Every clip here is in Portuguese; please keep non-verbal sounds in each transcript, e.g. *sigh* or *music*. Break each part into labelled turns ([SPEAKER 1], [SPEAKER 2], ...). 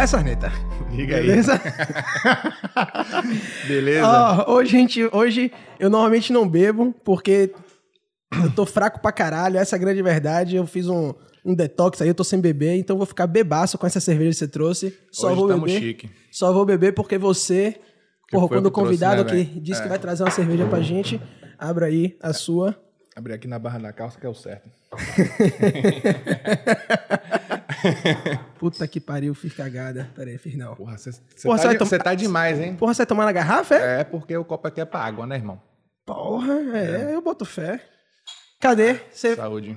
[SPEAKER 1] é, Sarneta?
[SPEAKER 2] Diga aí.
[SPEAKER 1] Beleza?
[SPEAKER 2] Beleza?
[SPEAKER 1] Ó, hoje, gente, hoje eu normalmente não bebo, porque eu tô fraco pra caralho, essa é a grande verdade. Eu fiz um, um detox aí, eu tô sem beber, então eu vou ficar bebaço com essa cerveja que você trouxe. Só
[SPEAKER 2] Hoje
[SPEAKER 1] vou
[SPEAKER 2] tamo
[SPEAKER 1] beber.
[SPEAKER 2] chique.
[SPEAKER 1] Só vou beber porque você, porra,
[SPEAKER 2] foi o
[SPEAKER 1] quando o
[SPEAKER 2] que trouxe,
[SPEAKER 1] convidado
[SPEAKER 2] né,
[SPEAKER 1] que
[SPEAKER 2] velho?
[SPEAKER 1] disse que
[SPEAKER 2] É.
[SPEAKER 1] vai trazer uma cerveja pra gente, abra aí a sua.
[SPEAKER 2] Abrir aqui na barra da calça que é o certo.
[SPEAKER 1] Puta que pariu, fiz cagada. Pera aí, fiz não.
[SPEAKER 2] Porra, você
[SPEAKER 1] Porra, você
[SPEAKER 2] tá,
[SPEAKER 1] vai
[SPEAKER 2] de-
[SPEAKER 1] tomar-
[SPEAKER 2] cê tá demais, hein?
[SPEAKER 1] Porra, você vai tomar na garrafa? É?
[SPEAKER 2] É porque o copo aqui é pra água, né, irmão?
[SPEAKER 1] Porra, é, eu boto fé. Cadê? Você
[SPEAKER 2] Saúde.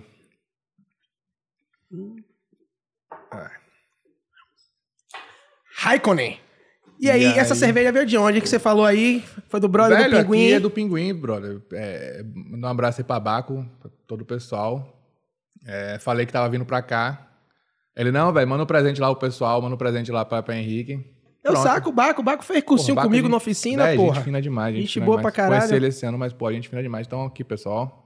[SPEAKER 1] Raikkonen. E aí,
[SPEAKER 2] E aí?
[SPEAKER 1] essa cerveja veio de onde? Que você falou aí? Foi do brother
[SPEAKER 2] Velho,
[SPEAKER 1] do Pinguim?
[SPEAKER 2] aqui é do Pinguim, brother. É, manda um abraço aí pra Baco, pra todo o pessoal. É, falei que tava vindo pra cá. Ele, não, velho, manda um presente lá pro pessoal, manda um presente lá pra, pra Henrique.
[SPEAKER 1] Eu
[SPEAKER 2] Pronto.
[SPEAKER 1] saco o Baco, o Baco fez cursinho
[SPEAKER 2] Porra, Baco, é
[SPEAKER 1] comigo
[SPEAKER 2] gente-
[SPEAKER 1] na oficina,
[SPEAKER 2] Véi,
[SPEAKER 1] porra.
[SPEAKER 2] Gente fina demais, gente.
[SPEAKER 1] Gente
[SPEAKER 2] fina
[SPEAKER 1] boa
[SPEAKER 2] demais.
[SPEAKER 1] pra caralho.
[SPEAKER 2] Conheci ele esse ano, mas pô, gente fina demais. Então aqui, pessoal.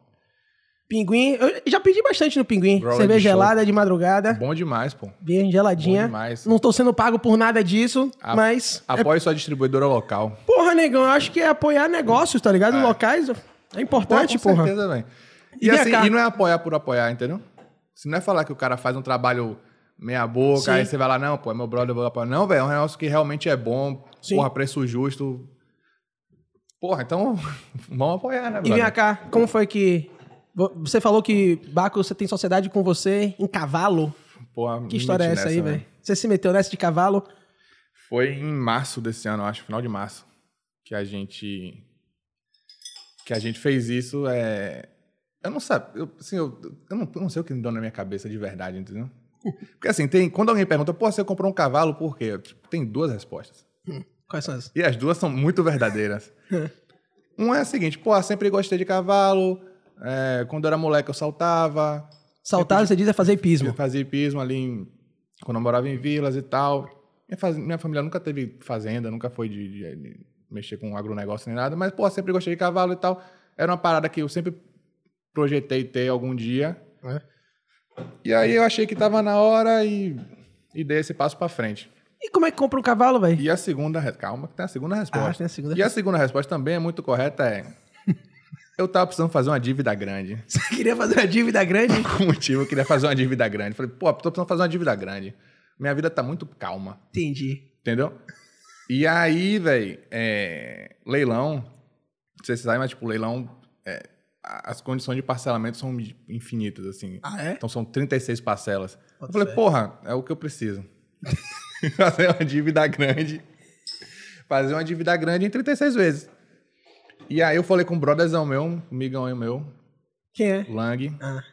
[SPEAKER 1] Pinguim, eu já pedi bastante no Pinguim.
[SPEAKER 2] Rola
[SPEAKER 1] cerveja
[SPEAKER 2] de show.
[SPEAKER 1] gelada de madrugada,
[SPEAKER 2] Bom demais, pô.
[SPEAKER 1] bem
[SPEAKER 2] Bom
[SPEAKER 1] geladinha.
[SPEAKER 2] demais. Ah.
[SPEAKER 1] Não tô sendo pago por nada disso,
[SPEAKER 2] A-
[SPEAKER 1] mas.
[SPEAKER 2] Apoie sua distribuidora local.
[SPEAKER 1] Porra, negão, eu acho que é apoiar negócios, tá ligado? Locais é importante,
[SPEAKER 2] com
[SPEAKER 1] porra.
[SPEAKER 2] certeza, velho.
[SPEAKER 1] E
[SPEAKER 2] E,
[SPEAKER 1] vem
[SPEAKER 2] assim,
[SPEAKER 1] cá.
[SPEAKER 2] e não é apoiar por apoiar, entendeu? Se não é falar que o cara faz um trabalho meia boca,
[SPEAKER 1] Sim.
[SPEAKER 2] aí você vai lá, não, pô, é meu brother, eu vou apoiar. Não, velho, é um negócio que realmente é bom,
[SPEAKER 1] Sim.
[SPEAKER 2] porra, preço justo. Porra, então *laughs* vamos apoiar, né,
[SPEAKER 1] E vem
[SPEAKER 2] brother?
[SPEAKER 1] cá, como foi que. vo- Você falou que, Baco, você tem sociedade com você em cavalo?
[SPEAKER 2] Porra, me
[SPEAKER 1] Que história é
[SPEAKER 2] meti
[SPEAKER 1] essa aí,
[SPEAKER 2] nessa,
[SPEAKER 1] velho? Você se meteu nessa de cavalo?
[SPEAKER 2] Foi em março desse ano, eu acho, final de março, que a gente que a gente fez isso. É, eu não sei, eu, assim, eu, eu, não, eu não sei o que me deu na minha cabeça de verdade, entendeu? Porque assim, tem, quando alguém pergunta, pô, você comprou um cavalo por quê? Tipo, tem duas respostas.
[SPEAKER 1] Quais são as?
[SPEAKER 2] E as duas são muito verdadeiras. Uma é a seguinte, pô, eu sempre gostei de cavalo, é, quando eu era moleque eu saltava,
[SPEAKER 1] Saltar, você diz, é fazer
[SPEAKER 2] eu
[SPEAKER 1] hipismo.
[SPEAKER 2] fazia hipismo ali em- quando eu morava em vilas e tal. Minha, faz- minha família nunca teve fazenda, nunca foi de, de- de mexer com agronegócio nem nada, mas, pô, sempre gostei de cavalo e tal. Era uma parada que eu sempre projetei ter algum dia.
[SPEAKER 1] É.
[SPEAKER 2] E aí eu achei que tava na hora e, e dei esse passo pra frente.
[SPEAKER 1] E como é que compra um cavalo, velho?
[SPEAKER 2] E a segunda... re- Calma que tem a segunda
[SPEAKER 1] Ah,
[SPEAKER 2] resposta.
[SPEAKER 1] tem a segunda.
[SPEAKER 2] e a segunda resposta também é muito correta, é... Eu tava precisando fazer uma dívida grande.
[SPEAKER 1] *laughs* Você queria fazer uma dívida grande?
[SPEAKER 2] *laughs* algum motivo, eu queria fazer uma dívida grande. Falei, pô, tô precisando fazer uma dívida grande. Minha vida tá muito calma,
[SPEAKER 1] Entendi.
[SPEAKER 2] entendeu? E aí, velho, leilão, não sei se vocês sabem, mas tipo, leilão, é, a- as condições de parcelamento são infinitas, assim.
[SPEAKER 1] Ah, é?
[SPEAKER 2] Então são 36 parcelas.
[SPEAKER 1] Pode
[SPEAKER 2] eu falei,
[SPEAKER 1] ser.
[SPEAKER 2] porra, é o que eu preciso. *laughs* fazer uma dívida grande. Fazer uma dívida grande em 36 vezes. E aí eu falei com um brotherzão meu, um amigão meu,
[SPEAKER 1] Quem é?
[SPEAKER 2] Lang.
[SPEAKER 1] Ah,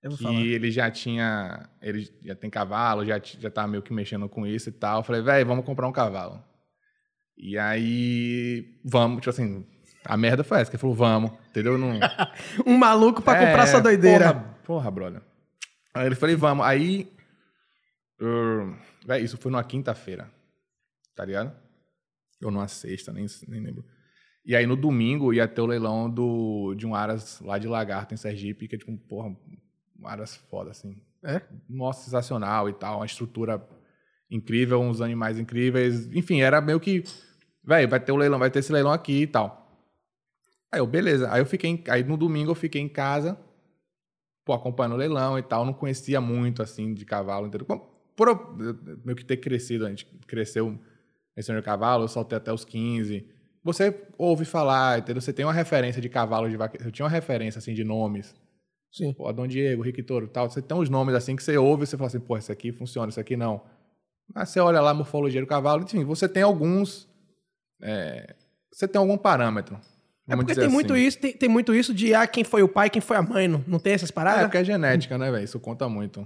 [SPEAKER 1] eu vou
[SPEAKER 2] Que
[SPEAKER 1] falar.
[SPEAKER 2] ele já tinha. Ele já tem cavalo, já, ti- já tava meio que mexendo com isso e tal. Eu falei, velho, vamos comprar um cavalo. E aí, vamos, tipo assim, a merda foi essa, que ele falou, vamos, entendeu? Não,
[SPEAKER 1] Um maluco pra
[SPEAKER 2] É,
[SPEAKER 1] comprar sua doideira.
[SPEAKER 2] Porra, porra, brother. Aí ele falei, vamos. Aí. hum, véi, isso foi numa quinta-feira. Tá ligado? Ou numa sexta, nem, nem lembro. E aí no domingo ia ter o leilão do, de um Aras lá de Lagarto, em Sergipe, que é tipo, porra, um Aras foda, assim.
[SPEAKER 1] É?
[SPEAKER 2] Nossa, sensacional e tal. Uma estrutura incrível, uns animais incríveis. Enfim, era meio que. Véi, vai ter o leilão, vai ter esse leilão aqui e tal. Aí eu, beleza. Aí eu fiquei. em- Aí no domingo eu fiquei em casa, pô, acompanhando o leilão e tal. Não conhecia muito, assim, de cavalo, entendeu? Bom, por eu- meio que ter crescido, a gente cresceu nesse ano de cavalo, eu saltei até os 15. Você ouve falar, entendeu? Você tem uma referência de cavalo de vaca. Eu tinha uma referência, assim, de nomes.
[SPEAKER 1] Sim.
[SPEAKER 2] Pô, Dom Diego, Rick Toro tal. Você tem uns nomes assim que você ouve e você fala assim, pô, isso aqui funciona, isso aqui não. Mas você olha lá a morfologia do cavalo, enfim, você tem alguns. é, você tem algum parâmetro.
[SPEAKER 1] É
[SPEAKER 2] vamos
[SPEAKER 1] porque
[SPEAKER 2] dizer
[SPEAKER 1] tem muito
[SPEAKER 2] assim.
[SPEAKER 1] isso, tem, tem muito isso de ah, quem foi o pai, quem foi a mãe, não, não tem essas
[SPEAKER 2] É,
[SPEAKER 1] paradas?
[SPEAKER 2] porque é genética, né, velho? Isso conta muito.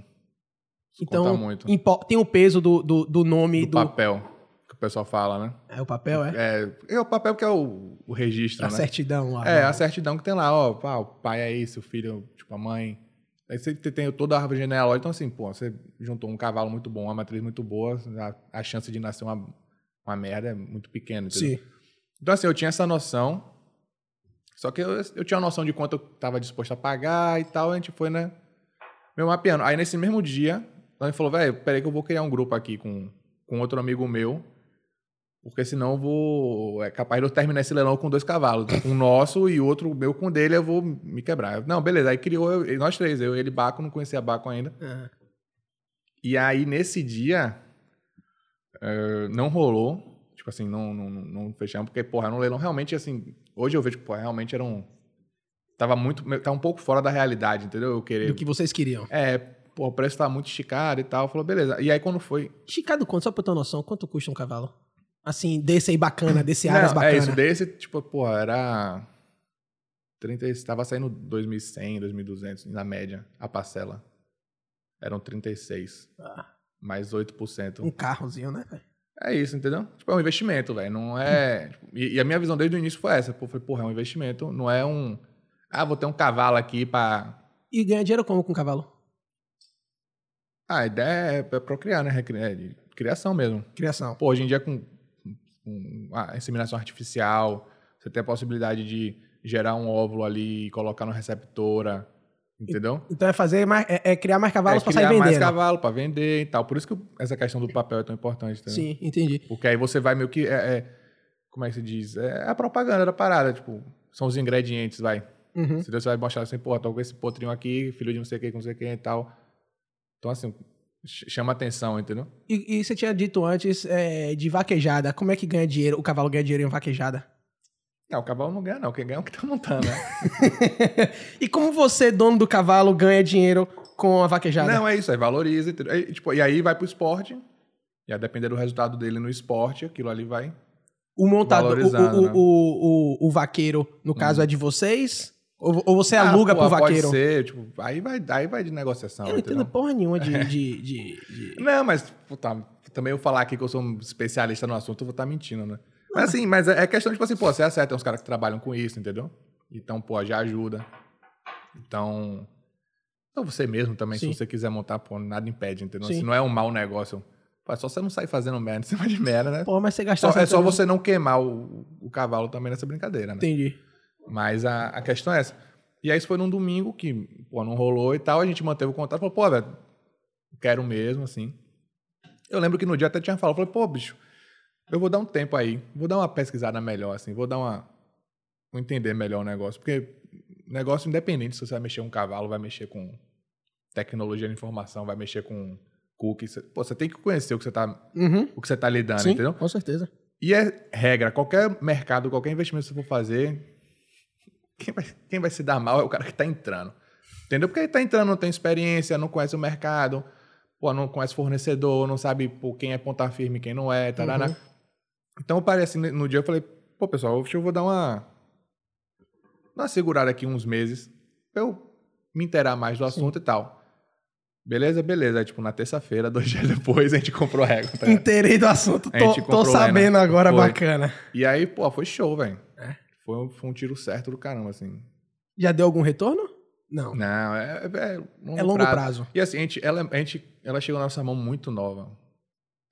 [SPEAKER 2] Isso conta
[SPEAKER 1] então,
[SPEAKER 2] muito.
[SPEAKER 1] impo- tem o peso do, do, do nome
[SPEAKER 2] Do,
[SPEAKER 1] do.
[SPEAKER 2] papel que o pessoal fala, né?
[SPEAKER 1] É o papel, é?
[SPEAKER 2] É, é o papel que é o, o registro,
[SPEAKER 1] a
[SPEAKER 2] né?
[SPEAKER 1] certidão lá.
[SPEAKER 2] É,
[SPEAKER 1] né?
[SPEAKER 2] a certidão que tem lá, ó, pá, o pai é esse, o filho, é, tipo, a mãe. Aí você te- tem toda a árvore genealógica, então assim, pô, você juntou um cavalo muito bom, uma matriz muito boa, a, a chance de nascer uma, uma merda é muito pequena, entendeu?
[SPEAKER 1] Sim.
[SPEAKER 2] Então assim, eu tinha essa noção, só que eu, eu tinha uma noção de quanto eu tava disposto a pagar e tal, a gente foi, né, meu mapeando. Aí nesse mesmo dia, ela me falou, velho, peraí que eu vou criar um grupo aqui com, com com outro amigo meu, porque senão eu vou. É capaz de eu terminar esse leilão com dois cavalos. Um nosso e outro meu com o dele, eu vou me quebrar. Eu, Não, beleza. Aí criou eu- nós três, eu, ele, Baco, não conhecia Baco ainda.
[SPEAKER 1] Aham.
[SPEAKER 2] E aí, nesse dia, eh, não rolou. Tipo assim, não, não, não- não fechamos, porque, porra, era um leilão realmente, assim... Hoje eu vejo que, porra, realmente era um... Tava muito... Tava um pouco fora da realidade, entendeu? Eu querer...
[SPEAKER 1] Do que vocês queriam.
[SPEAKER 2] É, porra, o preço tava muito esticado e tal. Falou, beleza. E aí, quando foi...
[SPEAKER 1] Esticado quanto? Só pra eu ter uma noção, quanto custa um cavalo? Assim, desse aí bacana, desse
[SPEAKER 2] Não,
[SPEAKER 1] Aras bacana.
[SPEAKER 2] É isso, desse, tipo, porra, era... 30, e- tava saindo 2.100, 2.200 na média, a parcela. Eram 36.
[SPEAKER 1] Ah.
[SPEAKER 2] Mais 8%.
[SPEAKER 1] Um carrozinho, né? velho?
[SPEAKER 2] É isso, entendeu? Tipo, é um investimento, velho. Não
[SPEAKER 1] Hum.
[SPEAKER 2] é. tipo, E, e a minha visão desde o início foi essa. Pô, foi, porra, é um investimento. Não é um. Ah, vou ter um cavalo aqui pra.
[SPEAKER 1] E ganha dinheiro como com cavalo?
[SPEAKER 2] Ah, a ideia é, é procriar, né? Recri- é de criação mesmo.
[SPEAKER 1] Criação.
[SPEAKER 2] Pô, hoje em dia com, com a inseminação artificial, você tem a possibilidade de gerar um óvulo ali e colocar no receptora. Entendeu?
[SPEAKER 1] Então é fazer mais, é, é criar mais
[SPEAKER 2] É
[SPEAKER 1] cavalos pra sair
[SPEAKER 2] criar mais
[SPEAKER 1] vendendo.
[SPEAKER 2] cavalo pra vender e tal. Por isso que essa questão do papel é tão importante, entendeu?
[SPEAKER 1] Sim, entendi.
[SPEAKER 2] Porque aí você vai meio que. É, é- como é que se diz? É a propaganda da parada, tipo, são os ingredientes, vai.
[SPEAKER 1] Uhum.
[SPEAKER 2] Se Deus vai mostrar assim, pô, tô com esse potrinho aqui, filho de não sei quem, com não sei quem e tal. Então, assim, ch- chama atenção, entendeu?
[SPEAKER 1] E, e você tinha dito antes é, de vaquejada. Como é que ganha dinheiro? O cavalo ganha dinheiro em vaquejada?
[SPEAKER 2] Não, o cavalo não ganha, não. Quem ganha é o que tá montando, né?
[SPEAKER 1] *laughs* E como você, dono do cavalo, ganha dinheiro com a vaquejada?
[SPEAKER 2] Não, é isso, aí valoriza. entendeu? E, tipo, e aí vai pro esporte. E a depender do resultado dele no esporte, aquilo ali vai.
[SPEAKER 1] o montador, o,
[SPEAKER 2] Valorizando,
[SPEAKER 1] o,
[SPEAKER 2] né? Uhum.
[SPEAKER 1] o, o, o vaqueiro, no caso, é de vocês? Ou, ou você
[SPEAKER 2] Ah,
[SPEAKER 1] aluga
[SPEAKER 2] pô,
[SPEAKER 1] pro vaqueiro?
[SPEAKER 2] Pode ser, tipo, aí vai, aí vai de negociação,
[SPEAKER 1] Eu não
[SPEAKER 2] entendeu?
[SPEAKER 1] entendo porra nenhuma
[SPEAKER 2] *laughs*
[SPEAKER 1] de. de, de, de-
[SPEAKER 2] Não, mas puta, também eu falar aqui que eu sou um especialista no assunto, eu vou estar mentindo, né? Mas assim, mas é é questão, tipo assim, pô, você acerta uns caras que trabalham com isso, entendeu? Então, pô, já ajuda. Então. Então você mesmo também,
[SPEAKER 1] Sim.
[SPEAKER 2] se você quiser montar, pô, nada impede, entendeu?
[SPEAKER 1] Sim.
[SPEAKER 2] Se não é um mau negócio. Pô, é só você não sair fazendo merda em cima de merda, né?
[SPEAKER 1] Porra, mas você
[SPEAKER 2] Só-
[SPEAKER 1] gastar.
[SPEAKER 2] é
[SPEAKER 1] essa
[SPEAKER 2] só
[SPEAKER 1] grana-
[SPEAKER 2] você não queimar o, o cavalo também nessa brincadeira, né?
[SPEAKER 1] Entendi.
[SPEAKER 2] Mas a, a questão é essa. E aí isso foi num domingo que, pô, não rolou e tal. A gente manteve o contato. Falou, pô, velho, quero mesmo, assim. Eu lembro que no dia até tinha falado. Falei, pô, bicho, eu vou dar um tempo aí. Vou dar uma pesquisada melhor, assim. Vou dar uma... Vou entender melhor o negócio. Porque negócio independente se você vai mexer com um cavalo, vai mexer com tecnologia de informação, vai mexer com cookies. Pô, você tem que conhecer o que você tá,
[SPEAKER 1] Uhum.
[SPEAKER 2] o que você tá lidando,
[SPEAKER 1] Sim,
[SPEAKER 2] entendeu?
[SPEAKER 1] com certeza.
[SPEAKER 2] E é regra, qualquer mercado, qualquer investimento que você for fazer, quem vai, quem vai se dar mal é o cara que tá entrando. Entendeu? Porque ele tá entrando, não tem experiência, não conhece o mercado, pô, não conhece fornecedor, não sabe pô, quem é ponta firme, quem não é, tarará.
[SPEAKER 1] Uhum.
[SPEAKER 2] Então eu parei assim, no- no dia eu falei, pô, pessoal, deixa eu vou dar uma, dar uma segurada aqui uns meses pra eu me inteirar mais do assunto e tal. Beleza, beleza. Aí, tipo, na terça-feira, *laughs* dois dias depois, a gente comprou a régua. tá ligado?
[SPEAKER 1] Inteirei do assunto.
[SPEAKER 2] A gente
[SPEAKER 1] Tô, tô
[SPEAKER 2] comprou,
[SPEAKER 1] sabendo
[SPEAKER 2] né?
[SPEAKER 1] agora,
[SPEAKER 2] Foi.
[SPEAKER 1] bacana.
[SPEAKER 2] E aí, pô, foi show, velho.
[SPEAKER 1] É?
[SPEAKER 2] Foi, um- foi um tiro certo do caramba, assim.
[SPEAKER 1] Já deu algum retorno? Não.
[SPEAKER 2] Não, é, é, longo,
[SPEAKER 1] é longo prazo.
[SPEAKER 2] E assim, a gente, ela, a gente, ela chegou na nossa mão muito nova.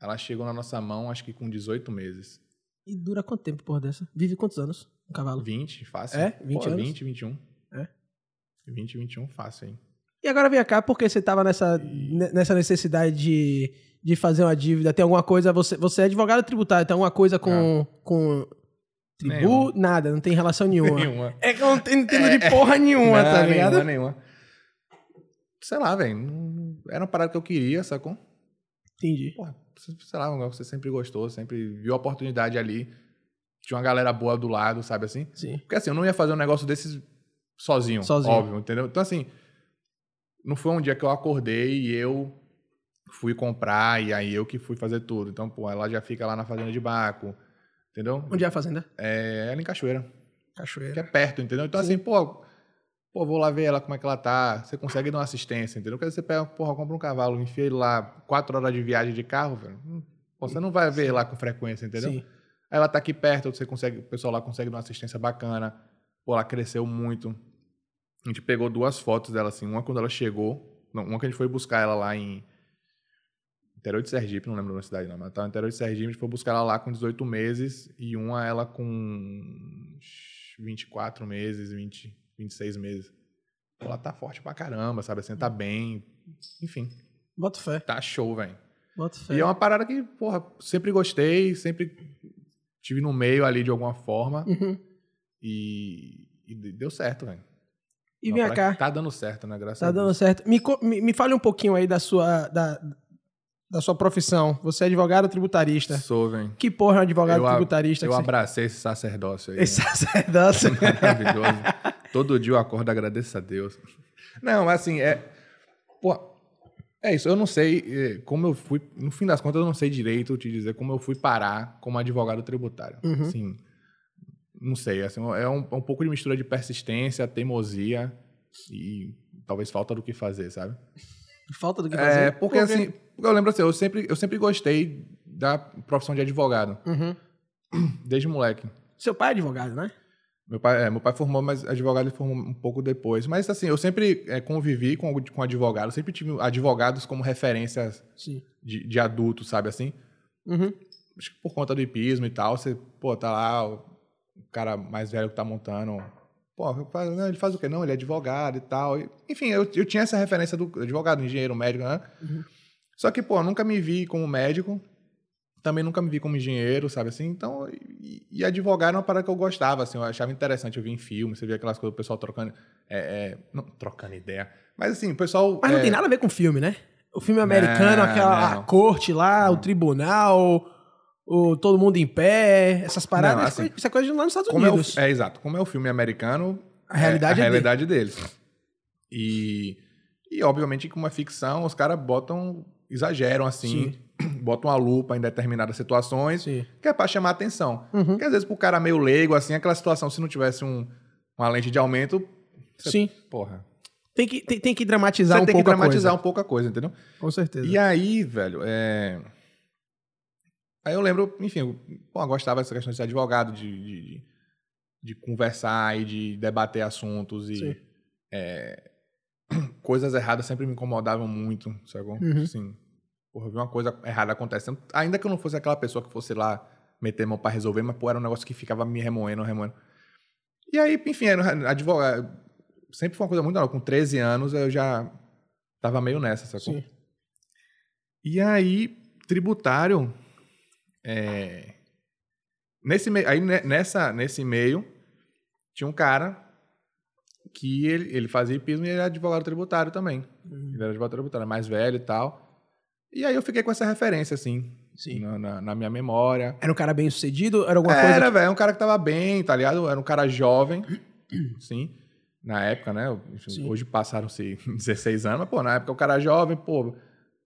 [SPEAKER 2] Ela chegou na nossa mão, acho que com 18 meses.
[SPEAKER 1] E dura quanto tempo, porra dessa? Vive quantos anos? Um cavalo.
[SPEAKER 2] 20, fácil.
[SPEAKER 1] É? 20 anos?
[SPEAKER 2] 20, 21.
[SPEAKER 1] É?
[SPEAKER 2] 20, 21, fácil, hein?
[SPEAKER 1] E agora vem cá, porque você tava nessa, ne- nessa necessidade de, de fazer uma dívida, tem alguma coisa, você, você é advogado tributário, tem alguma coisa com,
[SPEAKER 2] Ah.
[SPEAKER 1] com tribu?
[SPEAKER 2] Nenhuma.
[SPEAKER 1] Nada, não tem relação nenhuma. *laughs*
[SPEAKER 2] Nenhuma.
[SPEAKER 1] É que eu não tenho- entendo de porra nenhuma,
[SPEAKER 2] Não, né?
[SPEAKER 1] tá ligado?
[SPEAKER 2] Nenhuma, nenhuma. Sei lá, velho. não- Era uma parada que eu queria, sacou?
[SPEAKER 1] Entendi.
[SPEAKER 2] porra, sei lá, um negócio que você sempre gostou, sempre viu a oportunidade ali. Tinha uma galera boa do lado, sabe assim?
[SPEAKER 1] Sim.
[SPEAKER 2] Porque assim, eu não ia fazer um negócio desses sozinho,
[SPEAKER 1] Sozinho.
[SPEAKER 2] óbvio, entendeu? Então assim, não foi um dia que eu acordei e eu fui comprar e aí eu que fui fazer tudo. Então, pô, ela já fica lá na fazenda de Baco, entendeu?
[SPEAKER 1] Onde é a fazenda?
[SPEAKER 2] É, ela em Cachoeira, que
[SPEAKER 1] Cachoeira.
[SPEAKER 2] é perto, entendeu? Então assim, pô, pô, vou lá ver ela como é que ela tá. Você consegue dar uma assistência, entendeu? Porque você pega, porra, compra um cavalo, enfia ele lá quatro horas de viagem de carro, velho. Hum, pô, você não vai ver lá com frequência, entendeu?
[SPEAKER 1] Sim.
[SPEAKER 2] Aí ela tá aqui perto, você consegue, o pessoal lá consegue dar uma assistência bacana. Pô, ela cresceu muito. A gente pegou duas fotos dela, assim, uma quando ela chegou, não, uma que a gente foi buscar ela lá em interior de Sergipe, não lembro da cidade não, mas tá no interior de Sergipe, a gente foi buscar ela lá com 18 meses e uma ela com 24 meses, 20, 26 meses. Pô, Ela tá forte pra caramba, sabe assim, tá bem, enfim,
[SPEAKER 1] Bota fé.
[SPEAKER 2] tá show, velho.
[SPEAKER 1] Bota fé.
[SPEAKER 2] E é uma parada que, porra, sempre gostei, sempre tive no meio ali de alguma forma.
[SPEAKER 1] Uhum.
[SPEAKER 2] E, e de- deu certo, velho.
[SPEAKER 1] E
[SPEAKER 2] Uma
[SPEAKER 1] vem
[SPEAKER 2] parada
[SPEAKER 1] cá.
[SPEAKER 2] que Tá dando certo, né? Graças
[SPEAKER 1] Tá
[SPEAKER 2] a
[SPEAKER 1] dando
[SPEAKER 2] Deus.
[SPEAKER 1] certo. Me, co- me, me fale um pouquinho aí da sua, da, da sua profissão. Você é advogado tributarista.
[SPEAKER 2] Sou, velho.
[SPEAKER 1] Que porra é um advogado
[SPEAKER 2] Eu a-
[SPEAKER 1] tributarista?
[SPEAKER 2] Eu
[SPEAKER 1] que *laughs*
[SPEAKER 2] abracei esse sacerdócio aí. né?
[SPEAKER 1] Esse sacerdócio.
[SPEAKER 2] *laughs* Maravilhoso. Todo dia eu acordo e agradeço a Deus. Não, mas assim, é. Pô, é isso. Eu não sei eh, como eu fui. No fim das contas, eu não sei direito te dizer como eu fui parar como advogado tributário.
[SPEAKER 1] Uhum.
[SPEAKER 2] Assim, não sei. Assim, é, um, é um pouco de mistura de persistência, teimosia e talvez falta do que fazer, sabe?
[SPEAKER 1] *laughs* Falta do que fazer.
[SPEAKER 2] É, porque assim, eu lembro assim, eu sempre, eu sempre gostei da profissão de advogado,
[SPEAKER 1] Uhum.
[SPEAKER 2] desde moleque.
[SPEAKER 1] Seu pai é advogado, né?
[SPEAKER 2] Meu pai, é, meu pai formou, mas advogado ele formou um pouco depois. Mas assim, eu sempre é, convivi com, com advogado, sempre tive advogados como referências
[SPEAKER 1] Sim.
[SPEAKER 2] de, de adulto, sabe assim?
[SPEAKER 1] Uhum.
[SPEAKER 2] Acho que por conta do hipismo e tal, você, pô, tá lá o, o cara mais velho que tá montando. Pô, meu pai, não, ele faz o quê? Não, ele é advogado e tal. E, enfim, eu, eu tinha essa referência do advogado, engenheiro, médico, né?
[SPEAKER 1] Uhum.
[SPEAKER 2] Só que, pô, eu nunca me vi como médico, também nunca me vi como engenheiro, sabe assim? Então, e, e advogar era uma parada que eu gostava, assim, eu achava interessante. Eu via em filme, você via aquelas coisas, o pessoal trocando. É, é, não, trocando ideia. Mas assim, o pessoal.
[SPEAKER 1] Mas não
[SPEAKER 2] é,
[SPEAKER 1] tem nada a ver com filme, né? O filme americano,
[SPEAKER 2] Não,
[SPEAKER 1] aquela
[SPEAKER 2] não.
[SPEAKER 1] a corte lá, o
[SPEAKER 2] Não.
[SPEAKER 1] tribunal, o todo mundo em pé, essas paradas,
[SPEAKER 2] Não,
[SPEAKER 1] isso é
[SPEAKER 2] assim,
[SPEAKER 1] coisa- isso é coisa de lá nos Estados
[SPEAKER 2] Como é, o-
[SPEAKER 1] Unidos.
[SPEAKER 2] é, exato. Como é o filme americano,
[SPEAKER 1] A realidade
[SPEAKER 2] é,
[SPEAKER 1] é
[SPEAKER 2] a
[SPEAKER 1] dele.
[SPEAKER 2] realidade deles. E, e, obviamente, com uma ficção, os caras botam, exageram assim, *clears throat* botam a lupa em determinadas situações,
[SPEAKER 1] Sim.
[SPEAKER 2] que é pra chamar atenção.
[SPEAKER 1] Uhum.
[SPEAKER 2] Porque às vezes pro cara meio leigo, assim, aquela situação, se não tivesse um, uma lente de aumento, Você-
[SPEAKER 1] Sim.
[SPEAKER 2] porra.
[SPEAKER 1] Tem que, tem, tem que dramatizar
[SPEAKER 2] Você
[SPEAKER 1] um
[SPEAKER 2] tem que
[SPEAKER 1] pouco
[SPEAKER 2] dramatizar
[SPEAKER 1] a
[SPEAKER 2] um pouco a coisa, entendeu?
[SPEAKER 1] coisa. Com certeza.
[SPEAKER 2] E aí, velho, é... Aí eu lembro, enfim, eu, pô, eu gostava dessa questão de ser advogado, de, de, de- de conversar e de debater assuntos e
[SPEAKER 1] Sim.
[SPEAKER 2] é, coisas erradas sempre me incomodavam muito, sacou?
[SPEAKER 1] Uhum.
[SPEAKER 2] Assim, porra, eu vi uma coisa errada acontecendo, ainda que eu não fosse aquela pessoa que fosse lá meter mão pra resolver, mas pô, era um negócio que ficava me remoendo, remoendo. E aí, enfim, era advogado, sempre foi uma coisa muito nova, com 13 anos eu já tava meio nessa, sacou?
[SPEAKER 1] Sim.
[SPEAKER 2] E aí, tributário. é, nesse, mei- aí, ne- nessa, nesse meio, tinha um cara que ele, ele fazia hipismo e ele era advogado tributário também.
[SPEAKER 1] Hum.
[SPEAKER 2] Ele era advogado tributário, mais velho e tal. E aí eu fiquei com essa referência, assim,
[SPEAKER 1] Sim.
[SPEAKER 2] na- na- na minha memória.
[SPEAKER 1] Né? Era um cara bem sucedido? Era alguma coisa?
[SPEAKER 2] Era, velho. Era um cara que tava bem, tá ligado? Era um cara jovem, *clears throat* sim. Na época, né? Enfim,
[SPEAKER 1] Sim.
[SPEAKER 2] Hoje passaram-se *laughs* 16 anos, mas, pô, na época o cara jovem, pô,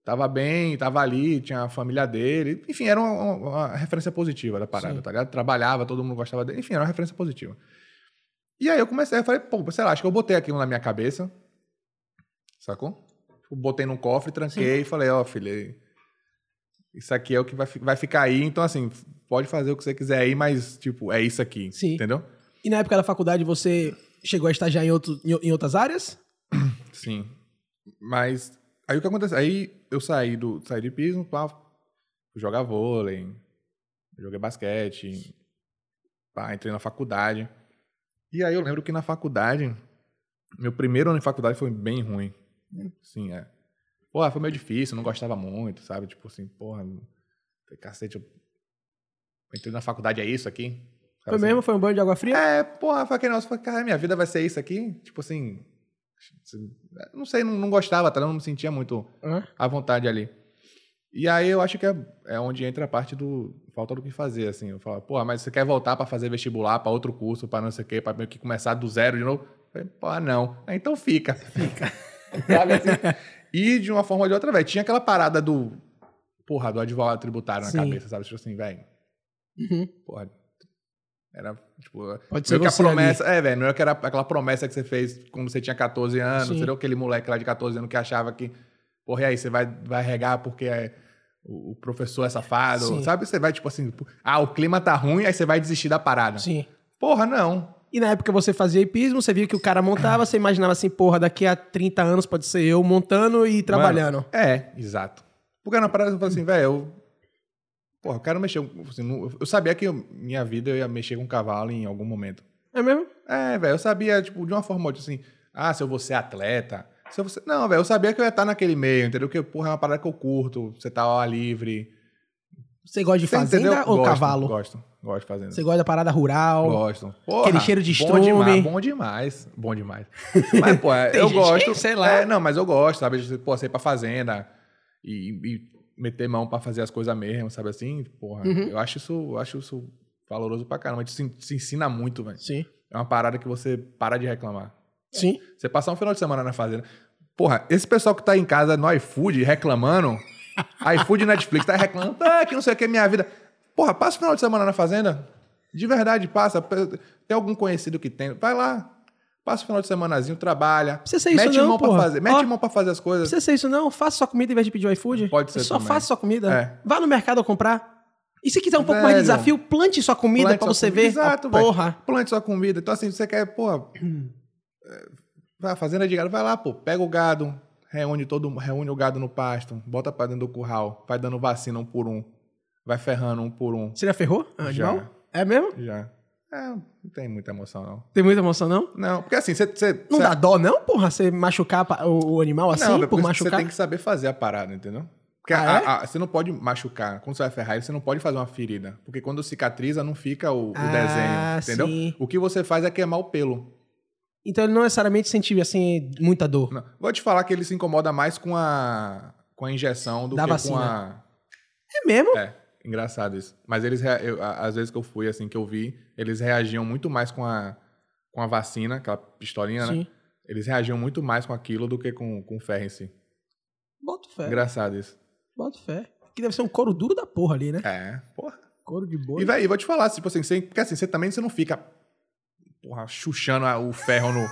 [SPEAKER 2] tava bem, tava ali, tinha a família dele. Enfim, era uma, uma- uma referência positiva da parada,
[SPEAKER 1] Sim.
[SPEAKER 2] tá ligado? Trabalhava, todo mundo gostava dele. Enfim, era uma referência positiva. E aí eu comecei, eu falei, pô, sei lá, acho que eu botei aquilo na minha cabeça, sacou? Eu Tipo, botei num cofre, tranquei e falei, ó, filho, isso aqui é o que vai, fi- vai ficar aí, então assim, pode fazer o que você quiser aí, mas, tipo, é isso aqui.
[SPEAKER 1] Sim.
[SPEAKER 2] Entendeu?
[SPEAKER 1] E na época da faculdade você chegou a estagiar em, outro, em, em outras áreas?
[SPEAKER 2] Sim. Mas aí o que aconteceu? Aí eu saí do saí de pismo, pá, fui jogar vôlei, joguei basquete, pá, entrei na faculdade. E aí eu lembro que na faculdade, meu primeiro ano de faculdade foi bem ruim. Sim, é. Porra, foi meio difícil, não gostava muito, sabe? Tipo assim, porra, falei, cacete, eu entrei na faculdade, é isso aqui?
[SPEAKER 1] Foi
[SPEAKER 2] Sabe assim?
[SPEAKER 1] mesmo? Foi um banho de água fria?
[SPEAKER 2] É, porra, foi aquele negócio, falei, cara, minha vida vai ser isso aqui? Tipo assim, não sei, não, não gostava, tá? ligado? não me sentia muito
[SPEAKER 1] Hã?
[SPEAKER 2] à vontade ali. E aí eu acho que é, é onde entra a parte do falta do que fazer, assim. Eu falo, porra, mas você quer voltar pra fazer vestibular, pra outro curso, pra não sei o quê, pra meio que começar do zero de novo? Eu Falei, pô, não. Ah, Então fica. Fica. *laughs* Sabe assim? E de uma forma ou de outra, velho, tinha aquela parada do, porra, do advogado tributário na
[SPEAKER 1] Sim.
[SPEAKER 2] cabeça, sabe? Tipo assim, velho,
[SPEAKER 1] Uhum.
[SPEAKER 2] porra, era, tipo,
[SPEAKER 1] Pode
[SPEAKER 2] Meio
[SPEAKER 1] ser
[SPEAKER 2] que a
[SPEAKER 1] você
[SPEAKER 2] promessa, é, velho, não é que era aquela promessa que você fez quando você tinha 14 anos,
[SPEAKER 1] Sim.
[SPEAKER 2] entendeu? Aquele moleque lá de 14 anos que achava que, porra, e aí, você vai, vai regar porque é- o, o professor é safado,
[SPEAKER 1] Sim.
[SPEAKER 2] sabe? Você vai, tipo assim, pô, ah, o clima tá ruim, aí você vai desistir da parada.
[SPEAKER 1] ali. Sim.
[SPEAKER 2] Porra, não.
[SPEAKER 1] E na época você fazia hipismo, você via que o cara montava, você imaginava assim, porra, daqui a 30 anos pode ser eu montando e trabalhando.
[SPEAKER 2] É, exato. Porque na parada eu falei assim, velho, eu. Porra, eu quero mexer. com- assim, não- eu sabia que eu- minha vida eu ia mexer com cavalo em algum momento.
[SPEAKER 1] É mesmo?
[SPEAKER 2] É, velho, eu sabia, tipo, de uma forma ou de assim, ah, se eu vou ser atleta, Se eu fosse- Não, velho, eu sabia que eu ia estar naquele meio, entendeu? Que, porra, é uma parada que eu curto, você tá ao ar livre.
[SPEAKER 1] Você gosta de
[SPEAKER 2] Você
[SPEAKER 1] fazenda
[SPEAKER 2] entendeu?
[SPEAKER 1] ou
[SPEAKER 2] Gosto,
[SPEAKER 1] cavalo?
[SPEAKER 2] Gosto, gosto de fazenda.
[SPEAKER 1] Você gosta da parada rural?
[SPEAKER 2] Gosto. Porra,
[SPEAKER 1] Aquele cheiro de
[SPEAKER 2] Bom
[SPEAKER 1] estrume.
[SPEAKER 2] demais, bom demais. Bom demais.
[SPEAKER 1] *laughs*
[SPEAKER 2] Mas, pô, é,
[SPEAKER 1] Tem
[SPEAKER 2] eu
[SPEAKER 1] gente
[SPEAKER 2] gosto.
[SPEAKER 1] que, sei lá.
[SPEAKER 2] É, não, mas eu gosto, sabe? De, Pô, sair pra fazenda e, e meter mão pra fazer as coisas mesmo, sabe assim? Porra,
[SPEAKER 1] Uhum.
[SPEAKER 2] eu acho isso, eu acho isso valoroso pra caramba. Isso se, se ensina muito, velho.
[SPEAKER 1] Sim.
[SPEAKER 2] É uma parada que você para de reclamar.
[SPEAKER 1] Sim.
[SPEAKER 2] Você passar um final de semana na fazenda. Porra, esse pessoal que tá em casa no
[SPEAKER 1] *laughs*
[SPEAKER 2] iFood reclamando, iFood e Netflix tá reclamando, ah, que não sei o que é minha vida. Porra, passa o final de semana na fazenda. De verdade, passa. Tem algum conhecido que tem, vai lá. Passa o final de semanazinho, trabalha.
[SPEAKER 1] Precisa ser isso
[SPEAKER 2] mete
[SPEAKER 1] não,
[SPEAKER 2] mão pra
[SPEAKER 1] porra.
[SPEAKER 2] fazer, mete
[SPEAKER 1] Ó,
[SPEAKER 2] mão pra fazer as coisas.
[SPEAKER 1] Precisa ser isso, não. Faça sua comida em vez de pedir o iFood.
[SPEAKER 2] Pode ser
[SPEAKER 1] Só
[SPEAKER 2] também.
[SPEAKER 1] faça sua comida.
[SPEAKER 2] É.
[SPEAKER 1] Vá no mercado comprar. E se quiser um pouco mais de
[SPEAKER 2] Velho.
[SPEAKER 1] desafio, plante sua comida
[SPEAKER 2] Plante
[SPEAKER 1] pra
[SPEAKER 2] sua
[SPEAKER 1] você
[SPEAKER 2] comida.
[SPEAKER 1] ver.
[SPEAKER 2] Exato,
[SPEAKER 1] a
[SPEAKER 2] velho.
[SPEAKER 1] porra.
[SPEAKER 2] Plante sua comida. Então, assim, você quer, porra. é, vai à fazenda de gado, vai lá, pô, pega o gado, reúne todo reúne o gado no pasto, bota pra dentro do curral, vai dando vacina um por um, vai ferrando um por um.
[SPEAKER 1] Você já ferrou? Ah,
[SPEAKER 2] Já.
[SPEAKER 1] Animal? É mesmo?
[SPEAKER 2] Já. É, não tem muita emoção, não.
[SPEAKER 1] Tem muita emoção, não?
[SPEAKER 2] Não, porque assim, você. você-
[SPEAKER 1] Não
[SPEAKER 2] você-
[SPEAKER 1] dá dó, não, porra? Você machucar pa- o, o animal assim,
[SPEAKER 2] Não,
[SPEAKER 1] por
[SPEAKER 2] é isso que você
[SPEAKER 1] machucar?
[SPEAKER 2] tem que saber fazer a parada, entendeu? Porque
[SPEAKER 1] Ah,
[SPEAKER 2] a-
[SPEAKER 1] é?
[SPEAKER 2] a- a- você não pode machucar. Quando você vai ferrar, ele, você não pode fazer uma ferida. Porque quando cicatriza, não fica o, o
[SPEAKER 1] Ah,
[SPEAKER 2] desenho, entendeu?
[SPEAKER 1] sim.
[SPEAKER 2] O que você faz é queimar o pelo.
[SPEAKER 1] Então ele não necessariamente sentiu, assim, muita dor.
[SPEAKER 2] Não, Vou te falar que ele se incomoda mais com a, com a injeção do
[SPEAKER 1] Da
[SPEAKER 2] que com
[SPEAKER 1] vacina.
[SPEAKER 2] a.
[SPEAKER 1] É mesmo?
[SPEAKER 2] É, engraçado isso. Mas eles, rea- eu, a- às vezes que eu fui, assim, que eu vi, eles reagiam muito mais com a, com a vacina, aquela pistolinha, né?
[SPEAKER 1] Sim.
[SPEAKER 2] Eles reagiam muito mais com aquilo do que com, com o ferro em si.
[SPEAKER 1] Bota fé,
[SPEAKER 2] Engraçado isso.
[SPEAKER 1] bota fé. Que deve ser um couro duro da porra ali, né?
[SPEAKER 2] É, porra.
[SPEAKER 1] Couro de boi.
[SPEAKER 2] E, véi, vou te falar, tipo assim, você, porque assim, você também você não fica, porra, chuchando a- o ferro no,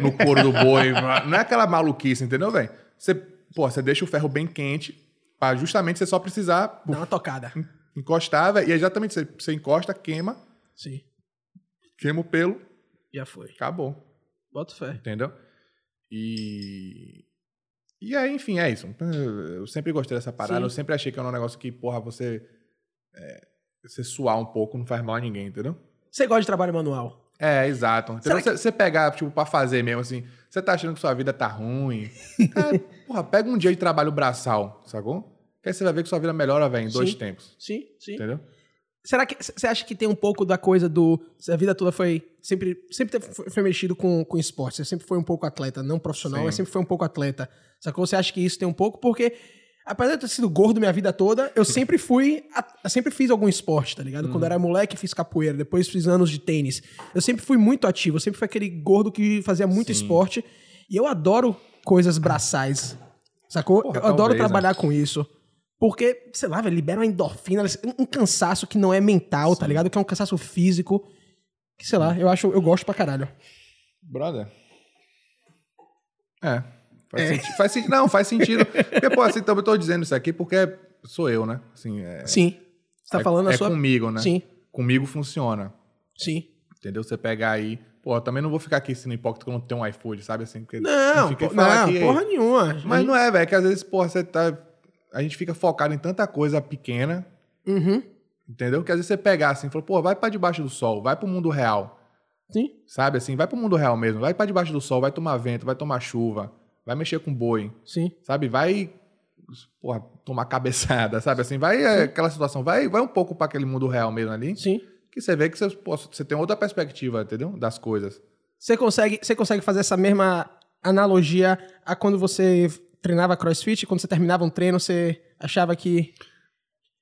[SPEAKER 2] no couro do boi. *laughs* Não é aquela maluquice, entendeu, velho? Você, porra, você deixa o ferro bem quente pra justamente você só precisar
[SPEAKER 1] Dá uma tocada.
[SPEAKER 2] Hum. encostar, velho. E é exatamente, você, você encosta, queima,
[SPEAKER 1] Sim,
[SPEAKER 2] queima o pelo,
[SPEAKER 1] já foi.
[SPEAKER 2] acabou.
[SPEAKER 1] Bota fé.
[SPEAKER 2] Entendeu? E. E aí, enfim, é isso. Eu sempre gostei dessa parada.
[SPEAKER 1] Sim.
[SPEAKER 2] Eu sempre achei que era um negócio que, porra, você. é, você suar um pouco não faz mal a ninguém, entendeu?
[SPEAKER 1] Você gosta de trabalho manual?
[SPEAKER 2] É, exato.
[SPEAKER 1] Será
[SPEAKER 2] Entendeu? Você você pegar, tipo, pra fazer mesmo, assim. Você tá achando que sua vida
[SPEAKER 1] *laughs*
[SPEAKER 2] tá ruim. É, porra, pega um dia de trabalho braçal, sacou? Que aí você vai ver que sua vida melhora, velho, em dois
[SPEAKER 1] Sim.
[SPEAKER 2] tempos.
[SPEAKER 1] Sim, sim.
[SPEAKER 2] Entendeu?
[SPEAKER 1] Será que você acha que tem um pouco da coisa do. se A vida toda foi. Sempre, sempre te- foi, foi mexido com, com esporte. Você sempre foi um pouco atleta, não profissional,
[SPEAKER 2] Sim.
[SPEAKER 1] mas sempre foi um pouco atleta. Sacou? Você acha que isso tem um pouco? Porque, apesar de eu ter sido gordo minha vida toda, eu sempre fui. a- eu sempre fiz algum esporte, tá ligado?
[SPEAKER 2] Uhum.
[SPEAKER 1] Quando eu era moleque, fiz capoeira, depois fiz anos de tênis. Eu sempre fui muito ativo, eu sempre fui aquele gordo que fazia muito
[SPEAKER 2] Sim.
[SPEAKER 1] esporte. E eu adoro coisas braçais. Sacou?
[SPEAKER 2] Porra,
[SPEAKER 1] eu adoro
[SPEAKER 2] talvez, né?
[SPEAKER 1] trabalhar com isso. Porque, sei lá, velho, libera uma endorfina, um- um cansaço que não é mental, tá ligado? Que é um cansaço físico. Que, sei lá, eu acho, eu gosto pra caralho.
[SPEAKER 2] Brother. É. Faz, senti- faz senti- Não, faz sentido. Porque, pô, assim, também tô dizendo isso aqui porque sou eu, né? Assim, é,
[SPEAKER 1] Sim. Você tá
[SPEAKER 2] é-
[SPEAKER 1] falando a
[SPEAKER 2] é
[SPEAKER 1] sua.
[SPEAKER 2] comigo, né?
[SPEAKER 1] Sim,
[SPEAKER 2] Comigo funciona.
[SPEAKER 1] sim.
[SPEAKER 2] Entendeu? Você pegar aí. Pô, eu também não vou ficar aqui sendo hipócrita que eu não tenho um iFood, sabe? Assim, porque
[SPEAKER 1] Não,
[SPEAKER 2] fiquei
[SPEAKER 1] pô-
[SPEAKER 2] falando
[SPEAKER 1] não
[SPEAKER 2] aqui-
[SPEAKER 1] porra nenhuma.
[SPEAKER 2] Mas não é, velho, que às vezes, porra, você tá. A gente fica focado em tanta coisa pequena,
[SPEAKER 1] Uhum.
[SPEAKER 2] entendeu? Que às vezes você pegar assim e fala, pô, vai pra debaixo do sol, vai pro mundo real.
[SPEAKER 1] Sim.
[SPEAKER 2] Sabe assim, vai pro mundo real mesmo, vai pra debaixo do sol, vai tomar vento, vai tomar chuva, vai mexer com boi,
[SPEAKER 1] Sim.
[SPEAKER 2] sabe? Vai porra, tomar *laughs* cabeçada, sabe? Assim, vai é, aquela situação, vai, vai um pouco pra aquele mundo real mesmo ali,
[SPEAKER 1] Sim.
[SPEAKER 2] que você vê que você, pô, você tem outra perspectiva, entendeu? Das coisas.
[SPEAKER 1] Você consegue, você consegue fazer essa mesma analogia a quando você treinava crossfit, quando você terminava um treino, você achava que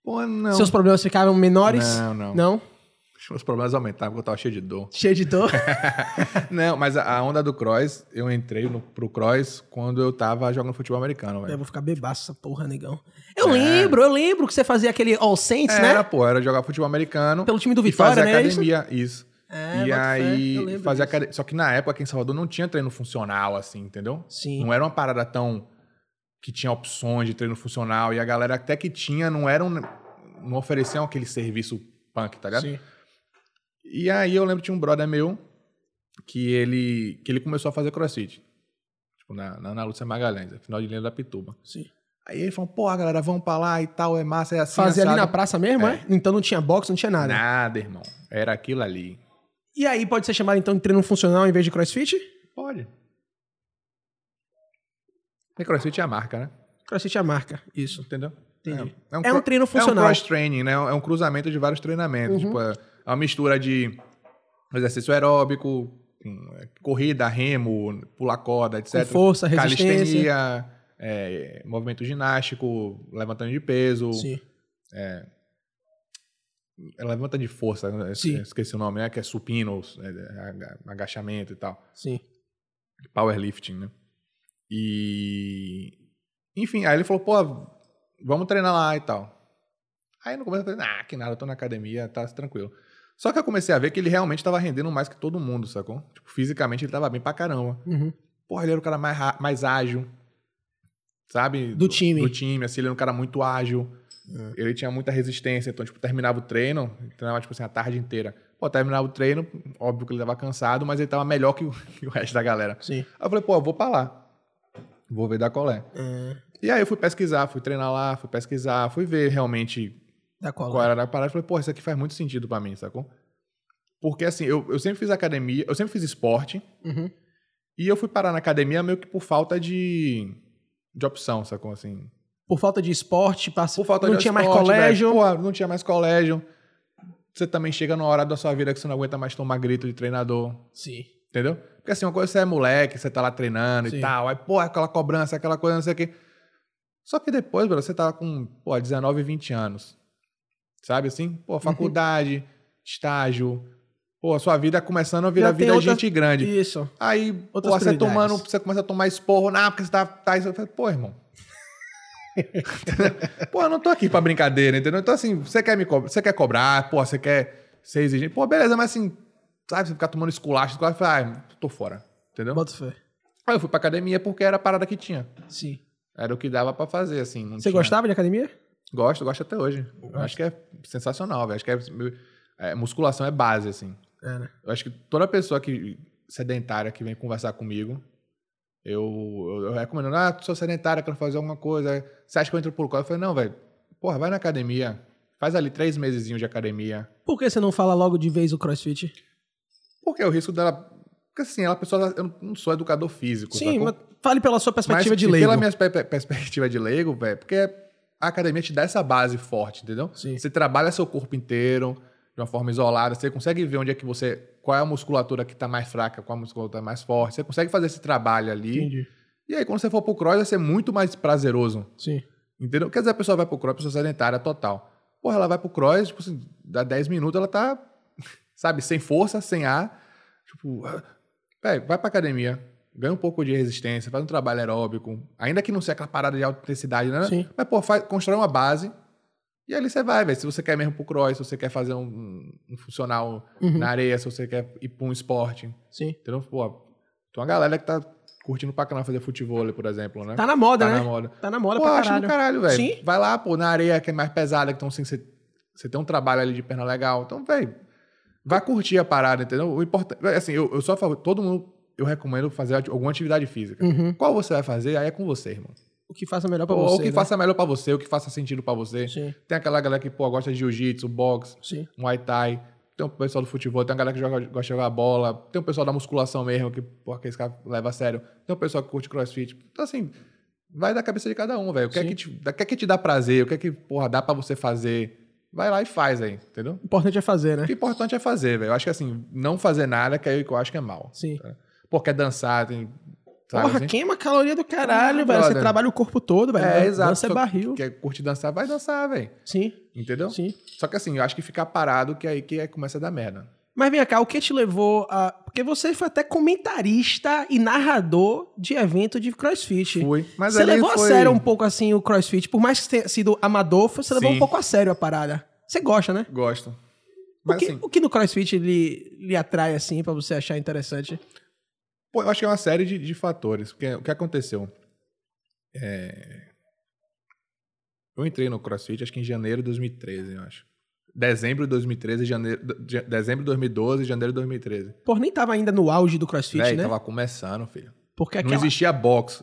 [SPEAKER 2] Pô, não.
[SPEAKER 1] seus problemas ficavam menores?
[SPEAKER 2] Não, não.
[SPEAKER 1] Não?
[SPEAKER 2] Os problemas aumentaram porque eu tava cheio de dor.
[SPEAKER 1] Cheio de dor.
[SPEAKER 2] Não, mas a a onda do cross, eu entrei no, pro cross quando eu tava jogando futebol americano,
[SPEAKER 1] Eu
[SPEAKER 2] velho.
[SPEAKER 1] vou ficar bebaço essa porra, negão. Eu
[SPEAKER 2] É.
[SPEAKER 1] lembro, eu lembro que você fazia aquele All Saints,
[SPEAKER 2] Era,
[SPEAKER 1] né?
[SPEAKER 2] pô, era jogar futebol americano.
[SPEAKER 1] Pelo time do
[SPEAKER 2] É. e
[SPEAKER 1] Vitória,
[SPEAKER 2] fazer
[SPEAKER 1] né?
[SPEAKER 2] academia, isso.
[SPEAKER 1] É,
[SPEAKER 2] e
[SPEAKER 1] boto fé, eu
[SPEAKER 2] aí,
[SPEAKER 1] lembro
[SPEAKER 2] fazer
[SPEAKER 1] disso.
[SPEAKER 2] academia. Só que na época aqui em Salvador não tinha treino funcional, assim, entendeu?
[SPEAKER 1] Sim.
[SPEAKER 2] Não era uma parada tão. que tinha opções de treino funcional. E a galera até que tinha, não era um- não ofereciam aquele serviço punk, tá ligado?
[SPEAKER 1] Sim.
[SPEAKER 2] E aí eu lembro que tinha um brother meu que ele, que ele começou a fazer crossfit. Tipo, na, na, na Lúcia Magalhães, é final de linha da Pituba.
[SPEAKER 1] Sim.
[SPEAKER 2] Aí ele falou, porra, galera, vamos pra lá e tal, é massa, é assim.
[SPEAKER 1] Fazia ali na
[SPEAKER 2] assado."
[SPEAKER 1] praça mesmo, é? Então não tinha boxe, não tinha nada.
[SPEAKER 2] Nada, irmão. Era aquilo ali.
[SPEAKER 1] E aí pode ser chamado então de treino funcional em vez de crossfit?
[SPEAKER 2] Pode. É CrossFit é a marca, né?
[SPEAKER 1] CrossFit é a marca, isso.
[SPEAKER 2] Entendeu?
[SPEAKER 1] Entendi.
[SPEAKER 2] É,
[SPEAKER 1] É um
[SPEAKER 2] cro-
[SPEAKER 1] treino
[SPEAKER 2] É um
[SPEAKER 1] funcional. Uhum.
[SPEAKER 2] cross-training, né? É um cruzamento de vários treinamentos. Tipo, é é uma mistura de exercício aeróbico, com, é, corrida, remo, pular corda,
[SPEAKER 1] Com
[SPEAKER 2] etc.
[SPEAKER 1] força, resistência.
[SPEAKER 2] Calistenia, é, movimento ginástico, levantando de peso,
[SPEAKER 1] Sim.
[SPEAKER 2] é, levanta de força, né? Eu
[SPEAKER 1] Sim.
[SPEAKER 2] esqueci o nome, né? Que é supino, é, é, aga- agachamento e tal.
[SPEAKER 1] Sim.
[SPEAKER 2] powerlifting, né? E. Enfim, aí ele falou, pô, vamos treinar lá e tal. Aí no começo eu falei, ah, que nada, eu tô na academia, tá tranquilo. Só que eu comecei a ver que ele realmente tava rendendo mais que todo mundo, sacou? Tipo, fisicamente ele tava bem pra caramba.
[SPEAKER 1] Uhum.
[SPEAKER 2] Porra, ele era o cara mais, ra- mais ágil, sabe?
[SPEAKER 1] Do time.
[SPEAKER 2] Do time, assim, ele era um cara muito ágil. Ele tinha muita resistência, então, tipo, terminava o treino, treinava, tipo assim, a tarde inteira. Pô, terminava o treino, óbvio que ele tava cansado, mas ele tava melhor que o- *laughs* que o resto da galera.
[SPEAKER 1] Sim.
[SPEAKER 2] Aí eu falei, pô, eu vou pra lá. Vou ver da colé.
[SPEAKER 1] É,
[SPEAKER 2] E aí eu fui pesquisar, fui treinar lá, fui pesquisar, fui ver realmente
[SPEAKER 1] da cola.
[SPEAKER 2] qual era a parada. Falei, pô, isso aqui faz muito sentido pra mim, sacou? Porque assim, eu, eu sempre fiz academia, eu sempre fiz esporte.
[SPEAKER 1] Uhum.
[SPEAKER 2] E eu fui parar na academia meio que por falta de, de opção, sacou? Assim,
[SPEAKER 1] Por falta de esporte, passa...
[SPEAKER 2] por falta
[SPEAKER 1] não
[SPEAKER 2] de
[SPEAKER 1] tinha mais
[SPEAKER 2] esporte,
[SPEAKER 1] colégio.
[SPEAKER 2] velho. Pô, não tinha mais colégio. Você também chega numa hora da sua vida que você não aguenta mais tomar grito de treinador.
[SPEAKER 1] Sim.
[SPEAKER 2] Entendeu? Porque assim, uma coisa você é moleque, você tá lá treinando
[SPEAKER 1] Sim.
[SPEAKER 2] e tal, aí, pô, aquela cobrança, aquela coisa, não sei o quê. Só que depois, brother, você tá com, pô, 19, 20 anos. Sabe assim?
[SPEAKER 1] Uhum.
[SPEAKER 2] Pô, faculdade, estágio. Pô, a sua vida começando a virar
[SPEAKER 1] Já tem
[SPEAKER 2] vida de
[SPEAKER 1] outra-
[SPEAKER 2] gente grande.
[SPEAKER 1] Isso.
[SPEAKER 2] Aí, pô,
[SPEAKER 1] Outras
[SPEAKER 2] você
[SPEAKER 1] prioridades.
[SPEAKER 2] tomando, você começa a tomar esporro, não, porque você tá. tá isso. Eu falei, pô, irmão. *laughs* Entendeu? pô, eu não tô aqui pra brincadeira, entendeu? Então, assim, você quer me cobrar, você quer cobrar, pô, você quer ser exigente. Pô, beleza, mas assim, sabe, você ficar tomando esculacho, esculacho, eu falei, ah, tô fora. Entendeu?
[SPEAKER 1] Bota fé.
[SPEAKER 2] Aí eu fui pra academia porque era a parada que tinha.
[SPEAKER 1] Sim.
[SPEAKER 2] Era o que dava pra fazer, assim. não
[SPEAKER 1] Você
[SPEAKER 2] tinha-
[SPEAKER 1] gostava de academia?
[SPEAKER 2] Gosto, gosto até hoje. Eu Acho que é sensacional, velho. Acho que é, é, musculação é base, assim.
[SPEAKER 1] É, né?
[SPEAKER 2] Eu acho que toda pessoa que sedentária que vem conversar comigo, eu, eu, eu recomendo, ah, sou sedentária, quero fazer alguma coisa. Você acha que eu entro por qual? Eu falei, não, velho, porra, vai na academia, faz ali três mesezinhos de academia.
[SPEAKER 1] Por que você não fala logo de vez o crossfit?
[SPEAKER 2] Porque o risco dela. Porque assim, ela pessoa, eu não sou educador físico.
[SPEAKER 1] Sim,
[SPEAKER 2] sacou?
[SPEAKER 1] mas fale pela sua perspectiva
[SPEAKER 2] Mas,
[SPEAKER 1] de
[SPEAKER 2] assim,
[SPEAKER 1] leigo.
[SPEAKER 2] Pela minha pe- perspectiva de leigo, velho, porque a academia te dá essa base forte, entendeu?
[SPEAKER 1] Sim.
[SPEAKER 2] Você trabalha seu corpo inteiro de uma forma isolada, você consegue ver onde é que você. qual é a musculatura que tá mais fraca, qual a musculatura tá mais forte. Você consegue fazer esse trabalho ali.
[SPEAKER 1] Entendi.
[SPEAKER 2] E aí, quando você for pro cross, vai ser muito mais prazeroso.
[SPEAKER 1] Sim.
[SPEAKER 2] Entendeu? Quer dizer, a pessoa vai pro cross, a pessoa é sedentária total. Porra, ela vai pro cross, tipo assim, dá 10 minutos, ela tá, *laughs* sabe, sem força, sem ar. Tipo, ah, velho, vai pra academia, ganha um pouco de resistência, faz um trabalho aeróbico, ainda que não seja aquela parada de alta intensidade, né?
[SPEAKER 1] Sim.
[SPEAKER 2] Mas, pô, faz, constrói uma base e ali você vai, velho. Se você quer mesmo pro cross, se você quer fazer um, um funcional
[SPEAKER 1] Uhum.
[SPEAKER 2] na areia, se você quer ir pra um esporte.
[SPEAKER 1] Sim.
[SPEAKER 2] Entendeu? Pô, tem uma galera que tá curtindo pra caramba fazer futebol, por exemplo, né?
[SPEAKER 1] Tá na moda,
[SPEAKER 2] Tá
[SPEAKER 1] né?
[SPEAKER 2] na moda.
[SPEAKER 1] Tá na moda
[SPEAKER 2] Pô,
[SPEAKER 1] pra
[SPEAKER 2] acho
[SPEAKER 1] caralho.
[SPEAKER 2] do caralho, velho.
[SPEAKER 1] Sim.
[SPEAKER 2] Vai lá, pô, na areia que é mais pesada, então assim, você você tem um trabalho ali de perna legal. Então, velho, vai curtir a parada, entendeu? O importante, assim, eu, eu só falo, todo mundo, eu recomendo fazer ati- alguma atividade física.
[SPEAKER 1] Uhum.
[SPEAKER 2] Qual você vai fazer, aí é com você, irmão.
[SPEAKER 1] O que faça melhor pra
[SPEAKER 2] Ou
[SPEAKER 1] você.
[SPEAKER 2] o que
[SPEAKER 1] né?
[SPEAKER 2] faça melhor pra você, o que faça sentido pra você.
[SPEAKER 1] Sim,
[SPEAKER 2] Tem aquela galera que, pô, gosta de jiu-jitsu, boxe,
[SPEAKER 1] sim.
[SPEAKER 2] muay thai. Tem o pessoal do futebol, tem a galera que joga- gosta de jogar bola. Tem o pessoal da musculação mesmo, que, pô, que esse cara leva a sério. Tem o pessoal que curte crossfit. Então, assim, vai da cabeça de cada um, velho. O que, é
[SPEAKER 1] Sim.
[SPEAKER 2] que, te, o que é que te dá prazer? O que é que, porra, dá pra você fazer? Vai lá e faz aí, entendeu?
[SPEAKER 1] O importante é fazer, né?
[SPEAKER 2] O que é importante é fazer, velho. Eu acho que, assim, não fazer nada, que é o que eu acho que é mal.
[SPEAKER 1] Sim.
[SPEAKER 2] Pô, quer dançar, tem... Sabe,
[SPEAKER 1] Porra,
[SPEAKER 2] assim?
[SPEAKER 1] queima caloria do caralho,
[SPEAKER 2] Ah,
[SPEAKER 1] velho. Você
[SPEAKER 2] brother.
[SPEAKER 1] trabalha o corpo todo, velho.
[SPEAKER 2] É, exato.
[SPEAKER 1] Dança é
[SPEAKER 2] Só
[SPEAKER 1] barril.
[SPEAKER 2] Quer curtir dançar, vai dançar, velho.
[SPEAKER 1] Sim,
[SPEAKER 2] Entendeu?
[SPEAKER 1] sim.
[SPEAKER 2] Só que assim, eu acho que ficar parado que aí que aí começa a dar merda.
[SPEAKER 1] Mas vem cá, o que te levou a... Porque você foi até comentarista e narrador de evento de crossfit.
[SPEAKER 2] Fui. Mas
[SPEAKER 1] você
[SPEAKER 2] ali
[SPEAKER 1] levou
[SPEAKER 2] foi...
[SPEAKER 1] a sério um pouco, assim, o crossfit. Por mais que tenha sido amador, você levou
[SPEAKER 2] Sim.
[SPEAKER 1] um pouco a sério a parada. Você gosta, né?
[SPEAKER 2] Gosto.
[SPEAKER 1] o,
[SPEAKER 2] Mas
[SPEAKER 1] que,
[SPEAKER 2] assim,
[SPEAKER 1] o que no crossfit lhe, lhe atrai, assim, pra você achar interessante?
[SPEAKER 2] pô, eu acho que é uma série de, de fatores. Porque o que aconteceu? É, Eu entrei no CrossFit acho que em janeiro de 2013, eu acho. Dezembro de 2013, janeiro, de- dezembro de 2012, janeiro de 2013.
[SPEAKER 1] Pô, nem tava ainda no auge do crossfit,
[SPEAKER 2] Véi,
[SPEAKER 1] né?
[SPEAKER 2] É, tava começando, filho.
[SPEAKER 1] Porque
[SPEAKER 2] Não
[SPEAKER 1] aquela...
[SPEAKER 2] existia box.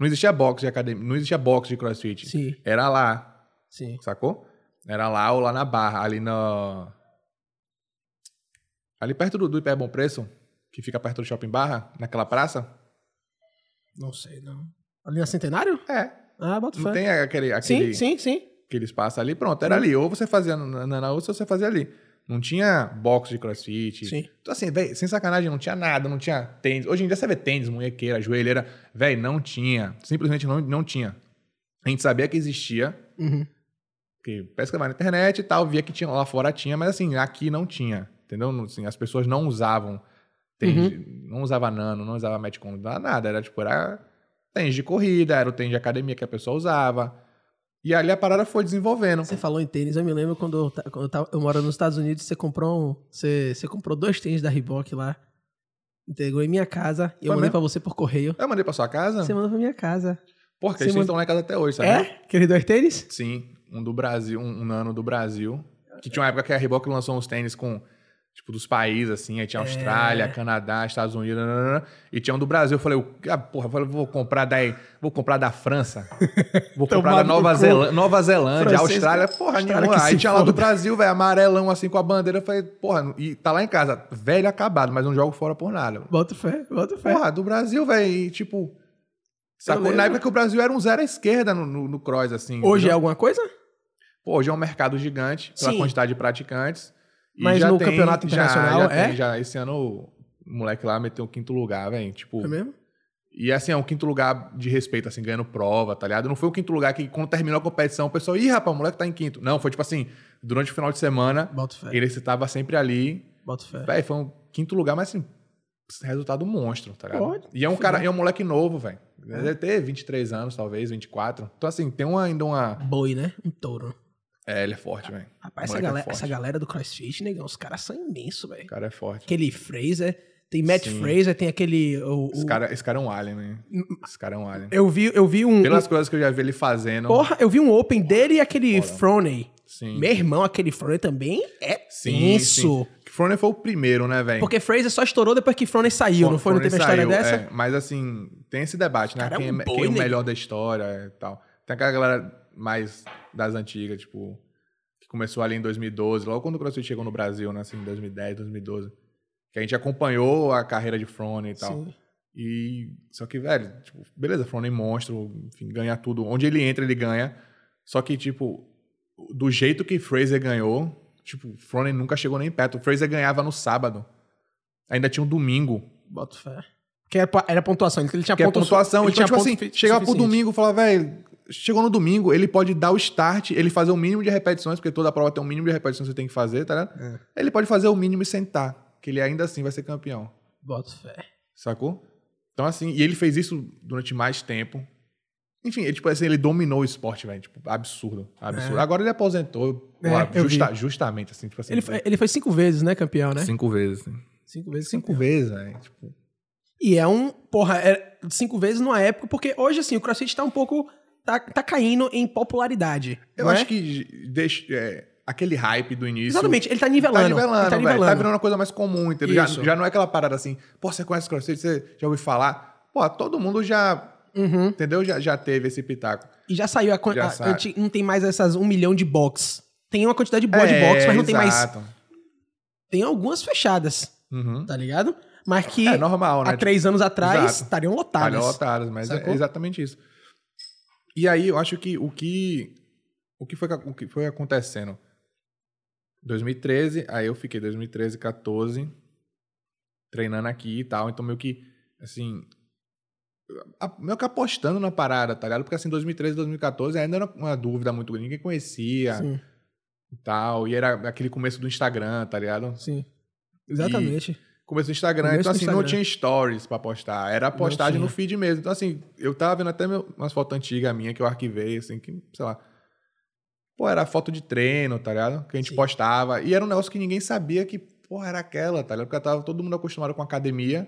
[SPEAKER 2] Não existia box de academia. Não existia box de CrossFit.
[SPEAKER 1] Sim,
[SPEAKER 2] Era lá.
[SPEAKER 1] sim.
[SPEAKER 2] Sacou? Era lá ou lá na Barra, ali na. Ali perto do, do Hiper Bom Preço, que fica perto do Shopping Barra, naquela praça.
[SPEAKER 1] Não sei, não. Ali na Centenário?
[SPEAKER 2] É.
[SPEAKER 1] Ah, bota fé.
[SPEAKER 2] Não tem aquele,
[SPEAKER 1] Sim,
[SPEAKER 2] aquele
[SPEAKER 1] sim, sim.
[SPEAKER 2] que eles passam ali. Pronto, era ali. Ou você fazia na, na, na outra, ou você fazia ali. Não tinha box de crossfit.
[SPEAKER 1] Sim.
[SPEAKER 2] Então, assim, velho, sem sacanagem, não tinha nada, não tinha tênis. Hoje em dia você vê tênis, munhequeira, joelheira. Velho, não tinha. Simplesmente não, não tinha. A gente sabia que existia,
[SPEAKER 1] Uhum.
[SPEAKER 2] que pescava na internet e tal, via que tinha lá fora tinha, mas assim, aqui não tinha, entendeu? Não, assim, as pessoas não usavam
[SPEAKER 1] Uhum.
[SPEAKER 2] tênis, não usava nano, não usava metcon, não usava nada, era tipo, era tênis de corrida, era o tênis de academia que a pessoa usava. E ali a parada foi desenvolvendo.
[SPEAKER 1] Você falou em tênis, eu me lembro quando eu, ta- quando eu, tava- eu moro nos Estados Unidos, você comprou um, você, você comprou dois tênis da Reebok lá, entregou em minha casa e eu
[SPEAKER 2] Foi
[SPEAKER 1] mandei
[SPEAKER 2] mesmo?
[SPEAKER 1] pra você por correio.
[SPEAKER 2] Eu mandei pra sua casa?
[SPEAKER 1] Você mandou pra minha casa.
[SPEAKER 2] Porra,
[SPEAKER 1] você
[SPEAKER 2] eles
[SPEAKER 1] manda-
[SPEAKER 2] estão lá em casa até hoje, sabe?
[SPEAKER 1] É? Aqueles dois tênis?
[SPEAKER 2] Sim, um do Brasil, um, um nano do Brasil. Que tinha uma época que a Reebok lançou uns tênis com, tipo, dos países, assim. Aí
[SPEAKER 1] É.
[SPEAKER 2] tinha Austrália, Canadá, Estados Unidos, nananana, e tinha um do Brasil. Eu falei, ah, porra, eu falei, vou comprar da, vou comprar da França,
[SPEAKER 1] *laughs*
[SPEAKER 2] vou comprar
[SPEAKER 1] Tomar
[SPEAKER 2] da
[SPEAKER 1] no
[SPEAKER 2] Nova,
[SPEAKER 1] cu.
[SPEAKER 2] Zelan- Nova Zelândia,
[SPEAKER 1] Francês,
[SPEAKER 2] Austrália, porra
[SPEAKER 1] Austrália
[SPEAKER 2] nenhuma.
[SPEAKER 1] que se
[SPEAKER 2] Aí tinha lá do
[SPEAKER 1] foda.
[SPEAKER 2] Brasil, velho, amarelão, assim, com a bandeira. Eu falei, porra, e tá lá em casa, velho acabado, mas não jogo fora por nada.
[SPEAKER 1] Bota fé, bota fé.
[SPEAKER 2] Porra, do Brasil, velho, e, tipo... Sacou?
[SPEAKER 1] lembro.
[SPEAKER 2] Na época que o Brasil era um zero à esquerda no, no, no cross, assim.
[SPEAKER 1] Hoje
[SPEAKER 2] entendeu?
[SPEAKER 1] é alguma coisa?
[SPEAKER 2] Pô, hoje é um mercado gigante pela
[SPEAKER 1] Sim.
[SPEAKER 2] quantidade de praticantes. E
[SPEAKER 1] Mas
[SPEAKER 2] já
[SPEAKER 1] no
[SPEAKER 2] tem-
[SPEAKER 1] campeonato
[SPEAKER 2] já-
[SPEAKER 1] internacional,
[SPEAKER 2] já
[SPEAKER 1] é?
[SPEAKER 2] tem, já esse ano o moleque lá meteu o quinto lugar, velho. Tipo,
[SPEAKER 1] É mesmo?
[SPEAKER 2] e assim, é um quinto lugar de respeito, assim, ganhando prova, tá ligado? Não foi o quinto lugar que, quando terminou a competição, o pessoal, ih, rapaz, o moleque tá em quinto. Não, foi tipo assim, durante o final de semana,
[SPEAKER 1] Bota fé,
[SPEAKER 2] ele se tava sempre ali.
[SPEAKER 1] bota fé.
[SPEAKER 2] Velho, foi um quinto lugar, mas assim, resultado monstro, tá ligado?
[SPEAKER 1] Pode. É.
[SPEAKER 2] E é um cara, é um moleque novo, velho. Deve ter 23 anos, talvez, 24. Então, assim, tem uma- ainda uma.
[SPEAKER 1] Boi, né? Um touro.
[SPEAKER 2] É, ele é forte, velho.
[SPEAKER 1] Rapaz,
[SPEAKER 2] O
[SPEAKER 1] essa
[SPEAKER 2] moleque é
[SPEAKER 1] galera,
[SPEAKER 2] forte.
[SPEAKER 1] essa galera do CrossFit, negão, os caras são imensos, velho.
[SPEAKER 2] O cara é forte.
[SPEAKER 1] Aquele Fraser, tem Matt
[SPEAKER 2] Sim.
[SPEAKER 1] Fraser, tem aquele... O,
[SPEAKER 2] Esse
[SPEAKER 1] o-
[SPEAKER 2] cara, esse cara é um alien, né? Esse cara é um alien.
[SPEAKER 1] Eu vi, eu vi um...
[SPEAKER 2] Pelas coisas que eu já vi ele fazendo.
[SPEAKER 1] Porra, eu vi um Open dele e aquele
[SPEAKER 2] Fora.
[SPEAKER 1] Froney.
[SPEAKER 2] Sim.
[SPEAKER 1] Meu irmão, aquele Froney também é
[SPEAKER 2] Sim,
[SPEAKER 1] tenso.
[SPEAKER 2] sim. Que Froner foi o primeiro, né, velho?
[SPEAKER 1] Porque Fraser só estourou depois que Froney saiu, não foi? Não
[SPEAKER 2] Froner
[SPEAKER 1] teve uma história
[SPEAKER 2] saiu,
[SPEAKER 1] dessa?
[SPEAKER 2] é. mas assim, tem esse debate, né?
[SPEAKER 1] Cara, é
[SPEAKER 2] quem, é,
[SPEAKER 1] um boi,
[SPEAKER 2] quem é o
[SPEAKER 1] né?
[SPEAKER 2] melhor da história e tal. Tem aquela galera mais das antigas, tipo, que começou ali em 2012, logo quando o CrossFit chegou no Brasil, né? Assim, em 2010, 2012. Que a gente acompanhou a carreira de Froner e tal.
[SPEAKER 1] Sim.
[SPEAKER 2] E só que, velho, tipo, beleza, Fronin monstro, enfim, ganha tudo. Onde ele entra, ele ganha. Só que, tipo, do jeito que Fraser ganhou, tipo, Fronin nunca chegou nem perto. O Fraser ganhava no sábado. Ainda tinha um domingo.
[SPEAKER 1] Boto fé. Que era, pa- era pontuação, ele tinha
[SPEAKER 2] Que é
[SPEAKER 1] ponto-
[SPEAKER 2] pontuação.
[SPEAKER 1] ele
[SPEAKER 2] Então, tipo assim,
[SPEAKER 1] ponto fi-
[SPEAKER 2] chegava pro
[SPEAKER 1] suficiente.
[SPEAKER 2] domingo e falava, velho, chegou no domingo, ele pode dar o start, ele fazer o mínimo de repetições, porque toda prova tem um mínimo de repetições que você tem que fazer, tá ligado?
[SPEAKER 1] É.
[SPEAKER 2] Ele pode fazer o mínimo e sentar, que ele ainda assim vai ser campeão.
[SPEAKER 1] Boto fé.
[SPEAKER 2] Sacou? Então, assim, e ele fez isso durante mais tempo. Enfim, ele, tipo, assim, ele dominou o esporte, velho. Tipo, absurdo. Absurdo.
[SPEAKER 1] É.
[SPEAKER 2] Agora ele aposentou
[SPEAKER 1] É,
[SPEAKER 2] porra,
[SPEAKER 1] eu
[SPEAKER 2] justa- justamente, assim, tipo assim.
[SPEAKER 1] Ele foi, ele foi cinco vezes, né, campeão, né?
[SPEAKER 2] cinco vezes, assim.
[SPEAKER 1] Cinco vezes.
[SPEAKER 2] Cinco vezes, velho. Tipo,
[SPEAKER 1] E é um, porra, é cinco vezes numa época, porque hoje, assim, o CrossFit tá um pouco, tá, tá caindo em popularidade.
[SPEAKER 2] eu
[SPEAKER 1] não é?
[SPEAKER 2] acho que deixa, é, aquele hype do início.
[SPEAKER 1] Exatamente, ele tá
[SPEAKER 2] Tá
[SPEAKER 1] nivelando.
[SPEAKER 2] nivelando,
[SPEAKER 1] ele tá
[SPEAKER 2] velho. Tá
[SPEAKER 1] nivelando.
[SPEAKER 2] virando uma coisa mais comum, entendeu? Já,
[SPEAKER 1] Isso.
[SPEAKER 2] já não é aquela parada assim, pô, você conhece CrossFit, você já ouviu falar. Pô, todo mundo já,
[SPEAKER 1] Uhum.
[SPEAKER 2] entendeu? Já, já teve esse pitaco.
[SPEAKER 1] E já saiu a, quan-
[SPEAKER 2] Já
[SPEAKER 1] a-
[SPEAKER 2] sai.
[SPEAKER 1] anti- Não tem mais essas um milhão de box. Tem uma quantidade boa de box, mas não tem mais.
[SPEAKER 2] É, exato.
[SPEAKER 1] Tem algumas fechadas,
[SPEAKER 2] Uhum.
[SPEAKER 1] tá ligado? Mas que
[SPEAKER 2] É normal, né?
[SPEAKER 1] há três anos atrás
[SPEAKER 2] Exato.
[SPEAKER 1] estariam lotadas.
[SPEAKER 2] Calhou otários, mas
[SPEAKER 1] Sacou?
[SPEAKER 2] é exatamente isso. E aí eu acho que o que o que foi, o que foi acontecendo 2013, aí eu fiquei 2013, 14 treinando aqui e tal, então meio que assim a- meio que apostando na parada, tá ligado? Porque assim 2013, 2014 ainda era uma dúvida muito grande, ninguém conhecia
[SPEAKER 1] Sim,
[SPEAKER 2] e tal, e era aquele começo do Instagram, tá ligado?
[SPEAKER 1] sim. Exatamente.
[SPEAKER 2] Começo do Instagram,
[SPEAKER 1] Começo
[SPEAKER 2] então
[SPEAKER 1] do
[SPEAKER 2] assim, não
[SPEAKER 1] Instagram.
[SPEAKER 2] tinha stories pra postar, era postagem
[SPEAKER 1] tinha.
[SPEAKER 2] no feed mesmo. Então assim, eu tava vendo até meu, umas fotos antigas minha que eu arquivei, assim, que, sei lá. Pô, era foto de treino, tá ligado? Que a gente
[SPEAKER 1] Sim.
[SPEAKER 2] postava. E era um negócio que ninguém sabia que, porra, era aquela, tá ligado? Porque tava todo mundo acostumado com academia.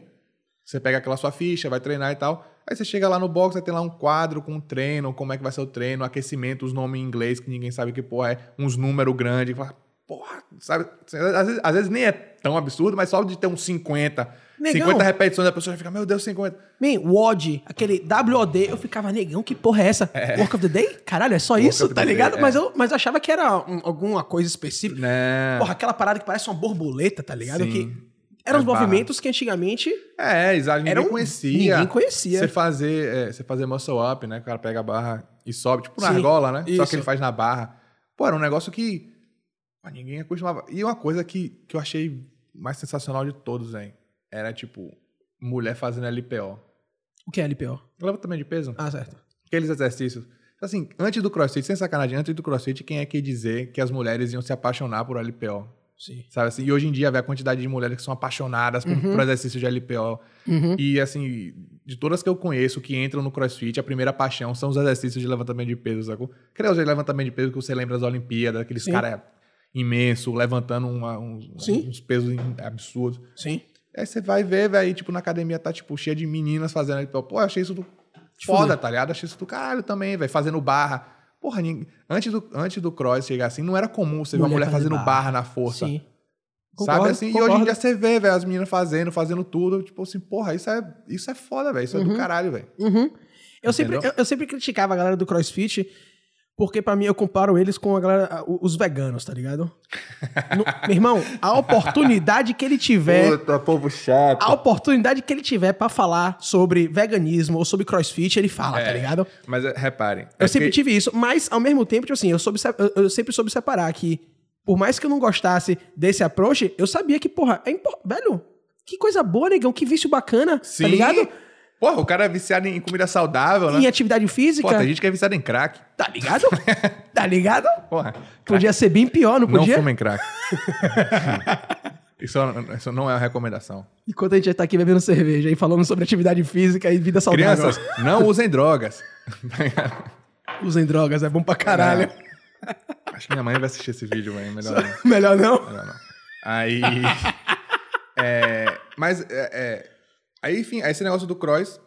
[SPEAKER 2] Você pega aquela sua ficha, vai treinar e tal. Aí você chega lá no box, vai ter lá um quadro com o treino, como é que vai ser o treino, aquecimento, os nomes em inglês que ninguém sabe que porra é, uns números grandes. Fala, porra, sabe? Às vezes, às vezes nem é tão absurdo, mas só de ter uns 50,
[SPEAKER 1] Negão.
[SPEAKER 2] 50 repetições, a pessoa já fica, meu Deus, 50.
[SPEAKER 1] Man, WOD, aquele WOD, eu ficava, negão, que porra é essa? Work of the Day? Caralho, é só
[SPEAKER 2] Work
[SPEAKER 1] isso,
[SPEAKER 2] of
[SPEAKER 1] tá
[SPEAKER 2] the
[SPEAKER 1] ligado?
[SPEAKER 2] day, é.
[SPEAKER 1] Mas, eu, mas eu achava que era um- alguma coisa específica.
[SPEAKER 2] Né?
[SPEAKER 1] Porra, aquela parada que parece uma borboleta, tá ligado?
[SPEAKER 2] Sim. É
[SPEAKER 1] Que Eram
[SPEAKER 2] Mais
[SPEAKER 1] os
[SPEAKER 2] barato.
[SPEAKER 1] movimentos que antigamente
[SPEAKER 2] É, exato. Ninguém
[SPEAKER 1] eram.
[SPEAKER 2] conhecia.
[SPEAKER 1] um Ninguém conhecia.
[SPEAKER 2] Você fazer, é, você fazer muscle up, né? que O cara pega a barra e sobe, tipo na
[SPEAKER 1] Sim,
[SPEAKER 2] argola, né? Só
[SPEAKER 1] isso.
[SPEAKER 2] que ele faz na barra. Pô, era um negócio que pô, ninguém acostumava. E uma coisa que, que eu achei mais sensacional de todos, hein? Era, tipo, mulher fazendo LPO.
[SPEAKER 1] O que é LPO?
[SPEAKER 2] Levantamento de peso?
[SPEAKER 1] Ah, certo.
[SPEAKER 2] Aqueles exercícios. Assim, antes do crossfit, sem sacanagem, antes do crossfit, quem é que ia dizer que as mulheres iam se apaixonar por LPO?
[SPEAKER 1] Sim.
[SPEAKER 2] Sabe assim? E hoje em dia, vê a quantidade de mulheres que são apaixonadas
[SPEAKER 1] Uhum.
[SPEAKER 2] por, por exercício de LPO. E assim, de todas que eu conheço que entram no crossfit, a primeira paixão são os exercícios de levantamento de peso, sacou? Aquele de levantamento de peso que você lembra das Olimpíadas, aqueles
[SPEAKER 1] Sim.
[SPEAKER 2] caras imensos, levantando uma- uns,
[SPEAKER 1] Sim.
[SPEAKER 2] uns pesos in- absurdos.
[SPEAKER 1] Sim.
[SPEAKER 2] Aí você vai ver, velho, tipo, na academia tá, tipo, cheia de meninas fazendo LPO. Pô, eu achei isso do foda, tá ligado? Achei isso do caralho também, velho, fazendo barra. Porra, ninguém- antes do, antes do cross chegar assim, não era comum você ver uma
[SPEAKER 1] Mulher
[SPEAKER 2] mulher
[SPEAKER 1] fazer
[SPEAKER 2] fazendo
[SPEAKER 1] barra.
[SPEAKER 2] barra. na força.
[SPEAKER 1] Sim.
[SPEAKER 2] Sabe assim? E hoje em dia você vê, velho, as meninas fazendo, fazendo tudo. Tipo assim, porra, isso é, isso é foda, velho. Isso é do caralho, velho.
[SPEAKER 1] Uhum. Eu, sempre, eu,
[SPEAKER 2] Entendeu?
[SPEAKER 1] eu sempre criticava a galera do CrossFit, porque pra mim eu comparo eles com a galera, a- o- os veganos, tá ligado? No- meu irmão, a oportunidade que ele tiver.
[SPEAKER 2] Puta, é povo chato.
[SPEAKER 1] A oportunidade que ele tiver pra falar sobre veganismo ou sobre crossfit, ele fala, tá
[SPEAKER 2] É.
[SPEAKER 1] ligado?
[SPEAKER 2] Mas é, reparem.
[SPEAKER 1] Eu
[SPEAKER 2] é
[SPEAKER 1] sempre
[SPEAKER 2] que-
[SPEAKER 1] tive isso, mas ao mesmo tempo, tipo assim, eu, soube, se- eu- eu sempre soube separar que, por mais que eu não gostasse desse approach, eu sabia que, porra, é importante. Velho, que coisa boa, negão, que vício bacana,
[SPEAKER 2] Sim.
[SPEAKER 1] tá ligado?
[SPEAKER 2] Porra, o cara é viciado em comida saudável,
[SPEAKER 1] Em
[SPEAKER 2] né?
[SPEAKER 1] atividade física,
[SPEAKER 2] Pô, tem gente que é viciado em crack.
[SPEAKER 1] tá ligado?
[SPEAKER 2] *laughs*
[SPEAKER 1] tá ligado?
[SPEAKER 2] Porra.
[SPEAKER 1] Podia ser bem pior, não
[SPEAKER 2] Não
[SPEAKER 1] podia?
[SPEAKER 2] fumem crack. *laughs* isso, isso não é uma recomendação.
[SPEAKER 1] Enquanto a gente tá aqui bebendo cerveja e falando sobre atividade física e vida saudável.
[SPEAKER 2] Crianças, não usem drogas. *laughs*
[SPEAKER 1] Usem drogas, é bom pra caralho.
[SPEAKER 2] Acho que minha mãe vai assistir esse vídeo, velho. Melhor não.
[SPEAKER 1] *laughs* Melhor não?
[SPEAKER 2] Melhor não. Aí. é, mas, é, é, aí, enfim, aí esse negócio do cross.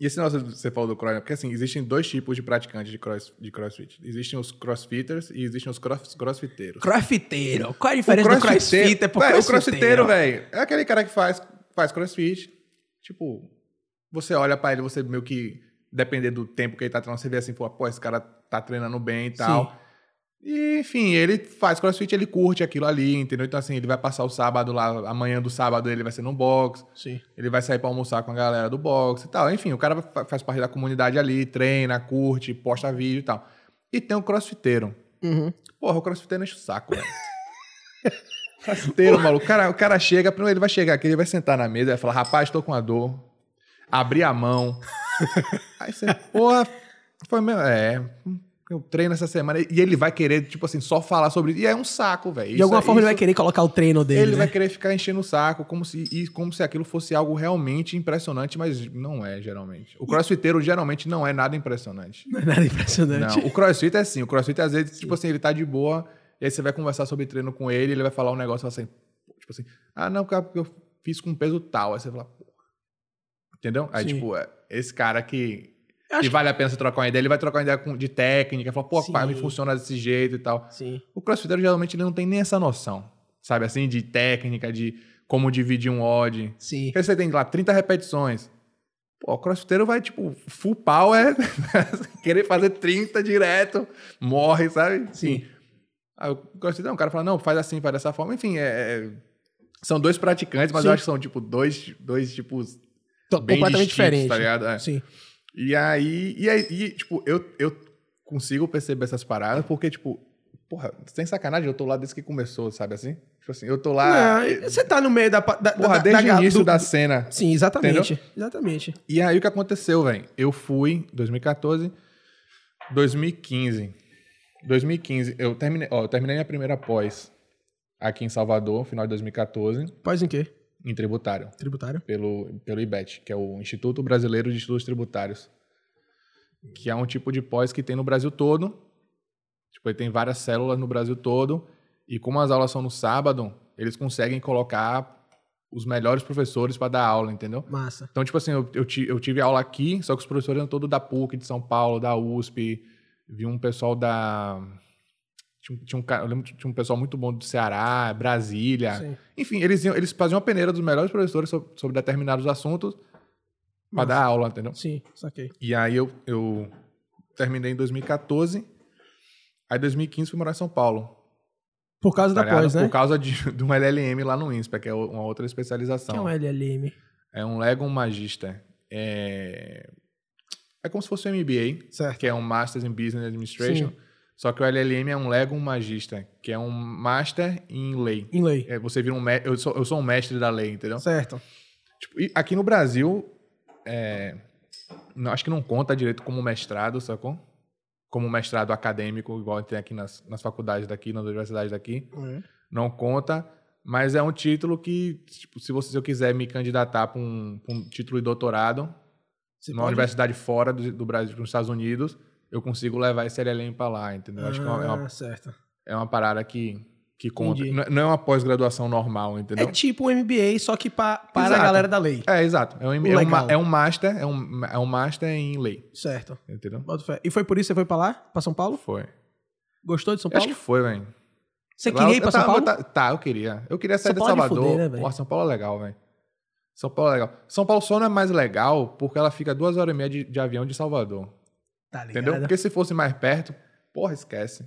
[SPEAKER 2] E esse negócio que você falou do cross, né? Porque assim, existem dois tipos de praticantes de, cross, de crossfit: existem os crossfitters e existem os cross, crossfiteiros.
[SPEAKER 1] Crossfiteiro. Qual é a diferença do crossfitter pro
[SPEAKER 2] Véi,
[SPEAKER 1] crossfiteiro?
[SPEAKER 2] É, O crossfiteiro, velho, é aquele cara que faz, faz crossfit. Tipo, você olha pra ele, você meio que, depender do tempo que ele tá treinando, você vê assim, pô, pô, esse cara tá treinando bem e tal. E, enfim, ele faz crossfit, ele curte aquilo ali, entendeu? Então, assim, ele vai passar o sábado lá, amanhã do sábado ele vai ser no box,
[SPEAKER 1] Sim.
[SPEAKER 2] ele vai sair pra almoçar com a galera do box e tal. Enfim, o cara fa- faz parte da comunidade ali, treina, curte, posta vídeo e tal. E tem o crossfiteiro.
[SPEAKER 1] Uhum.
[SPEAKER 2] Porra, o crossfiteiro enche o saco, velho. *laughs* crossfiteiro, maluco. O cara, o cara chega, primeiro ele vai chegar aqui, ele vai sentar na mesa, vai falar, rapaz, tô com a dor. Abrir a mão. *laughs* Aí você, porra, foi meu. É, eu treino essa semana. E ele vai querer, tipo assim, só falar sobre isso. E é um saco, velho.
[SPEAKER 1] De alguma forma ele vai querer colocar o treino dele.
[SPEAKER 2] Ele
[SPEAKER 1] né?
[SPEAKER 2] vai querer ficar enchendo o saco, como se, e como se aquilo fosse algo realmente impressionante, mas não é, geralmente. O crossfiteiro geralmente não é nada impressionante.
[SPEAKER 1] *laughs* Não é nada impressionante.
[SPEAKER 2] Não, o crossfit é assim. O crossfit, às vezes, tipo assim, ele tá de boa, e aí você vai conversar sobre treino com ele, ele vai falar um negócio assim, tipo assim, ah, não, cara, porque eu fiz com peso tal. Aí você fala, pô. Entendeu? Aí,
[SPEAKER 1] Sim.
[SPEAKER 2] tipo, é, esse cara que,
[SPEAKER 1] Eu acho
[SPEAKER 2] que vale a pena você trocar uma ideia, ele vai trocar uma ideia com- de técnica, fala, pô,
[SPEAKER 1] Sim.
[SPEAKER 2] pá, me funciona desse jeito e tal.
[SPEAKER 1] Sim.
[SPEAKER 2] O crossfiteiro, geralmente, ele não tem nem essa noção, sabe assim, de técnica, de como dividir um odd.
[SPEAKER 1] Sim.
[SPEAKER 2] Porque você tem lá 30 repetições. Pô, o crossfiteiro vai, tipo, full power, *laughs* né? querer fazer 30 direto, morre, sabe?
[SPEAKER 1] Sim.
[SPEAKER 2] Aí o crossfiteiro, não, o cara fala, não, faz assim, faz dessa forma. Enfim, é- é- são dois praticantes, mas
[SPEAKER 1] Sim.
[SPEAKER 2] eu acho que são, tipo, dois, dois tipos
[SPEAKER 1] Tô
[SPEAKER 2] bem
[SPEAKER 1] completamente
[SPEAKER 2] distintos,
[SPEAKER 1] diferente.
[SPEAKER 2] tá ligado? É.
[SPEAKER 1] Sim.
[SPEAKER 2] E aí, e aí, e, tipo, eu, eu consigo perceber essas paradas, porque, tipo, porra, sem sacanagem, eu tô lá desde que começou, sabe assim? Tipo assim, eu tô lá,
[SPEAKER 1] Não, você tá no meio da. pa- da
[SPEAKER 2] porra,
[SPEAKER 1] da-
[SPEAKER 2] desde
[SPEAKER 1] da-
[SPEAKER 2] o início
[SPEAKER 1] do-
[SPEAKER 2] da cena.
[SPEAKER 1] Sim, exatamente. Exatamente.
[SPEAKER 2] E aí o que aconteceu, velho? Eu fui 2014, 2015. 2015, eu terminei, ó, eu terminei minha primeira pós aqui em Salvador, final de 2014,
[SPEAKER 1] Pós em quê?
[SPEAKER 2] em tributário,
[SPEAKER 1] Tributário.
[SPEAKER 2] pelo, pelo IBET, que é o Instituto Brasileiro de Estudos Tributários, que é um tipo de pós que tem no Brasil todo. Tipo, ele tem várias células no Brasil todo, e como as aulas são no sábado, eles conseguem colocar os melhores professores para dar aula, entendeu?
[SPEAKER 1] Massa.
[SPEAKER 2] Então, tipo assim, eu, eu, ti- eu tive aula aqui, só que os professores eram todos da PUC, de São Paulo, da USP. Vi um pessoal da. Tinha, um- tinha um, cara- eu lembro que tinha um pessoal muito bom do Ceará, Brasília.
[SPEAKER 1] Sim.
[SPEAKER 2] Enfim, eles, iam- eles faziam uma peneira dos melhores professores so- sobre, determinados assuntos pra
[SPEAKER 1] Massa.
[SPEAKER 2] dar aula, entendeu?
[SPEAKER 1] Sim, saquei.
[SPEAKER 2] E aí eu, eu terminei em 2014. Aí, em 2015, fui morar em São Paulo.
[SPEAKER 1] Por causa
[SPEAKER 2] tá
[SPEAKER 1] da
[SPEAKER 2] ligado?
[SPEAKER 1] pós, né?
[SPEAKER 2] Por causa de, *laughs* de um LLM lá no INSPER, que é o- uma outra especialização.
[SPEAKER 1] Que é um LLM.
[SPEAKER 2] É um Lego Magister. É... é como se fosse um MBA,
[SPEAKER 1] Certo.
[SPEAKER 2] que é um Masters in Business Administration. Só que o LLM é um Lego Magister, que é um Master em Lei.
[SPEAKER 1] Em lei.
[SPEAKER 2] É, você vira um... me- Eu sou, eu sou um mestre da lei, entendeu?
[SPEAKER 1] Certo.
[SPEAKER 2] Tipo, e aqui no Brasil, é, não, acho que não conta direito como mestrado, sacou? Como mestrado acadêmico, igual tem aqui nas, nas faculdades daqui, nas universidades daqui. Não conta, mas é um título que, tipo, se, você, se eu quiser me candidatar para um, pra um título de doutorado,
[SPEAKER 1] Você
[SPEAKER 2] numa
[SPEAKER 1] pode-
[SPEAKER 2] universidade fora do, do Brasil, nos Estados Unidos, eu consigo levar esse LLM para lá, entendeu? Acho que é uma, é uma,
[SPEAKER 1] Ah, certo.
[SPEAKER 2] é uma parada que, que conta.
[SPEAKER 1] Entendi.
[SPEAKER 2] Não é- não é uma pós-graduação normal, entendeu?
[SPEAKER 1] É tipo um MBA, só que pa- para
[SPEAKER 2] Exato.
[SPEAKER 1] a galera da lei.
[SPEAKER 2] É, exato. É um, é,
[SPEAKER 1] Legal.
[SPEAKER 2] um ma- é um master, é um, é um master em lei,
[SPEAKER 1] Certo.
[SPEAKER 2] entendeu?
[SPEAKER 1] Boto fé. E foi por isso que você foi pra lá? Pra São Paulo?
[SPEAKER 2] Foi.
[SPEAKER 1] Gostou de São
[SPEAKER 2] Acho
[SPEAKER 1] Paulo?
[SPEAKER 2] que foi, velho.
[SPEAKER 1] Você
[SPEAKER 2] Lá eu-
[SPEAKER 1] queria ir pra
[SPEAKER 2] eu
[SPEAKER 1] São
[SPEAKER 2] tava-
[SPEAKER 1] Paulo?
[SPEAKER 2] Tá, tá, eu queria. Eu queria
[SPEAKER 1] São
[SPEAKER 2] sair de
[SPEAKER 1] Paulo é de
[SPEAKER 2] Salvador.
[SPEAKER 1] fuder, né, velho?
[SPEAKER 2] Porra, São Paulo é legal, velho. São Paulo é legal. São Paulo só não é mais legal porque ela fica duas horas e meia de, de avião de Salvador.
[SPEAKER 1] Tá
[SPEAKER 2] Entendeu? Porque se fosse mais perto, porra, esquece.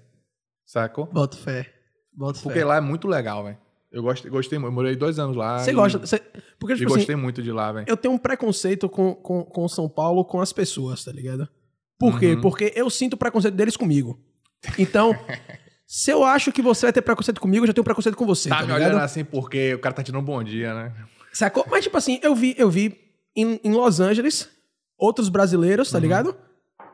[SPEAKER 2] Sacou?
[SPEAKER 1] Boto fé. Boto
[SPEAKER 2] Porque
[SPEAKER 1] fé.
[SPEAKER 2] lá é muito legal, velho. Eu gostei, gostei muito. Eu morei dois anos lá.
[SPEAKER 1] Você
[SPEAKER 2] e-
[SPEAKER 1] gosta... você- Porque,
[SPEAKER 2] E
[SPEAKER 1] tipo assim,
[SPEAKER 2] gostei muito de lá, velho.
[SPEAKER 1] eu tenho um preconceito com, com, com São Paulo, com as pessoas, tá ligado? Por quê?
[SPEAKER 2] Uhum.
[SPEAKER 1] Porque eu sinto preconceito deles comigo.
[SPEAKER 2] *laughs*
[SPEAKER 1] Então, se eu acho que você vai ter preconceito comigo, eu já tenho preconceito com você,
[SPEAKER 2] Tá
[SPEAKER 1] tá,
[SPEAKER 2] me
[SPEAKER 1] ligado?
[SPEAKER 2] olhando assim porque o cara tá te dando um bom dia, né?
[SPEAKER 1] Sacou? Mas, tipo assim, eu vi, eu vi em, em Los Angeles outros brasileiros, tá
[SPEAKER 2] Uhum.
[SPEAKER 1] ligado?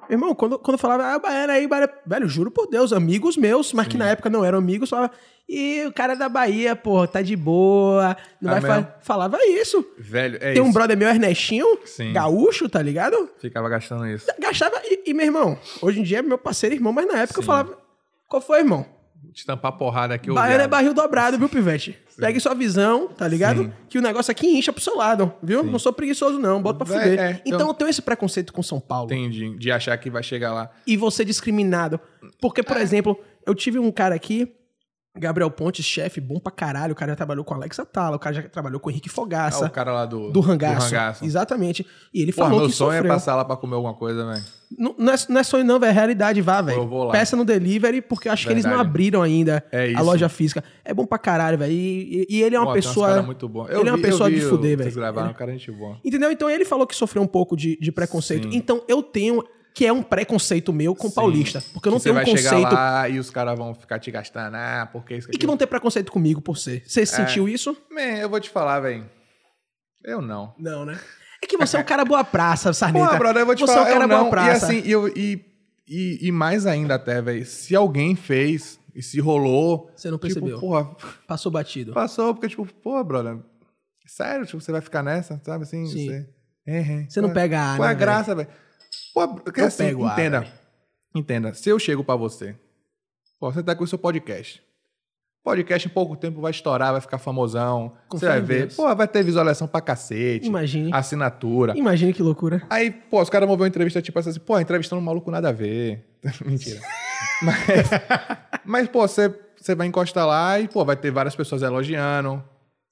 [SPEAKER 1] Meu irmão, quando, quando eu falava, ah, baiana aí, baiana. Velho, juro por Deus, amigos meus, mas que na época não eram amigos, falava, e o cara é da Bahia, pô, tá de boa, não
[SPEAKER 2] Ah,
[SPEAKER 1] vai fa-"
[SPEAKER 2] mesmo?
[SPEAKER 1] Falava isso.
[SPEAKER 2] Velho, é
[SPEAKER 1] Tem um
[SPEAKER 2] isso.
[SPEAKER 1] brother meu, Ernestinho,
[SPEAKER 2] Sim.
[SPEAKER 1] gaúcho, tá ligado?
[SPEAKER 2] Ficava gastando isso.
[SPEAKER 1] Gastava, e, e, meu irmão, hoje em dia é meu parceiro e irmão, mas na época eu
[SPEAKER 2] Sim.
[SPEAKER 1] falava, qual foi, irmão?
[SPEAKER 2] Estampar porrada aqui. ô
[SPEAKER 1] Baiano é
[SPEAKER 2] viado.
[SPEAKER 1] barril dobrado, viu, Pivete? Pegue sua visão, tá ligado?
[SPEAKER 2] Sim.
[SPEAKER 1] Que o negócio aqui incha pro seu lado, viu? Não sou preguiçoso, não. Bota pra
[SPEAKER 2] Vé-
[SPEAKER 1] fuder.
[SPEAKER 2] é,
[SPEAKER 1] então eu...
[SPEAKER 2] eu-
[SPEAKER 1] tenho esse preconceito com São Paulo.
[SPEAKER 2] Entendi. De achar que vai chegar lá.
[SPEAKER 1] E você discriminado. Porque,
[SPEAKER 2] É.
[SPEAKER 1] por exemplo, eu tive um cara aqui, Gabriel Pontes, chefe, bom pra caralho. O cara já trabalhou com Alex Atala, o cara já trabalhou com Henrique
[SPEAKER 2] Ah,
[SPEAKER 1] Fogaça.
[SPEAKER 2] o cara lá do,
[SPEAKER 1] Do rangaço.
[SPEAKER 2] rangaço.
[SPEAKER 1] Exatamente. E ele
[SPEAKER 2] Porra,
[SPEAKER 1] falou
[SPEAKER 2] meu
[SPEAKER 1] que
[SPEAKER 2] sonho
[SPEAKER 1] sofreu.
[SPEAKER 2] é passar lá pra comer alguma coisa, velho.
[SPEAKER 1] Não, não é, não é sonho, não, velho. É realidade, vá,
[SPEAKER 2] Eu vou
[SPEAKER 1] velho.
[SPEAKER 2] lá.
[SPEAKER 1] Peça no delivery, porque eu acho que eles não
[SPEAKER 2] Verdade.
[SPEAKER 1] abriram ainda
[SPEAKER 2] É
[SPEAKER 1] a
[SPEAKER 2] isso.
[SPEAKER 1] loja física. É bom pra caralho, velho. E, e- e ele é uma
[SPEAKER 2] Pô, tem uns
[SPEAKER 1] pessoa.
[SPEAKER 2] cara muito bom. Eu
[SPEAKER 1] ele é uma
[SPEAKER 2] vi-
[SPEAKER 1] pessoa
[SPEAKER 2] eu vi
[SPEAKER 1] de fuder, velho.
[SPEAKER 2] Vocês gravaram, cara, gente boa.
[SPEAKER 1] Entendeu? Então ele falou que sofreu um pouco de, de preconceito.
[SPEAKER 2] Sim.
[SPEAKER 1] Então eu tenho, que é um preconceito meu com
[SPEAKER 2] Sim.
[SPEAKER 1] paulista. Porque eu não
[SPEAKER 2] Que você
[SPEAKER 1] tenho um
[SPEAKER 2] vai chegar
[SPEAKER 1] conceito.
[SPEAKER 2] lá e os caras vão ficar te gastando. Ah, porque isso
[SPEAKER 1] E que vão ter preconceito comigo por ser. Você
[SPEAKER 2] É.
[SPEAKER 1] sentiu isso?
[SPEAKER 2] Man, eu vou te falar, velho. Eu não.
[SPEAKER 1] Não, né? É que
[SPEAKER 2] *laughs*
[SPEAKER 1] você é um cara boa praça, Sarneta.
[SPEAKER 2] Porra, brother, eu vou te
[SPEAKER 1] você
[SPEAKER 2] falar.
[SPEAKER 1] é um cara
[SPEAKER 2] eu
[SPEAKER 1] boa
[SPEAKER 2] não.
[SPEAKER 1] praça.
[SPEAKER 2] E assim, eu, e, e, e mais ainda até, velho. Se alguém fez e se rolou...
[SPEAKER 1] Você não percebeu.
[SPEAKER 2] Tipo, porra,
[SPEAKER 1] Passou batido.
[SPEAKER 2] Passou, porque, tipo, pô, brother, sério, tipo, você vai ficar nessa, sabe assim?
[SPEAKER 1] Sim.
[SPEAKER 2] Você, É, é.
[SPEAKER 1] Você Ah, não
[SPEAKER 2] Qual-
[SPEAKER 1] pega a né? área.
[SPEAKER 2] Qual é a
[SPEAKER 1] velho.
[SPEAKER 2] graça, velho? Pô, porque
[SPEAKER 1] Eu
[SPEAKER 2] assim,
[SPEAKER 1] pego a
[SPEAKER 2] entenda.
[SPEAKER 1] área.
[SPEAKER 2] Entenda, se eu chego pra você, pô, você tá com o seu podcast. Podcast em pouco tempo vai estourar, vai ficar famosão.
[SPEAKER 1] Com
[SPEAKER 2] você
[SPEAKER 1] fé
[SPEAKER 2] vai
[SPEAKER 1] em
[SPEAKER 2] ver,
[SPEAKER 1] Deus.
[SPEAKER 2] pô, vai ter visualização pra cacete.
[SPEAKER 1] Imagine.
[SPEAKER 2] Assinatura.
[SPEAKER 1] Imagine que loucura.
[SPEAKER 2] Aí, pô, os caras vão ver uma entrevista tipo assim, pô, entrevistando um maluco nada a ver. *laughs* Mentira. mas, mas, pô, você você vai encostar lá e, pô, vai ter várias pessoas elogiando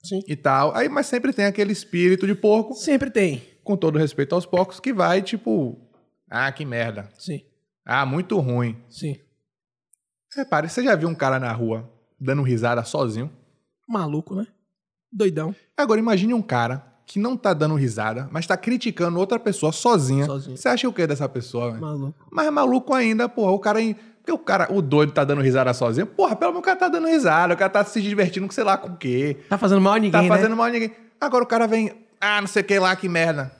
[SPEAKER 1] Sim.
[SPEAKER 2] e tal. Aí, mas sempre tem aquele espírito de porco,
[SPEAKER 1] Sempre tem.
[SPEAKER 2] com todo respeito aos porcos, que vai, tipo, ah, que merda.
[SPEAKER 1] Sim,
[SPEAKER 2] Ah, muito ruim.
[SPEAKER 1] sim.
[SPEAKER 2] Repare, você já viu um cara na rua dando risada sozinho?
[SPEAKER 1] Maluco, né? Doidão.
[SPEAKER 2] Agora, imagine um cara que não tá dando risada, mas tá criticando outra pessoa sozinha.
[SPEAKER 1] Sozinho.
[SPEAKER 2] Você acha o que dessa pessoa, velho?
[SPEAKER 1] Maluco.
[SPEAKER 2] Mas maluco ainda, porra, o cara. em- Porque o cara, o doido tá dando risada sozinho. Porra, pelo menos o cara tá dando risada, o cara tá se divertindo com sei lá com o quê.
[SPEAKER 1] Tá fazendo mal a ninguém,
[SPEAKER 2] Tá
[SPEAKER 1] né?
[SPEAKER 2] fazendo mal a ninguém. Agora o cara vem, ah, não sei o que lá, que merda.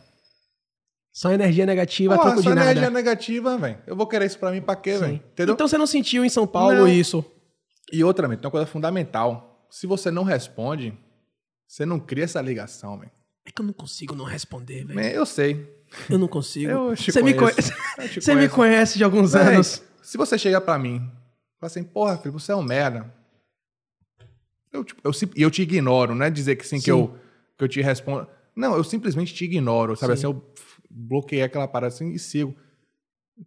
[SPEAKER 1] Só energia negativa,
[SPEAKER 2] Porra,
[SPEAKER 1] troco de
[SPEAKER 2] só
[SPEAKER 1] nada.
[SPEAKER 2] energia é negativa, velho. Eu vou querer isso pra mim pra quê, velho?
[SPEAKER 1] Sim.
[SPEAKER 2] Entendeu?
[SPEAKER 1] Então você não sentiu em São Paulo
[SPEAKER 2] Não.
[SPEAKER 1] isso?
[SPEAKER 2] E outra, man, tem uma coisa fundamental. Se você não responde, você não cria essa ligação, velho.
[SPEAKER 1] É que eu não consigo não responder, velho.
[SPEAKER 2] Man, Eu sei.
[SPEAKER 1] Eu não consigo.
[SPEAKER 2] Eu te
[SPEAKER 1] Você me
[SPEAKER 2] conheço.
[SPEAKER 1] conhece.
[SPEAKER 2] Eu
[SPEAKER 1] *laughs*
[SPEAKER 2] te
[SPEAKER 1] Você me
[SPEAKER 2] conheço.
[SPEAKER 1] conhece de alguns
[SPEAKER 2] Véi,
[SPEAKER 1] anos.
[SPEAKER 2] Se você chegar pra mim, fala assim, porra, Felipe, você é um merda. Eu, tipo, eu, sim- e eu te ignoro, não é dizer que sim,
[SPEAKER 1] Sim.
[SPEAKER 2] Que, eu, que eu te respondo. Não, eu simplesmente te ignoro, sabe?
[SPEAKER 1] Sim.
[SPEAKER 2] Assim, eu f- bloqueei aquela parada assim e sigo.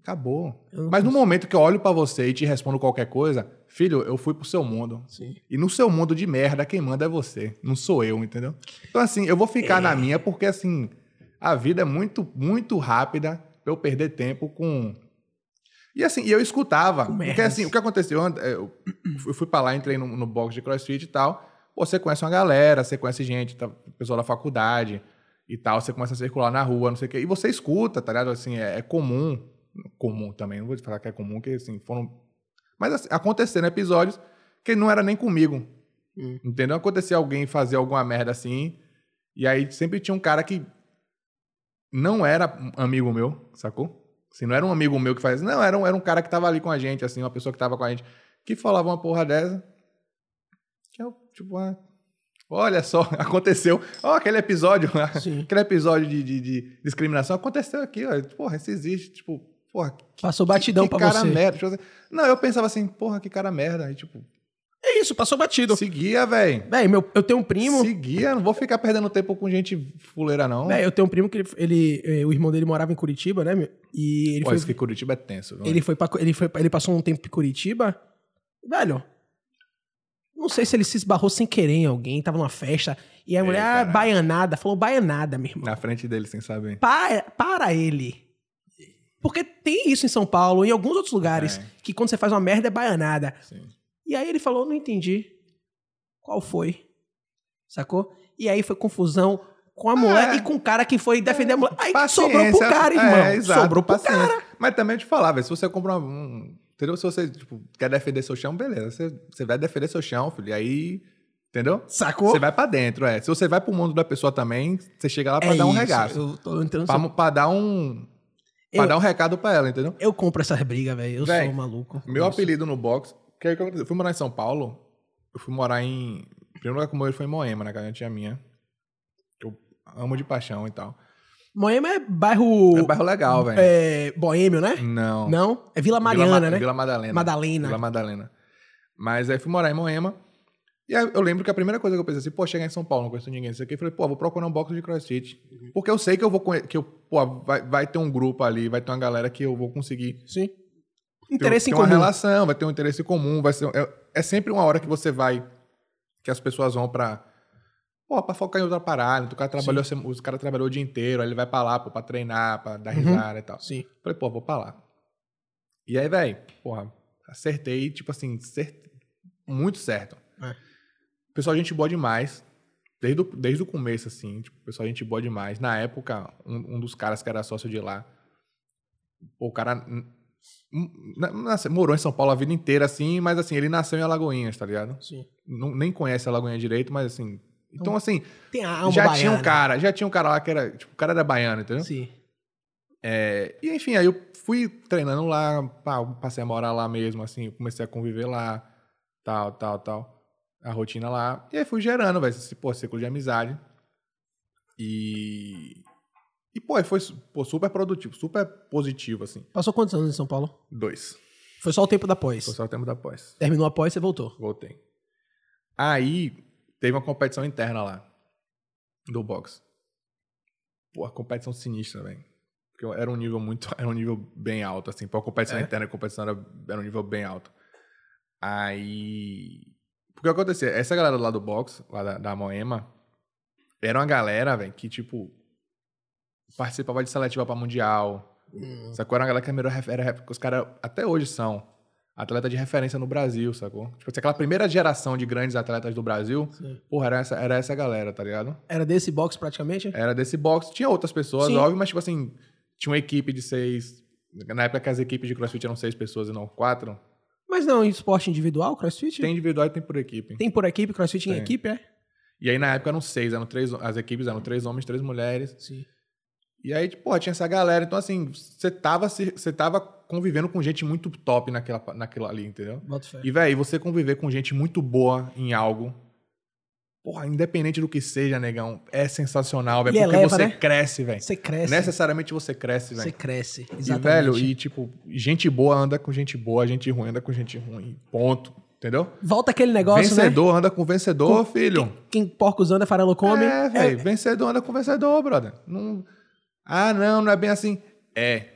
[SPEAKER 2] Acabou.
[SPEAKER 1] Eu não
[SPEAKER 2] Mas no momento que eu olho pra você e te respondo qualquer coisa, filho, eu fui pro seu mundo.
[SPEAKER 1] Sim.
[SPEAKER 2] E no seu mundo de merda, quem manda é você, não sou eu, entendeu? Então, assim, eu vou ficar na minha, porque, assim, a vida é muito, muito rápida pra eu perder tempo com. E assim, e eu escutava. Porque
[SPEAKER 1] merdas.
[SPEAKER 2] assim, o que aconteceu? Eu, and- eu eu fui pra lá, entrei no, no box de crossfit e tal. Pô, você conhece uma galera, você conhece gente, tá, pessoal da faculdade e tal. Você começa a circular na rua, não sei o quê. E você escuta, tá ligado? Assim, é, é comum. Comum também, não vou te falar que é comum, que assim, foram. Mas assim, aconteceram episódios que não era nem comigo.
[SPEAKER 1] Hum.
[SPEAKER 2] Entendeu? Acontecia alguém fazer alguma merda assim. E aí sempre tinha um cara que não era um amigo meu, sacou? Assim, não era um amigo meu que faz, não, era um, era um cara que tava ali com a gente, assim, uma pessoa que tava com a gente, que falava uma porra dessa. Que eu, tipo, ah, olha só, *laughs* aconteceu. Ó, aquele episódio, lá,
[SPEAKER 1] Sim.
[SPEAKER 2] aquele episódio de, de- de discriminação aconteceu aqui, ó. Porra, isso existe, tipo, porra, *laughs* que,
[SPEAKER 1] Passou batidão
[SPEAKER 2] que
[SPEAKER 1] pra
[SPEAKER 2] cara
[SPEAKER 1] você.
[SPEAKER 2] merda. Tipo assim, não, eu pensava assim, porra, que cara merda. Aí, tipo,
[SPEAKER 1] É isso, passou batido.
[SPEAKER 2] seguia, velho.
[SPEAKER 1] Véi, meu, eu tenho um primo.
[SPEAKER 2] Seguia, não vou ficar perdendo tempo com gente fuleira, não.
[SPEAKER 1] Véi, eu tenho um primo que ele, ele- eh, o irmão dele morava em Curitiba, né? meu? E ele
[SPEAKER 2] Pô,
[SPEAKER 1] foi
[SPEAKER 2] isso que Curitiba é tenso. Não é?
[SPEAKER 1] Ele foi para ele foi pra- ele passou um tempo em Curitiba. Velho, não sei se ele se esbarrou sem querer em alguém, tava numa festa e a mulher ah,
[SPEAKER 2] caralho.
[SPEAKER 1] baianada, falou baianada, meu irmão.
[SPEAKER 2] Na frente dele, sem saber.
[SPEAKER 1] Para, para ele. Porque tem isso em São Paulo, em alguns outros lugares,
[SPEAKER 2] É.
[SPEAKER 1] que quando você faz uma merda é baianada.
[SPEAKER 2] Sim.
[SPEAKER 1] E aí ele falou, não entendi. Qual foi? Sacou? E aí foi confusão com a mulher e com o cara É que foi defender a mulher. Aí sobrou pro
[SPEAKER 2] É. Paciência,
[SPEAKER 1] cara,
[SPEAKER 2] é,
[SPEAKER 1] irmão.
[SPEAKER 2] exato,
[SPEAKER 1] sobrou pro
[SPEAKER 2] paciência.
[SPEAKER 1] cara.
[SPEAKER 2] Mas também eu te falar, velho, se você comprar um. Entendeu? Se você tipo, quer defender seu chão, beleza. Você, você vai defender seu chão, filho. E aí. Entendeu?
[SPEAKER 1] Sacou?
[SPEAKER 2] Você vai pra dentro, é. Se você vai pro mundo da pessoa também, você chega lá pra
[SPEAKER 1] É
[SPEAKER 2] dar um
[SPEAKER 1] isso,
[SPEAKER 2] regaço.
[SPEAKER 1] Eu tô entrando
[SPEAKER 2] Pra, pra dar um. Pra
[SPEAKER 1] Eu-
[SPEAKER 2] dar um recado pra ela, entendeu?
[SPEAKER 1] Eu compro essas brigas, velho. Eu
[SPEAKER 2] Véi,
[SPEAKER 1] sou maluco.
[SPEAKER 2] Meu
[SPEAKER 1] Isso.
[SPEAKER 2] apelido no box. Que é o que aconteceu? Eu fui morar em São Paulo. Eu fui morar em. O primeiro lugar que eu morei foi em Moema, na casa da tia minha. que Eu amo de paixão e tal.
[SPEAKER 1] Moema é bairro.
[SPEAKER 2] É um bairro legal, velho.
[SPEAKER 1] é, boêmio, né?
[SPEAKER 2] Não.
[SPEAKER 1] Não? É Vila
[SPEAKER 2] Vila Ma-
[SPEAKER 1] Mariana, né?
[SPEAKER 2] Vila Madalena.
[SPEAKER 1] Madalena.
[SPEAKER 2] Vila Madalena. Mas aí fui morar em Moema. E aí eu lembro que a primeira coisa que eu pensei assim, pô, chegar em São Paulo, não conheço ninguém, isso aqui. Eu falei, pô, vou procurar um box de crossfit. Porque eu sei que eu vou conhe- que eu, pô, vai, vai ter um grupo ali, vai ter uma galera que eu vou conseguir.
[SPEAKER 1] Sim.
[SPEAKER 2] ter-
[SPEAKER 1] Interesse
[SPEAKER 2] ter
[SPEAKER 1] em comum.
[SPEAKER 2] um- uma relação, vai ter um interesse comum, vai ser. É, é sempre uma hora que você vai. Que as pessoas vão pra. Pô, pra focar em outra parada. O cara trabalhou, a sema- o cara trabalhou o dia inteiro, aí ele vai pra lá, pô, pra treinar, pra dar
[SPEAKER 1] Uhum.
[SPEAKER 2] risada e tal.
[SPEAKER 1] Sim.
[SPEAKER 2] Falei, pô, vou pra lá. E aí, velho, porra, acertei, tipo assim, cer- muito certo.
[SPEAKER 1] É.
[SPEAKER 2] Pessoal, gente boa demais. Desde o, desde o começo, assim, tipo, pessoal, gente boa demais. Na época, um, um dos caras que era sócio de lá, pô, o cara hum, hum, na- nasce- morou em São Paulo a vida inteira, assim, mas assim, ele nasceu em Alagoinhas, tá ligado?
[SPEAKER 1] Sim.
[SPEAKER 2] Não- nem conhece Alagoinha direito, mas assim. Então, assim,
[SPEAKER 1] Tem a alma
[SPEAKER 2] já
[SPEAKER 1] baiana.
[SPEAKER 2] tinha um cara, já tinha um cara lá que era. Tipo, o cara era baiano, entendeu?
[SPEAKER 1] Sim.
[SPEAKER 2] E enfim, aí eu fui treinando lá, pá, passei a morar lá mesmo, assim, eu comecei a conviver lá, tal, tal, tal. A rotina lá. E aí fui gerando, velho, esse pô, ciclo de amizade. E. E, pô, aí foi su- pô, super produtivo, super positivo, assim.
[SPEAKER 1] Passou quantos anos em São Paulo?
[SPEAKER 2] Dois.
[SPEAKER 1] Foi só o tempo da pós.
[SPEAKER 2] Foi só o tempo da pós.
[SPEAKER 1] Terminou a pós, você voltou.
[SPEAKER 2] Voltei. Aí teve uma competição interna lá do box. Pô, a competição sinistra, velho. Porque eu- era um nível muito, *laughs* era um nível bem alto assim, para competição
[SPEAKER 1] É?
[SPEAKER 2] interna, a competição era, era um nível bem alto. Aí, porque o que acontecia, essa galera lá do box, lá da, da Moema, era uma galera, velho, que tipo participava de seletiva pra mundial, Sacou? Era uma galera que era, ref- era ref- os caras até hoje são atleta de referência no Brasil, sacou? Tipo, assim, aquela primeira geração de grandes atletas do Brasil,
[SPEAKER 1] Sim.
[SPEAKER 2] porra, era essa, era essa galera, tá ligado?
[SPEAKER 1] Era desse box praticamente?
[SPEAKER 2] Era desse box, tinha outras pessoas,
[SPEAKER 1] Sim.
[SPEAKER 2] óbvio, mas tipo assim, tinha uma equipe de seis, na época que as equipes de crossfit eram seis pessoas e não quatro,
[SPEAKER 1] Mas não, em esporte individual, crossfit?
[SPEAKER 2] tem individual e tem por equipe.
[SPEAKER 1] Tem por equipe, crossfit em
[SPEAKER 2] Tem.
[SPEAKER 1] equipe, é?
[SPEAKER 2] E aí na época eram seis, eram três, as equipes eram três homens, três mulheres,
[SPEAKER 1] Sim.
[SPEAKER 2] E aí, tipo, pô, tinha essa galera. Então, assim, você tava, se- você tava convivendo com gente muito top naquela, naquilo ali, entendeu?
[SPEAKER 1] Bota fé.
[SPEAKER 2] E, velho, você conviver com gente muito boa em algo, porra, independente do que seja, negão, é sensacional, velho.
[SPEAKER 1] E
[SPEAKER 2] Porque
[SPEAKER 1] eleva,
[SPEAKER 2] você
[SPEAKER 1] né?
[SPEAKER 2] cresce, velho.
[SPEAKER 1] Você cresce.
[SPEAKER 2] Necessariamente você cresce,
[SPEAKER 1] Você
[SPEAKER 2] velho.
[SPEAKER 1] cresce.
[SPEAKER 2] E,
[SPEAKER 1] Exatamente.
[SPEAKER 2] velho, e, tipo, gente boa anda com gente boa, gente ruim anda com gente ruim. Ponto. Entendeu?
[SPEAKER 1] Volta aquele negócio, né?
[SPEAKER 2] vencedor anda com vencedor, filho.
[SPEAKER 1] Quem porcos anda, farelo come.
[SPEAKER 2] É, velho. Vencedor anda com vencedor, brother. Não... Ah, não, não é bem assim. É.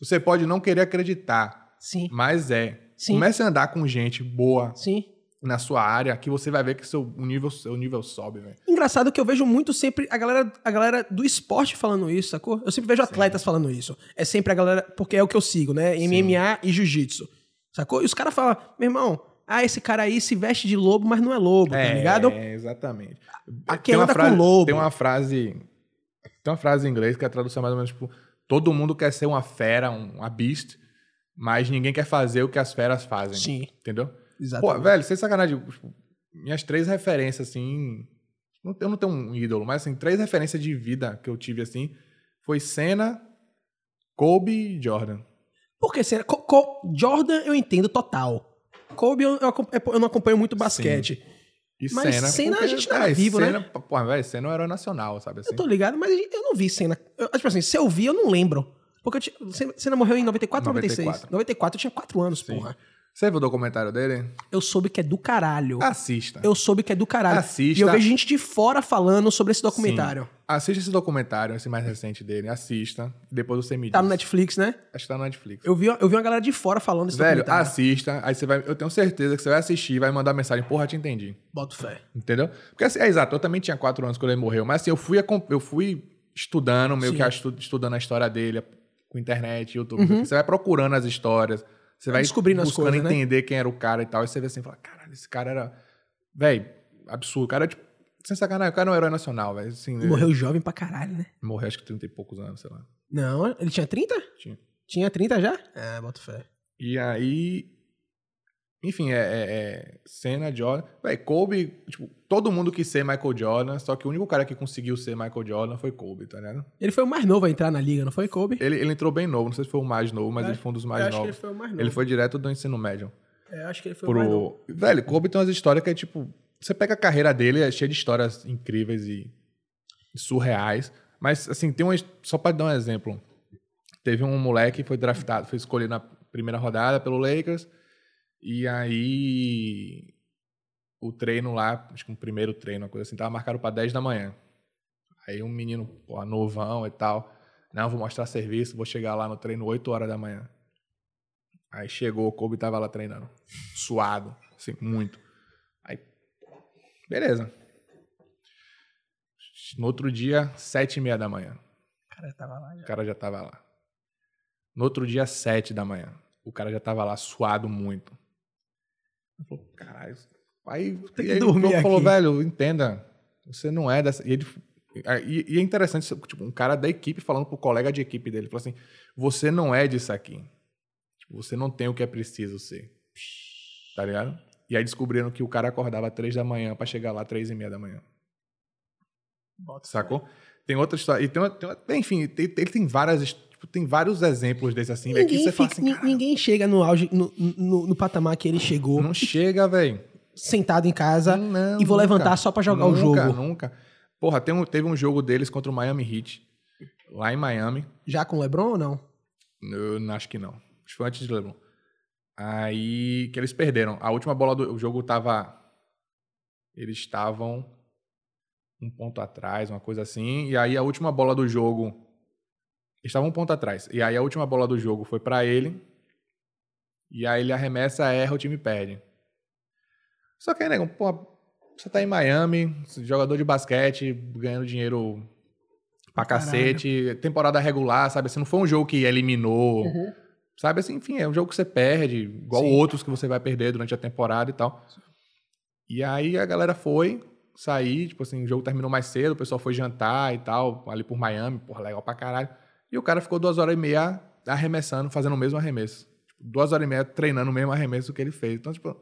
[SPEAKER 2] Você pode não querer acreditar,
[SPEAKER 1] Sim,
[SPEAKER 2] mas é.
[SPEAKER 1] Sim.
[SPEAKER 2] Comece a andar com gente boa.
[SPEAKER 1] sim.
[SPEAKER 2] na sua área, aqui você vai ver que seu o nível, seu nível sobe, velho.
[SPEAKER 1] Engraçado que eu vejo muito sempre a galera, a galera do esporte falando isso, sacou? Eu sempre vejo atletas falando isso. É sempre a galera, porque é o que eu sigo, né? MMA e jiu-jitsu. Sacou? E os caras falam, meu irmão, ah, esse cara aí se veste de lobo, mas não é lobo, tá ligado?
[SPEAKER 2] É, exatamente.
[SPEAKER 1] Aqui
[SPEAKER 2] uma
[SPEAKER 1] anda com
[SPEAKER 2] frase,
[SPEAKER 1] lobo.
[SPEAKER 2] Tem uma frase. Tem uma frase em inglês que a tradução é mais ou menos tipo: todo mundo quer ser uma fera, um, uma beast, mas ninguém quer fazer o que as feras fazem.
[SPEAKER 1] Sim.
[SPEAKER 2] Entendeu? Pô,
[SPEAKER 1] Exatamente.
[SPEAKER 2] velho, sem sacanagem. tipo, minhas três referências, assim. não- Eu não tenho um ídolo, mas assim, três referências de vida que eu tive, assim, foi Senna, Kobe e Jordan.
[SPEAKER 1] Porque será? Co- Co- Jordan eu entendo total. Kobe eu, eu acom- eu não acompanho muito basquete.
[SPEAKER 2] E
[SPEAKER 1] Mas
[SPEAKER 2] Senna.
[SPEAKER 1] Senna a
[SPEAKER 2] porque,
[SPEAKER 1] gente não era
[SPEAKER 2] velho,
[SPEAKER 1] vivo, né?
[SPEAKER 2] Senna, Pô, velho, Senna é um herói nacional, sabe assim?
[SPEAKER 1] Eu tô ligado, mas eu não vi cena. Eu, tipo assim, se eu vi, eu não lembro. Porque eu ti- Senna- Senna morreu em 94 ou 96?
[SPEAKER 2] 94.
[SPEAKER 1] 94, eu tinha 4 anos, porra.
[SPEAKER 2] Você viu o documentário dele?
[SPEAKER 1] Eu soube que é do caralho.
[SPEAKER 2] Assista.
[SPEAKER 1] Eu soube que é do caralho.
[SPEAKER 2] Ah. Assista.
[SPEAKER 1] E eu vejo gente de fora falando sobre esse documentário.
[SPEAKER 2] Assista esse documentário, esse mais recente dele. Assista. Depois você me
[SPEAKER 1] Tá no
[SPEAKER 2] diz.
[SPEAKER 1] Netflix, né?
[SPEAKER 2] Acho que tá no Netflix.
[SPEAKER 1] Eu vi, eu vi uma galera de fora falando desse
[SPEAKER 2] Velho,
[SPEAKER 1] documentário.
[SPEAKER 2] assista. Aí você vai. Eu tenho certeza que você vai assistir e vai mandar mensagem. Porra, te entendi.
[SPEAKER 1] Boto fé.
[SPEAKER 2] Entendeu? Porque assim, é exato, eu também tinha quatro anos quando ele morreu. Mas assim, eu fui, acom- eu fui estudando, meio
[SPEAKER 1] Sim. Uhum.
[SPEAKER 2] que a estu- estudando a história dele com internet, YouTube. assim, Você vai procurando as histórias. Você vai
[SPEAKER 1] descobrindo as
[SPEAKER 2] buscando
[SPEAKER 1] coisas, né?
[SPEAKER 2] entender quem era o cara e tal. E você vê assim, fala, caralho, esse cara era. Velho, absurdo. O cara, tipo, sem sacanagem, o cara não era um herói nacional, velho. Assim, ele
[SPEAKER 1] Morreu jovem pra caralho, né?
[SPEAKER 2] morreu acho que 30 e poucos anos, sei lá.
[SPEAKER 1] Não, ele tinha 30?
[SPEAKER 2] Tinha.
[SPEAKER 1] Tinha 30 já? Ah, boto fé.
[SPEAKER 2] E aí. Enfim, é, é, é Senna, Jordan. Véi, Kobe, tipo, todo mundo quis ser Michael Jordan, só que o único cara que conseguiu ser Michael Jordan foi Kobe, tá ligado?
[SPEAKER 1] Ele foi o mais novo a entrar na liga, não foi, Kobe?
[SPEAKER 2] Ele, ele entrou bem novo, não sei se foi o mais novo, mas
[SPEAKER 1] Eu
[SPEAKER 2] ele foi um dos
[SPEAKER 1] eu
[SPEAKER 2] mais
[SPEAKER 1] acho que
[SPEAKER 2] novos.
[SPEAKER 1] ele foi o mais
[SPEAKER 2] ele,
[SPEAKER 1] novo.
[SPEAKER 2] foi direto do ensino médio.
[SPEAKER 1] É, eu acho que ele foi o mais novo.
[SPEAKER 2] Pro... Velho, Kobe tem umas histórias que é tipo. Você pega a carreira dele, é cheia de histórias incríveis e surreais. Mas, assim, tem uma. Só pra dar um exemplo. Teve um moleque que foi draftado, foi escolhido na primeira rodada pelo Lakers. E aí. O treino lá, acho que um primeiro treino, uma coisa assim, tava marcado pra 10 da manhã. Aí um menino, pô, novão e tal. Não, vou mostrar serviço, vou chegar lá no treino 8 horas da manhã. Aí chegou, o Kobe tava lá treinando. Suado, assim, muito. Aí, beleza. No outro dia, sete e meia da manhã.
[SPEAKER 1] Cara, tava lá né?
[SPEAKER 2] O
[SPEAKER 1] já.
[SPEAKER 2] cara já tava lá. No outro dia, sete da manhã. O cara já tava lá, suado muito. Ele falou, caralho. Aí,
[SPEAKER 1] que
[SPEAKER 2] e aí
[SPEAKER 1] dormir
[SPEAKER 2] o Klopp falou,
[SPEAKER 1] aqui.
[SPEAKER 2] velho, entenda. Você não é dessa... E, ele, e, e é interessante, tipo, um cara da equipe falando pro colega de equipe dele. Falou assim, você não é disso aqui. Tipo, Você não tem o que é preciso ser. Tá ligado? E aí descobriram que o cara acordava três da manhã pra chegar lá três e meia da manhã.
[SPEAKER 1] Boto fé.
[SPEAKER 2] Sacou? Tem outra história. E tem uma, tem uma- enfim, tem, ele tem várias. his- tipo, tem vários exemplos desse assim, velho. Que
[SPEAKER 1] Ninguém,
[SPEAKER 2] você fala
[SPEAKER 1] fica-
[SPEAKER 2] assim,
[SPEAKER 1] ni-
[SPEAKER 2] cara,
[SPEAKER 1] ninguém chega no auge, no, no- no patamar que ele chegou,
[SPEAKER 2] não chega, velho.
[SPEAKER 1] sentado em casa,
[SPEAKER 2] Não,
[SPEAKER 1] Tá. e vou
[SPEAKER 2] nunca.
[SPEAKER 1] levantar só pra jogar o jogo.
[SPEAKER 2] Nunca, nunca. Porra, tem um- teve um jogo deles contra o Miami Heat, lá em Miami.
[SPEAKER 1] já com o LeBron ou não?
[SPEAKER 2] Eu não acho que não. Acho que foi antes de LeBron. Aí que eles perderam. A última bola do o jogo tava eles estavam um ponto atrás, uma coisa assim, e aí a última bola do jogo eles estavam um ponto atrás. E aí a última bola do jogo foi pra ele. E aí ele arremessa, erra, o time perde. Só que aí, nego, pô, você tá em Miami, jogador de basquete, ganhando dinheiro pra
[SPEAKER 1] Caralho.
[SPEAKER 2] cacete, temporada regular, sabe? Assim, não foi um jogo que eliminou, sabe? Assim, enfim, é um jogo que você perde, igual
[SPEAKER 1] Uhum. Sim.
[SPEAKER 2] outros que você vai perder durante a temporada e tal. E aí a galera foi sair, tipo assim, o jogo terminou mais cedo, o pessoal foi jantar e tal, ali por Miami, porra, legal pra caralho. E o cara ficou duas horas e meia arremessando, fazendo o mesmo arremesso. Tipo, duas horas e meia treinando o mesmo arremesso que ele fez. Então, tipo,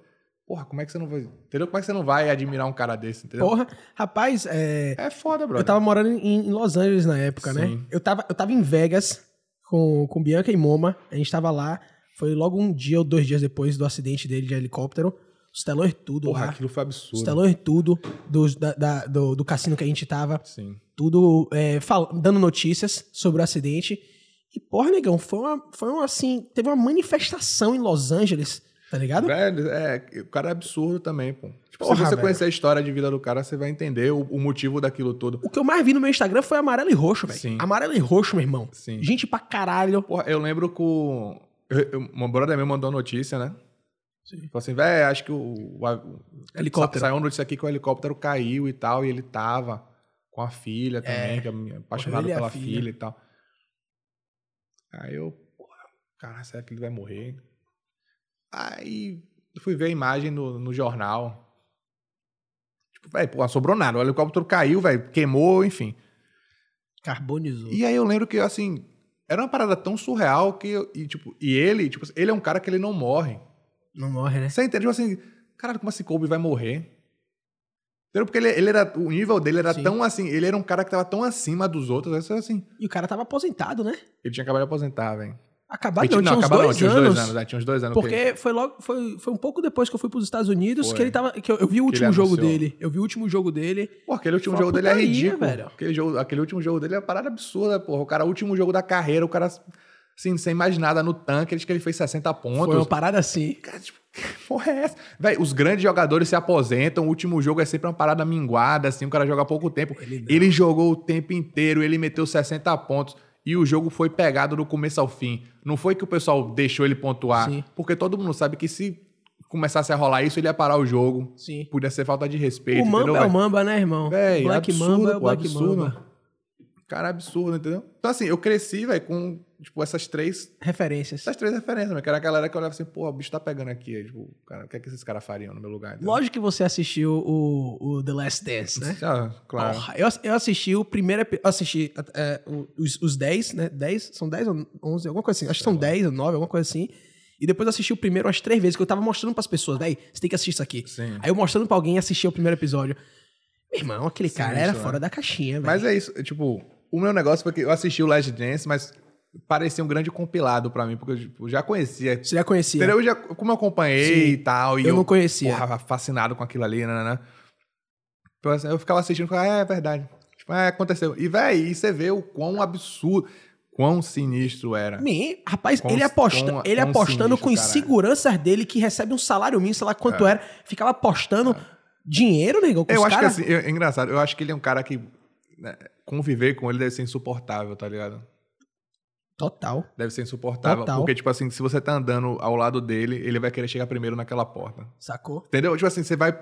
[SPEAKER 2] porra, como é que você não vai. Entendeu? Como é que você não vai admirar um cara desse, entendeu?
[SPEAKER 1] Porra, rapaz, é,
[SPEAKER 2] É foda, brother.
[SPEAKER 1] eu tava morando em, em Los Angeles na época, né?
[SPEAKER 2] Sim.
[SPEAKER 1] Eu tava, eu tava em Vegas com, com Bianca e Moma, a gente tava lá, foi logo um dia ou dois dias depois do acidente dele de helicóptero, os telões tudo
[SPEAKER 2] Porra,
[SPEAKER 1] lá, tá
[SPEAKER 2] aquilo foi
[SPEAKER 1] os
[SPEAKER 2] absurdo.
[SPEAKER 1] telões tudo dos- da- da- do, do cassino que a gente tava,
[SPEAKER 2] Sim.
[SPEAKER 1] tudo é, fal- dando notícias sobre o acidente. E, porra, negão, foi uma, foi uma assim. Teve uma manifestação em Los Angeles, tá ligado?
[SPEAKER 2] Velho, é, o cara é absurdo também, pô. Tipo,
[SPEAKER 1] Porra,
[SPEAKER 2] se você
[SPEAKER 1] velho.
[SPEAKER 2] conhecer a história de vida do cara, você vai entender o, o motivo daquilo tudo.
[SPEAKER 1] O que eu mais vi no meu Instagram foi amarelo e roxo,
[SPEAKER 2] Sim.
[SPEAKER 1] velho. Amarelo e roxo, meu irmão.
[SPEAKER 2] Sim.
[SPEAKER 1] Gente pra caralho.
[SPEAKER 2] Porra, eu lembro que o. eu- eu- Uma brother meu mandou notícia, né?
[SPEAKER 1] Sim.
[SPEAKER 2] Falou assim, velho, acho que o, o a-
[SPEAKER 1] Helicóptero.
[SPEAKER 2] Sa saiu notícia aqui que o helicóptero caiu e tal, e ele tava com a filha também, que é minha- apaixonado
[SPEAKER 1] Ele e a
[SPEAKER 2] pela
[SPEAKER 1] filha.
[SPEAKER 2] filha. e tal. Aí eu, porra, cara, será que ele vai morrer? Aí eu fui ver a imagem no, no jornal. Tipo, velho, pô, sobrou nada. O helicóptero caiu, velho, queimou, enfim.
[SPEAKER 1] Carbonizou.
[SPEAKER 2] E aí eu lembro que, assim, era uma parada tão surreal que, eu- e, tipo, e ele, tipo, ele é um cara que ele não morre.
[SPEAKER 1] Não morre, né?
[SPEAKER 2] Você entende? Tipo assim, caralho, como assim Kobe vai morrer? Entendeu? Porque ele, ele era, o nível dele era
[SPEAKER 1] Sim.
[SPEAKER 2] tão assim, ele era um cara que tava tão acima dos outros, aí você, assim,
[SPEAKER 1] E o cara tava aposentado, né?
[SPEAKER 2] ele tinha acabado de aposentar, velho.
[SPEAKER 1] Acabado,
[SPEAKER 2] Ele
[SPEAKER 1] não,
[SPEAKER 2] tinha-
[SPEAKER 1] tinha uns
[SPEAKER 2] acabado
[SPEAKER 1] dois
[SPEAKER 2] tinha uns
[SPEAKER 1] anos.
[SPEAKER 2] dois anos, né? tinha uns dois anos. que ele-
[SPEAKER 1] Porque foi logo, foi, foi um pouco depois que eu fui pros Estados Unidos
[SPEAKER 2] Foi.
[SPEAKER 1] que ele tava. Que eu, eu vi o
[SPEAKER 2] Que ele
[SPEAKER 1] último jogo
[SPEAKER 2] anunciou.
[SPEAKER 1] dele. Eu vi o último jogo dele.
[SPEAKER 2] Pô, aquele último
[SPEAKER 1] Foi uma
[SPEAKER 2] jogo dele é
[SPEAKER 1] putaria,
[SPEAKER 2] ridículo.
[SPEAKER 1] velho.
[SPEAKER 2] Aquele, jogo, aquele último jogo dele é uma parada absurda, porra. O cara, o último jogo da carreira, o cara, assim, sem mais nada no tanque, ele acho que ele fez 60
[SPEAKER 1] Foi uma
[SPEAKER 2] pontos.
[SPEAKER 1] parada assim.
[SPEAKER 2] Cara, tipo, que porra é essa? Véi, os grandes jogadores se aposentam, o último jogo é sempre uma parada minguada, assim, o cara joga pouco tempo.
[SPEAKER 1] Ele não.
[SPEAKER 2] Ele jogou o tempo inteiro, ele meteu 60 pontos e o jogo foi pegado do começo ao fim. Não foi que o pessoal deixou ele pontuar,
[SPEAKER 1] Sim.
[SPEAKER 2] porque todo mundo sabe que se começasse a rolar isso, ele ia parar o jogo.
[SPEAKER 1] Sim.
[SPEAKER 2] Podia ser falta de respeito,
[SPEAKER 1] O Mamba
[SPEAKER 2] entendeu?
[SPEAKER 1] é o
[SPEAKER 2] véi?
[SPEAKER 1] Mamba, né, irmão?
[SPEAKER 2] Véi,
[SPEAKER 1] o Black
[SPEAKER 2] absurdo,
[SPEAKER 1] Mamba é o
[SPEAKER 2] pô,
[SPEAKER 1] Black
[SPEAKER 2] absurdo.
[SPEAKER 1] Mamba.
[SPEAKER 2] Cara, absurdo, entendeu? Então, assim, eu cresci, velho, com, tipo, essas três
[SPEAKER 1] Referências.
[SPEAKER 2] essas três referências, né? que era a galera que olhava assim, pô, o bicho tá pegando aqui. Aí, tipo, cara, o que é que esses caras fariam no meu lugar? entendeu?
[SPEAKER 1] Lógico que você assistiu o, o The Last Dance, né?
[SPEAKER 2] Ah, claro.
[SPEAKER 1] Porra, eu, ass- eu assisti o primeiro epi- eu assisti é, o- os, os 10, né? 10, são 10 ou 11, alguma coisa assim. Acho que são 10 ou 9, alguma coisa assim. E depois eu assisti o primeiro umas três vezes, que eu tava mostrando pras pessoas, daí, você tem que assistir isso aqui.
[SPEAKER 2] Sim.
[SPEAKER 1] Aí eu mostrando pra alguém assistir o primeiro episódio. Meu irmão, aquele
[SPEAKER 2] Sim,
[SPEAKER 1] cara era
[SPEAKER 2] isso, né?
[SPEAKER 1] fora da caixinha, velho.
[SPEAKER 2] Mas é isso, é, tipo, o meu negócio foi que eu assisti o Last Dance, mas parecia um grande compilado pra mim, porque eu tipo, já conhecia.
[SPEAKER 1] Você já conhecia?
[SPEAKER 2] Entendeu? Eu já, como eu acompanhei
[SPEAKER 1] Sim.
[SPEAKER 2] e tal, e
[SPEAKER 1] Eu
[SPEAKER 2] eu,
[SPEAKER 1] não conhecia.
[SPEAKER 2] porra, fascinado com aquilo ali, né? Eu ficava assistindo e falava, "Ah, é verdade. Tipo, ah, aconteceu. E, véi, e você vê o quão absurdo, quão sinistro era.
[SPEAKER 1] Me- rapaz,
[SPEAKER 2] Com- um
[SPEAKER 1] ele, aposta,
[SPEAKER 2] com-
[SPEAKER 1] ele
[SPEAKER 2] com
[SPEAKER 1] apostando
[SPEAKER 2] sinistro,
[SPEAKER 1] com
[SPEAKER 2] caralho. É.
[SPEAKER 1] inseguranças dele, que recebe um salário mínimo, sei lá quanto era, ficava apostando dinheiro, negão, com
[SPEAKER 2] Eu
[SPEAKER 1] os
[SPEAKER 2] acho
[SPEAKER 1] caras.
[SPEAKER 2] que assim, é é engraçado, eu acho que ele é um cara que né, conviver com ele deve ser insuportável, tá ligado?
[SPEAKER 1] Total.
[SPEAKER 2] Deve ser insuportável.
[SPEAKER 1] Total.
[SPEAKER 2] Porque, tipo assim, se você tá andando ao lado dele, ele vai querer chegar primeiro naquela porta.
[SPEAKER 1] Sacou?
[SPEAKER 2] Entendeu? Tipo assim, você vai.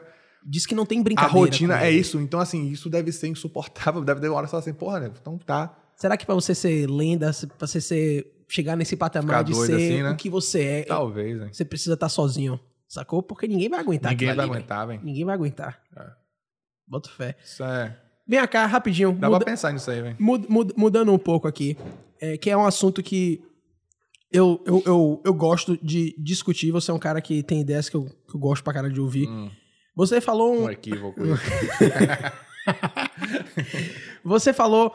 [SPEAKER 1] Diz que não tem
[SPEAKER 2] A
[SPEAKER 1] brincadeira.
[SPEAKER 2] rotina
[SPEAKER 1] com
[SPEAKER 2] é
[SPEAKER 1] ele.
[SPEAKER 2] isso. Então, assim, isso deve ser insuportável. *laughs* Deve ter uma hora que você fala assim, porra, né? Então tá.
[SPEAKER 1] Será que pra você ser lenda, se- pra você ser, chegar nesse patamar
[SPEAKER 2] Ficar
[SPEAKER 1] de
[SPEAKER 2] doido
[SPEAKER 1] ser
[SPEAKER 2] assim, né?
[SPEAKER 1] o que você é,
[SPEAKER 2] Talvez, né?
[SPEAKER 1] você precisa estar sozinho, sacou? Porque ninguém vai aguentar
[SPEAKER 2] Ninguém
[SPEAKER 1] aquilo
[SPEAKER 2] vai
[SPEAKER 1] Tá ali, né?
[SPEAKER 2] aguentar,
[SPEAKER 1] velho.
[SPEAKER 2] velho.
[SPEAKER 1] Ninguém vai aguentar.
[SPEAKER 2] É.
[SPEAKER 1] Bota fé.
[SPEAKER 2] Isso é.
[SPEAKER 1] Vem cá, rapidinho.
[SPEAKER 2] Dá
[SPEAKER 1] muda-
[SPEAKER 2] pra pensar nisso aí, velho.
[SPEAKER 1] Mud- mud- mudando um pouco aqui, é, que é um assunto que eu, eu, eu, eu gosto de discutir. Você é um cara que tem ideias que eu, que eu gosto pra cara de ouvir.
[SPEAKER 2] Hum,
[SPEAKER 1] Você falou um,
[SPEAKER 2] um equívoco. isso.
[SPEAKER 1] Você falou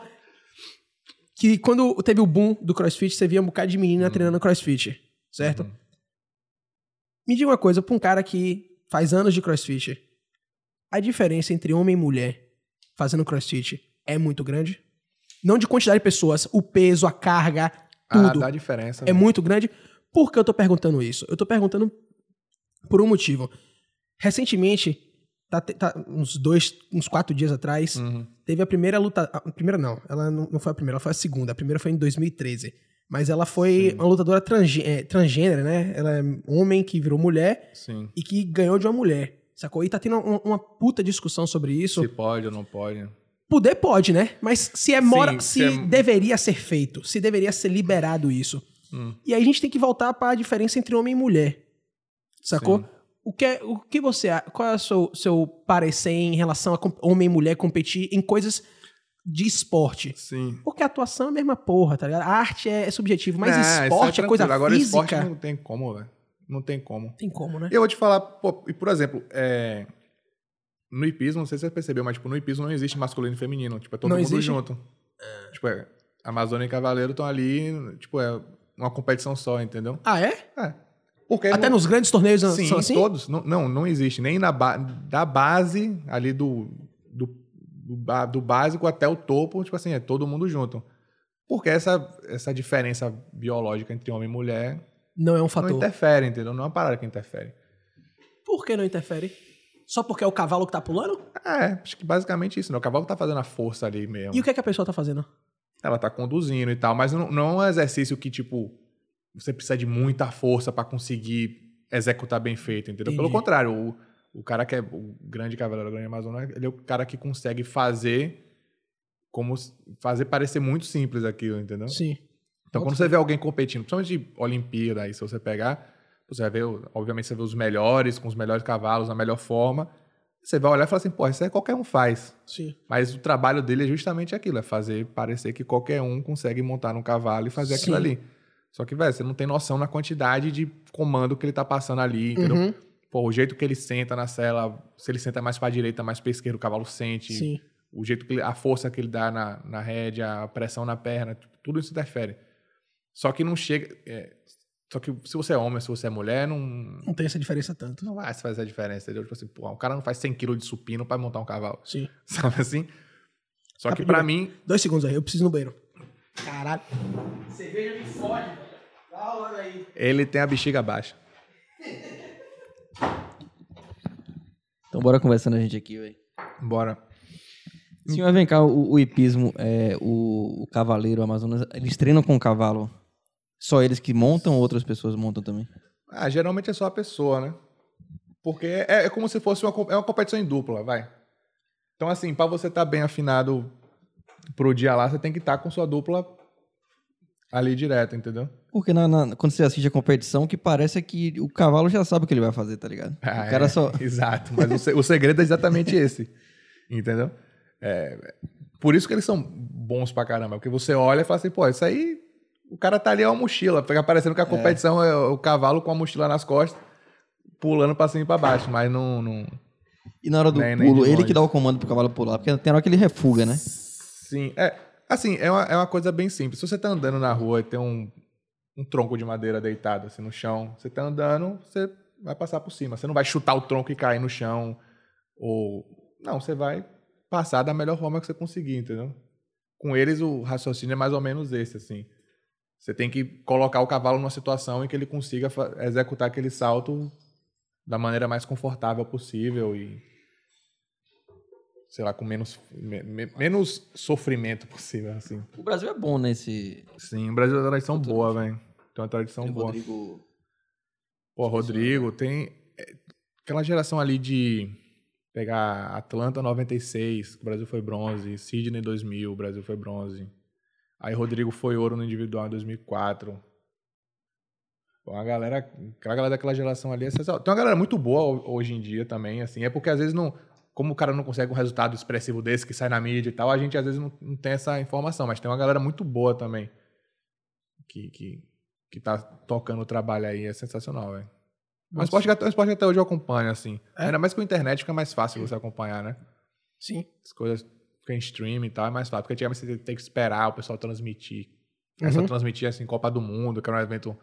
[SPEAKER 1] que quando teve o boom do CrossFit, você via um bocado de menina treinando CrossFit, certo?
[SPEAKER 2] Uhum.
[SPEAKER 1] Me diga uma coisa, pra um cara que faz anos de CrossFit, a diferença entre homem e mulher fazendo CrossFit é muito grande? Não de quantidade de pessoas, o peso, a carga,
[SPEAKER 2] ah,
[SPEAKER 1] tudo
[SPEAKER 2] dá diferença.
[SPEAKER 1] é
[SPEAKER 2] velho.
[SPEAKER 1] muito grande. Por que eu tô perguntando isso? Eu tô perguntando por um motivo. Recentemente, tá, te- tá uns dois, uns quatro dias atrás,
[SPEAKER 2] Uhum.
[SPEAKER 1] Teve a primeira luta. A primeira não, ela não, não foi a primeira, ela foi a segunda. A primeira foi em 2013. Mas ela foi
[SPEAKER 2] Sim.
[SPEAKER 1] uma lutadora transgê- eh, transgênero, né? Ela é homem que virou mulher
[SPEAKER 2] Sim.
[SPEAKER 1] e que ganhou de uma mulher, sacou? E tá tendo uma, uma puta discussão sobre isso.
[SPEAKER 2] Se pode ou não pode.
[SPEAKER 1] Poder pode, né? Mas se é mora,
[SPEAKER 2] Sim,
[SPEAKER 1] se
[SPEAKER 2] se é-
[SPEAKER 1] deveria ser feito, se deveria ser liberado isso.
[SPEAKER 2] Hum.
[SPEAKER 1] E aí a gente tem que voltar pra diferença entre homem e mulher, sacou?
[SPEAKER 2] Sim.
[SPEAKER 1] O que, é- o que você. a- Qual é o seu, seu parecer em relação a com- homem e mulher competir em coisas de esporte?
[SPEAKER 2] Sim.
[SPEAKER 1] Porque a atuação é a mesma porra, tá ligado? A arte é, é subjetivo, mas
[SPEAKER 2] Não, isso
[SPEAKER 1] esporte é,
[SPEAKER 2] tranquilo.
[SPEAKER 1] coisa
[SPEAKER 2] Agora,
[SPEAKER 1] física.
[SPEAKER 2] esporte não tem como, velho. Não tem como.
[SPEAKER 1] Tem como, né?
[SPEAKER 2] E eu vou te falar, pô, e por exemplo, é, no hipismo, não sei se você percebeu, mas tipo, no hipismo não existe masculino e feminino. Tipo, é todo
[SPEAKER 1] Não
[SPEAKER 2] mundo
[SPEAKER 1] existe?
[SPEAKER 2] junto. Tipo, é, Amazônia e Cavaleiro estão ali, tipo, é uma competição só, entendeu?
[SPEAKER 1] Ah, é?
[SPEAKER 2] É. Porque
[SPEAKER 1] Até
[SPEAKER 2] não,
[SPEAKER 1] nos grandes torneios
[SPEAKER 2] sim,
[SPEAKER 1] são assim?
[SPEAKER 2] todos. Não, não, não existe. Nem na ba- da base ali do, do, do, ba- do básico até o topo, tipo assim, é todo mundo junto. Porque essa, essa diferença biológica entre homem e mulher
[SPEAKER 1] Não é um
[SPEAKER 2] não
[SPEAKER 1] fator.
[SPEAKER 2] interfere, entendeu? Não é uma parada que interfere.
[SPEAKER 1] Por que não interfere? Só porque é o cavalo que tá pulando?
[SPEAKER 2] É, acho que basicamente isso, né? O cavalo tá fazendo a força ali mesmo.
[SPEAKER 1] E o que é que a pessoa tá fazendo?
[SPEAKER 2] Ela tá conduzindo e tal, mas não, não é um exercício que, tipo, você precisa de muita força pra conseguir executar bem feito, entendeu? Pelo
[SPEAKER 1] Entendi.
[SPEAKER 2] contrário, o, o cara que é o grande cavaleiro, o grande Amazonas, ele é o cara que consegue fazer como s- fazer parecer muito simples aquilo, entendeu?
[SPEAKER 1] Sim.
[SPEAKER 2] Então, quando
[SPEAKER 1] Bota
[SPEAKER 2] você vê alguém competindo, principalmente de Olimpíada, aí, se você pegar, você vai ver, o- obviamente, você vê os melhores, com os melhores cavalos, na melhor forma. Você vai olhar e falar assim, pô, isso aí qualquer um faz.
[SPEAKER 1] Sim.
[SPEAKER 2] Mas o trabalho dele é justamente aquilo, é fazer parecer que qualquer um consegue montar num cavalo e fazer aquilo
[SPEAKER 1] Sim.
[SPEAKER 2] ali. Só que, velho, você não tem noção na quantidade de comando que ele tá passando ali, entendeu?
[SPEAKER 1] Uhum,
[SPEAKER 2] Pô, o jeito que ele senta na cela, se ele senta mais pra direita, mais pra esquerda, o cavalo sente.
[SPEAKER 1] Sim.
[SPEAKER 2] O jeito que ele- a força que ele dá na, na rédea, a pressão na perna, tipo, tudo isso interfere. Só que não chega... é, só que se você é homem, se você é mulher, não,
[SPEAKER 1] Não tem essa diferença tanto.
[SPEAKER 2] não vai fazer a diferença, entendeu? Tipo assim, pô, o cara não faz 100 kg de supino pra montar um cavalo,
[SPEAKER 1] Sim.
[SPEAKER 2] *laughs* sabe assim? Só que é?
[SPEAKER 1] Rapidinho.
[SPEAKER 2] pra mim,
[SPEAKER 1] Dois segundos aí, eu preciso ir no banheiro. Caralho. Cerveja me fode, velho. Tá rolando aí.
[SPEAKER 2] Ele tem a bexiga baixa.
[SPEAKER 3] Então bora conversando a gente aqui, velho.
[SPEAKER 2] Bora.
[SPEAKER 3] Senhor, vem cá, o, o hipismo, é, o, o cavaleiro, o Amazonas, eles treinam com o cavalo? Só eles que montam ou outras pessoas montam também?
[SPEAKER 2] Ah, geralmente é só a pessoa, né? Porque é, é como se fosse uma, co- é uma competição em dupla, vai. Então, assim, pra você estar bem afinado pro dia lá, você tem que estar com sua dupla ali direto, entendeu?
[SPEAKER 3] Porque na- na- quando você assiste a competição, o que parece é que o cavalo já sabe o que ele vai fazer, tá ligado?
[SPEAKER 2] *laughs* Ah,
[SPEAKER 3] o cara
[SPEAKER 2] é.
[SPEAKER 3] só.
[SPEAKER 2] Exato, mas o, se- o segredo é exatamente esse. Entendeu? É, por isso que eles são bons pra caramba, porque você olha e fala assim, pô, isso aí. O cara tá ali é uma mochila, fica parecendo que a competição é, o cavalo com a mochila nas costas, pulando pra cima e pra baixo, mas não. não...
[SPEAKER 3] E na hora do
[SPEAKER 2] Nem- nem de
[SPEAKER 3] pulo, ele
[SPEAKER 2] longe.
[SPEAKER 3] que dá o comando pro cavalo pular, porque tem hora que ele refuga, né?
[SPEAKER 2] Sim. É, assim, é uma, é uma coisa bem simples. Se você tá andando na rua e tem um, um tronco de madeira deitado assim no chão, você tá andando, você vai passar por cima. Você não vai chutar o tronco e cair no chão. Ou. Não, você vai passar da melhor forma que você conseguir, entendeu? Com eles, o raciocínio é mais ou menos esse, assim. Você tem que colocar o cavalo numa situação em que ele consiga fa- executar aquele salto da maneira mais confortável possível e sei lá com menos me- me- menos sofrimento possível assim.
[SPEAKER 3] O Brasil é bom nesse.
[SPEAKER 2] Sim, o Brasil tem uma tradição boa, velho. Tem uma tradição
[SPEAKER 3] Tem o
[SPEAKER 2] boa.
[SPEAKER 3] Rodrigo.
[SPEAKER 2] Pô, Rodrigo, tem é, aquela geração ali de pegar Atlanta 96, que o Brasil foi bronze, Sydney 2000, o Brasil foi bronze. Aí Rodrigo foi ouro no individual em 2004. Pô, a galera, aquela galera daquela geração ali, é sensacional. tem uma galera muito boa ho- hoje em dia também, assim, é porque às vezes não, como o cara não consegue um resultado expressivo desse que sai na mídia e tal, a gente às vezes não, não tem essa informação, mas tem uma galera muito boa também que, que, que tá tocando o trabalho aí, é sensacional, velho. Mas esporte, que até- um esporte que até hoje eu acompanho, assim.
[SPEAKER 1] É?
[SPEAKER 2] Ainda mais com a internet fica mais fácil você acompanhar, né?
[SPEAKER 1] Sim.
[SPEAKER 2] As coisas ficam em streaming e tal, é mais fácil. Porque antigamente você tem que esperar o pessoal transmitir. Aí só
[SPEAKER 1] Uhum.
[SPEAKER 2] transmitia, assim, Copa do Mundo, que era um evento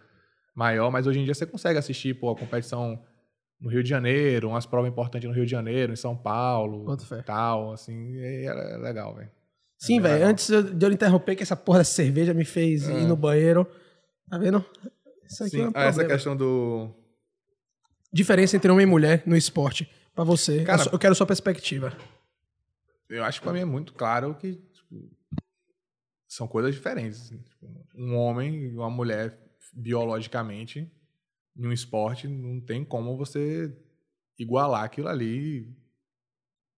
[SPEAKER 2] maior. Mas hoje em dia você consegue assistir, pô, a competição no Rio de Janeiro, umas provas importantes no Rio de Janeiro, em São Paulo.
[SPEAKER 1] Boto fé.
[SPEAKER 2] Tal, assim. E é é legal, velho.
[SPEAKER 1] Sim,
[SPEAKER 2] É
[SPEAKER 1] velho.
[SPEAKER 2] legal.
[SPEAKER 1] Antes eu- de eu lhe interromper, que essa porra dessa cerveja me fez ir Ah. no banheiro. Tá vendo? Isso aqui é um problema.
[SPEAKER 2] ah, questão do...
[SPEAKER 1] Diferença entre homem e mulher no esporte. Pra você.
[SPEAKER 2] Cara-
[SPEAKER 1] eu, só- eu quero sua perspectiva.
[SPEAKER 2] Eu acho que pra mim é muito claro que tipo, são coisas diferentes. assim. Tipo, um homem e uma mulher, biologicamente, em um esporte, não tem como você igualar aquilo ali,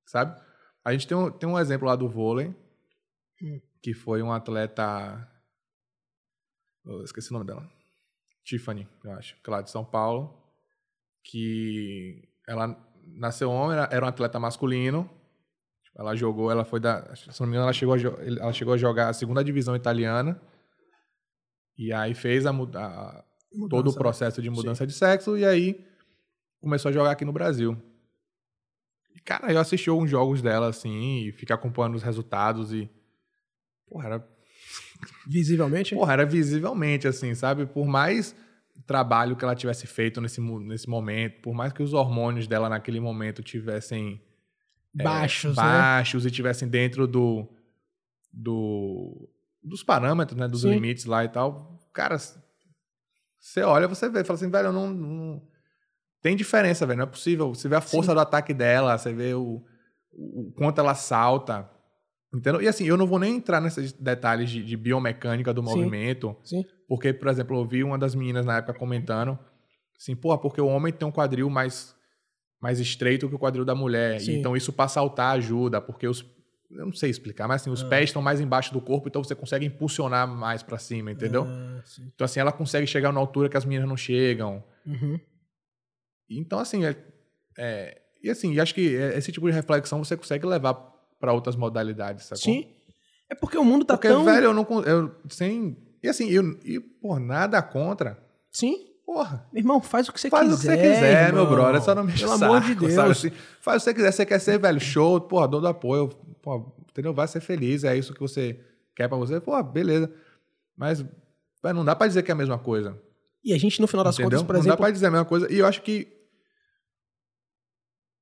[SPEAKER 2] sabe? A gente tem um, tem um exemplo lá do vôlei, que foi um atleta. eu esqueci o nome dela. Tiffany, eu acho, que é lá de São Paulo, que ela nasceu homem, era- era um atleta masculino, ela jogou, ela foi da. Se não me engano, ela chegou a, jo- ela chegou a jogar a segunda divisão italiana. E aí fez a, mu- a- todo o
[SPEAKER 1] Mudança. né?
[SPEAKER 2] processo de mudança de sexo. E aí começou a jogar aqui no Brasil. E, cara, eu assisti alguns jogos dela, assim, e fiquei acompanhando os resultados. E. Porra, era
[SPEAKER 1] Visivelmente.
[SPEAKER 2] Porra, era visivelmente, assim, sabe? Por mais trabalho que ela tivesse feito nesse, mo- nesse momento, por mais que os hormônios dela naquele momento tivessem
[SPEAKER 1] baixos, né?
[SPEAKER 2] baixos e tivessem dentro do, do dos parâmetros, né, dos
[SPEAKER 1] Sim.
[SPEAKER 2] limites lá e tal, cara, s- você olha, você vê, fala assim, velho, eu não, não- tem diferença, velho, não é possível. Você vê a força do ataque dela, você vê o, o o quanto ela salta. Entendeu? E assim, eu não vou nem entrar nesses detalhes de, de biomecânica do
[SPEAKER 1] Sim.
[SPEAKER 2] movimento,
[SPEAKER 1] Sim.
[SPEAKER 2] porque, por exemplo, eu vi uma das meninas na época comentando Assim, porra, porque o homem tem um quadril mais, mais estreito que o quadril da mulher.
[SPEAKER 1] Sim.
[SPEAKER 2] Então isso pra saltar ajuda, porque os. Eu não sei explicar, mas assim,
[SPEAKER 1] Ah.
[SPEAKER 2] os pés estão mais embaixo do corpo, então você consegue impulsionar mais pra cima, entendeu?
[SPEAKER 1] Ah, sim.
[SPEAKER 2] Então, assim, ela consegue chegar numa altura que as meninas não chegam.
[SPEAKER 1] Uhum.
[SPEAKER 2] Então, assim, é, é- e assim, e acho que é- esse tipo de reflexão você consegue levar pra outras modalidades, sacou?
[SPEAKER 1] Sim. É Tá porque o mundo tá
[SPEAKER 2] Porque,
[SPEAKER 1] tão...
[SPEAKER 2] velho, eu não. con- Eu, sem, e assim, eu, e por nada contra.
[SPEAKER 1] Sim.
[SPEAKER 2] Porra,
[SPEAKER 1] Meu irmão, faz o que você
[SPEAKER 2] faz
[SPEAKER 1] quiser. é
[SPEAKER 2] o que você quiser,
[SPEAKER 1] irmão.
[SPEAKER 2] meu brother. é Só não me
[SPEAKER 1] Pelo amor de Deus.
[SPEAKER 2] assim? faz o que você quiser. Você quer ser, velho, show, porra, dou do apoio. Porra, entendeu? Vai ser feliz. É isso que você quer pra você. Porra, beleza. Mas, velho, não dá pra dizer que é a mesma coisa.
[SPEAKER 1] E a gente, no final das
[SPEAKER 2] Entendeu?
[SPEAKER 1] contas, por
[SPEAKER 2] não
[SPEAKER 1] exemplo...
[SPEAKER 2] dá pra dizer a mesma coisa. E eu acho que.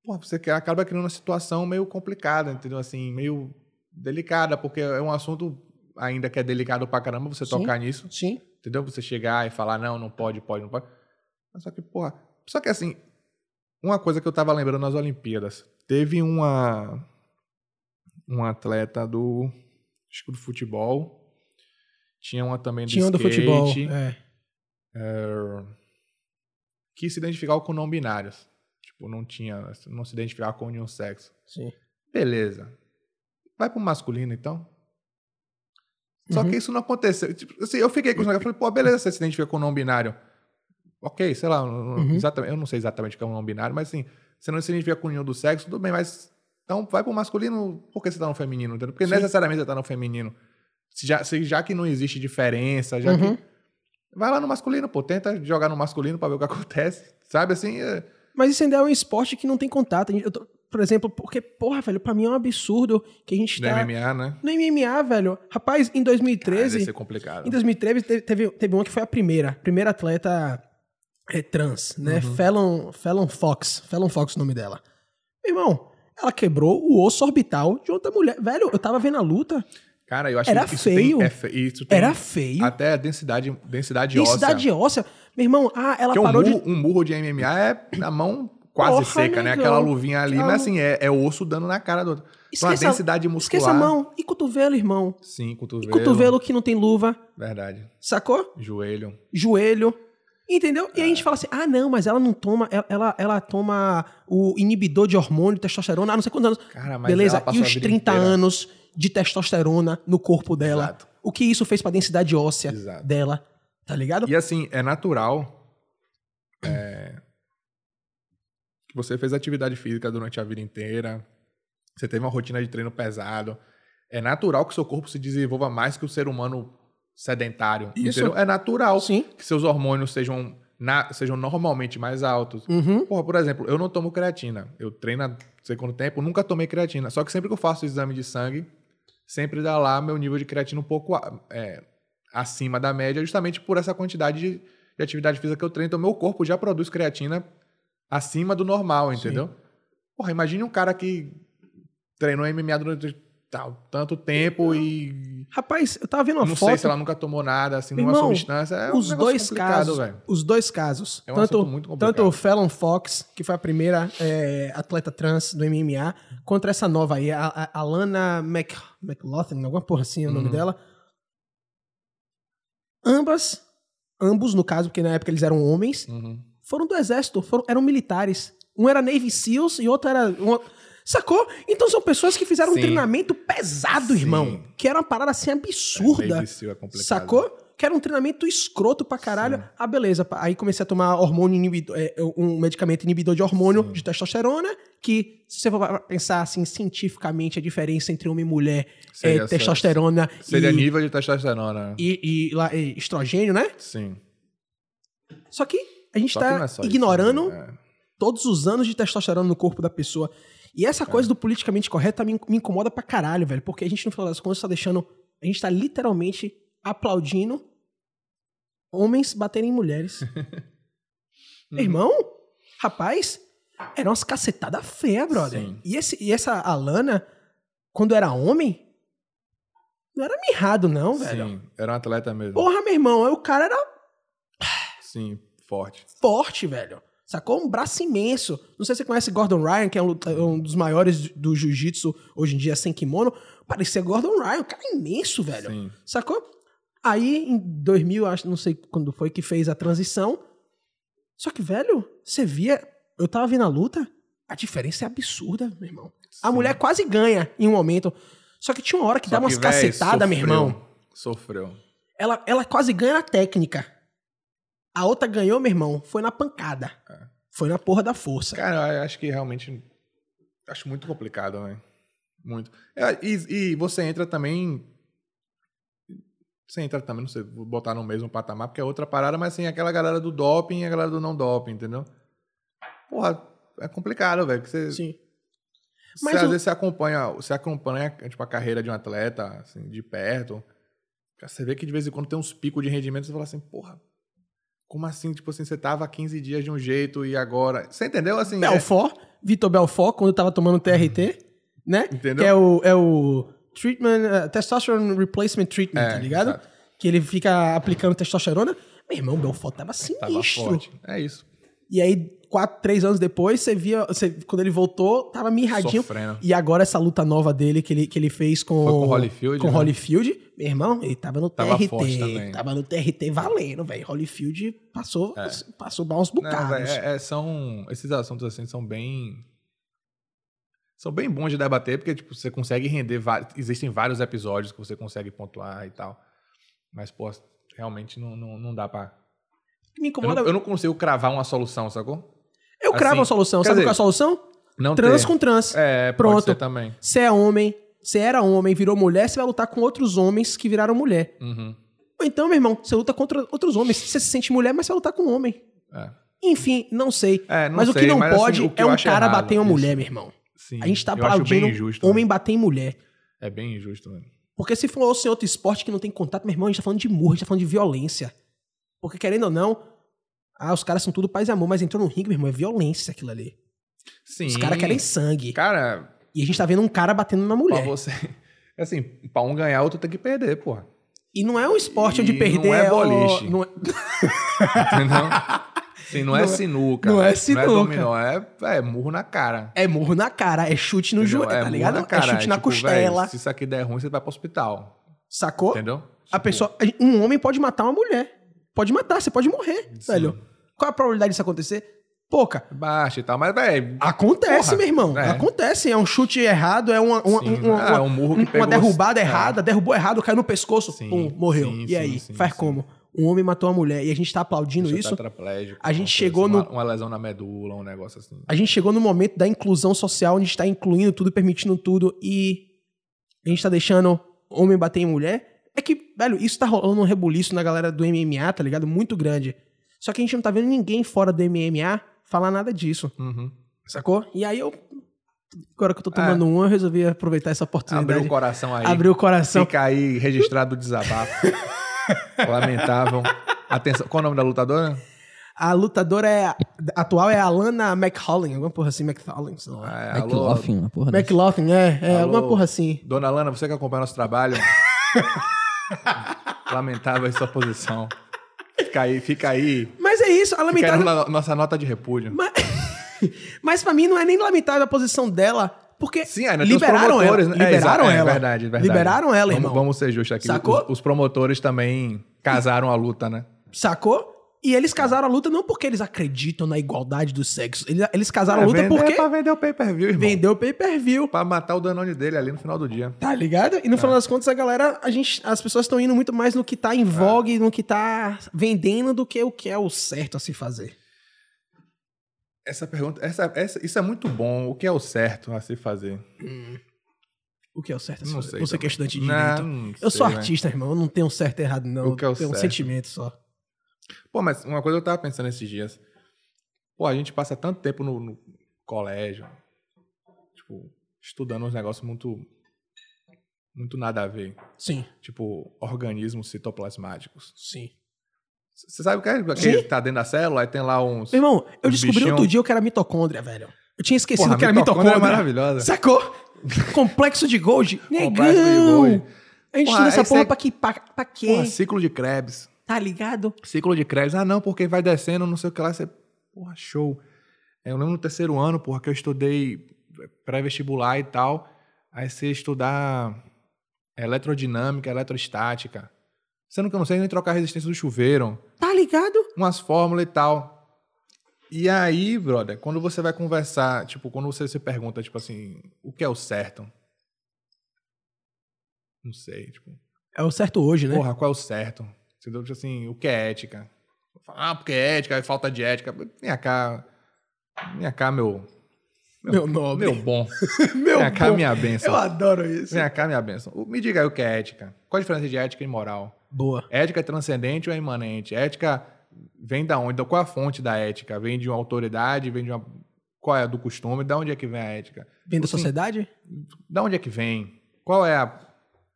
[SPEAKER 2] Pô, você que- acaba criando uma situação meio complicada, entendeu? Assim, meio delicada, porque é um assunto ainda que é delicado pra caramba você
[SPEAKER 1] Sim.
[SPEAKER 2] tocar nisso,
[SPEAKER 1] Sim.
[SPEAKER 2] entendeu? Você chegar e falar, não, não pode, pode, não pode. Mas Só que, porra. Só que assim, uma coisa que eu tava lembrando nas Olimpíadas. Teve uma. Um atleta do. Acho que do futebol. Tinha uma também do
[SPEAKER 1] Tinha um do
[SPEAKER 2] skate
[SPEAKER 1] futebol. É.
[SPEAKER 2] que se identificava com não binários. Tipo, não tinha, não se identificava com nenhum sexo.
[SPEAKER 1] Sim.
[SPEAKER 2] Beleza. Vai pro masculino, então. Só
[SPEAKER 1] Uhum.
[SPEAKER 2] que isso não aconteceu. Tipo, assim, eu fiquei com os negócios. Falei, pô, beleza, você se identifica com não binário. Ok, sei lá, não-
[SPEAKER 1] Uhum.
[SPEAKER 2] exatamente, eu não sei exatamente o que é um não binário, mas assim, você não se identifica com nenhum do sexo, tudo bem, mas. Então vai pro masculino, por que você tá no feminino? entendeu? Porque
[SPEAKER 1] Sim.
[SPEAKER 2] necessariamente você tá no feminino. Se já, se já que não existe diferença, já
[SPEAKER 1] Uhum.
[SPEAKER 2] que. Vai lá no masculino, pô, tenta jogar no masculino pra ver o que acontece. Sabe assim? é-
[SPEAKER 1] Mas isso ainda é um esporte que não tem contato. Eu tô- por exemplo, porque, porra, velho, pra mim é um absurdo que a gente
[SPEAKER 2] Do
[SPEAKER 1] tá...
[SPEAKER 2] MMA, né?
[SPEAKER 1] No MMA, velho. Rapaz, em
[SPEAKER 2] Ah, deve
[SPEAKER 1] 2013...
[SPEAKER 2] ser complicado.
[SPEAKER 1] Em 2013 te- teve, teve uma que foi a primeira, primeira atleta é, trans, né? Fallon, Fallon Fox, Fallon Fox é o nome dela. Meu irmão, ela quebrou o osso orbital de outra mulher. Velho, eu tava vendo a luta,
[SPEAKER 2] Cara, eu acho
[SPEAKER 1] Era
[SPEAKER 2] que isso
[SPEAKER 1] feio.
[SPEAKER 2] tem... é fe- isso tem
[SPEAKER 1] era feio.
[SPEAKER 2] Até a densidade, densidade óssea.
[SPEAKER 1] Densidade óssea. Meu irmão, ah, ela
[SPEAKER 2] Porque um
[SPEAKER 1] parou
[SPEAKER 2] murro,
[SPEAKER 1] de...
[SPEAKER 2] um murro de MMA é a mão quase
[SPEAKER 1] Porra,
[SPEAKER 2] seca, né?
[SPEAKER 1] negão.
[SPEAKER 2] Aquela luvinha ali,
[SPEAKER 1] Aquela
[SPEAKER 2] mas assim, é, é osso dando na cara do outro. Então, a
[SPEAKER 1] Esqueça-
[SPEAKER 2] densidade muscular...
[SPEAKER 1] Esqueça a mão. E cotovelo, irmão.
[SPEAKER 2] Sim,
[SPEAKER 1] E
[SPEAKER 2] cotovelo.
[SPEAKER 1] cotovelo que não tem luva,
[SPEAKER 2] Verdade.
[SPEAKER 1] sacou?
[SPEAKER 2] Joelho.
[SPEAKER 1] joelho. Entendeu?
[SPEAKER 2] É.
[SPEAKER 1] E a gente fala assim: ah, não, mas ela não toma, ela, ela, ela toma o inibidor de hormônio, testosterona, há não sei quantos anos.
[SPEAKER 2] Cara, mas
[SPEAKER 1] Beleza?
[SPEAKER 2] ela passou
[SPEAKER 1] E
[SPEAKER 2] a
[SPEAKER 1] os
[SPEAKER 2] vida
[SPEAKER 1] 30
[SPEAKER 2] inteira.
[SPEAKER 1] anos de testosterona no corpo dela.
[SPEAKER 2] Exato.
[SPEAKER 1] O que isso fez pra densidade óssea
[SPEAKER 2] Exato.
[SPEAKER 1] dela? Tá ligado?
[SPEAKER 2] E assim, é natural é, que você fez atividade física durante a vida inteira, você teve uma rotina de treino pesado. É natural que seu corpo se desenvolva mais que o ser humano sedentário.
[SPEAKER 1] Isso.
[SPEAKER 2] entendeu? É natural
[SPEAKER 1] Sim.
[SPEAKER 2] que seus hormônios sejam, na- sejam normalmente mais altos.
[SPEAKER 1] Uhum.
[SPEAKER 2] Porra, por exemplo, eu não tomo creatina. Eu treino há não sei quanto tempo, nunca tomei creatina. Só que sempre que eu faço o exame de sangue, sempre dá lá meu nível de creatina um pouco a- é, acima da média, justamente por essa quantidade de, de atividade física que eu treino. Então, meu corpo já produz creatina acima do normal, entendeu? Porra, imagine um cara que treinou MMA durante tal, tanto tempo e.
[SPEAKER 1] Rapaz, eu tava vendo uma
[SPEAKER 2] não
[SPEAKER 1] foto.
[SPEAKER 2] sei se ela nunca tomou nada, assim, nenhuma
[SPEAKER 1] Irmão,
[SPEAKER 2] substância. É um
[SPEAKER 1] os
[SPEAKER 2] negócio
[SPEAKER 1] dois
[SPEAKER 2] complicado,
[SPEAKER 1] casos.
[SPEAKER 2] velho.
[SPEAKER 1] Os dois casos.
[SPEAKER 2] É um assunto
[SPEAKER 1] tanto,
[SPEAKER 2] muito complicado.
[SPEAKER 1] tanto o Fallon Fox, que foi a primeira é, atleta trans do MMA, contra essa nova aí, a, a- Alana Mac, McLaughlin, alguma porra assim é o nome
[SPEAKER 2] Uhum.
[SPEAKER 1] dela. Ambas, ambos no caso, porque na época eles eram homens,
[SPEAKER 2] Uhum.
[SPEAKER 1] foram do exército, foram, eram militares. Um era Navy SEALs e outro era... um- sacou? Então são pessoas que fizeram
[SPEAKER 2] Sim.
[SPEAKER 1] um treinamento pesado,
[SPEAKER 2] Sim. É,
[SPEAKER 1] irmão. Que era uma parada assim absurda.
[SPEAKER 2] Meio viciou, é complicado.
[SPEAKER 1] Sacou? Que era um treinamento escroto pra caralho. Ah, beleza. pa- Aí comecei a tomar hormônio inibidor, é, um medicamento inibidor de hormônio de testosterona, que se você for pensar assim, cientificamente, a diferença entre homem e mulher
[SPEAKER 2] Seria
[SPEAKER 1] é
[SPEAKER 2] essa-
[SPEAKER 1] testosterona
[SPEAKER 2] Seria
[SPEAKER 1] e,
[SPEAKER 2] é nível de testosterona. né?
[SPEAKER 1] e, e lá, e estrogênio, né?
[SPEAKER 2] Sim.
[SPEAKER 1] Só que a gente
[SPEAKER 2] Só que não
[SPEAKER 1] tá
[SPEAKER 2] é só isso,
[SPEAKER 1] ignorando
[SPEAKER 2] né? É.
[SPEAKER 1] todos os anos de testosterona no corpo da pessoa. E
[SPEAKER 2] É.
[SPEAKER 1] essa coisa do politicamente correto tá me, me incomoda pra caralho, velho. Porque a gente, no final das contas, tá deixando. A gente tá literalmente aplaudindo homens baterem em
[SPEAKER 2] *laughs*
[SPEAKER 1] mulheres.
[SPEAKER 2] Uhum.
[SPEAKER 1] Irmão, rapaz, era umas cacetadas feias, brother.
[SPEAKER 2] Sim.
[SPEAKER 1] E, esse, e essa Alana, quando era homem, não era mirrado, não, velho.
[SPEAKER 2] Sim, era um atleta mesmo.
[SPEAKER 1] Porra, meu irmão, aí o cara era
[SPEAKER 2] Sim, forte.
[SPEAKER 1] forte, velho. Sacou? Um braço imenso. Não sei se você conhece Gordon Ryan, que é um, luta- um dos maiores do jiu-jitsu hoje em dia sem kimono. Parecia Gordon Ryan, um cara imenso, velho.
[SPEAKER 2] Sim.
[SPEAKER 1] Sacou? Aí, em 2000, acho, não sei quando foi que fez a transição, Só que, velho, você via. Eu tava vendo a luta, a diferença é absurda, meu irmão. A
[SPEAKER 2] Sim.
[SPEAKER 1] mulher quase ganha em um momento. Só que tinha uma hora que
[SPEAKER 2] Só
[SPEAKER 1] dava umas
[SPEAKER 2] que, véi,
[SPEAKER 1] cacetadas, meu
[SPEAKER 2] sofreu.
[SPEAKER 1] irmão.
[SPEAKER 2] Sofreu.
[SPEAKER 1] Ela, ela quase ganha na técnica. A outra ganhou, meu irmão. Foi na pancada.
[SPEAKER 2] É.
[SPEAKER 1] Foi na porra da força.
[SPEAKER 2] Cara, eu acho que realmente. Acho muito complicado, né? Muito. É, E, e você entra também. Você entra também, não sei, vou botar no mesmo patamar, porque é outra parada, mas assim, aquela galera do doping e a galera do não doping, entendeu? Porra, é complicado, velho. que Você,
[SPEAKER 1] Sim.
[SPEAKER 2] você,
[SPEAKER 1] Mas
[SPEAKER 2] às
[SPEAKER 1] o-
[SPEAKER 2] vezes você acompanha, você acompanha tipo, a carreira de um atleta, assim, de perto. Cara, Você vê que de vez em quando tem uns picos de rendimento, você fala assim, porra, como assim? Tipo assim, você tava há 15 dias de um jeito e agora. Você entendeu? Assim, é- Uhum.
[SPEAKER 1] Belfort, Vitor Belfort, quando tava tomando TRT, né?
[SPEAKER 2] Entendeu?
[SPEAKER 1] Que é o, é o treatment, eh, testosterone replacement treatment,
[SPEAKER 2] É,
[SPEAKER 1] tá ligado?
[SPEAKER 2] exato.
[SPEAKER 1] Que ele fica aplicando testosterona. Meu irmão, Belfort tava sinistro.
[SPEAKER 2] Tava forte. É isso.
[SPEAKER 1] E aí, quatro, três anos depois, você via, você- quando ele voltou, tava mirradinho.
[SPEAKER 2] Sofrendo.
[SPEAKER 1] E agora essa luta nova dele que ele, que ele fez com
[SPEAKER 2] Foi com o Holyfield,
[SPEAKER 1] com o
[SPEAKER 2] né?
[SPEAKER 1] Holyfield, meu irmão, ele tava no
[SPEAKER 2] Tava
[SPEAKER 1] TRT,
[SPEAKER 2] forte também. É.
[SPEAKER 1] tava no TRT valendo, velho. Holyfield passou passou mal uns
[SPEAKER 2] Não,
[SPEAKER 1] bocados.
[SPEAKER 2] véi, é- é- são, esses assuntos assim são bem. São bem bons de debater, porque tipo, você consegue render. va- Existem vários episódios que você consegue pontuar e tal. Mas, pô, realmente não, não, não dá pra.
[SPEAKER 1] O que Me
[SPEAKER 2] Eu
[SPEAKER 1] incomoda.
[SPEAKER 2] não,
[SPEAKER 1] Eu,
[SPEAKER 2] eu não consigo cravar uma solução, sacou?
[SPEAKER 1] cravo
[SPEAKER 2] assim,
[SPEAKER 1] a solução.
[SPEAKER 2] quer
[SPEAKER 1] Sabe
[SPEAKER 2] dizer,
[SPEAKER 1] qual é a solução?
[SPEAKER 2] Não
[SPEAKER 1] Trans
[SPEAKER 2] ter.
[SPEAKER 1] com trans.
[SPEAKER 2] É,
[SPEAKER 1] Pronto.
[SPEAKER 2] pode ser também.
[SPEAKER 1] Você é homem, você era homem, virou mulher, você vai lutar com outros homens que viraram mulher.
[SPEAKER 2] Uhum.
[SPEAKER 1] Ou então, meu irmão, você luta contra outros homens. Você se sente mulher, mas você vai lutar com um homem.
[SPEAKER 2] É.
[SPEAKER 1] Enfim, não sei.
[SPEAKER 2] É, não
[SPEAKER 1] mas o que
[SPEAKER 2] sei,
[SPEAKER 1] não
[SPEAKER 2] mas, assim,
[SPEAKER 1] pode
[SPEAKER 2] o que
[SPEAKER 1] é
[SPEAKER 2] eu
[SPEAKER 1] um
[SPEAKER 2] acho
[SPEAKER 1] cara
[SPEAKER 2] errado,
[SPEAKER 1] bater em uma
[SPEAKER 2] isso.
[SPEAKER 1] mulher, meu irmão.
[SPEAKER 2] Sim,
[SPEAKER 1] A gente tá
[SPEAKER 2] eu acho bem
[SPEAKER 1] aplaudindo
[SPEAKER 2] injusto,
[SPEAKER 1] homem
[SPEAKER 2] né?
[SPEAKER 1] bater em mulher.
[SPEAKER 2] É bem injusto, mano.
[SPEAKER 1] Porque se fosse outro esporte que não tem contato, meu irmão, a gente tá falando de murro, a gente tá falando de violência. Porque querendo ou não, ah, os caras são tudo paz e amor, mas entrou no ringue, meu irmão, é violência aquilo ali.
[SPEAKER 2] Sim.
[SPEAKER 1] Os caras querem sangue.
[SPEAKER 2] Cara,
[SPEAKER 1] E a gente tá vendo um cara batendo na
[SPEAKER 2] pra
[SPEAKER 1] mulher.
[SPEAKER 2] você. *laughs* Assim, pra um ganhar, outro tem que perder, porra.
[SPEAKER 1] E não é um esporte onde
[SPEAKER 2] E
[SPEAKER 1] perder
[SPEAKER 2] não é
[SPEAKER 1] o-
[SPEAKER 2] boliche.
[SPEAKER 1] não é-
[SPEAKER 2] Entendeu? Sim, não,
[SPEAKER 1] Não
[SPEAKER 2] é
[SPEAKER 1] é-
[SPEAKER 2] sinuca.
[SPEAKER 1] não é sinuca.
[SPEAKER 2] Não é dominó, é, é murro na cara.
[SPEAKER 1] É murro na cara, é chute no
[SPEAKER 2] entendeu?
[SPEAKER 1] joelho,
[SPEAKER 2] é
[SPEAKER 1] tá
[SPEAKER 2] murro
[SPEAKER 1] ligado?
[SPEAKER 2] na cara,
[SPEAKER 1] é chute na
[SPEAKER 2] tipo,
[SPEAKER 1] costela,
[SPEAKER 2] véi, se isso aqui der ruim, você vai pro hospital.
[SPEAKER 1] sacou?
[SPEAKER 2] Entendeu?
[SPEAKER 1] A
[SPEAKER 2] Tipo,
[SPEAKER 1] pessoa, um homem pode matar uma mulher. Pode matar, você pode morrer,
[SPEAKER 2] Sim.
[SPEAKER 1] velho. Qual a probabilidade disso acontecer? Pouca.
[SPEAKER 2] Baixa e tal, mas, velho.
[SPEAKER 1] Ah, Acontece,
[SPEAKER 2] Porra,
[SPEAKER 1] meu irmão.
[SPEAKER 2] é.
[SPEAKER 1] Acontece. É um chute errado, é uma, uma,
[SPEAKER 2] sim,
[SPEAKER 1] um- uma-
[SPEAKER 2] ah, é um murro que
[SPEAKER 1] uma
[SPEAKER 2] pegou.
[SPEAKER 1] derrubada
[SPEAKER 2] é,
[SPEAKER 1] errada, derrubou errado, caiu no pescoço,
[SPEAKER 2] Sim,
[SPEAKER 1] pum, morreu.
[SPEAKER 2] sim,
[SPEAKER 1] e
[SPEAKER 2] sim,
[SPEAKER 1] aí,
[SPEAKER 2] sim,
[SPEAKER 1] faz
[SPEAKER 2] sim.
[SPEAKER 1] como? Um homem matou uma mulher e a gente tá aplaudindo
[SPEAKER 2] você tá
[SPEAKER 1] isso.
[SPEAKER 2] tetraplégico,
[SPEAKER 1] A gente
[SPEAKER 2] uma
[SPEAKER 1] chegou
[SPEAKER 2] coisa,
[SPEAKER 1] no-
[SPEAKER 2] Uma, uma lesão na medula, um negócio assim.
[SPEAKER 1] A gente chegou no momento da inclusão social, onde a gente tá incluindo tudo, permitindo tudo e a gente tá deixando homem bater em mulher. É que, velho, isso tá rolando um rebuliço na galera do MMA, tá ligado? Muito grande. Só que a gente não tá vendo ninguém fora do MMA falar nada disso,
[SPEAKER 2] Uhum.
[SPEAKER 1] sacou? E aí eu. Agora que eu tô tomando um, eu resolvi aproveitar essa oportunidade.
[SPEAKER 2] Ah. Abriu o coração aí.
[SPEAKER 1] Abrir o coração.
[SPEAKER 2] Fica aí registrado o
[SPEAKER 1] *laughs*
[SPEAKER 2] desabafo. Lamentável. Atenção, qual é o nome da lutadora?
[SPEAKER 1] A lutadora é, atual é a Alana McHollin, alguma porra assim, McFarlane, sei lá.
[SPEAKER 2] É, alô,
[SPEAKER 3] McLaughlin, uma porra dessa.
[SPEAKER 1] McLaughlin, é, é
[SPEAKER 2] Alô?
[SPEAKER 1] alguma porra assim.
[SPEAKER 2] Dona Lana, você que acompanha
[SPEAKER 1] *laughs*
[SPEAKER 2] nosso trabalho. lamentável aí sua posição. Fica aí, fica aí.
[SPEAKER 1] Mas é isso, a
[SPEAKER 2] Fica aí
[SPEAKER 1] lamentável.
[SPEAKER 2] na nossa nota de repúdio.
[SPEAKER 1] Mas, *laughs* mas pra mim não é nem lamentável a posição dela, porque
[SPEAKER 2] Sim, ainda tem os
[SPEAKER 1] liberaram ela.
[SPEAKER 2] promotores, né? É,
[SPEAKER 1] Liberaram
[SPEAKER 2] exa- é,
[SPEAKER 1] ela.
[SPEAKER 2] verdade, verdade.
[SPEAKER 1] Liberaram ela,
[SPEAKER 2] vamos,
[SPEAKER 1] irmão.
[SPEAKER 2] Vamos ser justos aqui.
[SPEAKER 1] Sacou?
[SPEAKER 2] Os, os promotores também casaram a luta, né?
[SPEAKER 1] Sacou? E eles casaram a luta não porque eles acreditam na igualdade dos sexos. Eles, eles casaram a luta
[SPEAKER 2] vender-
[SPEAKER 1] porque
[SPEAKER 2] É, pra vender o pay-per-view, irmão.
[SPEAKER 1] vendeu o pay-per-view.
[SPEAKER 2] Pra matar o danone dele ali no final do dia.
[SPEAKER 1] Tá ligado?
[SPEAKER 2] É.
[SPEAKER 1] E no final das contas, a galera, a gente, as pessoas estão indo muito mais no que tá
[SPEAKER 2] É.
[SPEAKER 1] em vogue, no que tá vendendo, do que o que é o certo a se fazer.
[SPEAKER 2] Essa pergunta, essa, essa- isso é muito bom. O que é o certo a se fazer?
[SPEAKER 1] O que é o certo a se
[SPEAKER 2] Não
[SPEAKER 1] fazer.
[SPEAKER 2] sei
[SPEAKER 1] Você que é
[SPEAKER 2] também.
[SPEAKER 1] estudante de
[SPEAKER 2] Não,
[SPEAKER 1] direito.
[SPEAKER 2] não
[SPEAKER 1] eu
[SPEAKER 2] sei, né?
[SPEAKER 1] sou
[SPEAKER 2] velho.
[SPEAKER 1] artista, irmão. Eu não tenho um certo e errado, não.
[SPEAKER 2] O que é o
[SPEAKER 1] eu tenho um
[SPEAKER 2] certo?
[SPEAKER 1] sentimento só.
[SPEAKER 2] Pô, mas uma coisa eu tava pensando esses dias. Pô, a gente passa tanto tempo no, no colégio, tipo, estudando uns negócios muito. muito nada a ver.
[SPEAKER 1] Sim,
[SPEAKER 2] Tipo, organismos citoplasmáticos.
[SPEAKER 1] sim.
[SPEAKER 2] C- Você sabe o que é? Aquele
[SPEAKER 1] Sim.
[SPEAKER 2] que tá dentro da célula, aí tem lá uns.
[SPEAKER 1] Meu irmão, eu
[SPEAKER 2] Os
[SPEAKER 1] descobri
[SPEAKER 2] bichão.
[SPEAKER 1] outro dia o que era mitocôndria, velho. Eu tinha esquecido
[SPEAKER 2] Porra,
[SPEAKER 1] que era
[SPEAKER 2] mitocôndria
[SPEAKER 1] mitocôndria.
[SPEAKER 2] é maravilhosa. *laughs*
[SPEAKER 1] Sacou? Complexo de Golgi.
[SPEAKER 2] Complexo de Golgi.
[SPEAKER 1] Negão! A gente estuda
[SPEAKER 2] Porra,
[SPEAKER 1] essa
[SPEAKER 2] aí
[SPEAKER 1] porra
[SPEAKER 2] cê-
[SPEAKER 1] pra, que, pra, pra quê?
[SPEAKER 2] Porra, ciclo de Krebs.
[SPEAKER 1] Tá ligado?
[SPEAKER 2] Ciclo de Krebs. Ah, não, porque vai descendo, não sei o que lá. Você... Porra, show. É, Eu lembro no terceiro ano, porra, que eu estudei pré-vestibular e tal. Aí você estudar eletrodinâmica, eletrostática. Sendo que eu não sei nem trocar a resistência do chuveiro.
[SPEAKER 1] Tá ligado?
[SPEAKER 2] Umas fórmulas e tal. E aí, brother, quando você vai conversar, tipo, quando você se pergunta, tipo assim, o que é o certo? Não sei, tipo,
[SPEAKER 1] É o certo hoje, né?
[SPEAKER 2] porra, qual é o certo? Entendeu? Tipo assim, o que é ética? Ah, porque é ética, é falta de ética. Minha cá, minha cá, meu,
[SPEAKER 1] meu nobre.
[SPEAKER 2] meu *laughs* bom.
[SPEAKER 1] *laughs* Meu
[SPEAKER 2] Minha cá,
[SPEAKER 1] bom.
[SPEAKER 2] minha
[SPEAKER 1] Eu
[SPEAKER 2] benção.
[SPEAKER 1] adoro isso.
[SPEAKER 2] Minha cá, minha benção. O- Me diga aí o que é ética. Qual a diferença de ética e moral?
[SPEAKER 1] Boa.
[SPEAKER 2] Ética é transcendente ou é imanente? Ética vem da onde? Qual é a fonte da ética? Vem de uma autoridade? Vem de uma. Qual é a do costume? Da onde é que vem a ética?
[SPEAKER 1] Vem da
[SPEAKER 2] Assim,
[SPEAKER 1] sociedade?
[SPEAKER 2] Da onde é que vem? Qual é a.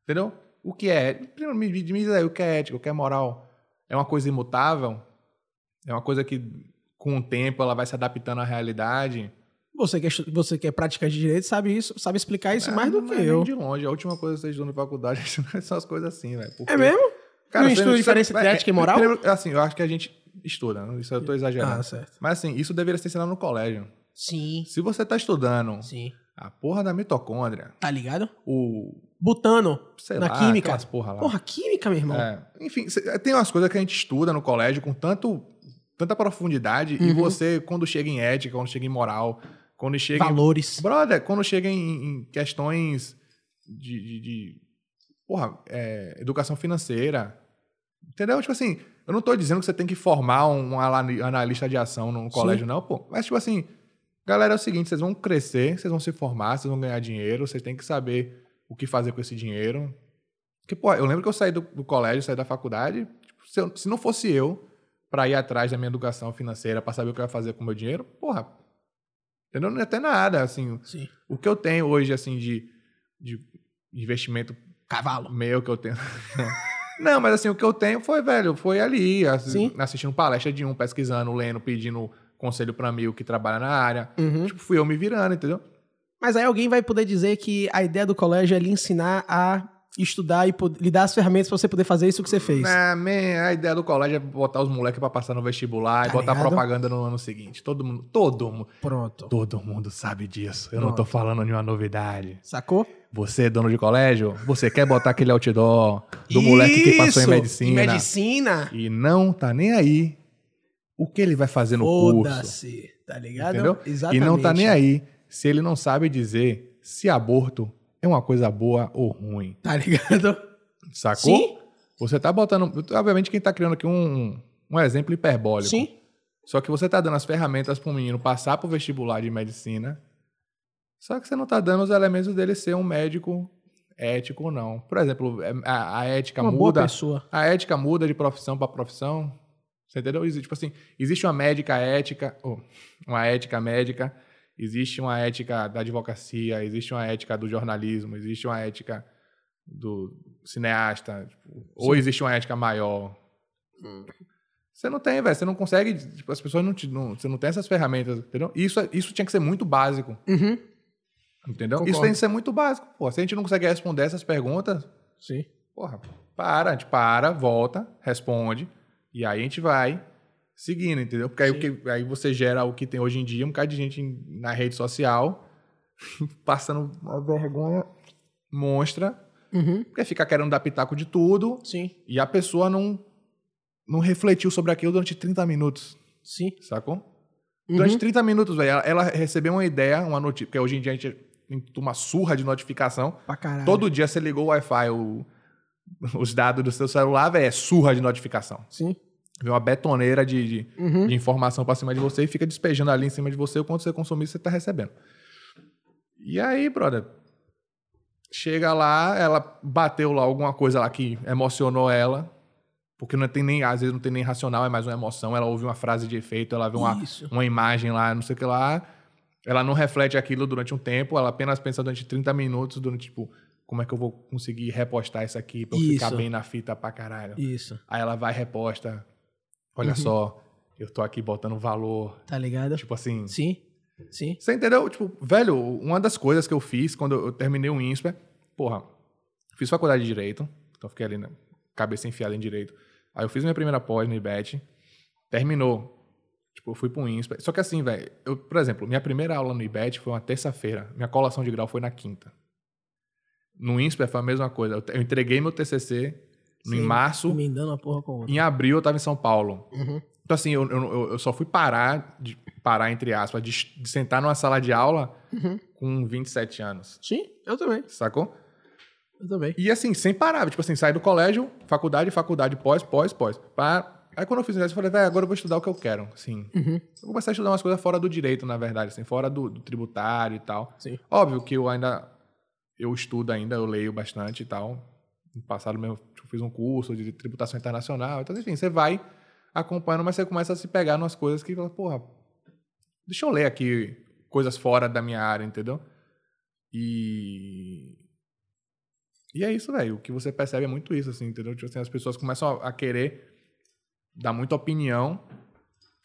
[SPEAKER 2] Entendeu? O que é? Primeiro, me, me diz aí o que é ética, o que é moral. É uma coisa imutável? É uma coisa que, com o tempo, ela vai se adaptando à realidade?
[SPEAKER 1] Você que, é, estu- você que é praticante de direito sabe isso, sabe explicar isso
[SPEAKER 2] Ah,
[SPEAKER 1] mais do
[SPEAKER 2] não
[SPEAKER 1] que
[SPEAKER 2] é nem
[SPEAKER 1] eu.
[SPEAKER 2] de longe. A última coisa que vocês estudam na faculdade *laughs* são as coisas assim, velho. Porque-
[SPEAKER 1] É mesmo? Não
[SPEAKER 2] você
[SPEAKER 1] estuda a
[SPEAKER 2] você-
[SPEAKER 1] diferença entre
[SPEAKER 2] é,
[SPEAKER 1] ética e moral?
[SPEAKER 2] primeiro, assim, eu acho que a gente estuda. né? Isso eu tô exagerando.
[SPEAKER 1] Ah, certo.
[SPEAKER 2] Mas assim, isso deveria ser ensinado no colégio.
[SPEAKER 1] Sim,
[SPEAKER 2] Se você tá estudando
[SPEAKER 1] sim.
[SPEAKER 2] a porra da mitocôndria,
[SPEAKER 1] Tá ligado?
[SPEAKER 2] o.
[SPEAKER 1] Butano.
[SPEAKER 2] sei
[SPEAKER 1] Na
[SPEAKER 2] lá,
[SPEAKER 1] química.
[SPEAKER 2] aquelas porra lá.
[SPEAKER 1] Porra, química, meu irmão.
[SPEAKER 2] Tá. É, enfim, cê- tem umas coisas que a gente estuda no colégio com tanto, tanta profundidade e
[SPEAKER 1] Uhum.
[SPEAKER 2] você, quando chega em ética, quando chega em moral, quando chega em
[SPEAKER 1] Valores.
[SPEAKER 2] Brother, quando chega em, em questões de, de- de- porra, é, educação financeira, entendeu? Tipo assim, eu não tô dizendo que você tem que formar um ala- analista de ação no colégio, não, pô. Mas, tipo assim, galera, é o seguinte, vocês vão crescer, vocês vão se formar, vocês vão ganhar dinheiro, vocês têm que saber o que fazer com esse dinheiro. Porque, pô, eu lembro que eu saí do, do colégio, saí da faculdade, tipo, se, eu- se não fosse eu pra ir atrás da minha educação financeira, pra saber o que eu ia fazer com o meu dinheiro, porra, entendeu? Não ia ter nada, assim,
[SPEAKER 1] Sim.
[SPEAKER 2] o que eu tenho hoje, assim, de, de investimento
[SPEAKER 1] Cavalo.
[SPEAKER 2] meu que eu tenho. *laughs* Não, mas assim, o que eu tenho foi, velho, foi ali, assi-
[SPEAKER 1] Sim.
[SPEAKER 2] assistindo palestra de um, pesquisando, lendo, pedindo conselho pra mim, o que trabalha na área.
[SPEAKER 1] Uhum.
[SPEAKER 2] Tipo, fui eu me virando, entendeu?
[SPEAKER 1] Mas aí alguém vai poder dizer que a ideia do colégio é lhe ensinar a estudar e pod- lhe dar as ferramentas pra você poder fazer isso que você fez.
[SPEAKER 2] Ah, man, a ideia do colégio é botar os moleques pra passar no vestibular e
[SPEAKER 1] Tá
[SPEAKER 2] botar
[SPEAKER 1] ligado?
[SPEAKER 2] propaganda no ano seguinte. Todo mundo, todo mundo,
[SPEAKER 1] Pronto.
[SPEAKER 2] todo mundo sabe disso. Eu não tô falando nenhuma novidade.
[SPEAKER 1] Sacou?
[SPEAKER 2] Você, é dono de colégio, você quer botar aquele outdoor do moleque que passou em
[SPEAKER 1] Isso!
[SPEAKER 2] medicina.
[SPEAKER 1] Em medicina.
[SPEAKER 2] e não tá nem aí o que ele vai fazer no curso.
[SPEAKER 1] Foda-se. Tá ligado?
[SPEAKER 2] Entendeu?
[SPEAKER 1] Exatamente.
[SPEAKER 2] E não tá nem aí se ele não sabe dizer se aborto é uma coisa boa ou ruim.
[SPEAKER 1] Tá ligado?
[SPEAKER 2] Sacou?
[SPEAKER 1] Sim.
[SPEAKER 2] Você tá botando. Obviamente, quem tá criando aqui um, um exemplo hiperbólico.
[SPEAKER 1] Sim.
[SPEAKER 2] Só que você tá dando as ferramentas pro menino passar pro vestibular de medicina. Só que você não tá dando os elementos dele ser um médico ético ou não. Por exemplo, é, a, a ética
[SPEAKER 1] Uma boa
[SPEAKER 2] muda.
[SPEAKER 1] pessoa.
[SPEAKER 2] A ética muda de profissão para profissão. Você entendeu? Exi- Tipo assim, existe uma médica ética, ou uma ética médica, existe uma ética da advocacia, existe uma ética do jornalismo, existe uma ética do cineasta, tipo, ou existe uma ética maior. Você não tem, velho. Você não consegue. Tipo, as pessoas não, te, não. Você não tem essas ferramentas, entendeu? Isso, é, isso tinha que ser muito básico.
[SPEAKER 1] Uhum.
[SPEAKER 2] Entendeu? Isso
[SPEAKER 1] Concordo.
[SPEAKER 2] tem que ser muito básico. Pô, se a gente não consegue responder essas perguntas,
[SPEAKER 1] Sim.
[SPEAKER 2] Porra, para, a gente para, volta, responde, e aí a gente vai seguindo, entendeu? Porque aí, o
[SPEAKER 1] Sim.
[SPEAKER 2] que- aí você gera o que tem hoje em dia, um bocado de gente em- na rede social *laughs* passando uma vergonha monstra,
[SPEAKER 1] Uhum.
[SPEAKER 2] porque fica querendo dar pitaco de tudo,
[SPEAKER 1] Sim.
[SPEAKER 2] e a pessoa não, não refletiu sobre aquilo durante 30 minutos,
[SPEAKER 1] Sim.
[SPEAKER 2] sacou?
[SPEAKER 1] Uhum.
[SPEAKER 2] Durante 30 minutos, velho, ela, ela recebeu uma ideia, uma notícia, porque hoje em dia a gente toma surra de notificação,
[SPEAKER 1] Pra caralho.
[SPEAKER 2] Todo dia você ligou o Wi-Fi, o- *laughs* os dados do seu celular, velho, é surra de notificação.
[SPEAKER 1] Sim.
[SPEAKER 2] Vem uma betoneira de, de-
[SPEAKER 1] Uhum.
[SPEAKER 2] de informação pra cima de você e fica despejando ali em cima de você o quanto você consumir, você tá recebendo. E aí, brother, chega lá, ela bateu lá alguma coisa lá que emocionou ela, porque não tem nem, às vezes não tem nem racional, é mais uma emoção, ela ouve uma frase de um efeito, ela vê uma,
[SPEAKER 1] Isso.
[SPEAKER 2] uma imagem lá, não sei o que lá. Ela não reflete aquilo durante um tempo, ela apenas pensa durante 30 minutos, durante, tipo, como é que eu vou conseguir repostar isso aqui pra eu ficar
[SPEAKER 1] Isso.
[SPEAKER 2] bem na fita pra caralho.
[SPEAKER 1] Isso.
[SPEAKER 2] Aí ela vai e reposta. Olha
[SPEAKER 1] Uhum.
[SPEAKER 2] só, eu tô aqui botando valor.
[SPEAKER 1] Tá ligado?
[SPEAKER 2] Tipo assim.
[SPEAKER 1] Sim. Sim.
[SPEAKER 2] Você entendeu? Tipo, velho, uma das coisas que eu fiz quando eu terminei o INSPER, porra, fiz faculdade de Direito, então fiquei ali na cabeça enfiada em Direito. Aí eu fiz minha primeira pós no IBET, terminou. Tipo, eu fui pro INSPER. Só que assim, velho, eu, por exemplo, minha primeira aula no IBET foi uma terça-feira, minha colação de grau foi na quinta. No INSPER foi a mesma coisa, eu te- eu entreguei meu TCC no- em
[SPEAKER 1] Sim,
[SPEAKER 2] março,
[SPEAKER 1] Emendando uma porra com outra.
[SPEAKER 2] em abril eu tava em São Paulo.
[SPEAKER 1] Uhum.
[SPEAKER 2] Então, assim, eu, eu, eu só fui parar, de, parar entre aspas, de, de sentar numa sala de aula com 27 anos,
[SPEAKER 1] Uhum. Sim, eu também.
[SPEAKER 2] sacou?
[SPEAKER 1] Eu também.
[SPEAKER 2] E assim, sem parar. Tipo assim, saí do colégio, faculdade, faculdade, pós, pós, pós. Pá. Aí quando eu fiz isso, eu falei, velho, agora eu vou estudar o que eu quero. Assim, eu vou começar a estudar umas coisas fora do direito, na verdade, assim, fora do, do tributário e tal.
[SPEAKER 1] Sim.
[SPEAKER 2] Óbvio que eu ainda. Eu estudo ainda, eu leio bastante e tal. No passado mesmo, eu fiz um curso de tributação internacional. Então, enfim, você vai acompanhando, mas você começa a se pegar nas coisas que fala, porra, deixa eu ler aqui coisas fora da minha área, entendeu? E. E é isso, velho. O que você percebe é muito isso, assim, entendeu? Tipo assim, as pessoas começam a a querer dar muita opinião,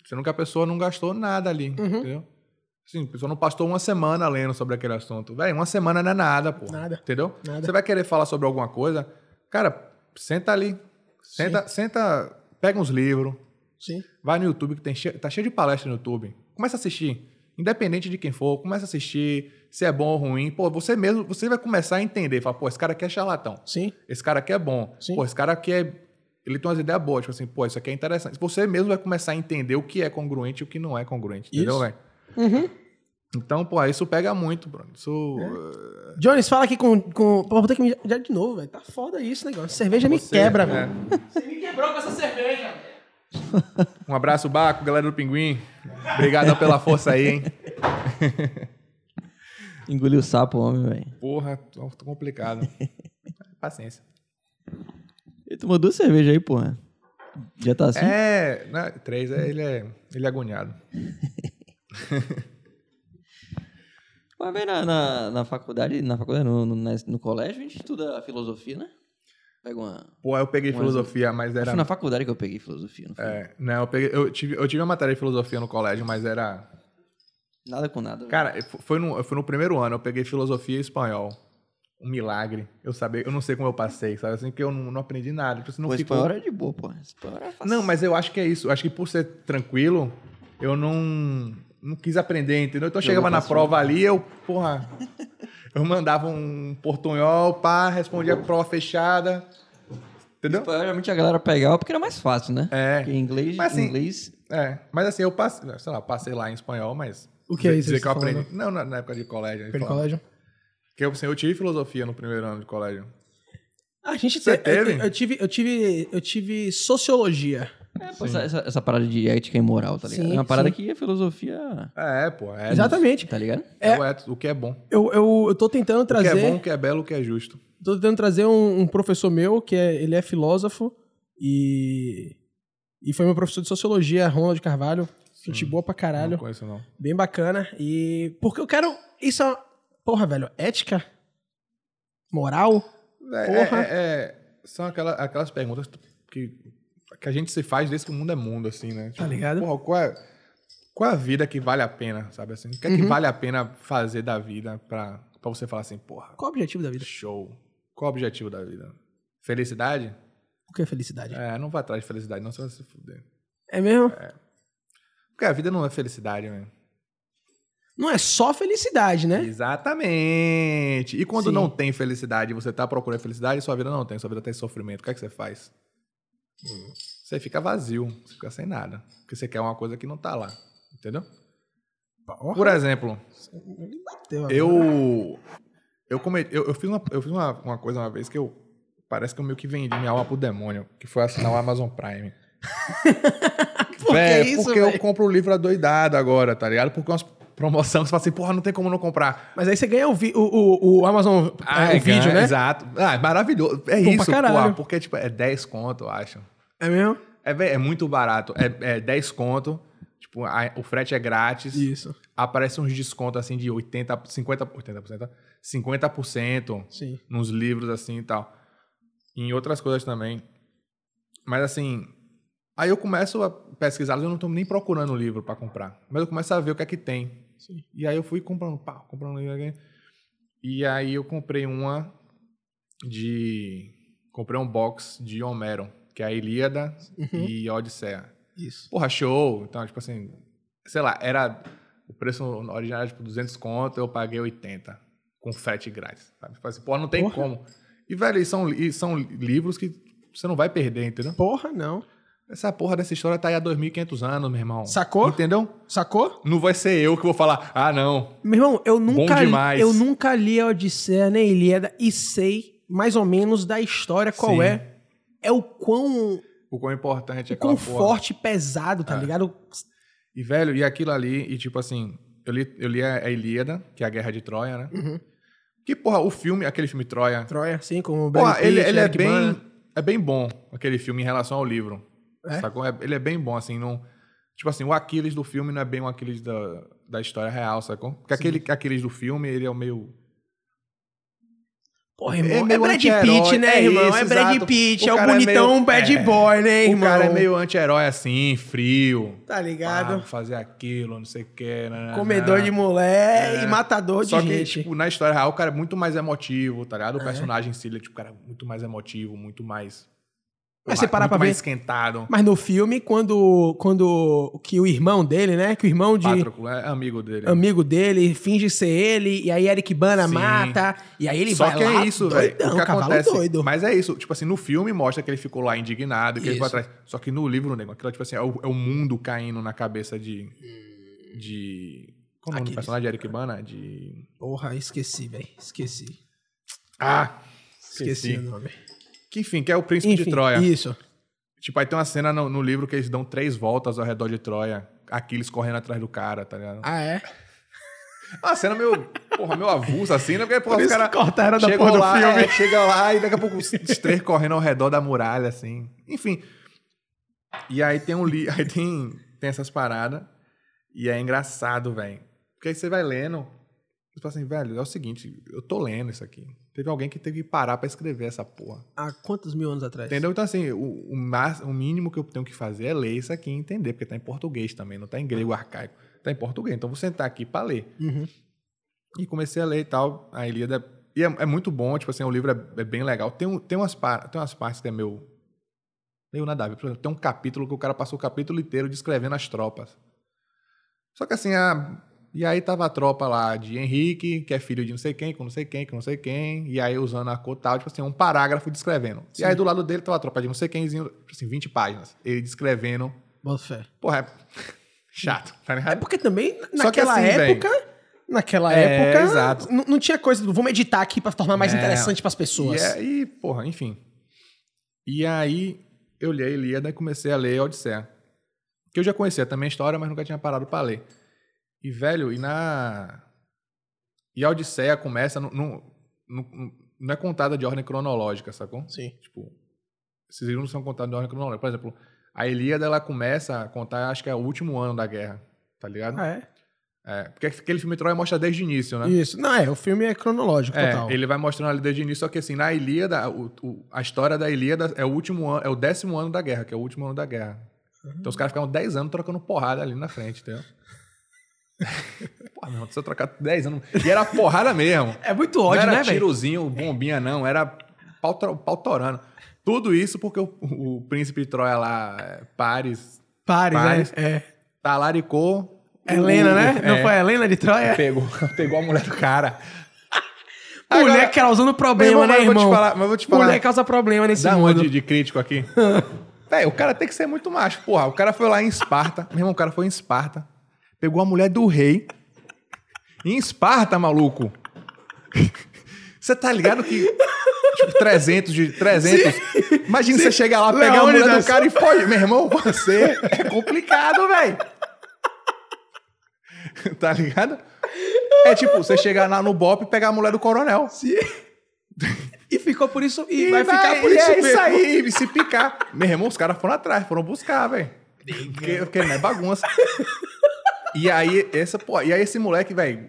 [SPEAKER 2] sendo que a pessoa não gastou nada ali, entendeu? Assim, a pessoa não passou uma semana lendo sobre aquele assunto. Velho, uma semana não é nada, pô.
[SPEAKER 1] Nada.
[SPEAKER 2] Entendeu?
[SPEAKER 1] Nada.
[SPEAKER 2] Você vai querer falar sobre alguma coisa, cara, senta ali. Senta, senta pega uns livros,
[SPEAKER 1] Sim.
[SPEAKER 2] Vai no YouTube, que tem che- tá cheio de palestra no YouTube. Começa a assistir. Independente de quem for, começa a assistir. Se é bom ou ruim. Pô, você mesmo, você vai começar a entender. Fala, pô, esse cara aqui é charlatão.
[SPEAKER 1] Sim.
[SPEAKER 2] Esse cara aqui é bom.
[SPEAKER 1] Sim.
[SPEAKER 2] Pô, esse cara aqui é... Ele tem umas ideias boas. Tipo assim, pô, isso aqui é interessante. Você mesmo vai começar a entender o que é congruente e o que não é congruente. Entendeu,
[SPEAKER 1] Isso.
[SPEAKER 2] velho?
[SPEAKER 1] Uhum.
[SPEAKER 2] Então, pô, isso pega muito, Bruno. Isso... eh,
[SPEAKER 1] Jones, fala aqui com. com... Pô, vou ter que me mijar de novo, velho. Tá foda isso, negócio. Cerveja me
[SPEAKER 2] Você,
[SPEAKER 1] quebra,
[SPEAKER 2] né?
[SPEAKER 1] velho.
[SPEAKER 2] Um abraço, Baco, galera do Pinguim. Obrigado pela força aí, hein?
[SPEAKER 3] Engoliu o sapo, homem, velho.
[SPEAKER 2] Porra, tô tô complicado. Paciência.
[SPEAKER 3] Ele tomou duas cervejas aí, porra. Já tá assim?
[SPEAKER 2] É, né, três, é, ele é, ele é agoniado.
[SPEAKER 3] Mas vem na, na, na faculdade, na faculdade, no, no, na- no colégio, a gente estuda filosofia, né? Pega uma.
[SPEAKER 2] Pô, eu peguei
[SPEAKER 3] Um
[SPEAKER 2] filosofia, mas
[SPEAKER 3] Acho
[SPEAKER 2] era.
[SPEAKER 3] na faculdade que eu peguei filosofia, não foi?
[SPEAKER 2] é, não, eu, peguei, eu, tive, eu tive uma matéria de filosofia no colégio, mas era.
[SPEAKER 3] Nada com nada. velho.
[SPEAKER 2] Cara, eu fu- foi no, foi no primeiro ano, eu peguei filosofia e espanhol. Um milagre. Eu sabia, eu não sei como eu passei, sabe? Assim, porque eu não, não aprendi nada. Tipo, assim, não
[SPEAKER 3] Pô,
[SPEAKER 2] ficou-
[SPEAKER 3] espanhol era de boa, porra. Espanhol era fácil.
[SPEAKER 2] Não, mas eu acho que é isso. Eu acho que por ser tranquilo, eu não, não quis aprender, entendeu? Então eu chegava na
[SPEAKER 3] passou.
[SPEAKER 2] prova ali, eu, porra, eu mandava um portunhol, pá, respondia a prova fechada. Entendeu?
[SPEAKER 3] Espanhol, geralmente a galera pegava porque era mais fácil, né?
[SPEAKER 2] É.
[SPEAKER 3] Porque inglês,
[SPEAKER 2] Mas, assim,
[SPEAKER 3] inglês
[SPEAKER 2] É, mas assim, eu passei, sei lá, passei lá em espanhol, mas.
[SPEAKER 1] O que é isso
[SPEAKER 2] Dizer
[SPEAKER 1] que
[SPEAKER 2] que eu
[SPEAKER 1] você tá
[SPEAKER 2] aprendi. Não, na, na época de colégio.
[SPEAKER 1] Pelo
[SPEAKER 2] colégio.
[SPEAKER 1] colégio.
[SPEAKER 2] Porque assim, eu tive filosofia no primeiro ano de colégio.
[SPEAKER 1] A gente
[SPEAKER 2] Você
[SPEAKER 1] te- eu-
[SPEAKER 2] teve?
[SPEAKER 1] Eu, eu tive, eu tive, eu tive sociologia.
[SPEAKER 3] É, pô, essa, essa- essa parada de ética e moral, tá ligado?
[SPEAKER 1] Sim,
[SPEAKER 3] é uma parada
[SPEAKER 1] sim.
[SPEAKER 3] que a filosofia.
[SPEAKER 2] É, pô. É,
[SPEAKER 1] Exatamente.
[SPEAKER 3] Tá ligado?
[SPEAKER 2] É, o eto- o que é bom.
[SPEAKER 1] Eu, eu, eu tô tentando
[SPEAKER 2] O que é
[SPEAKER 1] trazer,
[SPEAKER 2] bom, o que é belo, o que é justo.
[SPEAKER 1] tô tentando trazer um, um professor meu que é, ele é filósofo e e foi meu professor de sociologia, Ronald Carvalho, gente boa pra
[SPEAKER 2] Não
[SPEAKER 1] caralho,
[SPEAKER 2] conheço, não.
[SPEAKER 1] bem bacana e porque eu quero isso, é- porra, velho, ética, moral,
[SPEAKER 2] É,
[SPEAKER 1] Porra.
[SPEAKER 2] é- é- são aquela- aquelas perguntas que, que a gente se faz desde que o mundo é mundo, assim, né?
[SPEAKER 1] Tá ligado?
[SPEAKER 2] Porra, qual é, qual é a vida que vale a pena, sabe assim? O que é
[SPEAKER 1] Uhum.
[SPEAKER 2] que vale a pena fazer da vida pra, pra você falar assim, porra,
[SPEAKER 1] qual é o objetivo da vida?
[SPEAKER 2] show. Qual é o objetivo da vida? Felicidade?
[SPEAKER 1] O que é felicidade?
[SPEAKER 2] É, não vá atrás de felicidade, não, você vai se fuder.
[SPEAKER 1] É mesmo?
[SPEAKER 2] Porque a vida não é felicidade, né?
[SPEAKER 1] Não é só felicidade, né?
[SPEAKER 2] Exatamente. E quando
[SPEAKER 1] Sim.
[SPEAKER 2] não tem felicidade, você tá procurando felicidade, sua vida não tem, sua vida tem sofrimento. O que é que você faz?
[SPEAKER 1] Hum.
[SPEAKER 2] Você fica vazio, você fica sem nada. Porque você quer uma coisa que não tá lá. Entendeu? Por exemplo,
[SPEAKER 1] Bateu,
[SPEAKER 2] eu. Eu, come, eu, eu fiz, uma, eu fiz uma, uma coisa uma vez que eu. Parece que eu meio que vendi minha alma pro demônio, que foi assinar o Amazon Prime.
[SPEAKER 1] *laughs* Por que
[SPEAKER 2] Véi,
[SPEAKER 1] isso,
[SPEAKER 2] é, porque
[SPEAKER 1] velho?
[SPEAKER 2] eu compro o livro adoidado agora, tá ligado? Porque umas promoções que você fala assim, porra, não tem como não comprar.
[SPEAKER 1] Mas aí você ganha o, vi- o, o, o Amazon
[SPEAKER 2] Ah,
[SPEAKER 1] é,
[SPEAKER 2] é,
[SPEAKER 1] o vídeo,
[SPEAKER 2] cara,
[SPEAKER 1] né?
[SPEAKER 2] Exato. Ah, é maravilhoso. É
[SPEAKER 1] Bom pra
[SPEAKER 2] isso,
[SPEAKER 1] caralho.
[SPEAKER 2] pô. Porque, tipo, é 10 conto, eu acho.
[SPEAKER 1] É mesmo?
[SPEAKER 2] É, vé- é muito barato. É, é 10 conto. Tipo, a- o frete é grátis.
[SPEAKER 1] Isso,
[SPEAKER 2] Aparece uns descontos, assim, de 80, 50, 80%, 50%
[SPEAKER 1] sim.
[SPEAKER 2] nos livros, assim, e tal. E em outras coisas também. Mas, assim... Aí eu começo a pesquisar, eu não tô nem procurando o livro pra comprar. Mas eu começo a ver o que é que tem.
[SPEAKER 1] Sim.
[SPEAKER 2] E aí eu fui comprando, pá, comprando. E aí eu comprei uma de. Comprei um box de Homero, que é a Ilíada e a Odisseia.
[SPEAKER 1] Isso.
[SPEAKER 2] Porra, show! Então, tipo assim, sei lá, era. O preço original era tipo 200 conto, eu paguei 80 com frete grátis. Sabe? Tipo assim, pô, não tem
[SPEAKER 1] Porra.
[SPEAKER 2] como. E, velho, e são, e são livros que você não vai perder, entendeu?
[SPEAKER 1] Porra, não.
[SPEAKER 2] Essa porra dessa história tá aí há 2.500 anos, meu irmão.
[SPEAKER 1] Sacou?
[SPEAKER 2] Entendeu?
[SPEAKER 1] Sacou?
[SPEAKER 2] Não vai ser eu que vou falar, ah, não.
[SPEAKER 1] Meu irmão, eu nunca,
[SPEAKER 2] demais.
[SPEAKER 1] eu nunca li a Odisseia nem a Ilíada e sei mais ou menos da história qual
[SPEAKER 2] Sim.
[SPEAKER 1] é. É o quão,
[SPEAKER 2] O quão
[SPEAKER 1] o
[SPEAKER 2] importante é aquela
[SPEAKER 1] quão
[SPEAKER 2] porra. É.
[SPEAKER 1] forte e pesado, tá ligado?
[SPEAKER 2] E, velho, e aquilo ali, e tipo assim, eu li, eu li a, a Ilíada, que é a Guerra de Troia, né?
[SPEAKER 1] Uhum.
[SPEAKER 2] Que, porra, o filme, aquele filme Troia.
[SPEAKER 1] Troia, assim, com o
[SPEAKER 2] Porra,
[SPEAKER 1] Brad
[SPEAKER 2] ele,
[SPEAKER 1] Pitt,
[SPEAKER 2] ele é
[SPEAKER 1] Eric Bana.
[SPEAKER 2] bem. É bem bom aquele filme em relação ao livro.
[SPEAKER 1] É?
[SPEAKER 2] Sacou? É- Ele é bem bom, assim, não. Tipo assim, o Aquiles do filme não é bem o Aquiles da, da história real, sacou? Porque aquele Aquiles do filme, ele é o meio.
[SPEAKER 1] Porra, irmão, é,
[SPEAKER 2] É meio
[SPEAKER 1] Brad
[SPEAKER 2] anti-herói,
[SPEAKER 1] Pitt, né,
[SPEAKER 2] é
[SPEAKER 1] irmão?
[SPEAKER 2] isso,
[SPEAKER 1] é Brad
[SPEAKER 2] exato.
[SPEAKER 1] Pitt,
[SPEAKER 2] O
[SPEAKER 1] é o
[SPEAKER 2] cara é
[SPEAKER 1] bonitão
[SPEAKER 2] meio-
[SPEAKER 1] bad
[SPEAKER 2] é.
[SPEAKER 1] boy, né,
[SPEAKER 2] o
[SPEAKER 1] irmão?
[SPEAKER 2] cara é meio anti-herói, assim, frio.
[SPEAKER 1] Tá
[SPEAKER 2] Ah,
[SPEAKER 1] ligado?
[SPEAKER 2] vou fazer aquilo, não sei o que.
[SPEAKER 1] Comedor de mulher e matador de
[SPEAKER 2] É. né. Só que,
[SPEAKER 1] gente.
[SPEAKER 2] tipo, na história real, o cara é muito mais emotivo, tá ligado? O personagem em si, ele é, tipo, o cara é muito mais emotivo, muito mais.
[SPEAKER 1] Mas você É, parar
[SPEAKER 2] muito
[SPEAKER 1] pra ver-
[SPEAKER 2] mais esquentado.
[SPEAKER 1] Mas no filme, quando, quando que o irmão dele, né? Que o irmão de
[SPEAKER 2] Patroclo, é amigo dele.
[SPEAKER 1] amigo dele finge ser ele, e aí Eric Bana
[SPEAKER 2] Sim.
[SPEAKER 1] mata, e aí ele
[SPEAKER 2] Só
[SPEAKER 1] vai
[SPEAKER 2] que
[SPEAKER 1] lá
[SPEAKER 2] é isso, velho.
[SPEAKER 1] doidão,
[SPEAKER 2] O que
[SPEAKER 1] cavalo
[SPEAKER 2] acontece.
[SPEAKER 1] doido.
[SPEAKER 2] Mas é isso. Tipo assim, no filme mostra que ele ficou lá indignado, que ele foi
[SPEAKER 1] Isso.
[SPEAKER 2] atrás. Só que no livro, nego, aquilo, tipo assim, é o, é o mundo caindo na cabeça de. De. Como é o
[SPEAKER 1] Aquiles.
[SPEAKER 2] nome do personagem de Eric Bana? De.
[SPEAKER 1] Porra, esqueci, velho. Esqueci.
[SPEAKER 2] Ah!
[SPEAKER 1] Esqueci o nome.
[SPEAKER 2] Que enfim, que é o príncipe
[SPEAKER 1] Enfim,
[SPEAKER 2] de Troia.
[SPEAKER 1] isso.
[SPEAKER 2] Tipo, aí tem uma cena no, no livro que eles dão três voltas ao redor de Troia. Aquiles correndo atrás do cara, tá ligado? É
[SPEAKER 1] Ah, é?
[SPEAKER 2] Uma cena meio, porra, meio avulsa assim, né? Porque, porra,
[SPEAKER 1] Por
[SPEAKER 2] os
[SPEAKER 1] isso
[SPEAKER 2] caras
[SPEAKER 1] que cortaram da
[SPEAKER 2] chegam
[SPEAKER 1] Tá porra do
[SPEAKER 2] lá,
[SPEAKER 1] filme.
[SPEAKER 2] é, chega lá e daqui a pouco os três correndo ao redor da muralha, assim. Enfim. E aí tem um li... *laughs* aí tem, tem essas paradas. E é engraçado, velho. Porque aí você vai lendo. Você fala assim, velho, é o seguinte, eu tô lendo isso aqui. Teve alguém que teve que parar pra escrever essa porra.
[SPEAKER 1] Há quantos mil anos atrás?
[SPEAKER 2] Entendeu? Então, assim, o, o, ma- o mínimo que eu tenho que fazer é ler isso aqui e entender, porque tá em português também, não tá em grego arcaico. Tá em português. Então, eu vou sentar aqui pra ler.
[SPEAKER 1] Uhum.
[SPEAKER 2] E comecei a ler e tal. A Ilíada. E é, é muito bom, tipo assim, o livro é, é bem legal. Tem, um- tem, umas, par- tem umas partes que é meu. Meio nada a ver. Por exemplo, tem um capítulo que o cara passou o capítulo inteiro descrevendo as tropas. Só que assim, a- e aí tava a tropa lá de Henrique, que é filho de não sei quem, com não sei quem, com não sei quem, e aí usando a cor tal, tipo assim, um parágrafo descrevendo. E aí do lado dele tava a tropa de não sei quemzinho, tipo assim, 20 páginas. Ele descrevendo.
[SPEAKER 1] Bota fé.
[SPEAKER 2] Porra, é *laughs* chato, tá
[SPEAKER 1] É
[SPEAKER 2] ligado?
[SPEAKER 1] porque também,
[SPEAKER 2] Só que
[SPEAKER 1] naquela
[SPEAKER 2] assim,
[SPEAKER 1] época... Naquela
[SPEAKER 2] É,
[SPEAKER 1] época,
[SPEAKER 2] exato.
[SPEAKER 1] n- não tinha coisa do vamos editar aqui pra tornar mais
[SPEAKER 2] É.
[SPEAKER 1] interessante pras pessoas.
[SPEAKER 2] E é aí, porra, enfim. E aí eu li a Ilíada e comecei a ler a Odisseia. Que eu já conhecia também a história, mas nunca tinha parado pra ler. E, velho, e na. E a Odisseia começa. no- no- no- no- não é contada de ordem cronológica, sacou?
[SPEAKER 1] Sim.
[SPEAKER 2] Tipo, esses livros não são contados de ordem cronológica. Por exemplo, a Ilíada ela começa a contar, acho que é o último ano da guerra, tá ligado?
[SPEAKER 1] Ah, é?
[SPEAKER 2] É, porque aquele filme Troia mostra desde o início, né?
[SPEAKER 1] Isso. Não, é, o filme é cronológico
[SPEAKER 2] É,
[SPEAKER 1] total.
[SPEAKER 2] ele vai mostrando ali desde o início, só que assim, na Ilíada, o- o- a história da Ilíada é o último ano, é o décimo ano da guerra, que é o último ano da guerra.
[SPEAKER 1] Uhum.
[SPEAKER 2] Então os caras ficaram 10 anos trocando porrada ali na frente, entendeu? *laughs* Porra, não, se eu trocar 10 anos. E era porrada mesmo.
[SPEAKER 1] É muito
[SPEAKER 2] não
[SPEAKER 1] ódio,
[SPEAKER 2] era
[SPEAKER 1] né, velho?
[SPEAKER 2] tirozinho, bombinha, não, era pau, tro- pau torando. Tudo isso porque o, o príncipe de Troia lá, é, Paris,
[SPEAKER 1] Pares,
[SPEAKER 2] Pares.
[SPEAKER 1] né? É.
[SPEAKER 2] talaricou.
[SPEAKER 1] Helena,
[SPEAKER 2] o-
[SPEAKER 1] né? Não
[SPEAKER 2] é,
[SPEAKER 1] foi a Helena de Troia?
[SPEAKER 2] Pegou, *laughs* pegou a mulher do cara.
[SPEAKER 1] *laughs* Mulher
[SPEAKER 2] Agora-
[SPEAKER 1] causando
[SPEAKER 2] Meu
[SPEAKER 1] problema, né,
[SPEAKER 2] mas eu
[SPEAKER 1] irmão?
[SPEAKER 2] Vou te falar, mas eu vou te falar.
[SPEAKER 1] Mulher causa problema nesse
[SPEAKER 2] Dá uma
[SPEAKER 1] mundo.
[SPEAKER 2] de, de crítico aqui. *laughs* Véi, o cara tem que ser muito macho. Porra, o cara foi lá em Esparta. Meu irmão, o cara foi em Esparta. Pegou a mulher do rei. Em Esparta, maluco. Você tá ligado que. Tipo, 300 de 300. Imagina você chegar lá, pegar a mulher
[SPEAKER 1] Leônidas.
[SPEAKER 2] do cara e foge. Meu irmão, você é complicado, velho. Tá ligado? É tipo, você chegar lá no BOP e pegar a mulher do coronel.
[SPEAKER 1] E ficou por isso, e,
[SPEAKER 2] E
[SPEAKER 1] vai, ficar por
[SPEAKER 2] e
[SPEAKER 1] isso
[SPEAKER 2] é
[SPEAKER 1] mesmo.
[SPEAKER 2] isso aí, e se picar. Meu irmão, os caras foram atrás, foram buscar, velho. Porque, porque não é bagunça. e aí, essa, pô, e aí esse moleque, velho,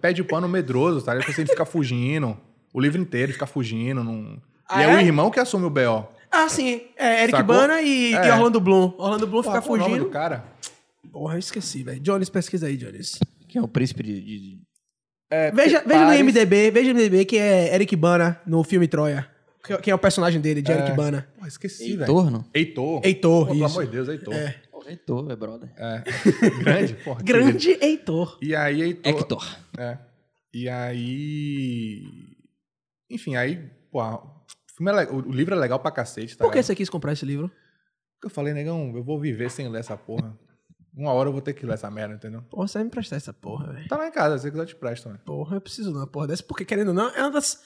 [SPEAKER 2] pede o pano medroso, tá? Ele fica- ele fica fugindo. O livro inteiro fica fugindo. Num...
[SPEAKER 1] Ah,
[SPEAKER 2] e é,
[SPEAKER 1] é?
[SPEAKER 2] o irmão que assume o B.O.
[SPEAKER 1] Ah, sim. É Eric
[SPEAKER 2] Sacou?
[SPEAKER 1] Bana e, e
[SPEAKER 2] É.
[SPEAKER 1] Orlando Bloom. Orlando Bloom fica
[SPEAKER 2] Porra, qual é o nome do
[SPEAKER 1] fugindo.
[SPEAKER 2] cara.
[SPEAKER 1] Porra, eu esqueci, velho. Jones, pesquisa aí, Jones.
[SPEAKER 3] Que é o príncipe de. de- de-
[SPEAKER 1] Veja, veja no
[SPEAKER 2] É Paris.
[SPEAKER 1] IMDB, veja no IMDB que é Eric Bana no filme Troia. Que- Quem é o personagem dele, de Eric Bana.
[SPEAKER 2] Pô, esqueci, velho.
[SPEAKER 3] Heitor, não?
[SPEAKER 2] Heitor.
[SPEAKER 1] Heitor,
[SPEAKER 2] Pô,
[SPEAKER 1] isso.
[SPEAKER 2] pelo amor de Deus, Heitor.
[SPEAKER 1] É.
[SPEAKER 3] Heitor, é brother.
[SPEAKER 2] É. Grande, porra. querido.
[SPEAKER 1] Grande Heitor.
[SPEAKER 2] E aí, Heitor.
[SPEAKER 3] Hector.
[SPEAKER 2] É. E aí. Enfim, aí, pô, o, filme é le- o- o livro é legal pra cacete, tá?
[SPEAKER 1] Por que
[SPEAKER 2] ligado?
[SPEAKER 1] você quis comprar esse livro?
[SPEAKER 2] Eu falei, negão, eu vou viver sem ler essa porra. Uma hora eu vou ter que ler essa merda, entendeu?
[SPEAKER 1] Porra, você vai me prestar essa porra, velho.
[SPEAKER 2] Tá lá em casa, se você quiser eu te presto, né?
[SPEAKER 1] Porra, eu preciso de uma porra dessa, porque querendo ou não, é uma das,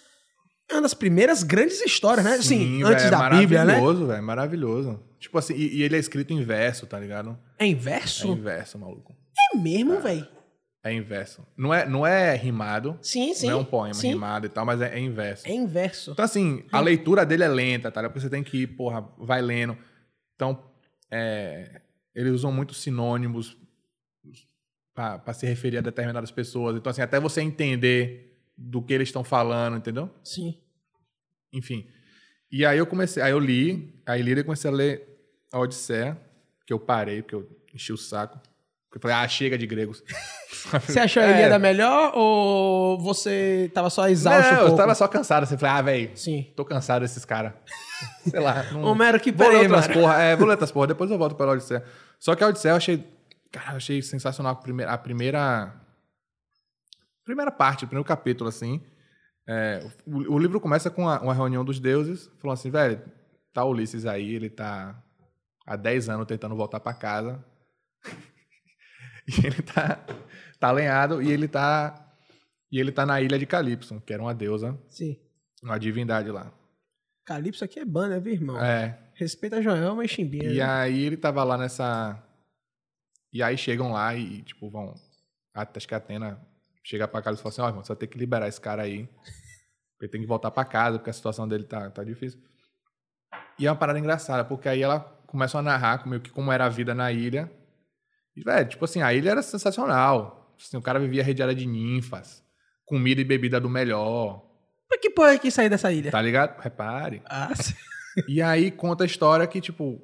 [SPEAKER 1] é uma das primeiras grandes histórias, né? Assim,
[SPEAKER 2] Sim,
[SPEAKER 1] antes
[SPEAKER 2] véi,
[SPEAKER 1] da Bíblia, né?
[SPEAKER 2] Maravilhoso, velho, maravilhoso. Tipo assim, e, e ele é escrito em verso, tá ligado?
[SPEAKER 1] É
[SPEAKER 2] É
[SPEAKER 1] inverso?
[SPEAKER 2] em verso, maluco.
[SPEAKER 1] É mesmo, velho.
[SPEAKER 2] É em verso. Não é, não é rimado,
[SPEAKER 1] Sim, sim.
[SPEAKER 2] não é um poema
[SPEAKER 1] sim.
[SPEAKER 2] rimado e tal, mas é, é em verso.
[SPEAKER 1] É inverso.
[SPEAKER 2] Então, assim, a leitura dele é lenta, tá? ligado? Porque você tem que ir, porra, vai lendo. Então, é, eles usam muitos sinônimos pra pra se referir a determinadas pessoas. Então, assim, até você entender do que eles estão falando, entendeu? *laughs*
[SPEAKER 1] Sim.
[SPEAKER 2] Enfim. E aí eu comecei, aí eu li, aí li e comecei a ler a Odisseia, que eu parei, porque eu enchi o saco. Porque eu falei, ah, chega de gregos.
[SPEAKER 1] Você achou a
[SPEAKER 2] É.
[SPEAKER 1] Ilíada melhor ou você tava só exausto? um
[SPEAKER 2] Não, eu
[SPEAKER 1] pouco?
[SPEAKER 2] tava só cansado. Você falei, ah, velho,
[SPEAKER 1] Sim.
[SPEAKER 2] tô cansado desses caras. *laughs* Sei lá. não-
[SPEAKER 1] Homero, que
[SPEAKER 2] Hum. Vou ler
[SPEAKER 1] peraí,
[SPEAKER 2] outras
[SPEAKER 1] mano.
[SPEAKER 2] porra. É, vou ler outras porra. Depois eu volto pela Odisseia. Só que a Odisseia eu achei. Cara, eu achei sensacional a primeira. A primeira, primeira parte, o primeiro capítulo, assim. É, o, o livro começa com a- uma reunião dos deuses, falando assim, velho, tá Ulisses aí, ele tá há 10 anos tentando voltar pra casa. *laughs* e ele tá, tá alenhado e ele tá. E ele tá na ilha de Calypso, que era uma deusa,
[SPEAKER 1] Sim.
[SPEAKER 2] uma divindade lá.
[SPEAKER 1] Calypso aqui é banda, viu, irmão?
[SPEAKER 2] É.
[SPEAKER 1] Respeita Joelma e Chimbinha.
[SPEAKER 2] E
[SPEAKER 1] né?
[SPEAKER 2] aí ele tava lá nessa. E aí chegam lá e, tipo, vão. Acho que a Atena chega pra casa e fala assim: ó, irmão, você vai ter que liberar esse cara aí. Porque tem que voltar pra casa, porque a situação dele tá, tá difícil. E é uma parada engraçada, porque aí ela começa a narrar meio que como era a vida na ilha. E, velho, tipo assim, a ilha era sensacional. Assim, o cara vivia redeada de ninfas, comida e bebida do melhor,
[SPEAKER 1] Mas que porra é que sair dessa ilha?
[SPEAKER 2] tá ligado? Repare.
[SPEAKER 1] Ah, sim.
[SPEAKER 2] E aí conta a história que, tipo,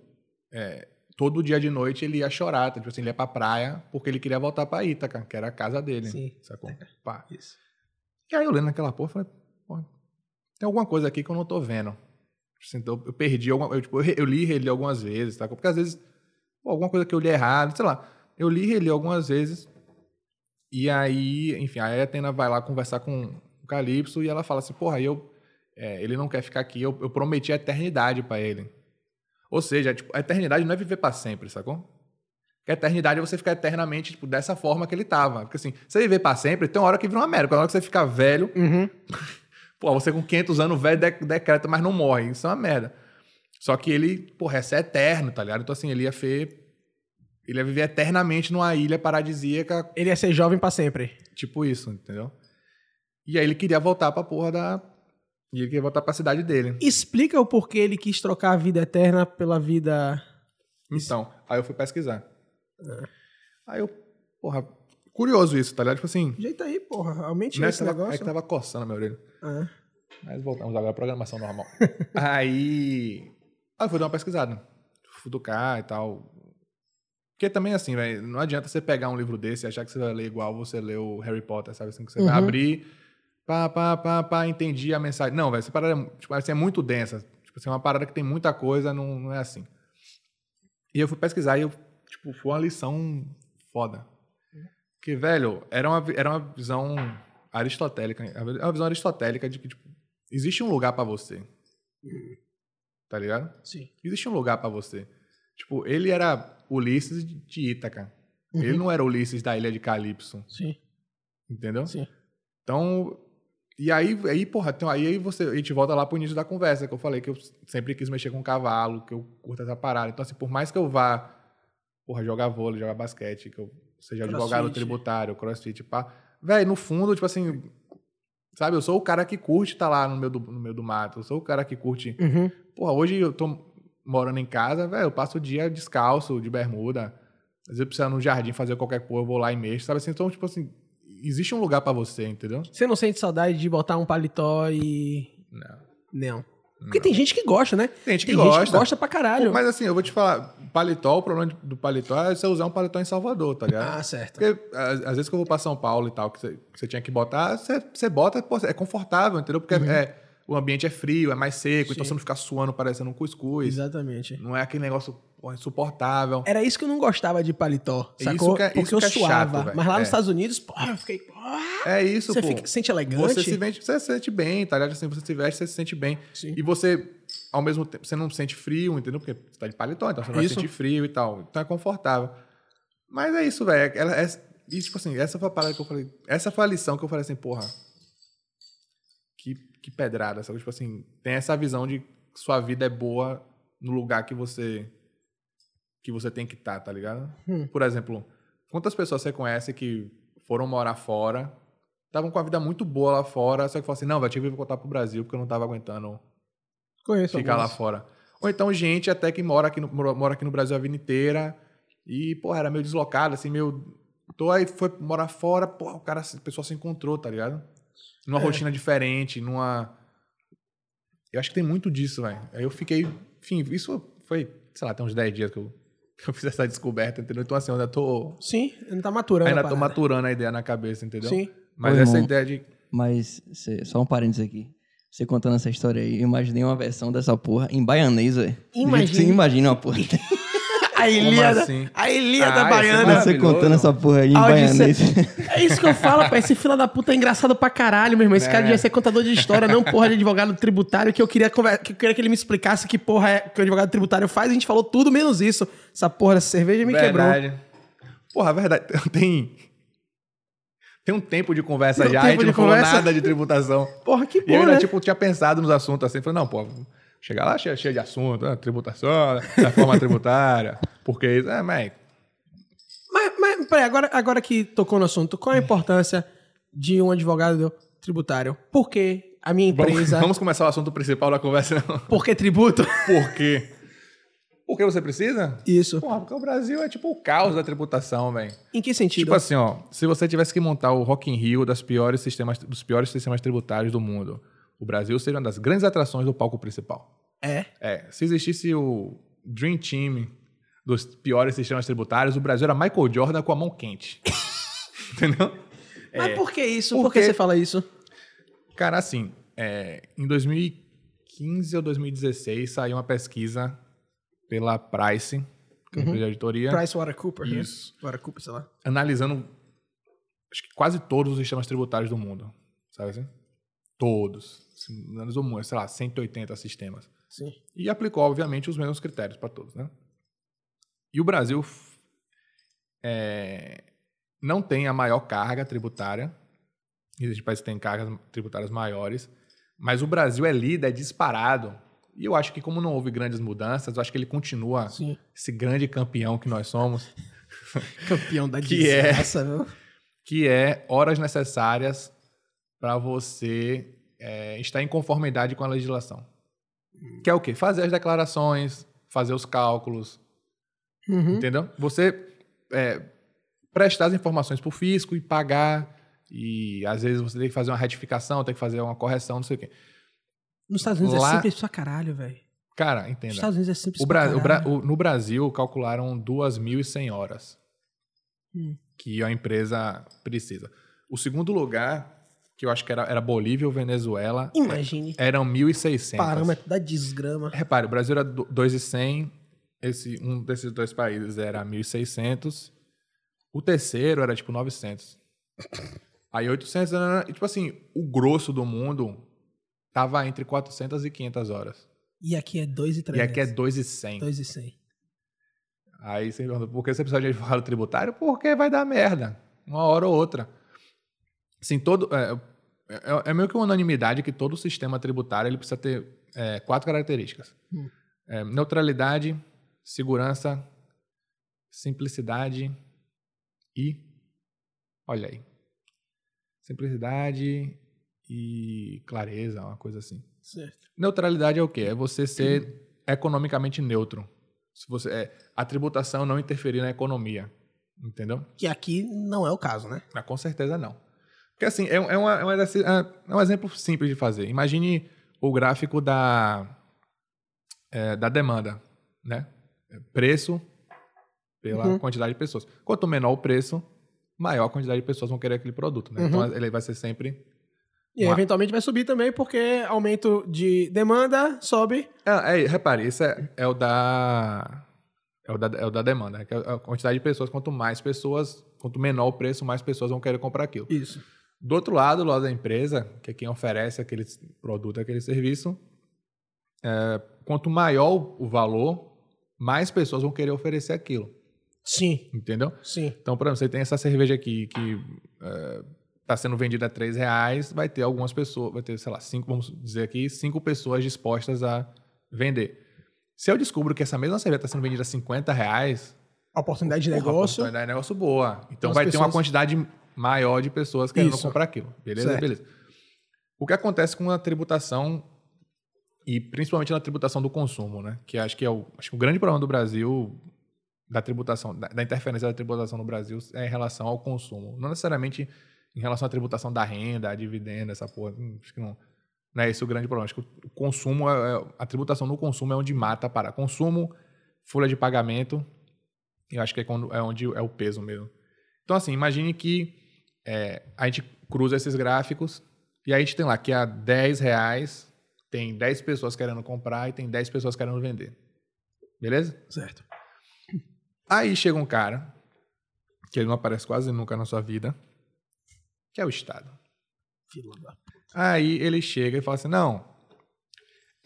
[SPEAKER 2] é, todo dia de noite ele ia chorar, tá? tipo assim, ele ia pra praia porque ele queria voltar pra Ítaca, que era a casa dele.
[SPEAKER 1] Sim.
[SPEAKER 2] Sacou? Pá.
[SPEAKER 1] Isso.
[SPEAKER 2] E aí eu lendo aquela porra, eu falei, pô, tem alguma coisa aqui que eu não tô vendo. Assim, então, eu perdi alguma eu, tipo, eu, re- eu li e reli algumas vezes, tá? Porque às vezes, pô, alguma coisa que eu li errado, sei lá. Eu li e reli algumas vezes. E aí, enfim, aí a Atena vai lá conversar com o Calypso e ela fala assim, porra, eu, é, ele não quer ficar aqui, eu, eu prometi a eternidade pra ele. Ou seja, tipo, a eternidade não é viver pra sempre, sacou? Porque a eternidade é você ficar eternamente, tipo, dessa forma que ele tava. Porque assim, você viver pra sempre, tem uma hora que vira uma merda. Quando a hora que você ficar velho,
[SPEAKER 1] Uhum.
[SPEAKER 2] Pô, você com 500 anos velho de- decreta, mas não morre. Isso é uma merda. Só que ele, porra, essa é eterno, tá ligado? Então assim, ele ia fer... Ele ia viver eternamente numa ilha paradisíaca,
[SPEAKER 1] Ele ia ser jovem pra sempre.
[SPEAKER 2] tipo isso, entendeu? E aí ele queria voltar pra porra da... E ele queria voltar pra cidade dele.
[SPEAKER 1] Explica o porquê ele quis trocar a vida eterna pela vida.
[SPEAKER 2] Então, aí eu fui pesquisar.
[SPEAKER 1] É.
[SPEAKER 2] Aí eu, porra, curioso isso, tá ligado? Tipo assim,
[SPEAKER 1] Jeito aí, porra. Aumente
[SPEAKER 2] não é que
[SPEAKER 1] esse
[SPEAKER 2] tava, é que
[SPEAKER 1] negócio.
[SPEAKER 2] tava coçando a minha orelha.
[SPEAKER 1] Ah.
[SPEAKER 2] Mas voltamos agora à programação normal. *laughs* aí. Aí eu fui dar uma pesquisada. Fui tocar e tal. Porque também, assim, velho, não adianta você pegar um livro desse e achar que você vai ler igual você leu Harry Potter, sabe? Assim, que você vai
[SPEAKER 1] Uhum.
[SPEAKER 2] abrir, pá, pá, pá, pá, entendi a mensagem. Não, velho, essa parada é mu- tipo, assim, é muito densa. Tipo, assim, é uma parada que tem muita coisa, não, não é assim. E eu fui pesquisar e eu, tipo, foi uma lição foda. Porque, velho, era uma, vi- era uma visão aristotélica. É uma visão aristotélica de que, tipo, existe um lugar pra você. Tá ligado?
[SPEAKER 1] Sim.
[SPEAKER 2] Existe um lugar pra você. Tipo, ele era Ulisses de- de Ítaca.
[SPEAKER 1] Uhum.
[SPEAKER 2] Ele não era Ulisses da ilha de Calipso.
[SPEAKER 1] Sim.
[SPEAKER 2] Entendeu?
[SPEAKER 1] Sim.
[SPEAKER 2] Então, e aí, aí porra, então, aí aí você, a gente volta lá pro início da conversa, que eu falei que eu sempre quis mexer com cavalo, que eu curto essa parada. Então, assim, por mais que eu vá, porra, jogar vôlei, jogar basquete, que eu seja advogado
[SPEAKER 1] Crossfit.
[SPEAKER 2] tributário, crossfit, pá. Véi, no fundo, tipo assim, sabe, eu sou o cara que curte tá lá no meio do, no meio do mato, eu sou o cara que curte
[SPEAKER 1] Uhum.
[SPEAKER 2] Porra, hoje eu tô morando em casa, velho, eu passo o dia descalço, de bermuda. Às vezes eu preciso ir no jardim fazer qualquer coisa, eu vou lá e mexo, sabe assim? Então, tipo assim, existe um lugar pra você, entendeu?
[SPEAKER 1] Você não sente saudade de botar um paletó e.
[SPEAKER 2] Não.
[SPEAKER 1] Não. Porque tem gente que gosta, né?
[SPEAKER 2] Tem gente que
[SPEAKER 1] tem
[SPEAKER 2] gosta.
[SPEAKER 1] gente que gosta pra caralho.
[SPEAKER 2] Mas assim, eu vou te falar, paletó, o problema de- do paletó é você usar um paletó em Salvador,
[SPEAKER 1] *laughs*
[SPEAKER 2] tá ligado?
[SPEAKER 1] Ah, certo.
[SPEAKER 2] Porque às, às vezes que eu vou pra São Paulo e tal, que você, que você tinha que botar, você, você bota, pô, é confortável, entendeu? Porque é, o ambiente é frio, é mais seco, então
[SPEAKER 1] Sim.
[SPEAKER 2] você não fica suando parecendo um cuscuz.
[SPEAKER 1] Exatamente.
[SPEAKER 2] Não é aquele negócio pô, insuportável.
[SPEAKER 1] Era isso que eu não gostava de paletó,
[SPEAKER 2] Isso
[SPEAKER 1] sacou?
[SPEAKER 2] que é-
[SPEAKER 1] Porque
[SPEAKER 2] isso
[SPEAKER 1] eu
[SPEAKER 2] que é
[SPEAKER 1] suava.
[SPEAKER 2] chato, velho.
[SPEAKER 1] mas lá nos
[SPEAKER 2] É.
[SPEAKER 1] Estados Unidos, porra, eu fiquei. porra,
[SPEAKER 2] É isso,
[SPEAKER 1] você
[SPEAKER 2] pô.
[SPEAKER 1] fica, sente elegante.
[SPEAKER 2] Você se, vende, você se sente bem, tá ligado? Assim, você se veste, você se sente bem.
[SPEAKER 1] Sim.
[SPEAKER 2] E você ao mesmo tempo, você não sente frio, entendeu? Porque você tá de paletó, então você não vai
[SPEAKER 1] Isso.
[SPEAKER 2] sentir frio e tal. Então é confortável. Mas é isso, velho. Ela- É, e, tipo assim, essa foi a parada que eu falei. Essa foi a lição que eu falei assim, porra. Que, que pedrada, sabe? Tipo assim, tem essa visão de que sua vida é boa no lugar que você que você tem que estar, tá, ligado?
[SPEAKER 1] Hum.
[SPEAKER 2] Por exemplo, quantas pessoas você conhece que foram morar fora, estavam com a vida muito boa lá fora, só que falaram assim, não, velho, tive que voltar pro Brasil porque eu não tava aguentando
[SPEAKER 1] Conheço
[SPEAKER 2] ficar lá
[SPEAKER 1] algumas.
[SPEAKER 2] fora. Ou então gente até que mora aqui no, mora mora aqui no Brasil a vida inteira e, porra, era meio deslocado, assim, meio... Tô aí, foi morar fora, porra, o cara, a pessoa se encontrou, tá ligado? Numa
[SPEAKER 1] É.
[SPEAKER 2] rotina diferente, numa... Eu acho que tem muito disso, velho. Aí eu fiquei... Enfim, isso foi, sei lá, tem uns 10 dias que eu, *laughs* que eu fiz essa descoberta, entendeu? Então, assim, eu ainda tô...
[SPEAKER 1] Sim, ainda tá maturando.
[SPEAKER 2] Ainda
[SPEAKER 1] a
[SPEAKER 2] tô
[SPEAKER 1] parada.
[SPEAKER 2] maturando a ideia na cabeça, entendeu?
[SPEAKER 1] Sim.
[SPEAKER 2] Mas
[SPEAKER 3] Ô,
[SPEAKER 2] essa
[SPEAKER 3] irmão.
[SPEAKER 2] ideia de...
[SPEAKER 3] Mas, cê- só um parênteses aqui. Você contando essa história aí, eu imaginei uma versão dessa porra em baianês, velho.
[SPEAKER 1] Imagina.
[SPEAKER 3] Você imagina uma porra.
[SPEAKER 2] *laughs*
[SPEAKER 1] *laughs* A Ilíada,
[SPEAKER 2] assim?
[SPEAKER 1] a Ilíada
[SPEAKER 2] Ah, esse
[SPEAKER 1] Baiana.
[SPEAKER 2] maravilhoso.
[SPEAKER 3] Você contando essa porra aí em
[SPEAKER 1] A Odisseia.
[SPEAKER 3] baianês.
[SPEAKER 1] É isso que eu falo, pai. Esse fila da puta é engraçado pra caralho, meu irmão. Esse
[SPEAKER 2] É.
[SPEAKER 1] cara devia ser contador de história, não porra de advogado tributário, que eu queria, conver- que eu queria que ele me explicasse que porra é que o advogado tributário faz. A gente falou tudo menos isso. Essa porra dessa cerveja me quebrou.
[SPEAKER 2] Verdade. Porra, verdade. *laughs* Tem. Tem um tempo de conversa
[SPEAKER 1] Tem um
[SPEAKER 2] já, a
[SPEAKER 1] tempo
[SPEAKER 2] gente não
[SPEAKER 1] de
[SPEAKER 2] falou
[SPEAKER 1] conversa.
[SPEAKER 2] nada de tributação.
[SPEAKER 1] Porra, que
[SPEAKER 2] E eu
[SPEAKER 1] bom,
[SPEAKER 2] ainda,
[SPEAKER 1] né?
[SPEAKER 2] tipo, tinha pensado nos assuntos assim, falei, não, pô, chegar lá cheio, cheio de assunto, ah, tributação, reforma tributária, *laughs* porque isso, é, mas
[SPEAKER 1] Mas, mas peraí, agora, agora que tocou no assunto, qual a
[SPEAKER 2] Uhum.
[SPEAKER 1] importância de um advogado tributário? Por que a minha
[SPEAKER 2] vamos,
[SPEAKER 1] empresa...
[SPEAKER 2] vamos começar o assunto principal da conversa, *laughs* não.
[SPEAKER 1] Por que tributo?
[SPEAKER 2] Por quê? Porque você precisa?
[SPEAKER 1] Isso.
[SPEAKER 2] Porra, porque o Brasil é tipo o caos da tributação, velho.
[SPEAKER 1] Em que sentido?
[SPEAKER 2] Tipo assim, ó, se você tivesse que montar o Rock in Rio das piores sistemas, dos piores sistemas tributários do mundo, o Brasil seria uma das grandes atrações do palco principal.
[SPEAKER 1] É.
[SPEAKER 2] É, se existisse o Dream Team dos piores sistemas tributários, o Brasil era Michael Jordan com a mão quente. *laughs* Entendeu?
[SPEAKER 1] Mas por que isso?
[SPEAKER 2] é. Por
[SPEAKER 1] Por, que
[SPEAKER 2] quê?
[SPEAKER 1] você fala isso?
[SPEAKER 2] Cara, assim, é, em 2015 ou 2016 saiu uma pesquisa pela Price, que é uma empresa de auditoria.
[SPEAKER 1] Price Cooper, né?
[SPEAKER 2] Isso.
[SPEAKER 1] Watercooper, sei lá.
[SPEAKER 2] analisando acho que quase todos os sistemas tributários do mundo, sabe assim? Todos. Assim, Analisou muito, sei lá, 180 sistemas.
[SPEAKER 1] Sim.
[SPEAKER 2] E aplicou, obviamente, os mesmos critérios para todos, né? E o Brasil f- é, não tem a maior carga tributária. Existem países que têm cargas tributárias maiores. Mas o Brasil é líder, é disparado. E eu acho que, como não houve grandes mudanças, eu acho que ele continua
[SPEAKER 1] Sim.
[SPEAKER 2] esse grande campeão que nós somos.
[SPEAKER 1] Campeão da
[SPEAKER 2] *laughs* Que é.
[SPEAKER 1] desgraça, viu?
[SPEAKER 2] que é horas necessárias para você é, estar em conformidade com a legislação. Que é o quê? Fazer as declarações, fazer os cálculos,
[SPEAKER 1] Uhum.
[SPEAKER 2] entendeu? Você é, prestar as informações para o fisco e pagar, e às vezes você tem que fazer uma retificação, tem que fazer uma correção, não sei o quê.
[SPEAKER 1] Nos Estados Unidos é
[SPEAKER 2] Lá-
[SPEAKER 1] simples pra caralho, velho.
[SPEAKER 2] Cara,
[SPEAKER 1] Nos
[SPEAKER 2] entenda.
[SPEAKER 1] Estados Unidos é simples
[SPEAKER 2] O
[SPEAKER 1] pra
[SPEAKER 2] Bra-
[SPEAKER 1] caralho.
[SPEAKER 2] o Bra- o- no Brasil, calcularam 2.100 horas
[SPEAKER 1] Hum.
[SPEAKER 2] que a empresa precisa. O segundo lugar, que eu acho que era, era Bolívia ou Venezuela,
[SPEAKER 1] Imagine.
[SPEAKER 2] eram 1.600.
[SPEAKER 1] Parâmetro da desgrama.
[SPEAKER 2] Repare, o Brasil era do- 2.100, esse, um desses dois países era 1.600, o terceiro era tipo 900. Aí 800, nanana, e tipo assim, o grosso do mundo tava entre 400 e 500 horas.
[SPEAKER 1] E aqui é 2 e 3.
[SPEAKER 2] E aqui é 2.100.
[SPEAKER 1] 2 e 100.
[SPEAKER 2] Aí você me pergunta, por que você precisa de advogado tributário? Porque vai dar merda, uma hora ou outra. Assim, todo, é, é- é meio que uma unanimidade que todo sistema tributário ele precisa ter é, quatro características.
[SPEAKER 1] Hum.
[SPEAKER 2] É, neutralidade, segurança, simplicidade e... Olha aí. Simplicidade e clareza, uma coisa assim.
[SPEAKER 1] Certo.
[SPEAKER 2] Neutralidade é o quê? É você ser
[SPEAKER 1] Uhum.
[SPEAKER 2] economicamente neutro. Se você, é, a tributação não interferir na economia. Entendeu?
[SPEAKER 1] Que aqui não é o caso, né?
[SPEAKER 2] Ah, com certeza não. Porque assim, é, um- é uma- é um exercício- é um exemplo simples de fazer. Imagine o gráfico da, é, da demanda, né? É, Preço pela
[SPEAKER 1] Uhum.
[SPEAKER 2] quantidade de pessoas. Quanto menor o preço, maior a quantidade de pessoas vão querer aquele produto, né?
[SPEAKER 1] Uhum.
[SPEAKER 2] Então ele vai ser sempre...
[SPEAKER 1] E aí,
[SPEAKER 2] Uma-
[SPEAKER 1] eventualmente vai subir também, porque aumento de demanda sobe.
[SPEAKER 2] Ah, é, repare, esse é, é o da. É o da, é o da demanda. né? Que é a quantidade de pessoas, quanto mais pessoas, quanto menor o preço, mais pessoas vão querer comprar aquilo.
[SPEAKER 1] Isso.
[SPEAKER 2] Do outro lado, do lado da empresa, que é quem oferece aquele produto, aquele serviço, Quanto maior o valor, mais pessoas vão querer oferecer aquilo.
[SPEAKER 1] Sim,
[SPEAKER 2] Entendeu?
[SPEAKER 1] sim.
[SPEAKER 2] Então, por exemplo, você tem essa cerveja aqui que está sendo vendida a 3 reais, vai ter algumas pessoas, vai ter, sei lá, cinco, vamos dizer aqui, cinco pessoas dispostas a vender. Se eu descubro que essa mesma cerveja está sendo vendida a 50 reais,
[SPEAKER 1] A oportunidade de
[SPEAKER 2] porra,
[SPEAKER 1] negócio.
[SPEAKER 2] a oportunidade de negócio boa. Então
[SPEAKER 1] As
[SPEAKER 2] vai ter uma
[SPEAKER 1] pessoas-
[SPEAKER 2] quantidade maior de pessoas querendo
[SPEAKER 1] Isso.
[SPEAKER 2] comprar aquilo. Beleza?
[SPEAKER 1] Certo.
[SPEAKER 2] Beleza. O que acontece com a tributação e principalmente na tributação do consumo, né? Que acho que é o, acho que o grande problema do Brasil da tributação, da, da interferência da tributação no Brasil é em relação ao consumo. Não necessariamente em relação à tributação da renda, a dividenda, essa porra. hum, Acho que não, não é esse o grande problema. Acho que o consumo, é, é- a tributação no consumo é onde mata para consumo, folha de pagamento. Eu acho que é, quando, é onde é o peso mesmo. Então, assim, imagine que é, a gente cruza esses gráficos e aí a gente tem lá que é a 10 reais tem 10 pessoas querendo comprar e tem 10 pessoas querendo vender. Beleza?
[SPEAKER 1] Certo.
[SPEAKER 2] Aí chega um cara, que ele não aparece quase nunca na sua vida, que é o Estado.
[SPEAKER 1] Fila da-
[SPEAKER 2] Aí ele chega e fala assim: não,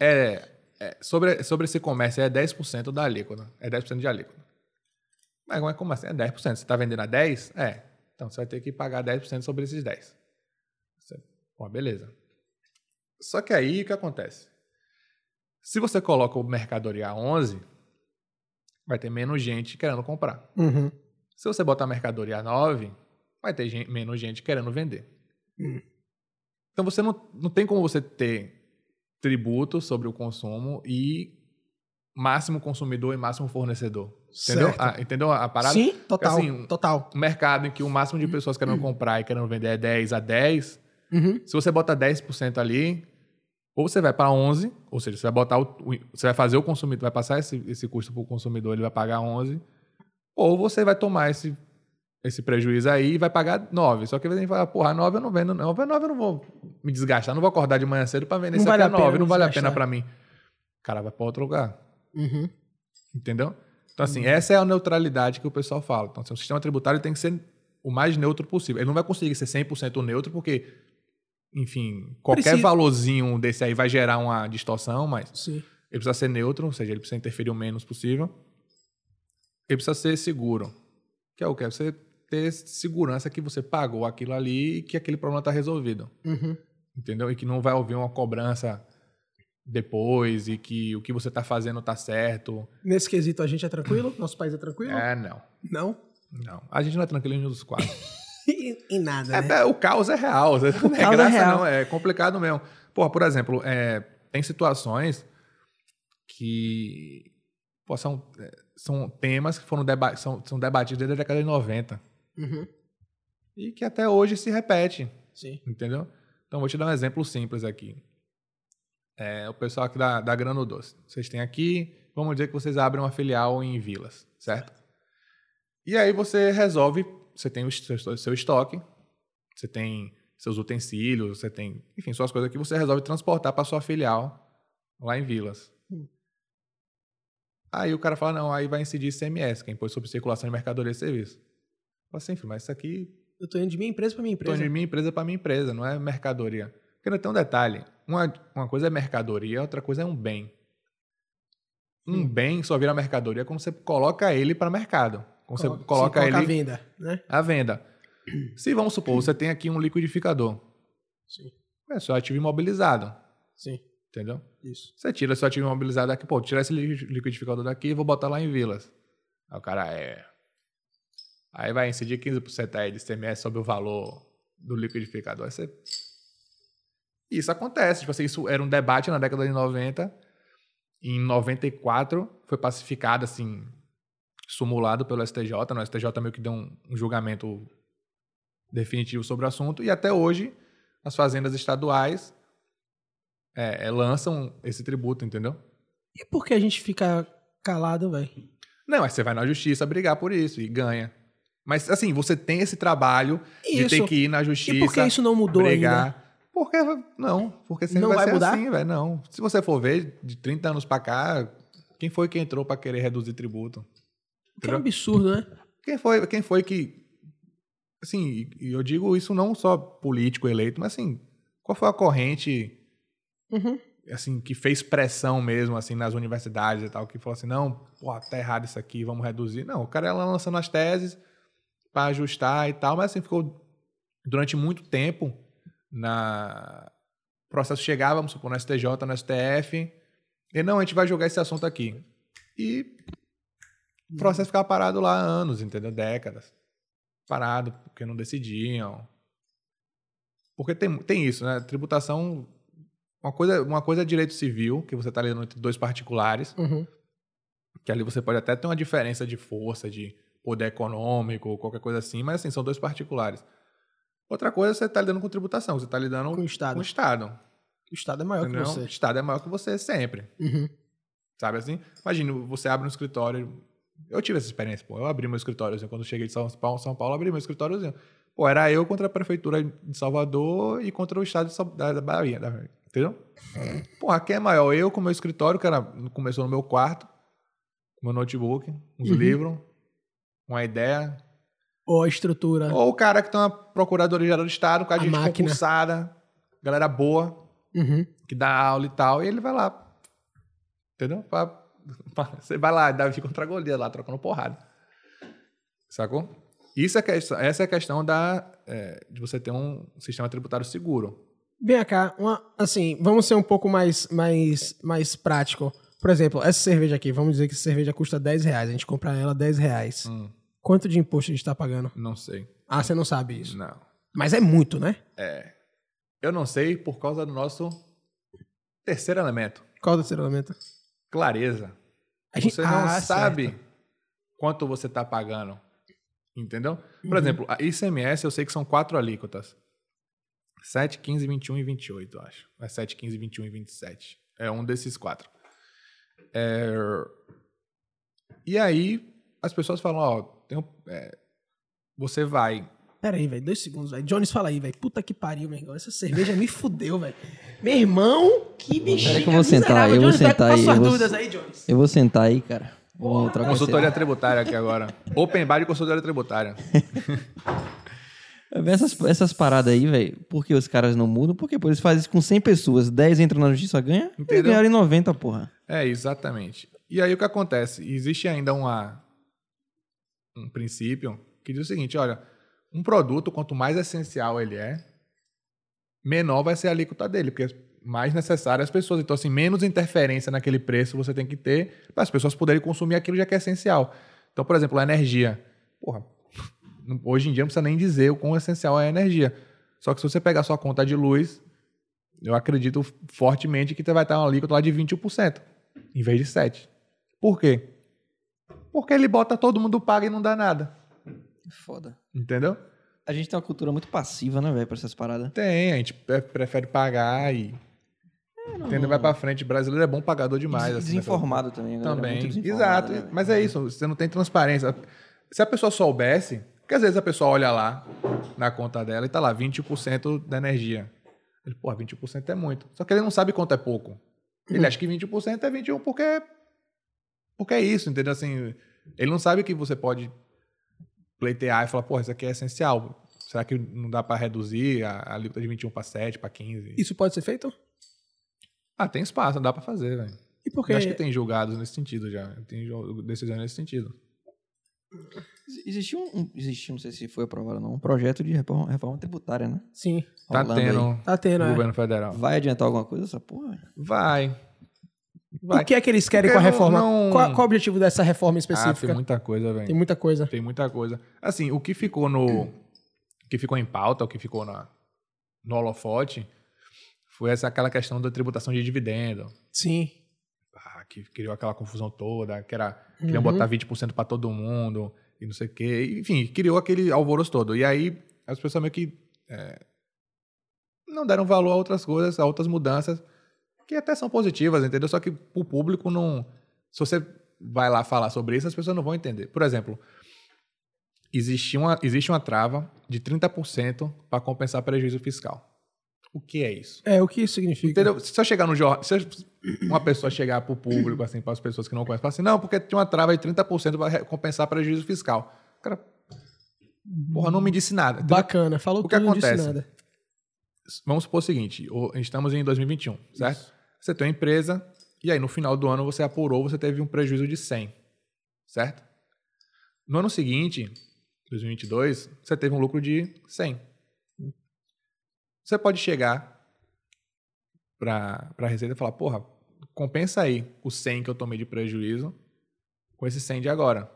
[SPEAKER 2] é, é, sobre, sobre esse comércio é 10% da alíquota. É 10% de alíquota. Mas como é como assim? É 10%. Você está vendendo a 10? É. Então você vai ter que pagar 10% sobre esses 10. Você, pô, beleza. Só que aí o que acontece? Se você coloca o mercadoria a 11, vai ter menos gente querendo comprar.
[SPEAKER 1] Uhum.
[SPEAKER 2] Se você botar mercadoria 9, vai ter gen- menos gente querendo vender.
[SPEAKER 1] Hum.
[SPEAKER 2] Então você não, não tem como você ter tributo sobre o consumo e máximo consumidor e máximo fornecedor. Entendeu?
[SPEAKER 1] Certo.
[SPEAKER 2] A, entendeu a parada?
[SPEAKER 1] Sim, Hum. total.
[SPEAKER 2] Assim,
[SPEAKER 1] total.
[SPEAKER 2] Um mercado em que o máximo de pessoas querendo comprar e querendo vender é 10 a 10.
[SPEAKER 1] Uhum.
[SPEAKER 2] Se você bota 10% ali, ou você vai para 11, ou seja, você vai botar o, o- você vai fazer o consumidor, vai passar esse, esse custo para o consumidor, ele vai pagar 11, ou você vai tomar esse, esse prejuízo aí e vai pagar 9. Só que a gente fala, porra, 9 eu não vendo, 9, 9 eu não vou me desgastar, não vou acordar de manhã cedo para
[SPEAKER 1] Não
[SPEAKER 2] vender isso
[SPEAKER 1] vale
[SPEAKER 2] aqui
[SPEAKER 1] a
[SPEAKER 2] a
[SPEAKER 1] pena
[SPEAKER 2] 9, não vale a
[SPEAKER 1] desgastar.
[SPEAKER 2] pena para mim. Cara, vai para outro lugar.
[SPEAKER 1] Uhum.
[SPEAKER 2] Entendeu? Então, assim, essa é a neutralidade que o pessoal fala. Então, assim, o sistema tributário tem que ser o mais neutro possível. Ele não vai conseguir ser 100% neutro, porque, enfim, qualquer
[SPEAKER 1] Precisa.
[SPEAKER 2] valorzinho desse aí vai gerar uma distorção, mas
[SPEAKER 1] Sim.
[SPEAKER 2] ele precisa ser neutro, ou seja, ele precisa interferir o menos possível. Ele precisa ser seguro, que é o que? Você ter segurança que você pagou aquilo ali e que aquele problema está resolvido
[SPEAKER 1] Uhum.
[SPEAKER 2] entendeu? E que não vai haver uma cobrança depois e que o que você está fazendo está certo.
[SPEAKER 1] Nesse quesito a gente é tranquilo? Nosso país é tranquilo?
[SPEAKER 2] É, não.
[SPEAKER 1] *laughs* Não?
[SPEAKER 2] Não. A gente não é tranquilo em nenhum dos quatro.
[SPEAKER 1] em nada, né?
[SPEAKER 2] É, é, o caos é real. *laughs* Não é
[SPEAKER 1] caos é
[SPEAKER 2] graça,
[SPEAKER 1] real.
[SPEAKER 2] não. É complicado mesmo. Pô, por exemplo, é, tem situações que pô, são, é, são temas que foram deba são, são debatidos desde a década de 90
[SPEAKER 1] Uhum.
[SPEAKER 2] e que até hoje se repete.
[SPEAKER 1] Sim.
[SPEAKER 2] Entendeu? Então, vou te dar um exemplo simples aqui. É, o pessoal aqui da, da Grano Doce. Vocês têm aqui, vamos dizer que vocês abrem uma filial em vilas, certo? E aí você resolve, você tem o seu, seu estoque, você tem seus utensílios, você tem, enfim, suas coisas aqui, você resolve transportar para sua filial lá em vilas.
[SPEAKER 1] Hum.
[SPEAKER 2] Aí o cara fala, não, aí vai incidir CMS, que é Imposto sobre Circulação de Mercadoria e Serviço. Fala assim, filho, mas isso aqui
[SPEAKER 1] Eu tô indo de minha empresa pra minha
[SPEAKER 2] Tô
[SPEAKER 1] empresa.
[SPEAKER 2] indo de minha empresa para minha empresa, não é mercadoria. Porque ainda tem um detalhe: uma, uma coisa é mercadoria, outra coisa é um bem. Um bem só vira mercadoria quando você coloca ele para mercado. Quando você
[SPEAKER 1] Coloca-
[SPEAKER 2] coloca,
[SPEAKER 1] sim,
[SPEAKER 2] ele
[SPEAKER 1] coloca a venda, né?
[SPEAKER 2] à venda. Se vamos supor, você tem aqui um liquidificador.
[SPEAKER 1] Sim.
[SPEAKER 2] É seu ativo imobilizado,
[SPEAKER 1] Sim.
[SPEAKER 2] entendeu?
[SPEAKER 1] Isso.
[SPEAKER 2] Você tira seu ativo imobilizado daqui, pô, tirar esse liqui- liquidificador daqui e vou botar lá em vilas. Aí o cara é. Aí vai incidir 15% aí de CMS sobre o valor do liquidificador. Aí você. Isso acontece. Tipo assim, isso era um debate na década de 90. Em 94 foi pacificado, assim, sumulado pelo STJ. No STJ meio que deu um, um julgamento definitivo sobre o assunto. E até hoje, as fazendas estaduais é, é, lançam esse tributo, entendeu?
[SPEAKER 1] E por que a gente fica calado, velho?
[SPEAKER 2] Não, aí você vai na justiça brigar por isso e ganha. Mas assim, você tem esse trabalho de ter
[SPEAKER 1] Isso.
[SPEAKER 2] que ir na justiça
[SPEAKER 1] E por que isso não mudou
[SPEAKER 2] brigar.
[SPEAKER 1] ainda?
[SPEAKER 2] Porque não, porque sempre
[SPEAKER 1] Não
[SPEAKER 2] vai,
[SPEAKER 1] vai
[SPEAKER 2] ser
[SPEAKER 1] mudar?
[SPEAKER 2] assim, velho, não. Se você for ver de 30 anos pra cá, quem foi que entrou pra querer reduzir tributo?
[SPEAKER 1] Que é um absurdo, né?
[SPEAKER 2] Quem foi, quem foi que. Assim, e eu digo isso não só político eleito, mas assim, qual foi a corrente
[SPEAKER 1] Uhum.
[SPEAKER 2] assim, que fez pressão mesmo, assim, nas universidades e tal, que falou assim, não, pô, tá errado isso aqui, vamos reduzir. Não, o cara ia lá lançando as teses para ajustar e tal, mas assim, ficou durante muito tempo na... O processo chegava, vamos supor, no STJ, no STF, e não, a gente vai jogar esse assunto aqui. E o processo ficava parado lá anos, entendeu? Décadas. Parado, porque não decidiam. Porque tem, tem isso, né? Tributação. Uma coisa, uma coisa é direito civil, que você está lidando entre dois particulares,
[SPEAKER 1] Uhum.
[SPEAKER 2] que ali você pode até ter uma diferença de força, de poder econômico, qualquer coisa assim, mas assim, são dois particulares. Outra coisa, é você está lidando com tributação, você está lidando
[SPEAKER 1] Com o
[SPEAKER 2] com
[SPEAKER 1] Estado.
[SPEAKER 2] o Estado.
[SPEAKER 1] O Estado é maior
[SPEAKER 2] entendeu?
[SPEAKER 1] que
[SPEAKER 2] O
[SPEAKER 1] você.
[SPEAKER 2] Estado é maior que você sempre.
[SPEAKER 1] Uhum.
[SPEAKER 2] Sabe assim? Imagina, você abre um escritório. Eu tive essa experiência, pô. Eu abri meu escritóriozinho. assim, Quando eu cheguei de São Paulo, São Paulo, eu abri meu escritóriozinho. Pô, era eu contra a prefeitura de Salvador e contra o estado de Sa- da, da Bahia. da- entendeu? Porra, quem é maior? Eu com meu escritório, que era, começou no meu quarto, meu notebook, uns
[SPEAKER 1] Uhum.
[SPEAKER 2] livros, uma ideia.
[SPEAKER 1] Ou a estrutura.
[SPEAKER 2] Ou o cara que tem uma procuradoria geral do estado, com a
[SPEAKER 1] A
[SPEAKER 2] gente
[SPEAKER 1] máquina.
[SPEAKER 2] concursada, galera boa
[SPEAKER 1] Uhum.
[SPEAKER 2] que dá aula e tal, e ele vai lá. Entendeu? Pra- *laughs* pra- você vai lá, Davi contra Golias lá, trocando porrada. Sacou? Isso é questão, essa é a questão da, é, de você ter um sistema tributário seguro.
[SPEAKER 1] Bem cá, uma, assim, vamos ser um pouco mais, mais, mais prático. Por exemplo, essa cerveja aqui, vamos dizer que essa cerveja custa 10 reais. A gente compra ela 10 reais.
[SPEAKER 2] Hum.
[SPEAKER 1] Quanto de imposto a gente tá pagando?
[SPEAKER 2] Não sei.
[SPEAKER 1] Ah, você não sabe isso.
[SPEAKER 2] Não.
[SPEAKER 1] Mas é muito, né?
[SPEAKER 2] Eu não sei por causa do nosso terceiro elemento,
[SPEAKER 1] Qual é o terceiro elemento?
[SPEAKER 2] clareza.
[SPEAKER 1] A gente-
[SPEAKER 2] Você não
[SPEAKER 1] Ah,
[SPEAKER 2] sabe quanto você está pagando. Entendeu? Por
[SPEAKER 1] Uhum.
[SPEAKER 2] exemplo, a ICMS eu sei que são quatro alíquotas. 7, 15, 21 e 28, eu acho. É 7, 15, 21 e 27. É um desses quatro. É, E aí, as pessoas falam, ó, tem um- é, você vai...
[SPEAKER 1] Pera aí, velho. Dois segundos, velho. Jones, fala aí, velho. Puta que pariu, meu irmão. Essa cerveja me fudeu, velho. Meu irmão, que bichinho.
[SPEAKER 3] que eu vou sentar, eu vou sentar aí,
[SPEAKER 1] suas
[SPEAKER 3] eu vou-
[SPEAKER 1] dúvidas aí, Jones.
[SPEAKER 3] *laughs* Eu vou sentar aí, cara. Vou trocar esse-
[SPEAKER 2] Consultoria tributária
[SPEAKER 1] *laughs*
[SPEAKER 2] aqui agora. Open Bar de consultoria tributária.
[SPEAKER 3] Essas, essas paradas aí, velho, por que os caras não mudam? Porque pô, eles fazem isso com 100 pessoas, 10 entram na justiça ganha, eles
[SPEAKER 2] Entendeu?
[SPEAKER 3] ganharam em 90, porra.
[SPEAKER 2] É, exatamente. E aí o que acontece? Existe ainda uma, um princípio que diz o seguinte: olha, um produto, quanto mais essencial ele é, menor vai ser a alíquota dele, porque mais necessário as pessoas. Então, assim, menos interferência naquele preço você tem que ter para as pessoas poderem consumir aquilo já que é essencial. Então, por exemplo, a energia. Porra, *laughs* hoje em dia não precisa nem dizer o quão essencial é a energia. Só que se você pegar sua conta de luz, eu acredito fortemente que você vai estar uma alíquota lá de 20%, em vez de 7%. Por quê? Porque ele bota todo mundo paga e não dá nada.
[SPEAKER 3] Foda.
[SPEAKER 2] Entendeu?
[SPEAKER 3] A gente tem uma cultura muito passiva, né, velho, pra essas paradas.
[SPEAKER 2] Tem, a gente pre- prefere pagar e. Entendeu? Vai pra frente. Brasileiro é bom pagador demais.
[SPEAKER 3] Des-
[SPEAKER 2] assim,
[SPEAKER 3] desinformado também, a galera é
[SPEAKER 2] Também.
[SPEAKER 3] muito desinformada,
[SPEAKER 2] Exato.
[SPEAKER 3] né, velho?
[SPEAKER 2] Mas é isso, você não tem transparência. Se a pessoa soubesse, porque às vezes a pessoa olha lá na conta dela e tá lá 20% da energia. Ele, pô, 20% é muito. Só que ele não sabe quanto é pouco.
[SPEAKER 3] Uhum.
[SPEAKER 2] Ele acha que 20% é 21 porque é- porque é isso, entendeu? Assim, ele não sabe que você pode pleitear e falar, pô, isso aqui é essencial. Será que não dá pra reduzir a, a alíquota de 21 pra 7, pra 15?
[SPEAKER 1] Isso pode ser feito?
[SPEAKER 2] Ah, tem espaço, dá pra fazer, velho.
[SPEAKER 1] E por quê?
[SPEAKER 2] Eu acho que tem julgados nesse sentido já. né? Tem jo- decisões nesse sentido.
[SPEAKER 3] Ex- Existiu um, um- existiu, não sei se foi aprovado ou não, um projeto de reforma, reforma tributária, né?
[SPEAKER 1] Sim,
[SPEAKER 2] Tá
[SPEAKER 3] Rolando aí.
[SPEAKER 2] tendo um-
[SPEAKER 1] tá tendo,
[SPEAKER 2] no
[SPEAKER 1] é.
[SPEAKER 2] governo federal.
[SPEAKER 3] Vai adiantar alguma coisa essa porra? velho?
[SPEAKER 2] Vai.
[SPEAKER 1] O que é que eles querem com
[SPEAKER 2] Porque
[SPEAKER 1] a
[SPEAKER 2] não-
[SPEAKER 1] reforma?
[SPEAKER 2] não-
[SPEAKER 1] Qual, qual o objetivo dessa reforma
[SPEAKER 2] Ah, tem
[SPEAKER 1] específica?
[SPEAKER 2] muita coisa, velho.
[SPEAKER 1] tem muita coisa.
[SPEAKER 2] Tem muita coisa. Assim, o que ficou no. O que ficou em pauta, o que ficou na, no holofote, foi essa aquela questão da tributação de dividendo.
[SPEAKER 1] Sim.
[SPEAKER 2] Ah, que criou aquela confusão toda, que era. Queriam
[SPEAKER 1] Uhum.
[SPEAKER 2] botar 20% pra todo mundo e não sei o quê. Enfim, criou aquele alvoroço todo. E aí as pessoas meio que é, não deram valor a outras coisas, a outras mudanças, que até são positivas, entendeu? Só que o público não. Se você vai lá falar sobre isso, as pessoas não vão entender. Por exemplo, existe uma, existe uma trava de 30% para compensar prejuízo fiscal. O que é isso?
[SPEAKER 1] É, o que isso significa?
[SPEAKER 2] Entendeu? Se eu chegar no jornal, se eu- uma pessoa chegar pro público, assim, para as pessoas que não conhecem, falar assim, não, porque tem uma trava de 30% para compensar prejuízo fiscal. O cara, porra, não me disse nada. Então, entendeu?
[SPEAKER 1] Bacana, falou
[SPEAKER 2] O que
[SPEAKER 1] tudo, não disse
[SPEAKER 2] acontece?
[SPEAKER 1] nada.
[SPEAKER 2] Vamos supor o seguinte, o- estamos em 2021, certo? Você tem uma empresa e aí no final do ano você apurou, você teve um prejuízo de 100, certo? No ano seguinte, 2022, você teve um lucro de 100. Você pode chegar para a Receita e falar, porra, compensa aí o 100 que eu tomei de prejuízo com esse 100 de agora.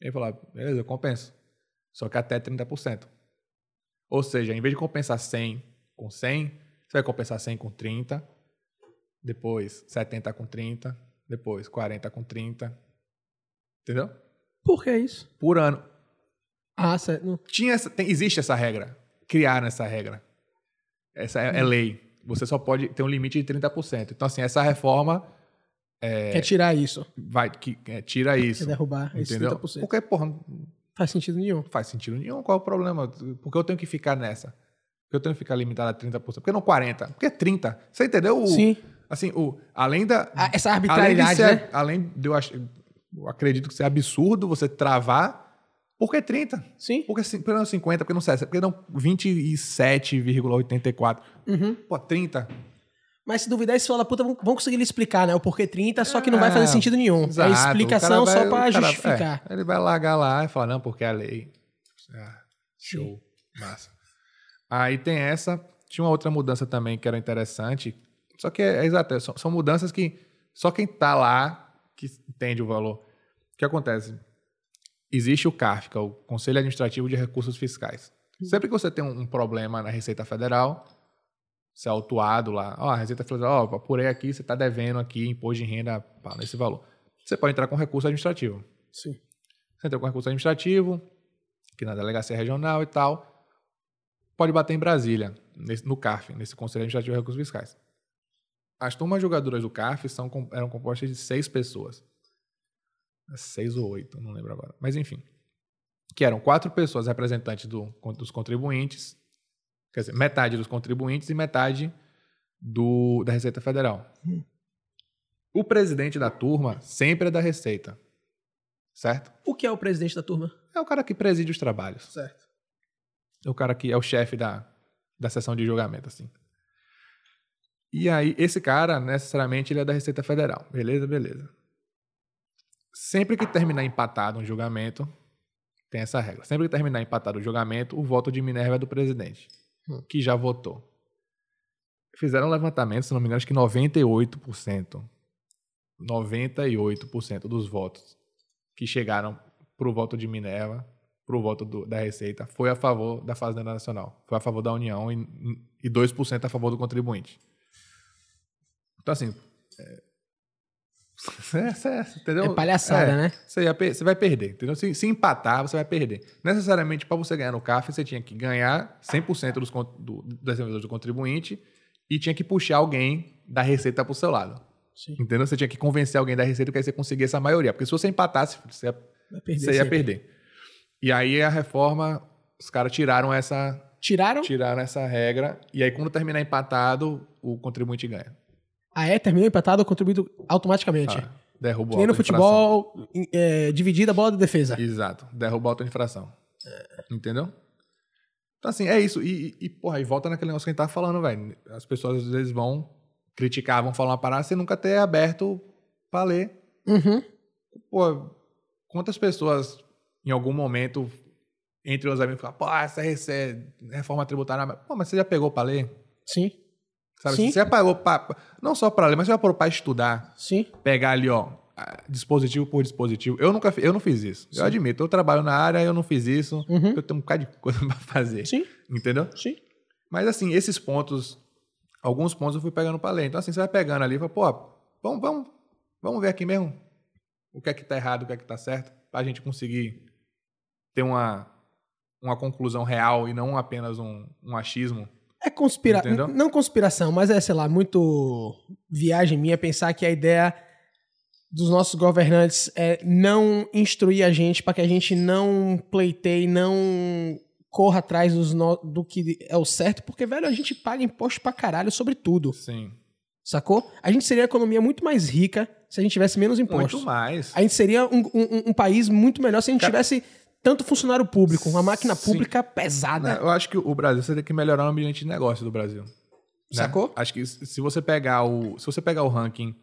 [SPEAKER 2] Ele falar, beleza, eu compenso. Só que até 30%. Ou seja, em vez de compensar 100 com 100, você vai compensar 100 com 30, depois 70 com 30, depois 40 com 30. Entendeu?
[SPEAKER 1] Por que isso?
[SPEAKER 2] Por ano.
[SPEAKER 1] Ah, certo. Não.
[SPEAKER 2] Tinha essa- tem- existe essa regra. Criaram essa regra. Essa é, é lei. Você só pode ter um limite de 30%. Então, assim, essa reforma
[SPEAKER 1] Quer tirar isso.
[SPEAKER 2] vai que, é, tira
[SPEAKER 1] Quer
[SPEAKER 2] É. isso.
[SPEAKER 1] derrubar esse
[SPEAKER 2] Entendeu?
[SPEAKER 1] 30%.
[SPEAKER 2] Porque, porra,
[SPEAKER 1] Faz sentido nenhum.
[SPEAKER 2] não faz sentido nenhum. Qual é o problema? Por que eu tenho que ficar nessa? Por que eu tenho que ficar limitado a 30%? Por que não 40%? Por que 30%? Você entendeu? O,
[SPEAKER 1] Sim.
[SPEAKER 2] Assim, o, além da.
[SPEAKER 1] Ah, essa
[SPEAKER 2] além de
[SPEAKER 1] arbitrariedade,
[SPEAKER 2] ser,
[SPEAKER 1] né?
[SPEAKER 2] além de eu, ach- eu acredito que seja absurdo você travar. Por que 30?
[SPEAKER 1] Sim.
[SPEAKER 2] Por que, cin- por que não 50? Por que não 60? Por que não 27,84?
[SPEAKER 1] Uhum.
[SPEAKER 2] Pô, 30?
[SPEAKER 1] Mas se duvidar, você fala, puta, vão vão conseguir lhe explicar, né? O porquê 30, só que não vai fazer
[SPEAKER 2] É,
[SPEAKER 1] sentido nenhum.
[SPEAKER 2] Exato. O
[SPEAKER 1] é
[SPEAKER 2] cara
[SPEAKER 1] explicação
[SPEAKER 2] vai-
[SPEAKER 1] só
[SPEAKER 2] o
[SPEAKER 1] pra
[SPEAKER 2] cara-
[SPEAKER 1] justificar.
[SPEAKER 2] é, ele vai largar lá e falar, não, porque é a lei. Ah, show. Massa. Aí tem essa. Tinha uma outra mudança também que era interessante. Só que é, é exato. é, São, são mudanças que só quem tá lá que entende o valor. O que acontece? Existe o CARF, que é o Conselho Administrativo de Recursos Fiscais.
[SPEAKER 1] Uhum.
[SPEAKER 2] Sempre que você tem um um problema na Receita Federal, você é autuado lá, ó, a Receita Federal, ó, apurei aqui, você está devendo aqui imposto de renda pá, nesse valor. Você pode entrar com recurso administrativo.
[SPEAKER 1] Sim.
[SPEAKER 2] Você entra com recurso administrativo, que na delegacia regional e tal. Pode bater em Brasília, nesse- no CARF, nesse Conselho Administrativo de Recursos Fiscais. As turmas jogadoras do CARF são, com- eram compostas de seis pessoas. É Seis ou oito, não lembro agora. Mas enfim. Que eram quatro pessoas representantes do- dos contribuintes, quer dizer, metade dos contribuintes e metade do- da Receita Federal. O presidente da turma sempre é da Receita, certo?
[SPEAKER 1] O que é o presidente da turma?
[SPEAKER 2] É o cara que preside os trabalhos.
[SPEAKER 1] Certo.
[SPEAKER 2] É o cara que é o chefe da, da sessão de julgamento, assim. E aí, esse cara, necessariamente, ele é da Receita Federal. Beleza, beleza. Sempre que terminar empatado um julgamento, tem essa regra. Sempre que terminar empatado o julgamento, o voto de Minerva é do presidente, que já votou. Fizeram um levantamento, se não me engano, acho que 98%. 98% dos votos que chegaram pro voto de Minerva pro voto do- da Receita foi a favor da Fazenda Nacional, foi a favor da União e, e 2% a favor do contribuinte. Então, assim. *laughs* É, é- é- entendeu?
[SPEAKER 1] É palhaçada,
[SPEAKER 2] É,
[SPEAKER 1] né?
[SPEAKER 2] Você, ia per- você vai perder, entendeu? Se, se empatar, você vai perder. Necessariamente, para você ganhar no CAF, você tinha que ganhar 100% dos, con- do, das emendas do contribuinte e tinha que puxar alguém da Receita pro seu lado.
[SPEAKER 1] Sim.
[SPEAKER 2] Entendeu? Você tinha que convencer alguém da Receita que aí você conseguia essa maioria. Porque se você empatasse, você ia
[SPEAKER 1] Vai perder
[SPEAKER 2] você ia
[SPEAKER 1] sempre.
[SPEAKER 2] perder. E aí a reforma, os caras tiraram essa,
[SPEAKER 1] Tiraram?
[SPEAKER 2] tiraram essa regra. E aí quando terminar empatado, o contribuinte ganha.
[SPEAKER 1] Ah, é? Terminou empatado, contribuído automaticamente.
[SPEAKER 2] Ah, derruba
[SPEAKER 1] que
[SPEAKER 2] o
[SPEAKER 1] nem no
[SPEAKER 2] auto de infração.
[SPEAKER 1] futebol, em- é, dividida a bola da defesa.
[SPEAKER 2] Exato. Derruba a auto-infração.
[SPEAKER 1] É.
[SPEAKER 2] Entendeu? Então, assim, é isso. E, e, e, porra, e volta naquele negócio que a gente tava falando, velho. As pessoas às vezes vão criticar, vão falar uma parada sem nunca ter aberto pra ler.
[SPEAKER 1] Uhum.
[SPEAKER 2] pô, quantas pessoas em algum momento entre os amigos falam, pô, essa rece- reforma tributária, mas- pô, mas você já pegou pra ler?
[SPEAKER 1] Sim,
[SPEAKER 2] Sabe? assim,
[SPEAKER 1] Sim.
[SPEAKER 2] Você já pagou pra, não só pra ler, mas você já parou pra estudar,
[SPEAKER 1] sim.
[SPEAKER 2] pegar ali, ó, ah, dispositivo por dispositivo. Eu nunca fi- eu não fiz isso.
[SPEAKER 1] Sim.
[SPEAKER 2] Eu admito, eu trabalho na área, eu não fiz isso.
[SPEAKER 1] Uhum.
[SPEAKER 2] Eu tenho um bocado de *laughs* coisa pra fazer.
[SPEAKER 1] Sim,
[SPEAKER 2] Entendeu?
[SPEAKER 1] sim.
[SPEAKER 2] Mas assim, esses pontos, alguns pontos eu fui pegando pra ler. Então assim, você vai pegando ali e fala, pô, vamos, vamos, vamos ver aqui mesmo o que é que tá errado, o que é que tá certo, pra gente conseguir ter uma, uma conclusão real e não apenas um, um achismo.
[SPEAKER 1] É conspira...
[SPEAKER 2] Entendeu?
[SPEAKER 1] n- Não conspiração, mas é, sei lá, muito viagem minha pensar que a ideia dos nossos governantes é não instruir a gente para que a gente não pleiteie, não corra atrás dos no- do que é o certo, porque, velho, a gente paga imposto pra caralho sobre tudo,
[SPEAKER 2] Sim.
[SPEAKER 1] sacou? A gente seria uma economia muito mais rica se a gente tivesse menos impostos.
[SPEAKER 2] Muito mais.
[SPEAKER 1] A gente seria um, um- um país muito melhor se a gente
[SPEAKER 2] Cara-
[SPEAKER 1] tivesse tanto funcionário público, uma máquina
[SPEAKER 2] Sim.
[SPEAKER 1] pública pesada.
[SPEAKER 2] Não, Eu acho que o Brasil você tem que melhorar o ambiente de negócio do Brasil. né?
[SPEAKER 1] Sacou?
[SPEAKER 2] Acho que se se você pegar o, se você pegar o ranking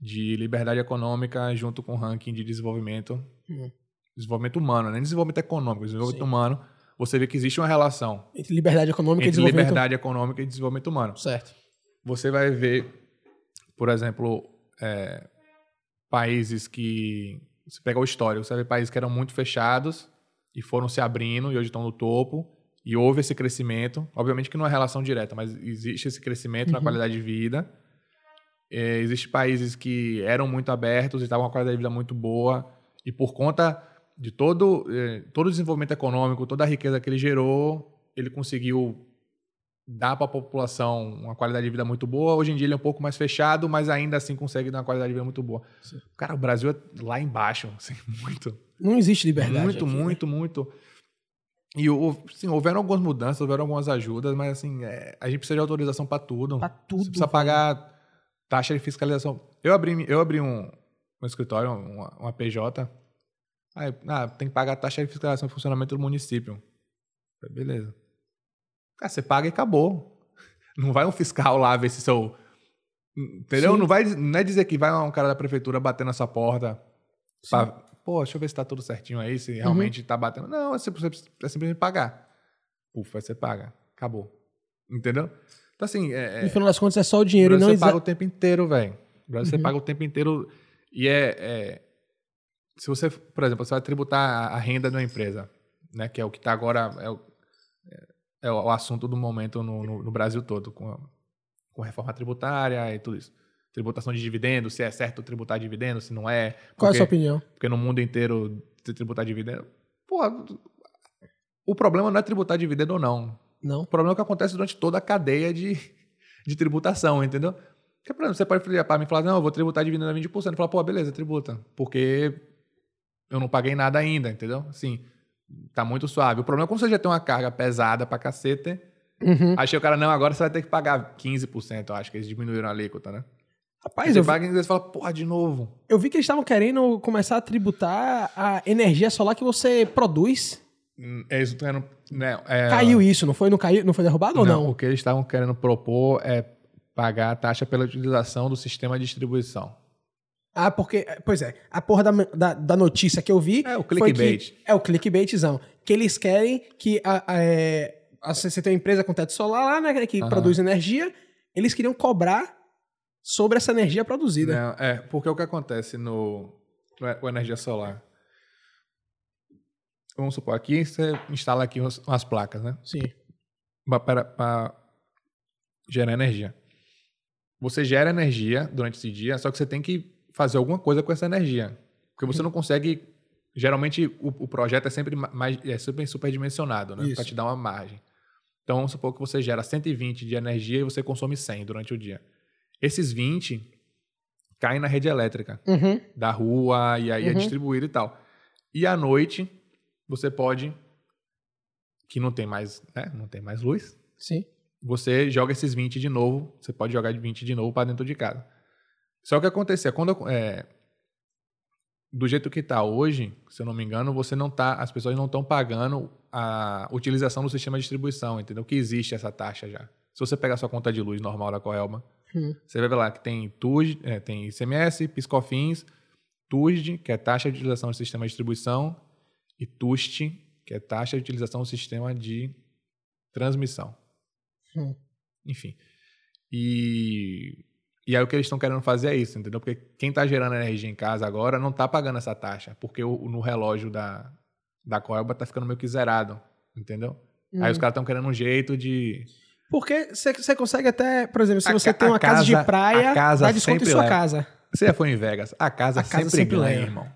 [SPEAKER 2] de liberdade econômica junto com o ranking de desenvolvimento,
[SPEAKER 1] Hum.
[SPEAKER 2] desenvolvimento humano, né? nem desenvolvimento econômico, desenvolvimento
[SPEAKER 1] Sim.
[SPEAKER 2] humano, você vê que existe uma relação
[SPEAKER 1] Entre liberdade econômica e
[SPEAKER 2] entre
[SPEAKER 1] desenvolvimento.
[SPEAKER 2] liberdade econômica e desenvolvimento humano.
[SPEAKER 1] Certo.
[SPEAKER 2] Você vai ver, por exemplo, é, países que você pega o histórico, você vê países que eram muito fechados e foram se abrindo e hoje estão no topo e houve esse crescimento. Obviamente que não é relação direta, mas existe esse crescimento na
[SPEAKER 1] Uhum.
[SPEAKER 2] qualidade de vida. É, Existem países que eram muito abertos e estavam com uma qualidade de vida muito boa e por conta de todo, eh, todo o desenvolvimento econômico, toda a riqueza que ele gerou, ele conseguiu dar para a população uma qualidade de vida muito boa. Hoje em dia ele é um pouco mais fechado, mas ainda assim consegue dar uma qualidade de vida muito boa.
[SPEAKER 1] Sim.
[SPEAKER 2] Cara, o Brasil é lá embaixo, *laughs* assim, muito.
[SPEAKER 1] Não existe liberdade.
[SPEAKER 2] Muito,
[SPEAKER 1] aqui, né?
[SPEAKER 2] muito, muito. E hou- sim, houveram algumas mudanças, houveram algumas ajudas, mas assim, é, a gente precisa de autorização para tudo.
[SPEAKER 1] Pra tudo.
[SPEAKER 2] Você precisa pagar taxa de fiscalização. Eu abri, eu abri um, um escritório, uma, uma PJ. Aí, ah, tem que pagar a taxa de fiscalização de funcionamento do município. Falei, Beleza. Cara, você paga e acabou. *laughs* Não vai um fiscal lá ver se seu. Entendeu?
[SPEAKER 1] Sim.
[SPEAKER 2] Não, vai, não é dizer que vai um cara da prefeitura bater na sua porta.
[SPEAKER 1] Sim. Uhum.
[SPEAKER 2] Pra, Pô, deixa eu ver se tá tudo certinho aí, se realmente tá batendo. Não, é simplesmente, é simplesmente pagar. Puf, aí você paga. Acabou. Entendeu? Então, assim, é, é-
[SPEAKER 1] No final das contas é só o
[SPEAKER 2] o
[SPEAKER 1] dinheiro e
[SPEAKER 2] Brasil
[SPEAKER 1] não
[SPEAKER 2] você
[SPEAKER 1] exa-
[SPEAKER 2] paga o tempo inteiro, velho. O Brasil
[SPEAKER 1] Uhum.
[SPEAKER 2] você paga o tempo inteiro. E é, é- Se você, por exemplo, você vai tributar a- a renda de uma empresa, né? Que é o que está agora. É o, é o assunto do momento no, no- no Brasil todo, com, a- com reforma tributária e tudo isso. Tributação de dividendos, se é certo tributar dividendo, se não é.
[SPEAKER 1] Qual é a
[SPEAKER 2] porque-
[SPEAKER 1] sua opinião?
[SPEAKER 2] porque no mundo inteiro, se tributar dividendo. Porra, o problema não é tributar dividendo ou não.
[SPEAKER 1] Não.
[SPEAKER 2] O problema é o que acontece durante toda a cadeia de, de tributação, entendeu? Porque, por exemplo, você pode virar para mim e falar, assim, não, eu vou tributar dividendo a 20%. Falar, pô, beleza, tributa. Porque eu não paguei nada ainda, entendeu? Assim, tá muito suave. O problema é quando você já tem uma carga pesada pra cacete.
[SPEAKER 1] Uhum.
[SPEAKER 2] Achei o cara, não, agora você vai ter que pagar 15%, eu acho que eles diminuíram a alíquota, né? Aí
[SPEAKER 1] Rapaz,
[SPEAKER 2] você
[SPEAKER 1] eu,
[SPEAKER 2] paga e você fala, porra, de novo.
[SPEAKER 1] eu vi que eles estavam querendo começar a tributar a energia solar que você produz.
[SPEAKER 2] Hum, É isso, né? né, é-
[SPEAKER 1] Caiu isso, não foi? Não, caiu, não foi derrubado ou não?
[SPEAKER 2] O que eles estavam querendo propor é pagar a taxa pela utilização do sistema de distribuição.
[SPEAKER 1] Ah, porque. Pois é, a porra da, da, da notícia que eu vi.
[SPEAKER 2] É, o
[SPEAKER 1] foi que-
[SPEAKER 2] clickbait.
[SPEAKER 1] é o clickbaitzão. Que eles querem que a, a, é, a- você tem uma empresa com teto solar lá, né? Que
[SPEAKER 2] Aham.
[SPEAKER 1] produz energia. Eles queriam cobrar sobre essa energia produzida.
[SPEAKER 2] Não, é, porque o que acontece no, no- com a energia solar? Vamos supor, aqui você instala aqui umas, umas placas, né?
[SPEAKER 1] Sim.
[SPEAKER 2] Para gerar energia. Você gera energia durante esse dia, só que você tem que fazer alguma coisa com essa energia. Porque
[SPEAKER 1] Uhum.
[SPEAKER 2] você não consegue. Geralmente o, o projeto é sempre ma- mais é super superdimensionado, né?
[SPEAKER 1] Isso.
[SPEAKER 2] Para te dar uma margem. Então, vamos supor que você gera 120 de energia e você consome 100 durante o dia. Esses 20 caem na rede elétrica
[SPEAKER 1] Uhum.
[SPEAKER 2] da rua e aí é
[SPEAKER 1] Uhum.
[SPEAKER 2] distribuído e tal. E à noite você pode que não tem mais, né, não tem mais luz,
[SPEAKER 1] Sim.
[SPEAKER 2] você joga esses 20 de novo, você pode jogar de 20 de novo para dentro de casa. Só que acontecia, quando é, do jeito que tá hoje, se eu não me engano, você não tá, as pessoas não estão pagando a utilização do sistema de distribuição, entendeu? Que existe essa taxa já. Se você pegar sua conta de luz normal da Coelba,
[SPEAKER 1] Hum.
[SPEAKER 2] você vai ver lá que tem TUG, é, tem ICMS, Piscofins, TUSD, que é taxa de utilização do sistema de distribuição, e TUST, que é taxa de utilização do sistema de transmissão.
[SPEAKER 1] Hum.
[SPEAKER 2] Enfim. E, e aí o que eles estão querendo fazer é isso, entendeu? Porque quem está gerando energia em casa agora não está pagando essa taxa, porque o- no relógio da, da Coelba está ficando meio que zerado, entendeu? Aí os
[SPEAKER 1] Hum.
[SPEAKER 2] caras estão querendo um jeito de...
[SPEAKER 1] Uhum. Porque você consegue até, por exemplo, se
[SPEAKER 2] A
[SPEAKER 1] você
[SPEAKER 2] ca-
[SPEAKER 1] tem uma
[SPEAKER 2] a
[SPEAKER 1] casa, de
[SPEAKER 2] casa-
[SPEAKER 1] praia,
[SPEAKER 2] a casa
[SPEAKER 1] dá desconto em
[SPEAKER 2] sempre
[SPEAKER 1] sua
[SPEAKER 2] leva.
[SPEAKER 1] casa.
[SPEAKER 2] Você já foi em Vegas, a casa,
[SPEAKER 1] A casa
[SPEAKER 2] sempre,
[SPEAKER 1] sempre
[SPEAKER 2] ganha,
[SPEAKER 1] leva.
[SPEAKER 2] irmão.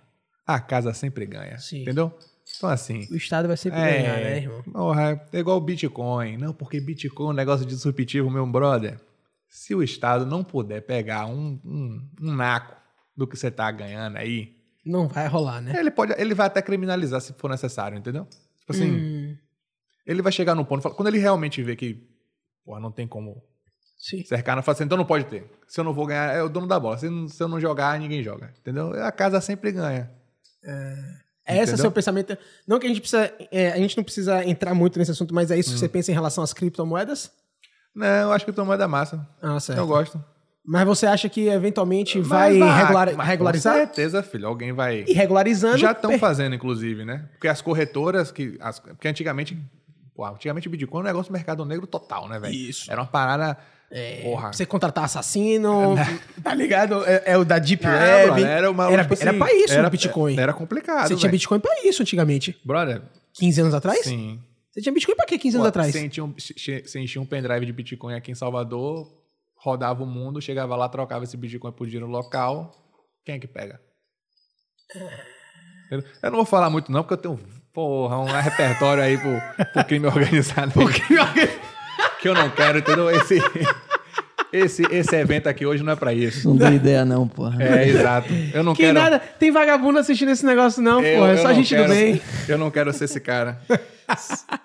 [SPEAKER 2] A casa sempre ganha,
[SPEAKER 1] Sim.
[SPEAKER 2] entendeu? Então assim...
[SPEAKER 1] O Estado vai sempre
[SPEAKER 2] É.
[SPEAKER 1] ganhar, né, irmão?
[SPEAKER 2] Porra, é igual o Bitcoin. Não, porque Bitcoin é um negócio disruptivo, meu brother. Se o Estado não puder pegar um, um, um naco do que você tá ganhando aí,
[SPEAKER 1] Não vai rolar, né?
[SPEAKER 2] ele pode, ele vai até criminalizar se for necessário, entendeu? Tipo assim,
[SPEAKER 1] Hum,
[SPEAKER 2] ele vai chegar no ponto, fala- quando ele realmente vê que, porra, não tem como
[SPEAKER 1] sim.
[SPEAKER 2] cercar, não fala assim, então não pode ter. Se eu não vou ganhar, é o dono da bola. Se, não- se eu não jogar, ninguém joga, entendeu? A casa sempre ganha.
[SPEAKER 1] Esse é o
[SPEAKER 2] Entendeu?
[SPEAKER 1] seu pensamento. Não
[SPEAKER 2] Hum.
[SPEAKER 1] que a gente precisa. é, a gente não precisa entrar muito nesse assunto, mas é isso que você pensa em relação às criptomoedas?
[SPEAKER 2] Não, eu acho que o tamanho da massa.
[SPEAKER 1] Ah, certo.
[SPEAKER 2] Eu gosto.
[SPEAKER 1] Mas você acha que eventualmente
[SPEAKER 2] Mas
[SPEAKER 1] vai, regular-
[SPEAKER 2] mas Com
[SPEAKER 1] regularizar?
[SPEAKER 2] certeza, filho. Alguém vai.
[SPEAKER 1] E regularizando.
[SPEAKER 2] Já estão
[SPEAKER 1] per-
[SPEAKER 2] fazendo, inclusive, né? Porque as corretoras que. As, porque antigamente. Pô, antigamente o Bitcoin era um negócio do mercado negro total, né, velho?
[SPEAKER 1] Isso.
[SPEAKER 2] Era uma parada. porra.
[SPEAKER 1] Pra Você contratar assassino,
[SPEAKER 2] É, né?
[SPEAKER 1] tá ligado? É, é o da Deep
[SPEAKER 2] Não,
[SPEAKER 1] Web.
[SPEAKER 2] Ah, brother, era, uma,
[SPEAKER 1] era,
[SPEAKER 2] tipo assim,
[SPEAKER 1] era pra isso
[SPEAKER 2] era-
[SPEAKER 1] o Bitcoin.
[SPEAKER 2] Era complicado.
[SPEAKER 1] você tinha
[SPEAKER 2] velho.
[SPEAKER 1] Bitcoin pra isso antigamente.
[SPEAKER 2] Brother,
[SPEAKER 1] 15 anos atrás?
[SPEAKER 2] sim.
[SPEAKER 1] Você tinha Bitcoin pra quê 15 anos
[SPEAKER 2] Pô,
[SPEAKER 1] atrás?
[SPEAKER 2] Você enchia, um, che- você enchia um pendrive de Bitcoin aqui em Salvador, rodava o mundo, chegava lá, trocava esse Bitcoin por dinheiro local. Quem é que pega? Eu eu não vou falar muito, não, porque eu tenho porra, um repertório aí pro, pro crime organizado. que eu não quero, entendeu? Esse, esse, esse evento aqui hoje não é pra isso.
[SPEAKER 3] Não deu ideia, não, porra.
[SPEAKER 2] É, exato. Eu não
[SPEAKER 1] Que
[SPEAKER 2] quero.
[SPEAKER 1] nada, tem vagabundo assistindo esse negócio não,
[SPEAKER 2] eu-
[SPEAKER 1] pô. É
[SPEAKER 2] eu
[SPEAKER 1] só
[SPEAKER 2] não
[SPEAKER 1] gente do
[SPEAKER 2] quero-
[SPEAKER 1] bem.
[SPEAKER 2] Eu não quero ser esse cara.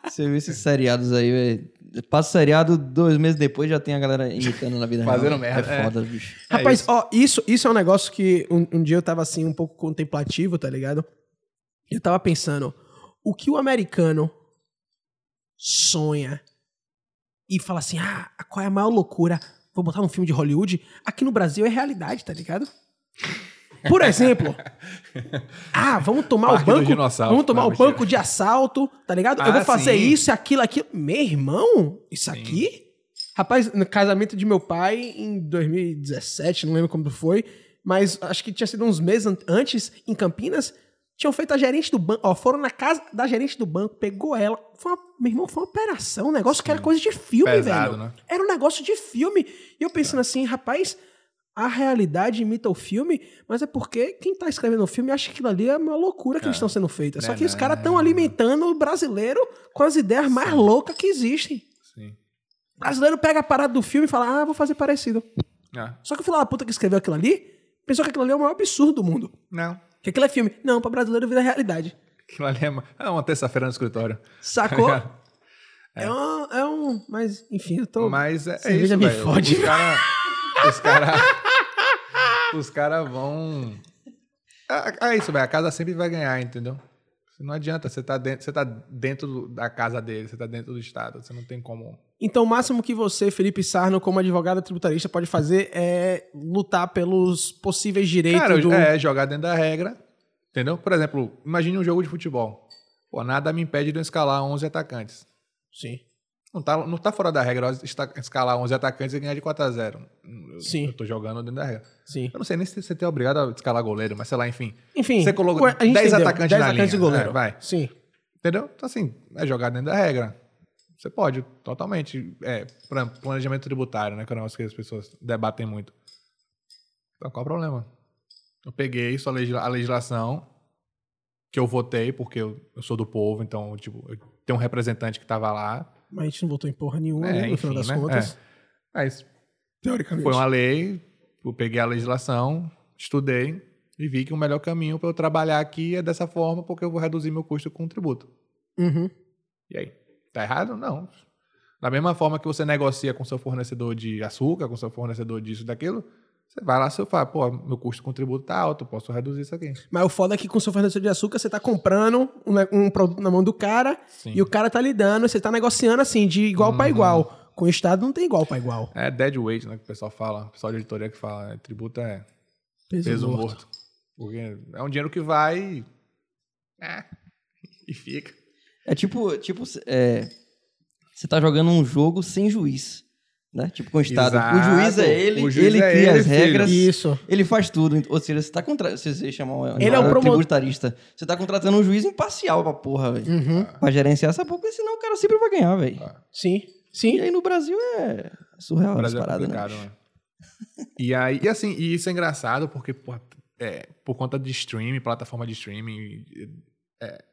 [SPEAKER 3] Você viu esses seriados aí, velho? Passa seriado, dois meses depois já tem a galera imitando na vida
[SPEAKER 2] Fazendo
[SPEAKER 3] real.
[SPEAKER 2] merda,
[SPEAKER 3] É
[SPEAKER 2] é.
[SPEAKER 3] foda, bicho.
[SPEAKER 2] É
[SPEAKER 1] Rapaz,
[SPEAKER 2] isso.
[SPEAKER 1] ó, isso, isso é um negócio que um, um dia eu tava assim, um pouco contemplativo, tá ligado? Eu tava pensando, o que o americano sonha e fala assim, ah, qual é a maior loucura? Vou botar num filme de Hollywood? Aqui no Brasil é realidade, tá ligado? Por
[SPEAKER 2] *laughs*
[SPEAKER 1] exemplo, ah, vamos tomar
[SPEAKER 2] Parque
[SPEAKER 1] o
[SPEAKER 2] dos
[SPEAKER 1] banco,
[SPEAKER 2] dinossauros.
[SPEAKER 1] vamos tomar
[SPEAKER 2] Não,
[SPEAKER 1] o
[SPEAKER 2] mentira.
[SPEAKER 1] banco de assalto, tá ligado? Eu
[SPEAKER 2] Ah,
[SPEAKER 1] vou fazer
[SPEAKER 2] sim.
[SPEAKER 1] isso, aquilo, aquilo. Meu irmão, isso
[SPEAKER 2] Sim.
[SPEAKER 1] aqui? Rapaz, no casamento de meu pai em 2017, não lembro como foi, mas acho que tinha sido uns meses an- antes, em Campinas, tinham feito a gerente do banco, ó, foram na casa da gerente do banco, pegou ela, foi uma- meu irmão, foi uma operação, um negócio que era coisa de filme,
[SPEAKER 2] Pesado,
[SPEAKER 1] velho.
[SPEAKER 2] né? É.
[SPEAKER 1] Era um negócio de filme. E eu pensando assim, rapaz, a realidade imita o filme, mas é porque quem tá escrevendo o filme acha que aquilo ali é uma loucura que eles estão sendo feitas. Só
[SPEAKER 2] Né,
[SPEAKER 1] que os
[SPEAKER 2] né,
[SPEAKER 1] caras estão
[SPEAKER 2] né.
[SPEAKER 1] alimentando o brasileiro com as ideias mais
[SPEAKER 2] Sim.
[SPEAKER 1] loucas que existem.
[SPEAKER 2] Sim.
[SPEAKER 1] O brasileiro pega a parada do filme e fala, ah, vou fazer parecido.
[SPEAKER 2] Ah,
[SPEAKER 1] Só que o filho da puta que escreveu aquilo ali pensou que aquilo ali é o maior absurdo do mundo.
[SPEAKER 2] não.
[SPEAKER 1] Que aquilo é filme. Não, pra brasileiro vira realidade.
[SPEAKER 2] Aquilo ali é uma, é uma terça-feira no escritório.
[SPEAKER 1] Sacou?
[SPEAKER 2] *laughs*
[SPEAKER 1] é. um, é um. Mas, enfim, eu tô.
[SPEAKER 2] Mas é, é
[SPEAKER 1] cerveja
[SPEAKER 2] isso,
[SPEAKER 1] me
[SPEAKER 2] velho.
[SPEAKER 1] fode.
[SPEAKER 2] Os caras... Os caras os cara vão... É, é isso, velho. A casa sempre vai ganhar, entendeu? Não adianta. Você tá dentro, você tá dentro do- da casa dele. Você tá dentro do Estado. Você não tem como...
[SPEAKER 1] Então, o máximo que você, Felipe Sarno, como advogado tributarista, pode fazer é lutar pelos possíveis direitos
[SPEAKER 2] Cara,
[SPEAKER 1] do.
[SPEAKER 2] é jogar dentro da regra, entendeu? Por exemplo, imagine um jogo de futebol. Pô, nada me impede de eu escalar 11 atacantes.
[SPEAKER 1] Sim.
[SPEAKER 2] Não tá, não tá fora da regra eu esta- escalar 11 atacantes e ganhar de 4 a 0 Eu-
[SPEAKER 1] Sim.
[SPEAKER 2] Eu tô jogando dentro da regra.
[SPEAKER 1] Sim.
[SPEAKER 2] Eu não sei nem se você tem obrigado a escalar goleiro, mas sei lá, enfim.
[SPEAKER 1] Enfim,
[SPEAKER 2] Você colocou
[SPEAKER 1] ué, a gente
[SPEAKER 2] 10
[SPEAKER 1] entendeu.
[SPEAKER 2] atacantes
[SPEAKER 1] 10
[SPEAKER 2] na
[SPEAKER 1] atacantes e
[SPEAKER 2] linha,
[SPEAKER 1] goleiro.
[SPEAKER 2] é, vai.
[SPEAKER 1] Sim.
[SPEAKER 2] Entendeu? Então, assim, é jogar dentro da regra. Você pode, totalmente. É, por exemplo, planejamento tributário, né? Que é um negócio que as pessoas debatem muito. Então, qual é o problema? Eu peguei só a legisla- a legislação que eu votei, porque eu, eu sou do povo, então, tipo, eu tenho um representante que tava lá.
[SPEAKER 1] Mas a gente não votou em porra nenhuma,
[SPEAKER 2] É,
[SPEAKER 1] né, no
[SPEAKER 2] enfim,
[SPEAKER 1] final das
[SPEAKER 2] né?
[SPEAKER 1] contas.
[SPEAKER 2] Mas
[SPEAKER 1] Teoricamente.
[SPEAKER 2] foi uma lei, eu peguei a legislação, estudei e vi que o melhor caminho para eu trabalhar aqui é dessa forma, porque eu vou reduzir meu custo com o tributo.
[SPEAKER 1] Uhum.
[SPEAKER 2] E aí? Tá errado? Não. Da mesma forma que você negocia com seu fornecedor de açúcar, com seu fornecedor disso e daquilo, você vai lá e você fala, pô, meu custo com tributo tá alto, eu posso reduzir isso aqui.
[SPEAKER 1] Mas o foda é que com o seu fornecedor de açúcar, você tá comprando um, ne- um produto na mão do cara
[SPEAKER 2] Sim. Uhum.
[SPEAKER 1] e o cara tá lidando, você tá negociando assim, de igual pra igual. Com o Estado não tem igual pra igual.
[SPEAKER 2] É dead weight, né, que o pessoal fala, o pessoal de editoria que fala, né, tributo é peso morto. Porque é um dinheiro que vai e- é, *laughs* e fica.
[SPEAKER 3] É tipo, tipo é, você tá jogando um jogo sem juiz, né? Tipo com o Estado.
[SPEAKER 2] Exato.
[SPEAKER 3] O juiz é ele,
[SPEAKER 2] O juiz
[SPEAKER 3] ele
[SPEAKER 2] é
[SPEAKER 3] cria
[SPEAKER 2] ele,
[SPEAKER 3] as
[SPEAKER 2] filho.
[SPEAKER 3] regras,
[SPEAKER 1] Isso.
[SPEAKER 3] ele faz tudo. Ou seja, você tá contratando, se você chamar um,
[SPEAKER 1] Ele é o
[SPEAKER 3] um
[SPEAKER 1] promo-
[SPEAKER 3] tributarista, você tá contratando um juiz imparcial pra porra, velho.
[SPEAKER 1] Uhum.
[SPEAKER 3] Pra gerenciar essa porra, porque senão o cara sempre vai ganhar, velho.
[SPEAKER 1] Sim.
[SPEAKER 3] E
[SPEAKER 1] Sim.
[SPEAKER 3] aí no Brasil é surreal
[SPEAKER 2] O
[SPEAKER 3] as
[SPEAKER 2] Brasil é
[SPEAKER 3] paradas, né?
[SPEAKER 2] complicado, né? E aí, e assim, e isso é engraçado porque porra, é, por conta de streaming, plataforma de streaming, é,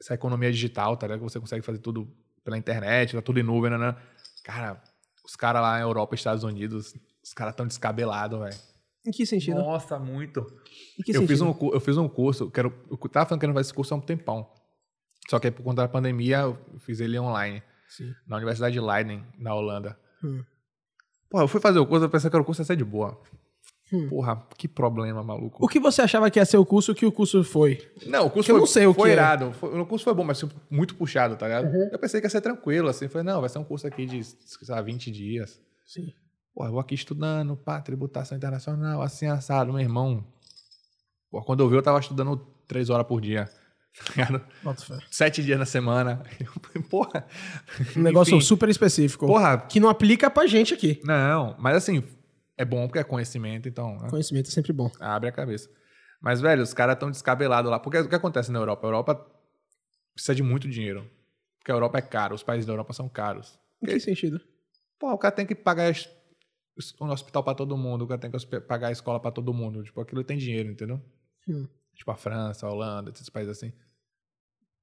[SPEAKER 2] essa economia digital, tá ligado? Que você consegue fazer tudo pela internet, tá tudo em nuvem, né? né? Cara, os caras lá na Europa, Estados Unidos, os caras tão descabelados, velho.
[SPEAKER 1] Em que sentido?
[SPEAKER 2] Nossa, muito
[SPEAKER 1] Em que
[SPEAKER 2] eu,
[SPEAKER 1] sentido?
[SPEAKER 2] fiz um, cu- eu fiz um curso, que era, eu tava falando que eu não fazer esse curso há um tempão. Só que aí, por conta da pandemia, eu fiz ele online.
[SPEAKER 1] Sim.
[SPEAKER 2] Na Universidade de Leiden, na Holanda.
[SPEAKER 1] Hum.
[SPEAKER 2] Pô, eu fui fazer o curso, eu pensei que era o curso ia ser de é boa. Porra, que problema, maluco.
[SPEAKER 1] Hum. O que você achava que ia ser o curso, o que o curso foi?
[SPEAKER 2] Não, o curso
[SPEAKER 1] Que eu
[SPEAKER 2] foi,
[SPEAKER 1] não sei o que é.
[SPEAKER 2] foi
[SPEAKER 1] Uhum.
[SPEAKER 2] irado. Foi- o curso foi bom, mas foi muito puxado, tá ligado? Eu pensei que ia ser tranquilo, assim. Falei, não, vai ser um curso aqui de, sei lá, 20 dias.
[SPEAKER 1] Sim.
[SPEAKER 2] Pô, eu vou aqui estudando, pá, tributação internacional, assim, assado, meu irmão. Pô, quando eu vi, eu tava estudando três horas por dia. tá ligado?
[SPEAKER 1] Bota fé.
[SPEAKER 2] Sete dias na semana. *laughs* Eu, Porra.
[SPEAKER 1] Um negócio
[SPEAKER 2] Enfim,
[SPEAKER 1] super específico.
[SPEAKER 2] Porra,
[SPEAKER 1] Que não aplica pra gente aqui.
[SPEAKER 2] não. Mas assim, é bom porque é conhecimento, então. né?
[SPEAKER 1] Conhecimento é sempre bom.
[SPEAKER 2] Abre a cabeça. Mas, velho, os caras estão descabelados lá. Porque o que acontece na Europa? A Europa precisa de muito dinheiro. Porque a Europa é cara, os países da Europa são caros.
[SPEAKER 1] Em que sentido?
[SPEAKER 2] Pô, o cara tem que pagar es- es- um hospital pra todo mundo, o cara tem que hosp- pagar a escola pra todo mundo. Tipo, aquilo tem dinheiro, entendeu?
[SPEAKER 1] Hum.
[SPEAKER 2] Tipo, a França, a Holanda, esses países assim.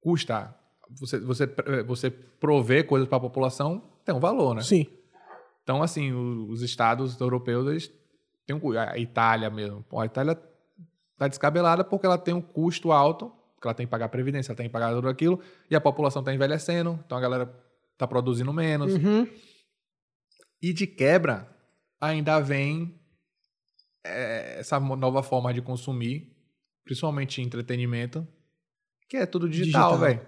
[SPEAKER 2] Custa. Você, você, eh, você prover coisas pra população tem um valor, né?
[SPEAKER 1] Sim.
[SPEAKER 2] Então, assim, o- os estados europeus, eles têm um, cu- a Itália mesmo. Pô, a Itália tá descabelada porque ela tem um custo alto, que ela tem que pagar previdência, ela tem que pagar tudo aquilo, e a população tá envelhecendo, então a galera tá produzindo menos.
[SPEAKER 1] Uhum.
[SPEAKER 2] E de quebra, ainda vem eh, essa mo- nova forma de consumir, principalmente entretenimento, que é tudo digital,
[SPEAKER 1] Digital.
[SPEAKER 2] velho.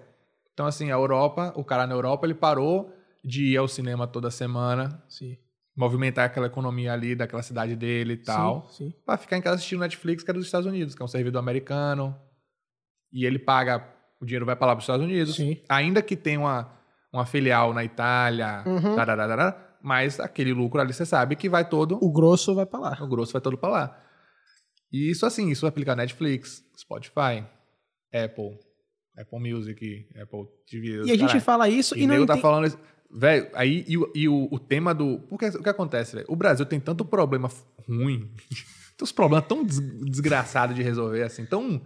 [SPEAKER 2] Então, assim, a Europa, o cara na Europa, ele parou de ir ao cinema toda semana,
[SPEAKER 1] Sim.
[SPEAKER 2] movimentar aquela economia ali daquela cidade dele e tal.
[SPEAKER 1] Sim. sim.
[SPEAKER 2] Pra ficar em casa assistindo Netflix, que é dos Estados Unidos, que é um servidor americano. E ele paga, o dinheiro vai pra lá pros Estados Unidos.
[SPEAKER 1] Sim.
[SPEAKER 2] Ainda que tenha uma, uma filial na Itália,
[SPEAKER 1] Uhum.
[SPEAKER 2] tarararara, mas aquele lucro ali você sabe que vai todo,
[SPEAKER 1] O grosso vai pra lá.
[SPEAKER 2] o grosso vai todo pra lá. E isso assim, isso aplica a Netflix, Spotify, Apple, Apple Music, Apple TV.
[SPEAKER 1] E a gente
[SPEAKER 2] caralho.
[SPEAKER 1] fala isso
[SPEAKER 2] E
[SPEAKER 1] e,
[SPEAKER 2] o
[SPEAKER 1] não
[SPEAKER 2] nego tá
[SPEAKER 1] entende-
[SPEAKER 2] falando isso. Velho, aí e, o- e o, o tema do. Porque o que acontece, velho? O Brasil tem tanto problema f- ruim, *laughs* tem uns problemas tão des- desgraçados de resolver, assim, tão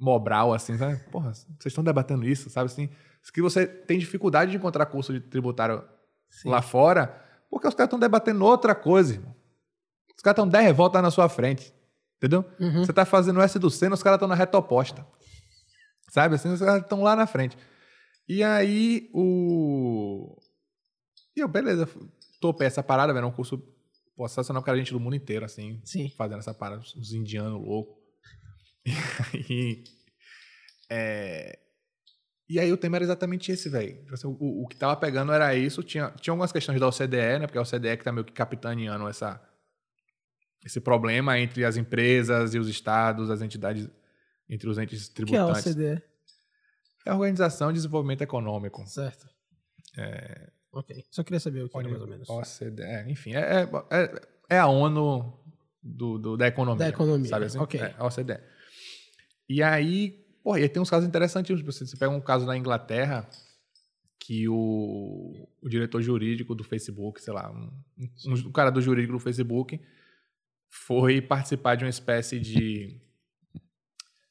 [SPEAKER 2] mobral, assim, sabe? Porra, vocês estão debatendo isso, sabe assim? Que você tem dificuldade de encontrar curso de tributário lá fora, porque os caras estão debatendo outra coisa, irmão. Os caras estão 10 revoltas na sua frente. Entendeu?
[SPEAKER 1] Uhum.
[SPEAKER 2] Você tá fazendo S do Senna, os caras estão na reta oposta. Sabe? Assim, os caras estão lá na frente. E aí, o. E eu, beleza, topei essa parada, velho. É um curso pô, sensacional, porque era gente do mundo inteiro, assim,
[SPEAKER 1] Sim.
[SPEAKER 2] fazendo essa parada, uns indianos loucos. *laughs* E aí. é, E aí o tema era exatamente esse, velho. Tipo assim, o, o que tava pegando era isso. Tinha, tinha algumas questões da OCDE, né? Porque a OCDE que tá meio que capitaneando essa, esse problema entre as empresas e os estados, as entidades, entre os entes
[SPEAKER 1] O que é o
[SPEAKER 2] tributantes.
[SPEAKER 1] OCDE?
[SPEAKER 2] É a Organização de Desenvolvimento Econômico.
[SPEAKER 1] Certo.
[SPEAKER 2] É.
[SPEAKER 1] Ok. Só queria saber o que era mais ou menos.
[SPEAKER 2] OCDE, é, enfim, é, é, é- é a ONU do, do- da economia.
[SPEAKER 1] Da economia,
[SPEAKER 2] Sabe assim?
[SPEAKER 1] ok.
[SPEAKER 2] É, a OCDE. E aí, porra, e aí tem uns casos interessantíssimos. Tipo, Você, você pega um caso na Inglaterra que o, o diretor jurídico do Facebook, sei lá, um, um- um cara do jurídico do Facebook foi participar de uma espécie de.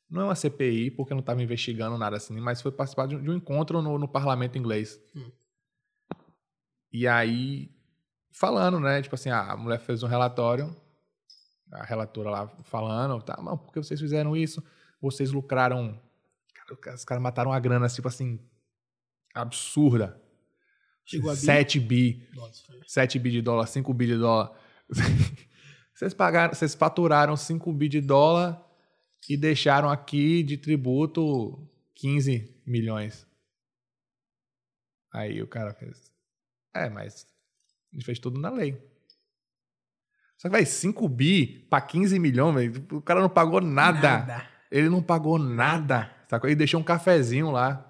[SPEAKER 2] Não é uma CPI, porque não estava investigando nada assim, mas foi participar de um, de um encontro no, no parlamento inglês.
[SPEAKER 1] Hum.
[SPEAKER 2] E aí, falando, né? Tipo assim, a mulher fez um relatório, a relatora lá falando, tá, mas por que vocês fizeram isso? Vocês lucraram. Cara, os caras mataram a grana, tipo assim, absurda.
[SPEAKER 1] Chegou a bi.
[SPEAKER 2] 7 bi,
[SPEAKER 1] Nossa, foi.
[SPEAKER 2] 7 bi de dólar, 5 bi de dólar. *laughs* vocês pagaram, vocês faturaram 5 bi de dólar e deixaram aqui de tributo 15 milhões. Aí o cara fez. É, mas a gente fez tudo na lei. Só que, vai 5 bi pra 15 milhões, velho, o cara não pagou nada. Ele não pagou nada. Sacou? Ele deixou um cafezinho lá.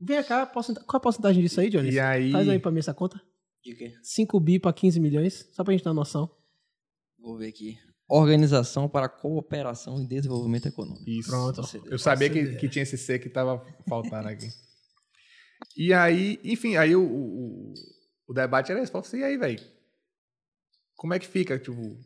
[SPEAKER 1] Vem cá, porcenta- qual a porcentagem disso aí, Johnny?
[SPEAKER 2] E aí-
[SPEAKER 1] Faz aí pra mim essa conta. 5 bi pra 15 milhões, só pra gente ter uma noção.
[SPEAKER 3] Vou ver aqui. Organização para Cooperação e Desenvolvimento Econômico.
[SPEAKER 2] Isso.
[SPEAKER 1] Pronto.
[SPEAKER 2] Eu sabia que,
[SPEAKER 1] ideia.
[SPEAKER 2] que tinha esse C que tava faltando aqui. *laughs* E aí, enfim, aí o, o, o debate era esse. Falou assim, e aí, velho? Como é que fica, tipo...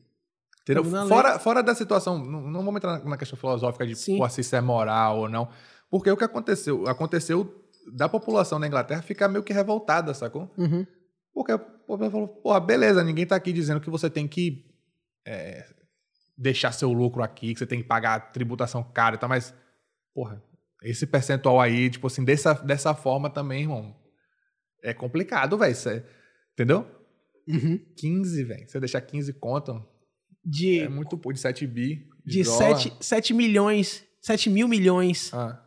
[SPEAKER 2] Entendeu?
[SPEAKER 1] Tamo na lei.
[SPEAKER 2] Fora, fora da situação, não, não vamos entrar na questão filosófica de
[SPEAKER 1] Sim.
[SPEAKER 2] pô, se isso é moral ou não. Porque o que aconteceu? Aconteceu da população da Inglaterra ficar meio que revoltada, sacou?
[SPEAKER 1] Uhum.
[SPEAKER 2] Porque o povo falou, porra, beleza, ninguém tá aqui dizendo que você tem que é, deixar seu lucro aqui, que você tem que pagar a tributação cara e tal, mas, porra, esse percentual aí, tipo assim, dessa, dessa forma também, irmão, é complicado, velho. isso é- Entendeu?
[SPEAKER 1] Uhum.
[SPEAKER 2] 15, velho. Você deixar 15 conto,
[SPEAKER 1] de,
[SPEAKER 2] É muito pouco, de 7 bi.
[SPEAKER 1] de
[SPEAKER 2] dólar.
[SPEAKER 1] 7, milhões, 7 mil milhões,
[SPEAKER 2] Ah.